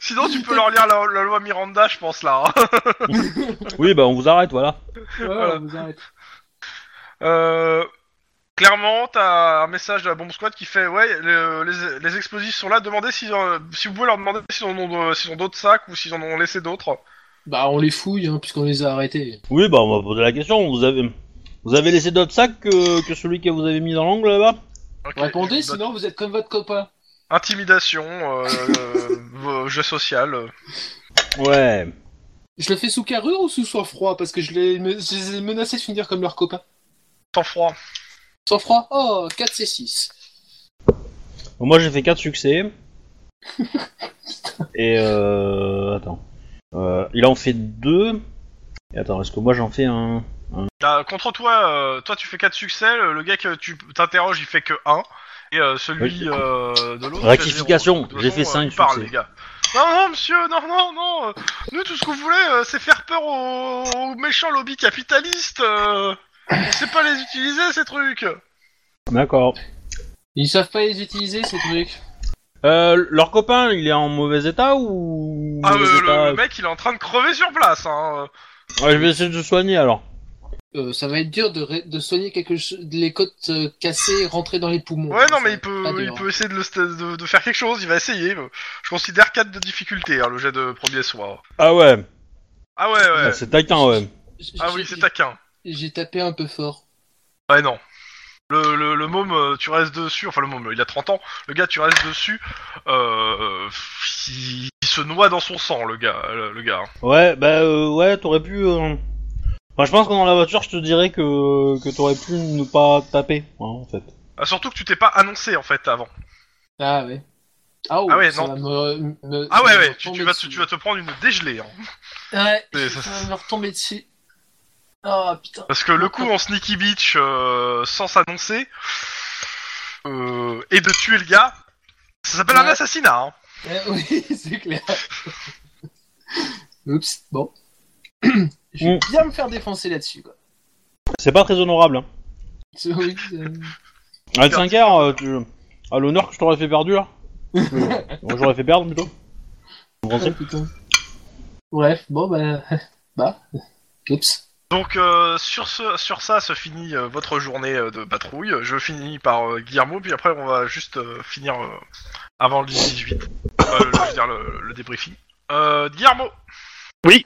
Speaker 1: Sinon tu peux leur lire la, la loi Miranda, je pense là. hein.
Speaker 2: Oui, bah on vous arrête, voilà.
Speaker 3: Ouais,
Speaker 1: Voilà.
Speaker 3: vous arrêtez.
Speaker 1: Euh, clairement, t'as un message de la bombe squad qui fait ouais, le- les, les explosifs sont là. Demandez si, si vous pouvez leur demander s'ils en ont, de- s'ils ont d'autres sacs ou s'ils en ont laissé d'autres.
Speaker 3: Bah, on les fouille, hein, puisqu'on les a arrêtés.
Speaker 2: Oui, bah on va poser la question. Vous avez, vous avez laissé d'autres sacs que, que celui que vous avez mis dans l'angle là-bas
Speaker 1: Ok,
Speaker 3: Répondez,
Speaker 1: je-
Speaker 3: sinon vous êtes comme votre copain.
Speaker 1: Intimidation, euh, euh, jeu social. euh.
Speaker 2: Ouais.
Speaker 3: Je le fais sous carrure ou sous sang-froid Parce que je, les me- je les ai menacés de finir comme leur copain.
Speaker 1: Sans froid.
Speaker 3: Sang-froid Oh, 4 C6.
Speaker 2: Bon, moi j'ai fait 4 succès. Et euh... Attends. Euh, il en fait 2. Et attends, est-ce que moi j'en fais un
Speaker 1: T'as- contre toi, euh, toi tu fais 4 succès, le, le gars que tu t'interroges il fait que 1. Et euh, celui
Speaker 2: Oui.
Speaker 1: euh, de l'autre. il fait
Speaker 2: Rectification,
Speaker 1: zéro. De toute
Speaker 2: j'ai
Speaker 1: façon,
Speaker 2: fait cinq
Speaker 1: euh, il parle,
Speaker 2: succès.
Speaker 1: les gars. Non, non, monsieur, non, non, non. euh, Nous, tout ce qu'on voulait, euh, c'est faire peur aux, aux méchants lobbies capitalistes. euh. On sait pas les utiliser, ces trucs.
Speaker 2: D'accord.
Speaker 3: Ils savent pas les utiliser, ces trucs.
Speaker 2: Euh, leur copain, il est en mauvais état ou...
Speaker 1: Ah,
Speaker 2: mauvais
Speaker 1: euh,
Speaker 2: état
Speaker 1: le, le mec, il est en train de crever sur place. Hein.
Speaker 2: Ouais, je vais essayer de le soigner alors.
Speaker 3: Euh, ça va être dur de, ré- de soigner quelque chose, les côtes euh, cassées et rentrer dans les poumons.
Speaker 1: Ouais, non, mais
Speaker 3: Ça
Speaker 1: il peut,
Speaker 3: va être
Speaker 1: il
Speaker 3: pas dur.
Speaker 1: peut essayer de, le sta- de, de faire quelque chose, il va essayer. Je considère 4 de difficulté, hein, le jet de premier soir.
Speaker 2: Ah ouais,
Speaker 1: Ah ouais, ouais.
Speaker 2: Ah, c'est taquin, ouais.
Speaker 3: J-
Speaker 1: Ah
Speaker 3: j-
Speaker 1: oui,
Speaker 3: j-
Speaker 1: c'est taquin.
Speaker 3: J'ai tapé un peu fort.
Speaker 1: Ouais, non. Le, le, le môme, euh, tu restes dessus, enfin le môme, il a 30 ans, le gars, tu restes dessus, euh, il, il se noie dans son sang, le gars. Le, le gars. hein.
Speaker 2: Ouais, bah euh, ouais, t'aurais pu... euh, Enfin, je pense que dans la voiture, je te dirais que, que t'aurais pu ne pas taper, hein, en fait.
Speaker 1: Ah, surtout que tu t'es pas annoncé, en fait, avant.
Speaker 3: Ah ouais. Ah, oh,
Speaker 1: Ah ouais,
Speaker 3: ça
Speaker 1: non.
Speaker 3: va me- me-
Speaker 1: Ah
Speaker 3: ça
Speaker 1: ouais,
Speaker 3: va me
Speaker 1: ouais, tu, tu
Speaker 3: retomber
Speaker 1: vas, te-
Speaker 3: dessus.
Speaker 1: tu vas te prendre une dégelée. hein.
Speaker 3: Ouais,
Speaker 1: Mais
Speaker 3: ça
Speaker 1: ça-
Speaker 3: va me retomber dessus. Ah putain.
Speaker 1: Parce que le coup en sneaky bitch, euh, sans s'annoncer, euh, et de tuer le gars, ça s'appelle un
Speaker 3: Ouais.
Speaker 1: assassinat, hein.
Speaker 3: Eh oui, c'est clair. Oups, bon. Je vais
Speaker 2: Mm.
Speaker 3: bien me faire défoncer là-dessus, quoi.
Speaker 2: C'est pas très honorable, hein.
Speaker 3: C'est- euh, oui, c'est-
Speaker 2: À 5 heures, euh, tu... à l'honneur que je t'aurais fait perdre, là. Euh, Moi, j'aurais fait perdre, plutôt. Vous pensez
Speaker 3: Ah, putain. Bref, bon, bah. Bah. Oups.
Speaker 1: Donc euh, sur ce, sur ça se finit euh, votre journée euh, de patrouille. Je finis par euh, Guillermo, puis après on va juste euh, finir euh, avant le 18. Euh, le- je veux dire le, le débriefing. Euh, Guillermo.
Speaker 4: Oui.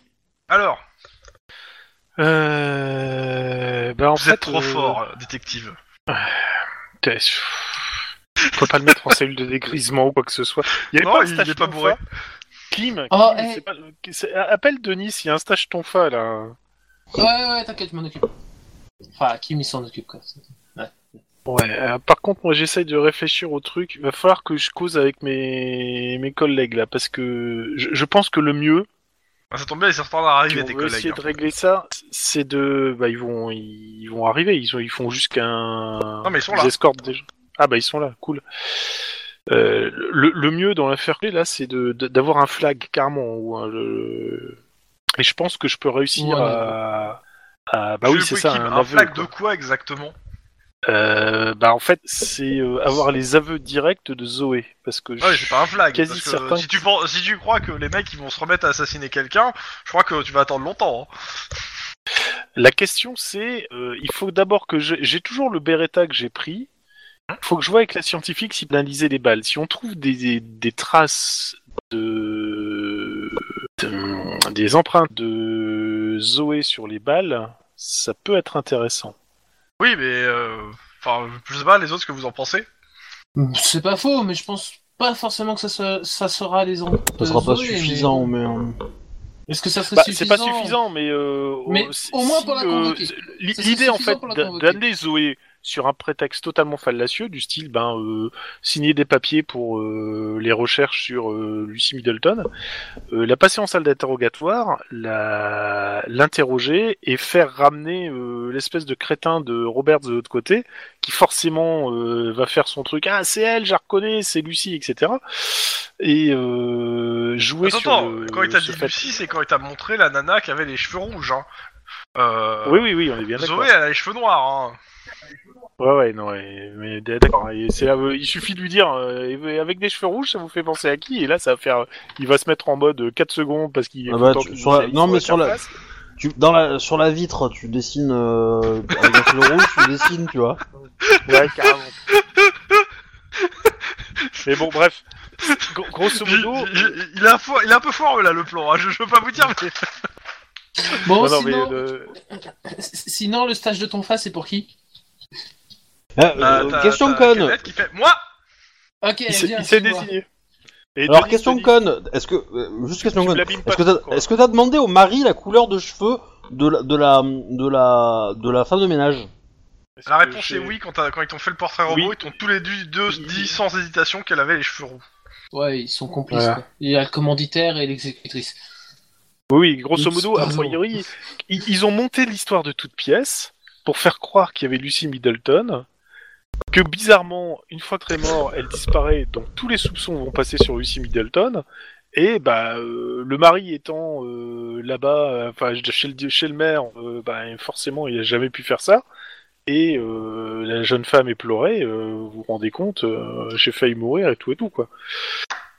Speaker 1: Alors,
Speaker 4: Euh... Ben, en
Speaker 1: vous
Speaker 4: fait,
Speaker 1: êtes trop
Speaker 4: euh,
Speaker 1: fort, euh, détective.
Speaker 4: t'es- Je peux pas le mettre en cellule de dégrisement ou quoi que ce soit. Il y avait
Speaker 1: Non,
Speaker 4: pas un
Speaker 1: il
Speaker 4: stage
Speaker 1: est pas
Speaker 4: tonfa
Speaker 1: bourré.
Speaker 4: Kim,
Speaker 3: Oh,
Speaker 4: Kim,
Speaker 3: hey.
Speaker 4: c'est pas le- c'est- appelle Denis, il y a un stage tonfa là.
Speaker 3: Ouais, ouais, ouais, t'inquiète, je m'en occupe. Enfin, Kim, il s'en occupe, quoi.
Speaker 4: Ouais, euh, par contre, moi j'essaye de réfléchir au truc. Il va falloir que je cause avec mes, mes collègues là, parce que je, je pense que le mieux,
Speaker 1: Ah, ça tombe bien, ils sont en train d'arriver
Speaker 4: si
Speaker 1: tes
Speaker 4: on veut essayer
Speaker 1: collègues.
Speaker 4: de régler ça, c'est de. Bah, ils vont, ils vont arriver, ils, ont, ils font jusqu'un.
Speaker 1: Non, mais ils sont là.
Speaker 4: escortent déjà. Ah, bah, ils sont là, cool. Euh, le, le mieux dans l'affaire clé là, c'est de- de- d'avoir un flag, carrément. Ou un- le- Et je pense que je peux réussir
Speaker 3: Ou un
Speaker 4: à. à-
Speaker 1: Je
Speaker 4: Bah oui,
Speaker 1: le
Speaker 4: c'est
Speaker 1: fais
Speaker 4: ça,
Speaker 1: qui-
Speaker 4: un,
Speaker 1: un
Speaker 4: aveu,
Speaker 1: flag
Speaker 4: quoi.
Speaker 1: de quoi exactement
Speaker 4: Euh, bah en fait, c'est euh, avoir les aveux directs de Zoé, parce que
Speaker 1: Ah oui, c'est pas un flag.
Speaker 4: Quasi
Speaker 1: parce que
Speaker 4: certain
Speaker 1: si tu penses- si tu crois que les mecs ils vont se remettre à assassiner quelqu'un, je crois que tu vas attendre longtemps. hein.
Speaker 4: La question c'est, euh, il faut d'abord que je- j'ai toujours le Beretta que j'ai pris. Il faut que je vois avec la scientifique s'il analysait les balles. Si on trouve des, des- des traces de... de- des empreintes de Zoé sur les balles, ça peut être intéressant.
Speaker 1: Oui, mais euh, enfin, je sais pas les autres ce que vous en pensez.
Speaker 2: Hmm.
Speaker 3: C'est pas faux, mais je pense pas forcément que ça, se- ça sera les ans.
Speaker 2: Ça sera pas suffisant, mais. euh,
Speaker 3: Est-ce que ça serait
Speaker 4: Bah, c'est
Speaker 3: suffisant
Speaker 4: pas suffisant, mais, euh,
Speaker 3: Mais
Speaker 4: si-
Speaker 3: au moins
Speaker 4: si,
Speaker 3: pour la
Speaker 4: euh,
Speaker 3: convoquer.
Speaker 4: l'i-
Speaker 3: Ça serait
Speaker 4: L'idée en
Speaker 3: suffisant
Speaker 4: fait
Speaker 3: pour la
Speaker 4: d'a-
Speaker 3: convoquer.
Speaker 4: d'amener Zoé sur un prétexte totalement fallacieux du style ben euh, signer des papiers pour euh, les recherches sur euh, Lucy Middleton, euh, la passer en salle d'interrogatoire, la- l'interroger et faire ramener euh, l'espèce de crétin de Robert de l'autre côté qui forcément euh, va faire son truc ah c'est elle je la reconnais c'est Lucie etc et euh, jouer
Speaker 1: Attends,
Speaker 4: sur
Speaker 1: attends,
Speaker 4: le-
Speaker 1: quand il t'a
Speaker 4: ce
Speaker 1: dit
Speaker 4: fait-
Speaker 1: Lucie, c'est quand il t'a montré la nana qui avait les cheveux rouges. Hein. Euh,
Speaker 4: oui oui oui on est bien d'accord
Speaker 1: Zoé, elle a les cheveux noirs. Hein.
Speaker 4: Ouais, ouais, non, ouais, mais d- d'accord. et c'est là, euh, il suffit de lui dire, euh, euh, avec des cheveux rouges, ça vous fait penser à qui Et là, ça va faire, il va se mettre en mode euh, 4 secondes parce qu'il est
Speaker 2: Ah
Speaker 4: tout
Speaker 2: bah,
Speaker 4: le temps
Speaker 2: tu-
Speaker 4: qu'il
Speaker 2: sur la-
Speaker 4: dit,
Speaker 2: non,
Speaker 4: il faut
Speaker 2: mais
Speaker 4: la
Speaker 2: sur
Speaker 4: faire
Speaker 2: la-
Speaker 4: face.
Speaker 2: tu- dans la... Sur la vitre, tu dessines. euh, Avec un fil rouge, tu dessines, tu vois.
Speaker 4: Ouais, carrément. mais bon, bref, Gro- grosso modo,
Speaker 1: J'ai- j'ai- il, a fo- il est un peu foireux là le plan. hein, Je, je veux pas vous dire, mais
Speaker 3: Bon,
Speaker 4: non, non, mais
Speaker 3: sinon,
Speaker 4: le-
Speaker 3: sinon, le stage de tonfa, c'est pour qui
Speaker 2: Ah,
Speaker 1: Bah,
Speaker 2: euh,
Speaker 1: t'as-
Speaker 2: question
Speaker 1: t'as
Speaker 2: conne.
Speaker 1: Kenneth qui fait moi.
Speaker 3: Ok,
Speaker 4: il s'est-
Speaker 3: viens,
Speaker 4: il s'est
Speaker 3: suis-moi.
Speaker 4: désigné. Et
Speaker 2: Alors,
Speaker 4: Denis
Speaker 2: question
Speaker 4: te dit-
Speaker 2: conne. Est-ce que. euh, Juste question
Speaker 4: Tu
Speaker 2: conne.
Speaker 4: l'abîmes pas
Speaker 2: Est-ce que
Speaker 4: trop,
Speaker 2: t'as-
Speaker 4: quoi.
Speaker 2: est-ce que t'as demandé au mari la couleur de cheveux de la, de la, de la, de la femme de ménage
Speaker 4: Est-ce
Speaker 1: La
Speaker 4: que
Speaker 1: réponse
Speaker 4: j'ai-
Speaker 1: est oui. Quand, t'as- quand ils t'ont fait le portrait
Speaker 4: Oui.
Speaker 1: robot, ils t'ont tous les deux, deux
Speaker 4: Oui.
Speaker 1: dit sans hésitation qu'elle avait les cheveux roux.
Speaker 3: Ouais, ils sont complices.
Speaker 4: Voilà.
Speaker 3: quoi. Il y a le commanditaire et l'exécutrice.
Speaker 4: Oui, grosso modo, a
Speaker 3: Pardon.
Speaker 4: priori, ils, ils ont monté l'histoire de toute pièce pour faire croire qu'il y avait Lucy Middleton, que bizarrement, une fois très mort, elle disparaît, donc tous les soupçons vont passer sur Lucy Middleton, et bah euh, le mari étant euh, là-bas, euh, enfin chez le, chez le maire, euh, bah, forcément, il a jamais pu faire ça. Et euh, la jeune femme est pleurée, euh, vous vous rendez compte, euh, j'ai failli mourir et tout et tout quoi.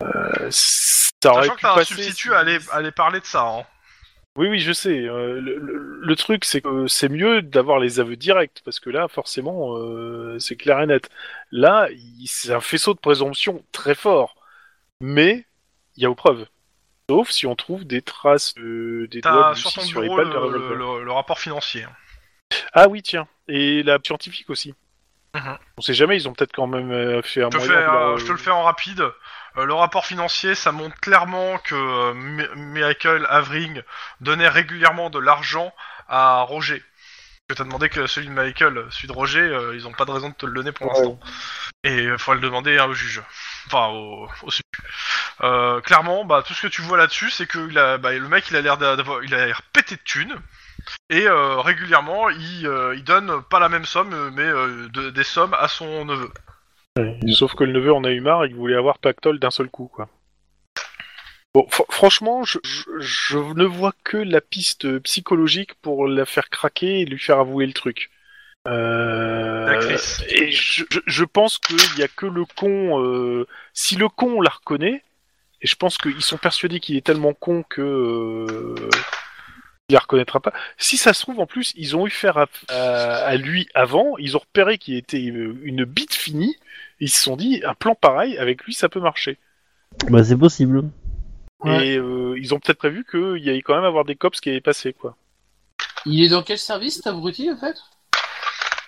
Speaker 4: Euh, ça aurait
Speaker 1: Sachant que
Speaker 4: pu
Speaker 1: t'as un
Speaker 4: passer
Speaker 1: substitut
Speaker 4: si-
Speaker 1: à aller, à aller parler de ça. Hein.
Speaker 4: oui, oui, je sais. euh, le, le- le truc, c'est que c'est mieux d'avoir les aveux directs, parce que là, forcément, euh, c'est clair et net. Là, il- c'est un faisceau de présomption très fort, mais il y a aux preuves. Sauf si on trouve des traces euh, des
Speaker 1: T'as
Speaker 4: doigts de
Speaker 1: sur
Speaker 4: Lucie
Speaker 1: ton
Speaker 4: sur les
Speaker 1: bureau
Speaker 4: balles
Speaker 1: le,
Speaker 4: de revolver.
Speaker 1: le- le- le rapport financier. hein.
Speaker 4: Ah oui, tiens. Et la scientifique aussi.
Speaker 1: Mhm.
Speaker 4: On sait jamais, ils ont peut-être quand même euh, fait un
Speaker 1: Je te,
Speaker 4: moyen
Speaker 1: fais,
Speaker 4: de leur,
Speaker 1: euh,
Speaker 4: euh,
Speaker 1: je te le fais en rapide. Euh, le rapport financier, ça montre clairement que euh, Mi- Miracle Havring donnait régulièrement de l'argent à Roger. Que t'as demandé que celui de Michael, celui de Roger, euh, ils ont pas de raison de te le donner pour
Speaker 4: Ouais.
Speaker 1: l'instant. Et il faut le demander hein, au juge. Enfin, au, au su- Euh, clairement, bah, tout ce que tu vois là-dessus, c'est que il a- bah, le mec, il a l'air d'a- d'avoir, il a l'air pété de thunes. Et euh, régulièrement, il, euh, il donne pas la même somme, euh, mais euh, de- des sommes à son neveu.
Speaker 4: Sauf que le neveu en a eu marre, il voulait avoir Pactol d'un seul coup, quoi. Bon, fr- franchement, je, je- je ne vois que la piste psychologique pour la faire craquer et lui faire avouer le truc. Euh,
Speaker 1: L'actrice.
Speaker 4: et je, je- je pense qu'il n'y a que le con. euh, si le con, on la reconnaît, et je pense qu'ils sont persuadés qu'il est tellement con que. euh, il la reconnaîtra pas. Si ça se trouve, en plus, ils ont eu faire à, à- à lui avant, ils ont repéré qu'il était une, une bite finie, et ils se sont dit, un plan pareil, avec lui, ça peut marcher.
Speaker 2: Bah, c'est possible.
Speaker 3: Ouais.
Speaker 4: Et euh, ils ont peut-être prévu qu'il y allait quand même avoir des cops qui allaient passer, quoi.
Speaker 3: Il est dans quel service, cet abruti, en fait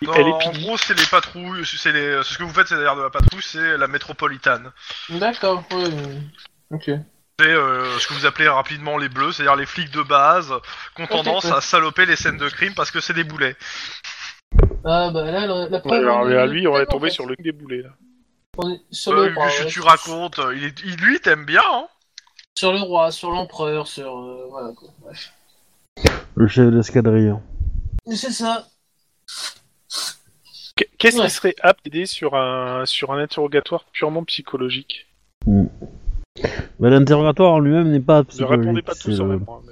Speaker 1: Non,
Speaker 4: Elle est
Speaker 1: en
Speaker 4: pili.
Speaker 1: gros, c'est les patrouilles, c'est les- ce que vous faites, c'est d'ailleurs de la patrouille, c'est la métropolitaine.
Speaker 3: D'accord, ouais, ouais. Ok.
Speaker 1: C'est euh, ce que vous appelez rapidement les bleus, c'est-à-dire les flics de base, qui ont tendance à saloper les scènes de crime parce que c'est des boulets.
Speaker 3: Ah bah là, la, la preuve,
Speaker 4: Alors,
Speaker 3: on est-
Speaker 4: là, lui, on est
Speaker 3: en
Speaker 4: tombé
Speaker 3: fait.
Speaker 4: sur le déboulé, là.
Speaker 3: On est sur
Speaker 1: Euh,
Speaker 3: le roi,
Speaker 1: que
Speaker 3: ouais.
Speaker 1: tu racontes, euh, il est, il- lui, t'aime bien, hein
Speaker 3: Sur le roi, sur l'empereur, sur... euh, voilà, quoi. Bref.
Speaker 2: Le chef d'escadrille.
Speaker 3: C'est ça.
Speaker 4: Qu- Qu'est-ce
Speaker 3: Ouais.
Speaker 4: qui serait apte d'aider sur un, sur un interrogatoire purement psychologique
Speaker 2: Mais Bah, l'interrogatoire en lui-même n'est pas
Speaker 4: Ne répondez pas tous en même temps, mais-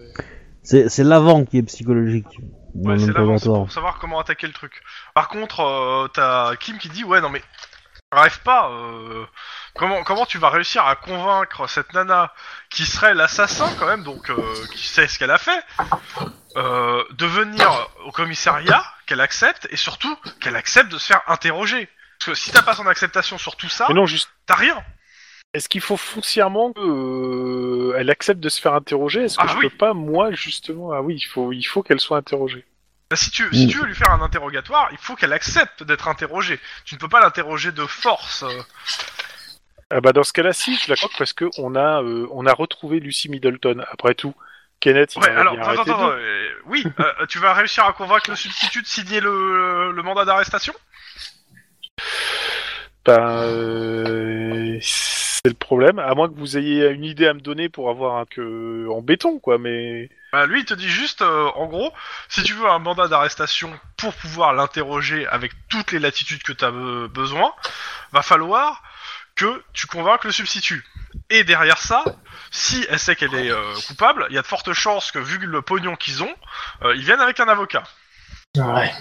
Speaker 2: C'est c'est l'avant qui est psychologique. dans
Speaker 1: Ouais, Bah, c'est l'avance
Speaker 2: l'interrogatoire.
Speaker 1: pour savoir comment attaquer le truc. Par contre, euh, t'as Kim qui dit ouais non mais rêve pas. euh, comment comment tu vas réussir à convaincre cette nana qui serait l'assassin quand même donc euh, qui sait ce qu'elle a fait euh, de venir au commissariat, qu'elle accepte, et surtout qu'elle accepte de se faire interroger. Parce que si t'as pas son acceptation sur tout ça,
Speaker 4: Mais non, juste.
Speaker 1: t'as rien.
Speaker 4: Est-ce qu'il faut foncièrement que, euh, elle accepte de se faire interroger Est-ce que
Speaker 1: Ah,
Speaker 4: je
Speaker 1: oui.
Speaker 4: peux pas, moi, justement Ah oui, il faut, il faut qu'elle soit interrogée.
Speaker 1: Bah, si, tu, si tu veux lui faire un interrogatoire, il faut qu'elle accepte d'être interrogée. Tu ne peux pas l'interroger de force. euh.
Speaker 4: Ah bah dans ce cas-là, si, je la croque parce que on a, euh, on a retrouvé Lucy Middleton. Après tout, Kenneth, il
Speaker 1: Ouais,
Speaker 4: en a
Speaker 1: alors,
Speaker 4: bien
Speaker 1: attends,
Speaker 4: arrêté
Speaker 1: attends,
Speaker 4: deux.
Speaker 1: attends, euh, oui, euh, tu vas réussir à convaincre le substitut de signer le, le mandat d'arrestation
Speaker 4: Ben, euh, c'est le problème. À moins que vous ayez une idée à me donner pour avoir un que en béton, quoi. Mais
Speaker 1: Bah, lui, il te dit juste, euh, en gros, si tu veux un mandat d'arrestation pour pouvoir l'interroger avec toutes les latitudes que tu as besoin, va falloir que tu convainques le substitut. Et derrière ça, si elle sait qu'elle est euh, coupable, il y a de fortes chances que, vu le pognon qu'ils ont, euh, ils viennent avec un avocat.
Speaker 3: Ouais.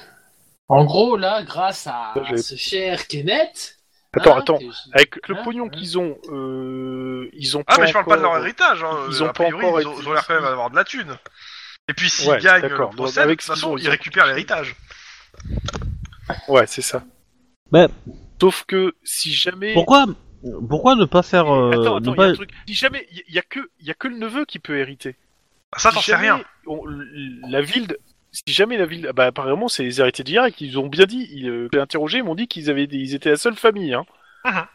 Speaker 3: En gros, là, grâce à
Speaker 4: Ça, j'ai-
Speaker 3: ce cher Kenneth.
Speaker 4: attends,
Speaker 3: hein,
Speaker 4: attends.
Speaker 3: que-
Speaker 4: Avec le
Speaker 2: Ah,
Speaker 3: hein,
Speaker 4: pognon qu'ils ont, euh, ils ont.
Speaker 1: Ah, mais je parle pas de leur
Speaker 4: encore- euh,
Speaker 1: héritage, hein,
Speaker 4: ils ont
Speaker 1: a
Speaker 4: pas
Speaker 1: priori,
Speaker 4: encore
Speaker 1: ils ont,
Speaker 4: été-
Speaker 1: ils ont l'air quand même d'avoir de la thune. Et puis s'ils
Speaker 4: Ouais,
Speaker 1: gagnent le
Speaker 4: d'accord. Donc,
Speaker 1: procès,
Speaker 4: avec
Speaker 1: de
Speaker 4: ce
Speaker 1: toute
Speaker 4: qu'ils ont,
Speaker 1: façon,
Speaker 4: ils
Speaker 1: ils
Speaker 4: ont-
Speaker 1: récupèrent l'héritage.
Speaker 4: Ouais, c'est ça.
Speaker 2: Bah,
Speaker 4: Sauf que si jamais.
Speaker 2: pourquoi, pourquoi ne pas faire. euh, ne
Speaker 4: attends, attends, il y a
Speaker 2: pas-
Speaker 4: un truc. Si jamais, il y, a que, il y a que le neveu qui peut hériter.
Speaker 1: Bah, ça,
Speaker 4: Si
Speaker 1: t'en sais
Speaker 4: jamais
Speaker 1: rien.
Speaker 4: on- la ville. de- Si jamais la ville, ah bah apparemment c'est les héritiers directs, ils ont bien dit, ils, euh, j'ai interrogé, ils m'ont dit qu'ils avaient, des- ils étaient la seule famille. Hein.
Speaker 1: Mhm.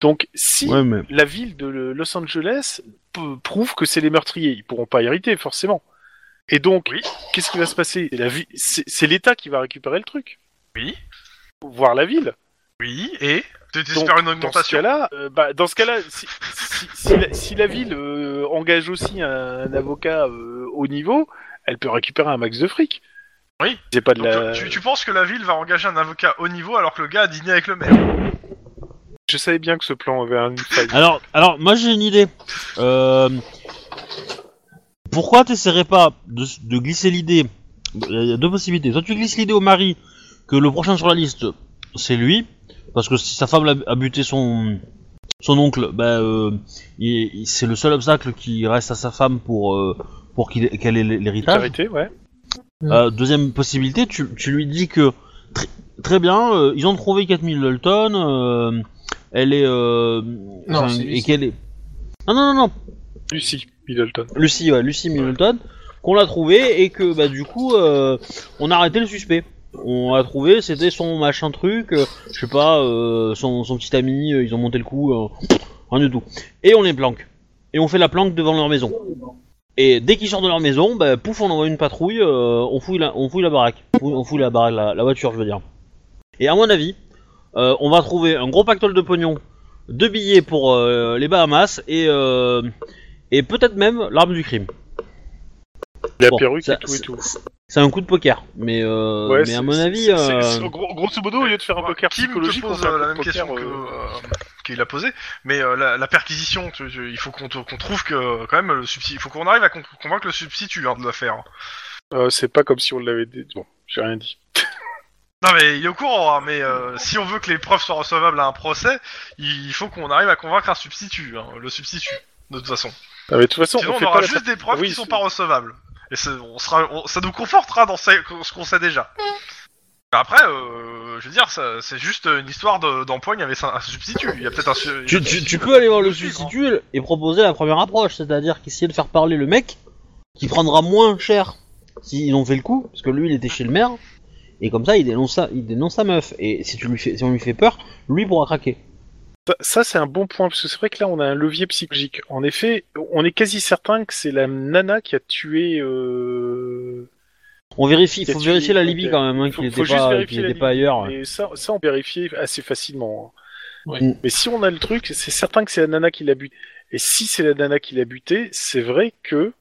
Speaker 4: Donc si
Speaker 2: Ouais, mais.
Speaker 4: la ville de le- Los Angeles p- prouve que c'est les meurtriers. Ils pourront pas hériter, forcément. Et donc,
Speaker 1: Oui.
Speaker 4: qu'est-ce qui va se passer La vi- C'est c'est l'État qui va récupérer le truc,
Speaker 1: Oui,
Speaker 4: voire la ville.
Speaker 1: oui, et Tu
Speaker 4: Donc,
Speaker 1: t'espères une
Speaker 4: Dans ce
Speaker 1: augmentation
Speaker 4: cas-là, euh, bah, dans ce cas-là, si, si- si la, si la ville euh, engage aussi un, avocat euh, haut niveau, elle peut récupérer un max de fric.
Speaker 1: Oui.
Speaker 4: C'est pas de
Speaker 1: Donc,
Speaker 4: la.
Speaker 1: tu, tu penses que la ville va engager un avocat haut niveau alors que le gars a dîné avec le maire
Speaker 4: Je savais bien que ce plan avait une faille.
Speaker 2: Alors, alors, moi j'ai une idée. Euh, pourquoi t'essaierais pas de, de glisser l'idée Il y a- il y a deux possibilités. Soit tu glisses l'idée au mari que le prochain sur la liste, c'est lui, parce que si sa femme l'a- a buté son son oncle, bah, euh, il- il- c'est le seul obstacle qui reste à sa femme pour euh, pour qu'il- qu'elle ait l'héritage.
Speaker 4: Arrêtez, ouais.
Speaker 2: Euh, deuxième possibilité, tu, tu lui dis que tr- très bien, euh, ils ont trouvé 4000 Dalton, euh, elle est. euh,
Speaker 3: Non,
Speaker 2: enfin,
Speaker 3: c'est Lucie.
Speaker 2: et qu'elle est. Non, non, non, non,
Speaker 4: Lucie Middleton.
Speaker 2: Lucie, ouais, Lucie Middleton, qu'on l'a trouvée et que bah, du coup, euh, on a arrêté le suspect. On a trouvé, c'était son machin truc, euh, je sais pas, euh, son, son petit ami, euh, ils ont monté le coup, euh, rien du tout. Et on les planque. Et on fait la planque devant leur maison. Et dès qu'ils sortent de leur maison, bah, pouf, on envoie une patrouille, euh, on, fouille la, on fouille la baraque. On fouille, on fouille la, baraque la, la voiture, je veux dire. Et à mon avis, euh, on va trouver un gros pactole de pognon, deux billets pour euh, les Bahamas et, euh, et peut-être même l'arme du crime.
Speaker 4: La
Speaker 2: Bon,
Speaker 4: perruque
Speaker 2: ça-
Speaker 4: et tout et
Speaker 2: ça-
Speaker 4: tout.
Speaker 2: C'est un coup de poker, mais, euh,
Speaker 4: Ouais,
Speaker 2: mais
Speaker 4: c'est-
Speaker 2: à mon
Speaker 4: c'est-
Speaker 2: avis.
Speaker 4: c'est- c'est-
Speaker 2: euh,
Speaker 4: c'est- gros- grosso modo, au lieu de faire un poker
Speaker 1: Kim te
Speaker 4: psychologique, on
Speaker 1: pose
Speaker 4: fait un
Speaker 1: euh, la même
Speaker 4: poker,
Speaker 1: question que,
Speaker 4: euh,
Speaker 1: euh, qu'il a posée, mais euh, la, la perquisition, tu- tu- il faut qu'on te- qu'on trouve que quand même le substitut, il faut qu'on arrive à con- convaincre le substitut hein, de l'affaire.
Speaker 4: euh, c'est pas comme si on l'avait. dit- Bon, j'ai rien dit.
Speaker 1: Non mais il est au courant, hein, mais euh, si on veut que les preuves soient recevables à un procès, il faut qu'on arrive à convaincre un substitut, hein, le substitut, de toute façon.
Speaker 4: Ah, mais de toute façon,
Speaker 1: Sinon
Speaker 4: on
Speaker 1: on,
Speaker 4: fait pas
Speaker 1: aura
Speaker 4: la-
Speaker 1: juste des preuves
Speaker 4: Oui,
Speaker 1: qui sont
Speaker 4: c'est-
Speaker 1: pas recevables. Et ça, on sera, on- ça nous confortera dans ce, ce qu'on sait déjà. Après, euh, je veux dire, ça- c'est juste une histoire de- d'empoigne avec un, un substitut. Il y a peut-être un. su-
Speaker 2: Tu,
Speaker 1: un
Speaker 2: tu- tu
Speaker 1: substitut
Speaker 2: peux aller voir le
Speaker 1: qui suivre, hein.
Speaker 2: substitut et proposer la première approche, c'est-à-dire qu'essayer de faire parler le mec qui prendra moins cher s'ils ont fait le coup, parce que lui il était chez le maire, et comme ça il dénonce sa, il dénonce sa meuf, et si, tu lui fais, si on lui fait peur, lui pourra craquer.
Speaker 4: Ça, Bah, ça, c'est un bon point, parce que c'est vrai que là, on a un levier psychologique. En effet, on est quasi certain que c'est la nana qui a tué. euh,
Speaker 2: On vérifie, il faut
Speaker 4: Qu'est-ce
Speaker 2: vérifier
Speaker 4: qu'il-
Speaker 2: la Libye
Speaker 4: ok.
Speaker 2: quand même, hein,
Speaker 4: Faut-
Speaker 2: qu'il
Speaker 4: faut
Speaker 2: n'était
Speaker 4: juste
Speaker 2: pas,
Speaker 4: vérifier
Speaker 2: qu'il
Speaker 4: la
Speaker 2: était pas ailleurs.
Speaker 4: Et ça, ça, on vérifie assez facilement. hein.
Speaker 3: Oui.
Speaker 2: Mm.
Speaker 4: Mais si on a le truc, c'est certain que c'est la nana qui l'a buté. Et si c'est la nana qui l'a buté, c'est vrai que.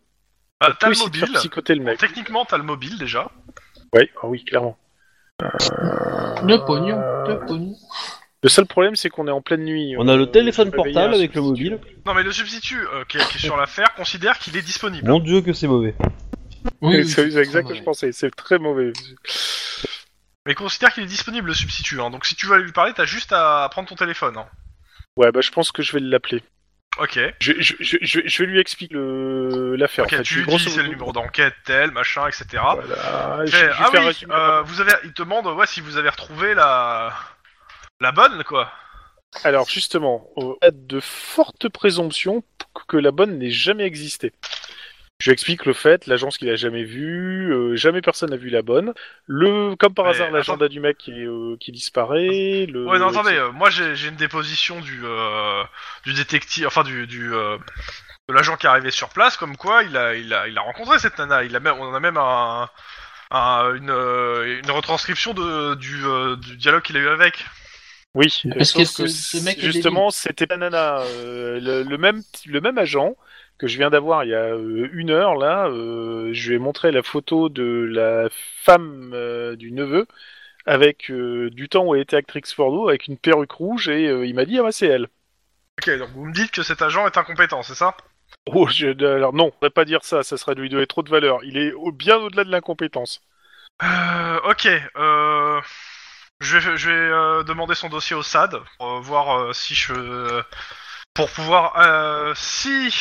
Speaker 1: Bah,
Speaker 4: on
Speaker 1: t'as
Speaker 4: peut
Speaker 1: le
Speaker 4: essayer de faire
Speaker 1: mobile.
Speaker 4: psychoter le mec.
Speaker 1: Techniquement, t'as le mobile déjà.
Speaker 4: Ouais, ah oui, clairement.
Speaker 1: Euh,
Speaker 3: Le pognon, le pognon.
Speaker 4: Le seul problème, c'est qu'on est en pleine nuit.
Speaker 2: On a
Speaker 4: Euh,
Speaker 2: le téléphone
Speaker 4: je vais réveiller
Speaker 2: portable
Speaker 4: un
Speaker 2: avec le
Speaker 4: substitut.
Speaker 2: mobile.
Speaker 1: Non mais le substitut euh, qui, est, qui est sur l'affaire considère qu'il est disponible.
Speaker 2: Mon dieu que c'est mauvais.
Speaker 3: Oui, oui,
Speaker 4: c'est exact
Speaker 3: très
Speaker 4: que je
Speaker 3: mauvais.
Speaker 4: pensais. C'est très mauvais.
Speaker 1: Mais considère qu'il est disponible le substitut. Hein. Donc si tu veux aller lui parler, t'as juste à prendre ton téléphone. hein.
Speaker 4: Ouais, bah je pense que je vais l'appeler.
Speaker 1: Ok.
Speaker 4: Je, je, je, je- je vais lui expliquer le- l'affaire.
Speaker 1: Ok,
Speaker 4: en fait.
Speaker 1: tu lui
Speaker 4: Grosso
Speaker 1: dis c'est le
Speaker 4: modo.
Speaker 1: numéro d'enquête, tel, machin, etc.
Speaker 4: Voilà,
Speaker 1: Il
Speaker 4: je-
Speaker 1: fait,
Speaker 4: je vais
Speaker 1: ah
Speaker 4: faire
Speaker 1: oui,
Speaker 4: résumer.
Speaker 1: euh, vous avez, il te demande ouais, si vous avez retrouvé la, la bonne, quoi.
Speaker 4: Alors justement, euh, à de fortes présomptions que la bonne n'ait jamais existé. Je lui explique le fait, l'agence qu'il a jamais vue, euh, jamais personne n'a vu la bonne. Le, comme par
Speaker 1: Mais
Speaker 4: hasard,
Speaker 1: attends.
Speaker 4: l'agenda du mec qui, est, euh, qui disparaît. Le,
Speaker 1: Ouais, non, attendez, euh, moi j'ai j'ai une déposition du, euh, du détective, enfin du, du euh, de l'agent qui est arrivé sur place, comme quoi il a, il a, il a rencontré cette nana. Il a même, on a même un, un- une, euh, une retranscription de, du, euh, du dialogue qu'il a eu avec.
Speaker 4: Oui, euh,
Speaker 3: Parce
Speaker 4: sauf
Speaker 3: que ce- ce mec est
Speaker 4: justement, c'était pas Nana. euh, le, le même, le même agent que je viens d'avoir il y a euh, une heure, là, euh, je lui ai montré la photo de la femme euh, du neveu avec euh, du temps où elle était actrice porno, avec une perruque rouge, et euh, il m'a dit, ah bah c'est elle.
Speaker 1: Ok, donc vous me dites que cet agent est incompétent, c'est ça
Speaker 4: Oh, je- alors non, on ne pourrait pas dire ça, ça serait de lui donner trop de valeur. Il est au- bien au-delà de l'incompétence.
Speaker 1: Euh, ok, euh, je vais, je vais euh, demander son dossier au SAD pour euh, voir euh, si je. euh, pour pouvoir. euh, si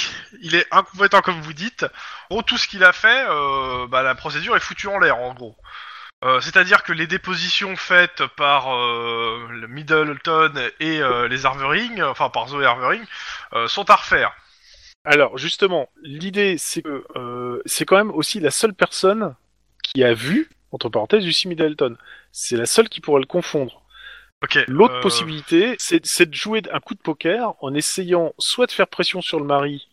Speaker 1: il est incompétent comme vous dites, en gros, tout ce qu'il a fait, euh, bah, la procédure est foutue en l'air en gros. Euh, C'est-à-dire que les dépositions faites par euh, le Middleton et euh, les Harvering, enfin par Zoe Harvering, euh, sont à refaire.
Speaker 4: Alors justement, l'idée c'est que euh, c'est quand même aussi la seule personne qui a vu, entre parenthèses, Lucy Middleton. C'est la seule qui pourrait le confondre.
Speaker 1: Ok.
Speaker 4: L'autre
Speaker 1: euh,
Speaker 4: possibilité, c'est c'est de jouer un coup de poker en essayant soit de faire pression sur le mari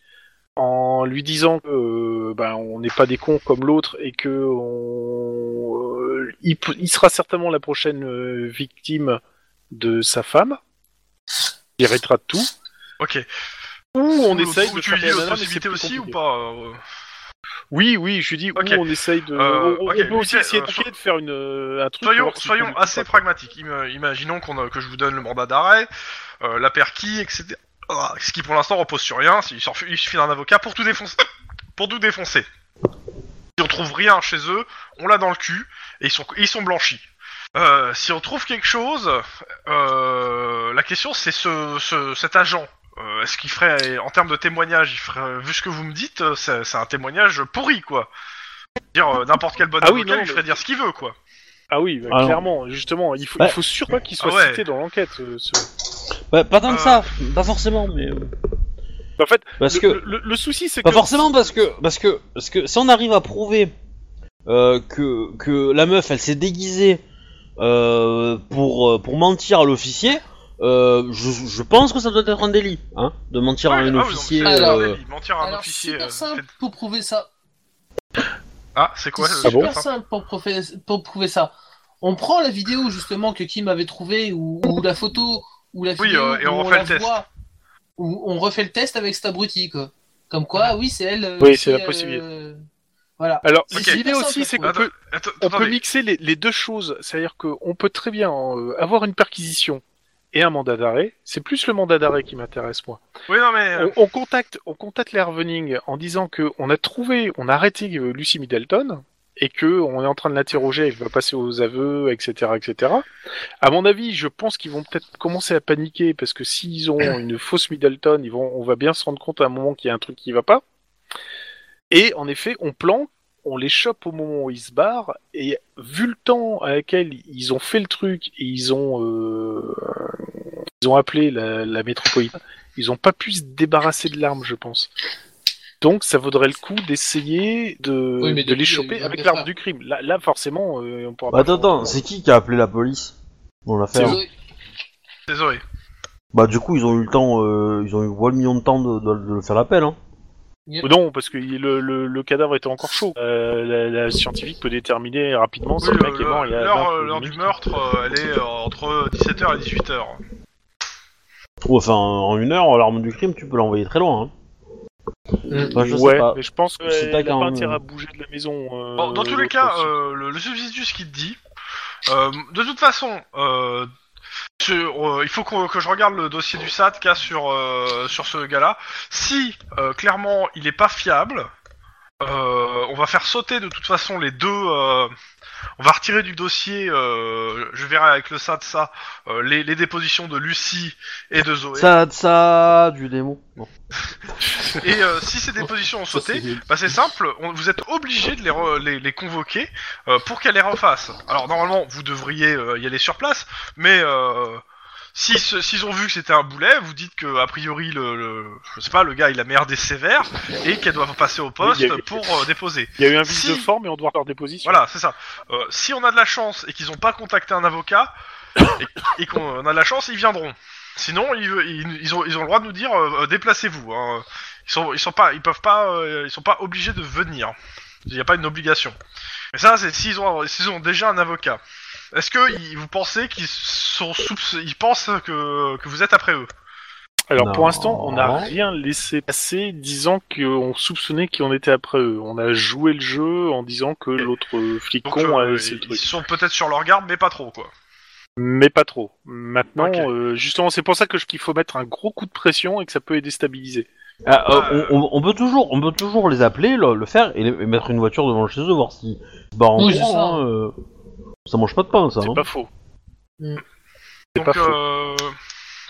Speaker 4: en lui disant que euh, ben, on n'est pas des cons comme l'autre et que on- euh, il, peut- il sera certainement la prochaine euh, victime de sa femme, il héritera de tout.
Speaker 1: Ok.
Speaker 4: Ou on
Speaker 1: Vous-
Speaker 4: essaye
Speaker 1: vous-
Speaker 4: de
Speaker 1: tu
Speaker 4: faire
Speaker 1: lui
Speaker 4: la
Speaker 1: dis aux
Speaker 4: nana, mais c'est
Speaker 1: possibilités
Speaker 4: plus
Speaker 1: aussi ou
Speaker 4: compliqué.
Speaker 1: pas euh,
Speaker 4: Oui, oui, je lui dis, ou
Speaker 1: Ok.
Speaker 4: on essaye de.
Speaker 1: Euh,
Speaker 4: on, on
Speaker 1: ok,
Speaker 4: peut aussi
Speaker 1: Michel,
Speaker 4: essayer
Speaker 1: euh,
Speaker 4: de, de faire une, euh, un truc. pour
Speaker 1: Soyons,
Speaker 4: voir si on
Speaker 1: soyons
Speaker 4: peut-
Speaker 1: assez pragmatiques. Im- euh, imaginons qu'on a- que je vous donne le mandat d'arrêt, euh, la perquis, etc. Ah, Ce qui pour l'instant repose sur rien. Il, s'en fu- il suffit d'un avocat pour tout défoncer. Pour tout défoncer. Si on trouve rien chez eux, on l'a dans le cul et ils sont, ils sont blanchis. Euh, si on trouve quelque chose, euh, la question c'est ce, ce- cet agent. Euh, Est-ce qu'il ferait, en termes de témoignage, il ferait, vu ce que vous me dites, euh, c'est c'est un témoignage pourri quoi. Dire euh, n'importe quel bon
Speaker 4: Ah oui,
Speaker 1: avocat, il
Speaker 4: non, mais-
Speaker 1: ferait dire ce qu'il veut quoi.
Speaker 4: Ah oui, bah,
Speaker 2: Ah non.
Speaker 4: clairement, justement, il faut,
Speaker 2: Bah.
Speaker 4: il faut surtout pas qu'il soit
Speaker 1: Ah ouais.
Speaker 4: cité dans l'enquête. euh, ce-
Speaker 2: Bah, pas tant que
Speaker 1: Euh.
Speaker 2: ça, pas forcément, mais euh,
Speaker 4: Bah, En fait,
Speaker 2: parce
Speaker 4: Ah. le,
Speaker 2: que
Speaker 4: le- le souci c'est que.
Speaker 2: Pas forcément parce que parce que parce que si on arrive à prouver euh, que que la meuf elle s'est déguisée euh, pour euh, pour mentir à l'officier, euh, je, je pense que ça doit être un délit, hein, de mentir à
Speaker 1: Ouais,
Speaker 2: un
Speaker 1: ah oui,
Speaker 2: officier.
Speaker 1: non, mais c'est-
Speaker 2: euh,
Speaker 1: Alors, délit, mentir à un
Speaker 3: Alors,
Speaker 1: officier. euh,
Speaker 3: super simple
Speaker 1: c'est-
Speaker 3: pour prouver ça.
Speaker 1: Ah, c'est quoi
Speaker 3: C'est
Speaker 1: euh,
Speaker 4: bon
Speaker 3: super simple pour prouver, pour prouver ça. On prend la vidéo justement que Kim avait trouvée ou, ou la photo ou la
Speaker 1: Oui,
Speaker 3: vidéo
Speaker 1: euh, et on
Speaker 3: où
Speaker 1: refait
Speaker 3: la
Speaker 1: le test.
Speaker 3: voit, où on refait le test avec cet abruti quoi. Comme quoi, oui, c'est elle. euh,
Speaker 4: Oui,
Speaker 3: qui,
Speaker 4: c'est la
Speaker 3: euh,
Speaker 4: possibilité.
Speaker 3: Voilà.
Speaker 4: Alors,
Speaker 3: C'est
Speaker 1: Ok.
Speaker 4: l'idée
Speaker 3: super
Speaker 4: aussi
Speaker 3: simple,
Speaker 4: c'est
Speaker 3: pour
Speaker 4: qu'on
Speaker 1: Attends,
Speaker 4: peut,
Speaker 1: attends,
Speaker 4: on peut
Speaker 1: attendez.
Speaker 4: mixer les, les deux choses. C'est-à-dire qu'on peut très bien euh, avoir une perquisition et un mandat d'arrêt. C'est plus le mandat d'arrêt qui m'intéresse, moi.
Speaker 1: Oui, non, mais. euh,
Speaker 4: on, on contacte, on contacte les Ravening en disant que on a trouvé, on a arrêté euh, Lucy Middleton et que on est en train de l'interroger, elle va passer aux aveux, etc., etc. À mon avis, je pense qu'ils vont peut-être commencer à paniquer parce que s'ils ont une fausse Middleton, ils vont, on va bien se rendre compte à un moment qu'il y a un truc qui va pas. Et en effet, on planque, on les chope au moment où ils se barrent et vu le temps à laquelle ils ont fait le truc et ils ont, euh, ils ont appelé la, la métropolitaine ils ont pas pu se débarrasser de l'arme, je pense. Donc ça vaudrait le coup d'essayer de,
Speaker 3: Oui, mais
Speaker 4: de les
Speaker 3: depuis, euh,
Speaker 4: choper
Speaker 3: il y a
Speaker 4: avec
Speaker 3: eu
Speaker 4: l'arme
Speaker 3: affaire.
Speaker 4: du crime. Là, là forcément, euh, on pourra
Speaker 2: Bah,
Speaker 4: pas...
Speaker 2: attends, attends, c'est qui qui a appelé la police dans l'affaire
Speaker 3: Désolé.
Speaker 1: Désolé.
Speaker 2: Bah du coup ils ont eu le temps, euh, ils ont eu voilà, le million de temps de, de, de faire l'appel. Hein.
Speaker 4: Non, parce que il- le, le- le cadavre était encore chaud. Euh, la, la scientifique peut déterminer rapidement si
Speaker 1: Oui,
Speaker 4: le mec est
Speaker 1: euh,
Speaker 4: mort il y a
Speaker 1: L'heure
Speaker 4: 20
Speaker 1: euh, l'heure du
Speaker 4: minutes.
Speaker 1: meurtre, euh, elle est euh, entre 17h et 18h.
Speaker 2: Ou enfin en une heure, l'arme du crime tu peux l'envoyer très loin. Hein.
Speaker 3: Mm.
Speaker 2: Bah, je sais
Speaker 4: ouais,
Speaker 2: pas.
Speaker 4: mais je pense que
Speaker 2: C'est pas
Speaker 4: elle a
Speaker 2: qu'un-
Speaker 4: pas intérêt à bouger de la maison. euh,
Speaker 1: Bon, dans tous les
Speaker 4: l'autre
Speaker 1: cas,
Speaker 4: aussi.
Speaker 1: euh, le, le substitut, ce qu'il te dit, euh, de toute façon, euh, ce- euh, il faut qu'on- que je regarde le dossier du SAT qu'il y a sur, euh, sur ce gars-là. Si, euh, clairement, il est pas fiable, euh, on va faire sauter de toute façon les deux. euh, on va retirer du dossier, euh, je verrai avec le SAT ça, euh, les, les dépositions de Lucie et de Zoé.
Speaker 2: Ça, ça, du démon. Non.
Speaker 1: Et euh, si ces dépositions ont sauté, Bah c'est simple, on- vous êtes obligé de les, re- les, les convoquer euh, pour qu'elles les refassent. Alors normalement, vous devriez euh, y aller sur place, mais euh, si ce- s'ils ont vu que c'était un boulet, vous dites que a priori le, le je sais pas le gars il a merdé sévère et qu'elles doivent passer au poste
Speaker 4: Oui, il y a eu-
Speaker 1: pour euh, déposer.
Speaker 4: Il y a eu un vice
Speaker 1: Si.
Speaker 4: de forme et on doit faire des positions.
Speaker 1: Voilà, c'est ça. Euh, si on a de la chance et qu'ils ont pas contacté un avocat et, et qu'on a de la chance, ils viendront. Sinon, ils, ils, ils ont, ils ont le droit de nous dire euh, euh, déplacez-vous. hein. Ils sont, ils sont pas, ils peuvent pas, euh, ils sont pas obligés de venir. Il n'y a pas une obligation. Mais ça, c'est s'ils ont, s'ils ont déjà un avocat. Est-ce que ils- vous pensez qu'ils sont soupçon- ils pensent que, que vous êtes après eux
Speaker 4: Alors
Speaker 2: Non.
Speaker 4: pour l'instant, on n'a rien laissé passer disant qu'on soupçonnait qu'on était après eux. On a joué le jeu en disant que l'autre euh, flic
Speaker 1: Donc,
Speaker 4: con
Speaker 1: euh,
Speaker 4: a laissé le
Speaker 1: ils
Speaker 4: truc.
Speaker 1: sont peut-être sur leur garde, mais pas trop quoi.
Speaker 4: Mais pas trop. Maintenant,
Speaker 1: Ok.
Speaker 4: euh, justement, c'est pour ça que je- qu'il faut mettre un gros coup de pression et que ça peut les déstabiliser.
Speaker 2: Ah, euh,
Speaker 1: Euh,
Speaker 2: on, on- on peut toujours, on peut toujours les appeler, le, le faire et, les- et mettre une voiture devant chez eux, voir si bah en
Speaker 3: Oui,
Speaker 2: courant,
Speaker 3: c'est ça.
Speaker 2: hein, euh, ça mange pas de pain, ça.
Speaker 4: C'est
Speaker 2: hein.
Speaker 4: pas faux.
Speaker 3: Mm.
Speaker 4: C'est pas
Speaker 1: Donc,
Speaker 4: faux.
Speaker 1: euh,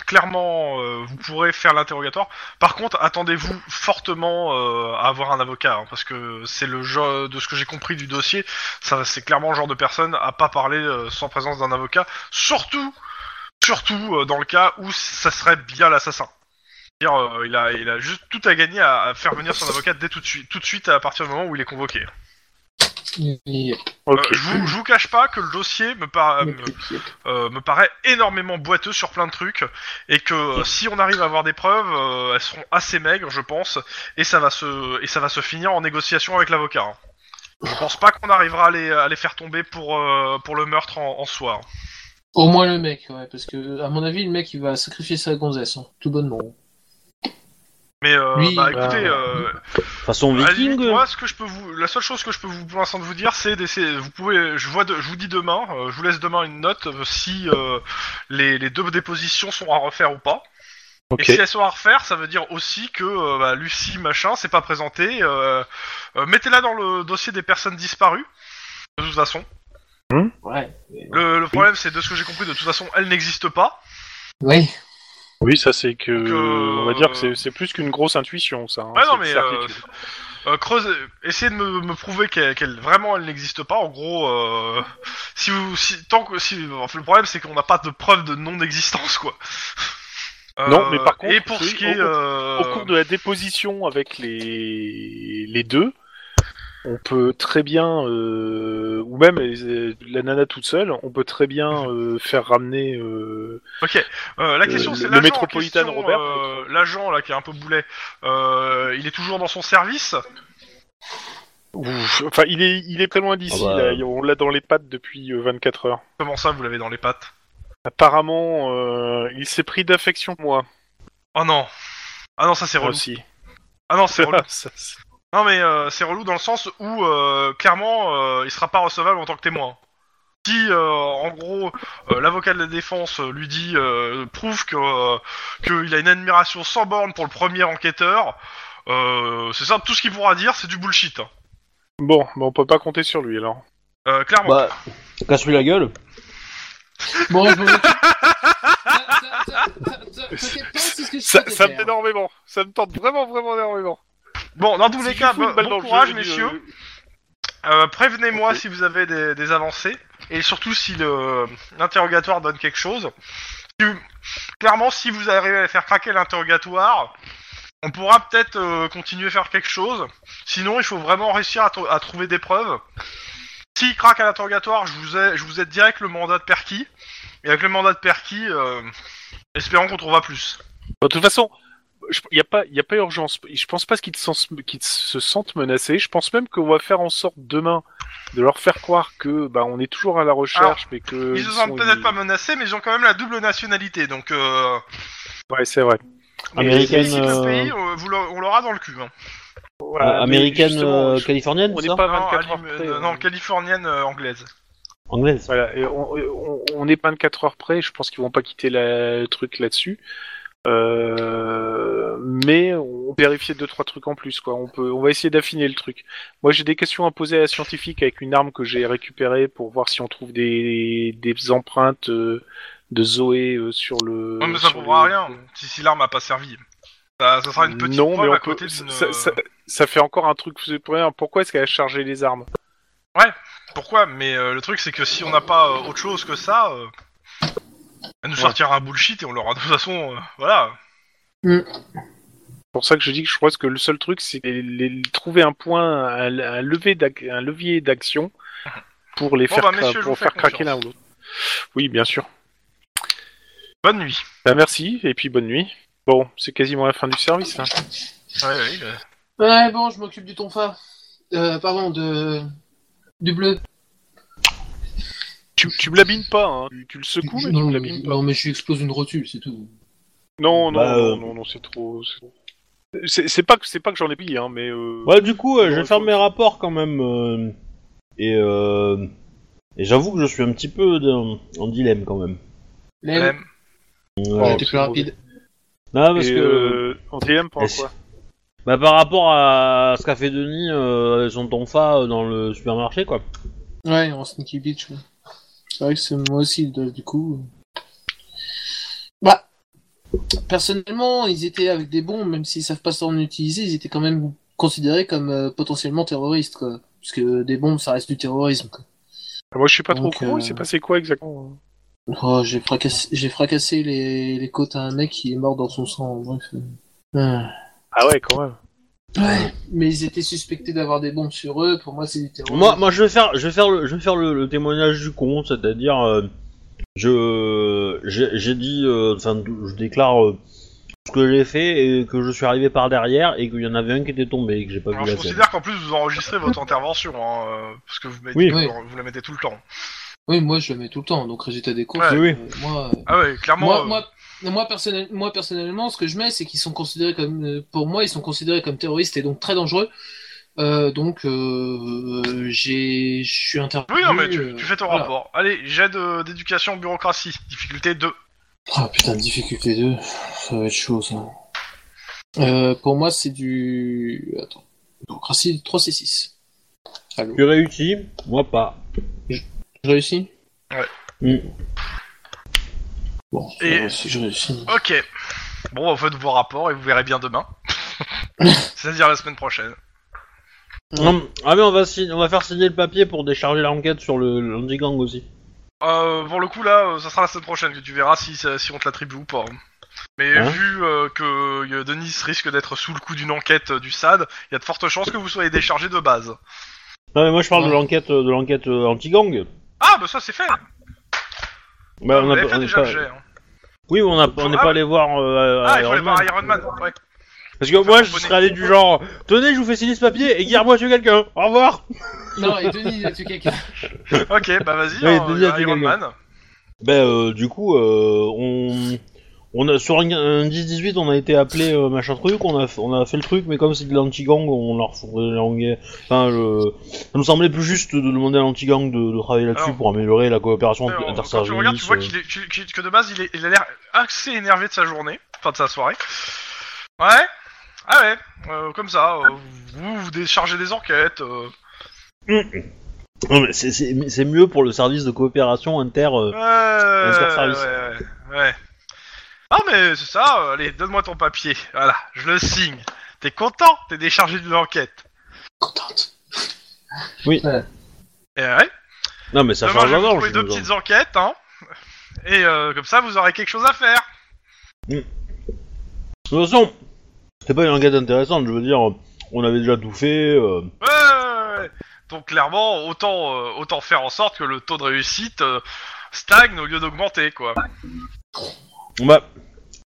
Speaker 1: clairement, euh, vous pourrez faire l'interrogatoire. Par contre, attendez-vous fortement euh, à avoir un avocat, hein, parce que c'est le genre de ce que j'ai compris du dossier. Ça, c'est clairement le genre de personne à pas parler euh, sans présence d'un avocat, surtout, surtout euh, dans le cas où ça serait bien l'assassin. C'est-à-dire, euh, il a, il a juste tout à gagner à, à faire venir son avocat dès tout de suite, tout de suite à partir du moment où il est convoqué.
Speaker 3: Il-
Speaker 1: Euh,
Speaker 4: Ok.
Speaker 1: je, vous, je vous cache pas que le dossier me, para- me- euh, me paraît énormément boiteux sur plein de trucs et que euh, si on arrive à avoir des preuves, euh, elles seront assez maigres, je pense, et ça va se et ça va se finir en négociation avec l'avocat. hein. Je pense pas qu'on arrivera à les, à les faire tomber pour euh, pour le meurtre en, en soi. hein.
Speaker 3: Au moins le mec, ouais, parce que à mon avis, le mec, il va sacrifier sa gonzesse, hein, tout bonnement.
Speaker 1: Mais euh,
Speaker 3: Oui,
Speaker 1: bah,
Speaker 4: bah,
Speaker 1: écoutez, euh,
Speaker 2: Façon
Speaker 1: à la
Speaker 2: viking.
Speaker 1: limite, moi ce que je peux vous la seule chose que je peux vous pour l'instant vous dire c'est d'essayer vous pouvez je vois de- je vous dis demain, euh, je vous laisse demain une note euh, si euh, les, les deux dépositions sont à refaire ou pas.
Speaker 4: Ok.
Speaker 1: Et si elles sont à refaire, ça veut dire aussi que euh, bah, Lucie machin s'est pas présentée. euh, euh, Mettez-la dans le dossier des personnes disparues. De toute façon,
Speaker 3: Ouais.
Speaker 1: le, le problème c'est de ce que j'ai compris, de toute façon, elle n'existe pas.
Speaker 3: Oui.
Speaker 4: Oui, ça c'est que...
Speaker 1: Donc, euh,
Speaker 4: On va dire que c'est- c'est plus qu'une grosse intuition, ça. hein.
Speaker 1: Ouais, non,
Speaker 4: C'est
Speaker 1: mais,
Speaker 4: une certitude.
Speaker 1: Euh, creusez, essayez de me, me prouver qu'elle qu'elle- vraiment elle n'existe pas. En gros, euh, si vous, si, tant que si, enfin, le problème c'est qu'on n'a pas de preuve de non-existence quoi.
Speaker 4: Non, mais par
Speaker 1: Et
Speaker 4: contre,
Speaker 1: pour
Speaker 4: oui,
Speaker 1: ce qui est,
Speaker 4: au-
Speaker 1: euh,
Speaker 4: Au cours de la déposition avec les, les deux, on peut très bien, euh, ou même euh, la nana toute seule, on peut très bien euh, faire ramener. euh,
Speaker 1: Ok, euh, la
Speaker 4: Le-
Speaker 1: question c'est
Speaker 4: le
Speaker 1: l'agent en
Speaker 4: métropolitain
Speaker 1: question,
Speaker 4: Robert,
Speaker 1: euh, l'agent là qui est un peu boulet, euh, il est toujours dans son service.
Speaker 4: ouf. enfin, il est, il est très loin d'ici.
Speaker 2: Ah bah.
Speaker 4: là, on l'a dans les pattes depuis euh, 24 heures.
Speaker 1: Comment ça, vous l'avez dans les pattes
Speaker 4: Apparemment, euh, il s'est pris d'affection pour moi
Speaker 1: Oh non, ah non ça c'est relou.
Speaker 4: aussi.
Speaker 1: Ah non c'est relou.
Speaker 4: Ça, c'est-
Speaker 1: Non mais euh, c'est relou dans le sens où euh, clairement euh, il sera pas recevable en tant que témoin. Si euh, en gros euh, l'avocat de la défense euh, lui dit euh, prouve que euh, qu'il a une admiration sans borne pour le premier enquêteur, euh, c'est simple, tout ce qu'il pourra dire c'est du bullshit. hein.
Speaker 4: Bon, bah, on peut pas compter sur lui alors.
Speaker 1: Euh, clairement.
Speaker 2: Bah, casse-lui la gueule.
Speaker 3: Bon, je m'en occupe. Ça- ça- ça- ça- T'inquiète pas, c'est ce que je
Speaker 4: Ça,
Speaker 3: souhaitais
Speaker 4: ça
Speaker 3: faire.
Speaker 4: me tente énormément. Ça me tente vraiment, vraiment énormément.
Speaker 1: Bon, dans tous
Speaker 4: Si
Speaker 1: les
Speaker 4: je
Speaker 1: cas,
Speaker 4: fous une
Speaker 1: bon,
Speaker 4: balle
Speaker 1: bon
Speaker 4: dans le jeu,
Speaker 1: courage
Speaker 4: je dis,
Speaker 1: messieurs.
Speaker 4: euh,
Speaker 1: Euh, Prévenez-moi
Speaker 4: Ok.
Speaker 1: si vous avez des, des avancées et surtout si le- euh, l'interrogatoire donne quelque chose. Si vous- clairement, si vous arrivez à faire craquer l'interrogatoire, on pourra peut-être euh, continuer à faire quelque chose. Sinon, il faut vraiment réussir à, tr- à trouver des preuves. S'il craque à l'interrogatoire, je vous ai, je vous ai direct le mandat de Perky. Et avec le mandat de Perky, euh, espérons qu'on trouvera plus.
Speaker 4: Bon, de toute façon, il n'y a, pas- y a pas urgence. Je pense pas qu'ils te sens- qu'ils se sentent menacés. Je pense même qu'on va faire en sorte demain de leur faire croire que bah, on est toujours à la recherche, mais que.
Speaker 1: Ah, ils se sentent
Speaker 4: Euh, sont-
Speaker 1: peut-être pas menacés, mais ils ont quand même la double nationalité, donc... Euh,
Speaker 4: Ouais, c'est vrai.
Speaker 1: mais
Speaker 2: Américaine,
Speaker 1: ici, le
Speaker 2: euh,
Speaker 1: pays, euh, vous l'aurez- on l'aura dans le cul. hein.
Speaker 4: Voilà,
Speaker 2: Euh,
Speaker 4: Bah, mais
Speaker 2: américaine,
Speaker 4: justement,
Speaker 2: euh,
Speaker 4: je-
Speaker 2: californienne,
Speaker 4: on
Speaker 2: c'est
Speaker 4: n'est
Speaker 2: ça
Speaker 4: pas
Speaker 1: Non,
Speaker 4: 24 heures
Speaker 1: alim-
Speaker 4: près.
Speaker 1: euh,
Speaker 4: euh,
Speaker 1: non, californienne euh, anglaise.
Speaker 2: Anglaise.
Speaker 4: Voilà, et on, on- on est 24 heures près. Je pense qu'ils vont pas quitter la- le truc là-dessus. Euh, mais on vérifiait deux trois trucs en plus quoi. On peut, on va essayer d'affiner le truc. Moi j'ai des questions à poser à la scientifique avec une arme que j'ai récupérée pour voir si on trouve des, des empreintes euh, de Zoé euh, sur le.
Speaker 1: Non, mais ça
Speaker 4: sur
Speaker 1: prouvera
Speaker 4: les-
Speaker 1: rien, si, si l'arme a pas servi. Ça, ça sera une petite
Speaker 4: non,
Speaker 1: preuve
Speaker 4: mais on
Speaker 1: à
Speaker 4: peut-
Speaker 1: côté d'une... euh,
Speaker 4: ça, ça- ça fait encore un truc. c'est pour rien. Pourquoi est-ce qu'elle a chargé les armes
Speaker 1: Pourquoi Mais euh, le truc, c'est que si on n'a pas euh, autre chose que ça, euh, elle nous
Speaker 4: Ouais.
Speaker 1: sortira un bullshit et on l'aura de toute façon... euh, voilà.
Speaker 4: C'est pour ça que je dis que je pense que le seul truc, c'est les- les- trouver un point, un, un lever d'ac- un levier d'action pour les
Speaker 1: Bon,
Speaker 4: faire,
Speaker 1: bah,
Speaker 4: cra-
Speaker 1: messieurs, je vous
Speaker 4: pour
Speaker 1: fais
Speaker 4: faire craquer l'un
Speaker 1: confiance.
Speaker 4: ou l'autre. Oui, bien sûr.
Speaker 1: Bonne nuit.
Speaker 4: Bah, merci, et puis bonne nuit. Bon, c'est quasiment la fin du service. hein.
Speaker 1: Ouais, ouais, ouais.
Speaker 3: Ouais, bon, je m'occupe du tonfa. Euh, pardon, de... du bleu.
Speaker 4: Tu, tu me l'abîmes pas, hein. tu, tu le secoues, mais tu
Speaker 3: non,
Speaker 4: me l'abîmes pas.
Speaker 3: non, mais je lui explose une rotule, c'est tout.
Speaker 4: Non, non,
Speaker 2: Bah, euh,
Speaker 4: non, non, non, c'est trop. c'est trop. C'est c'est pas que c'est pas que j'en ai pris, hein, mais euh,
Speaker 2: Ouais, du coup, euh, je
Speaker 4: Bon,
Speaker 2: vais
Speaker 4: il
Speaker 2: faire
Speaker 4: faut-
Speaker 2: mes rapports quand même. euh, et euh, et j'avoue que je suis un petit peu dans- en dilemme quand même.
Speaker 3: Mais ouais,
Speaker 1: Même.
Speaker 2: Ouais.
Speaker 3: t'es plus rapide.
Speaker 2: Non, parce
Speaker 4: et,
Speaker 2: que
Speaker 4: euh, en DM pour
Speaker 2: Est-ce-
Speaker 4: quoi
Speaker 2: bah, par rapport à ce qu'a fait Denis euh, avec son tonfa euh, dans le supermarché, quoi.
Speaker 3: Ouais, en sneaky bitch. ouais. C'est vrai que c'est moi aussi, le- du coup. Bah, personnellement, ils étaient avec des bombes, même s'ils savent pas s'en utiliser, ils étaient quand même considérés comme euh, potentiellement terroristes, quoi. Parce que des bombes, ça reste du terrorisme, quoi.
Speaker 4: Ah, Moi, je suis pas trop au
Speaker 3: Donc,
Speaker 4: courant.
Speaker 3: euh,
Speaker 4: Il s'est passé quoi exactement
Speaker 3: Oh, j'ai fracassé, j'ai fracassé les, les côtes à un mec qui est mort dans son sang, bref. euh. Ah.
Speaker 4: Ah ouais, quand même.
Speaker 3: Ouais, mais ils étaient suspectés d'avoir des bombes sur eux. Pour moi, c'est du terrorisme.
Speaker 2: Moi, moi, je vais faire, je vais faire le, je vais faire le, le témoignage du con, c'est-à-dire, euh, je, j'ai j'ai dit, euh, enfin, je déclare euh, ce que j'ai fait et que je suis arrivé par derrière et qu'il y en avait un qui était tombé et que j'ai pas
Speaker 1: Alors,
Speaker 2: vu
Speaker 1: je
Speaker 2: la scène.
Speaker 1: considère qu'en plus, vous enregistrez votre intervention, hein, euh, parce que vous, mettez-
Speaker 2: Oui.
Speaker 1: vous, vous la mettez tout le temps.
Speaker 3: Oui, moi, je le mets tout le temps. Donc, résultat des courses.
Speaker 1: Ouais.
Speaker 2: Oui,
Speaker 3: euh, moi, euh,
Speaker 1: Ah ouais, clairement...
Speaker 3: moi,
Speaker 1: euh,
Speaker 3: moi, moi, personnel- moi, personnellement, ce que je mets, c'est qu'ils sont considérés comme, euh, pour moi, ils sont considérés comme terroristes et donc très dangereux. Euh, donc, euh, j'ai, je suis intervenu.
Speaker 1: Oui, non, mais tu,
Speaker 3: euh,
Speaker 1: tu fais ton
Speaker 3: voilà.
Speaker 1: rapport. Allez, jet de- d'éducation bureaucratie, difficulté 2.
Speaker 3: Ah putain, difficulté 2, ça va être chaud ça. Euh, pour moi, c'est du. Attends. Bureaucratie 3 C6. Allô
Speaker 2: tu réussis, moi pas.
Speaker 3: Je réussis
Speaker 1: Ouais.
Speaker 2: Mm.
Speaker 3: Bon,
Speaker 1: Et-
Speaker 3: euh, si je réussis.
Speaker 1: Ok. Bon, vous faites vos rapports et vous verrez bien demain. C'est-à-dire la semaine prochaine.
Speaker 2: Non, ah mais on va, signer- on va faire signer le papier pour décharger l'enquête sur le l'anti-gang aussi.
Speaker 1: Euh, pour le coup, là, euh, ça sera la semaine prochaine que tu verras si, ça- si on te l'attribue ou pas. Mais
Speaker 2: Hein
Speaker 1: vu euh, que euh, Denis risque d'être sous le coup d'une enquête euh, du SAD, il y a de fortes chances que vous soyez déchargé de base.
Speaker 2: Non mais moi je parle
Speaker 3: Ouais.
Speaker 2: de l'enquête euh, de l'enquête euh, anti-gang.
Speaker 1: Ah, bah ça c'est fait
Speaker 2: Bah,
Speaker 1: Vous
Speaker 2: a
Speaker 1: l'avez
Speaker 2: pas-
Speaker 1: fait
Speaker 2: est
Speaker 1: déjà
Speaker 2: pas-
Speaker 1: le jet. hein.
Speaker 2: Oui, on a- on n'est
Speaker 1: Ah,
Speaker 2: pas allé voir. euh,
Speaker 1: Ah,
Speaker 2: à-
Speaker 1: il
Speaker 2: Iron
Speaker 1: faut aller voir
Speaker 2: Man.
Speaker 1: Iron Man, ouais.
Speaker 2: Parce que
Speaker 1: Faut
Speaker 2: moi,
Speaker 1: faire
Speaker 2: je
Speaker 1: composer.
Speaker 2: serais allé du genre, tenez, je vous fais signer ce papier et guerre-moi sur quelqu'un. Au revoir.
Speaker 3: Non, et Denis, il a tué quelqu'un.
Speaker 1: Ok, bah vas-y,
Speaker 2: Ouais,
Speaker 1: hein,
Speaker 2: Denis a tué
Speaker 1: Iron
Speaker 2: quelqu'un.
Speaker 1: Man.
Speaker 2: Ben, euh, du coup, euh, on, on a sur un, un 10-18, on a été appelé euh, machin truc, on a, f- on a fait le truc, mais comme c'est de l'anti-gang, on leur fourrait la langue- Enfin, je- ça nous semblait plus juste de demander à l'anti-gang de, de travailler là-dessus
Speaker 1: Alors,
Speaker 2: pour améliorer la coopération euh.
Speaker 1: Alors,
Speaker 2: entre
Speaker 1: quand tu regardes, tu vois
Speaker 2: interservices.
Speaker 1: qu'il est- qu'il- qu'il- que de base, il, est- il a l'air assez énervé de sa journée, enfin de sa soirée. Ouais, ah ouais, euh, comme ça, euh, vous vous déchargez des enquêtes. euh.
Speaker 2: euh. Non, mais c'est- C'est c'est mieux pour le service de coopération inter. euh,
Speaker 1: Ouais,
Speaker 2: service.
Speaker 1: ouais, ouais, ouais. Ah mais c'est ça, euh, allez, donne-moi ton papier, voilà, je le signe. T'es content, t'es déchargé d'une enquête.
Speaker 3: Contente.
Speaker 1: Et Eh ouais,
Speaker 2: Non, mais ça
Speaker 1: demain,
Speaker 2: change
Speaker 1: je vais vous
Speaker 2: avant.
Speaker 1: trouver
Speaker 2: je
Speaker 1: deux
Speaker 2: suppose.
Speaker 1: petites enquêtes, hein. Et euh, comme ça, vous aurez quelque chose à faire.
Speaker 2: De toute façon, c'était pas une enquête intéressante, je veux dire, on avait déjà tout fait.
Speaker 1: Ouais,
Speaker 2: euh,
Speaker 1: ouais, ouais. Donc clairement, autant, euh, autant faire en sorte que le taux de réussite euh, stagne au lieu d'augmenter, quoi.
Speaker 2: Bah,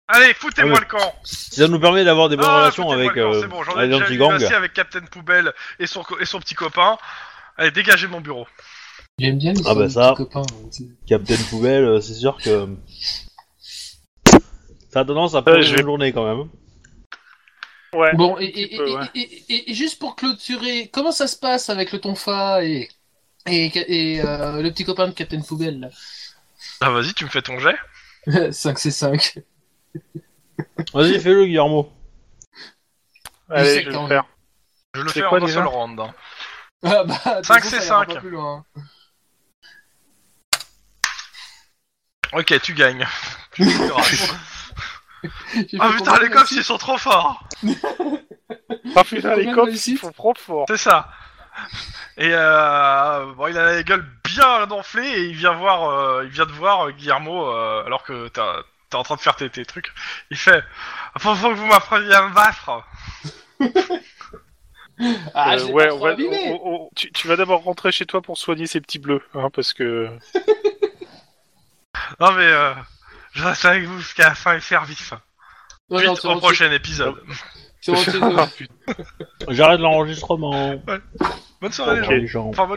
Speaker 1: Allez, foutez-moi
Speaker 2: Ouais.
Speaker 1: le camp
Speaker 2: si ça nous permet d'avoir des bonnes
Speaker 1: Ah,
Speaker 2: relations
Speaker 1: foutez-moi
Speaker 2: avec,
Speaker 1: le camp,
Speaker 2: euh,
Speaker 1: C'est bon, j'en ai
Speaker 2: avec
Speaker 1: déjà eu
Speaker 2: l'anti-gang.
Speaker 1: assez avec Captain Poubelle et son, co- et son petit copain. Allez, dégagez de mon bureau.
Speaker 3: J'aime bien les
Speaker 2: Ah bah
Speaker 3: petits
Speaker 2: ça.
Speaker 3: copains, hein, tu sais.
Speaker 2: Captain Poubelle, euh, c'est sûr que. Ça a tendance à prendre
Speaker 4: Euh, je vais-
Speaker 2: une journée quand même.
Speaker 4: Ouais.
Speaker 3: Bon, et, et-
Speaker 4: petit peu,
Speaker 3: et-
Speaker 4: ouais.
Speaker 3: et- et- et juste pour clôturer, comment ça se passe avec le tonfa et, et, et, euh, le petit copain de Captain Poubelle
Speaker 1: Ah, vas-y, tu me fais ton jet.
Speaker 3: 5 C5.
Speaker 2: Vas-y, fais-le, Guillermo.
Speaker 4: Allez, je vais le
Speaker 3: quand
Speaker 4: faire.
Speaker 1: Je le
Speaker 4: C'est
Speaker 1: fais
Speaker 4: quoi,
Speaker 1: en un
Speaker 4: déjà
Speaker 1: seul round. hein.
Speaker 3: Ah bah,
Speaker 1: 5,
Speaker 3: du coup,
Speaker 1: c'est
Speaker 3: ça ira
Speaker 1: 5.
Speaker 3: pas plus loin. hein.
Speaker 1: Ok, tu gagnes. Tu verras.
Speaker 3: J'ai
Speaker 1: ah putain,
Speaker 3: fait combien
Speaker 1: les
Speaker 3: de
Speaker 1: cops,
Speaker 3: réussites
Speaker 1: ils sont trop forts
Speaker 4: Ah putain, les
Speaker 3: Combien de
Speaker 4: cops, ils
Speaker 3: réussites
Speaker 4: font trop fort.
Speaker 1: C'est ça. Et euh, bon, il a la gueule bien enflée et il vient voir, euh, il vient de voir euh, Guillermo euh, alors que t'as- t'es en train de faire tes, tes trucs. Il fait, faut, faut que vous m'appreniez à me battre.
Speaker 3: Ah,
Speaker 4: Euh,
Speaker 3: je l'ai
Speaker 4: ouais,
Speaker 3: pas
Speaker 4: on
Speaker 3: trop
Speaker 4: va-
Speaker 3: abîmé.
Speaker 4: on- on- on- tu, tu vas d'abord rentrer chez toi pour soigner ces petits bleus, hein, parce que
Speaker 1: Non mais, euh, je reste avec vous jusqu'à la fin et service.
Speaker 3: Non,
Speaker 1: Suite
Speaker 3: non, c'est
Speaker 1: au
Speaker 3: mon
Speaker 1: prochain épisode.
Speaker 4: Ah,
Speaker 3: truc- c'est mon truc de-
Speaker 2: J'arrête l'enregistrement.
Speaker 1: Bonne soirée les gens.
Speaker 2: Jean.
Speaker 1: Enfin, bonne journée.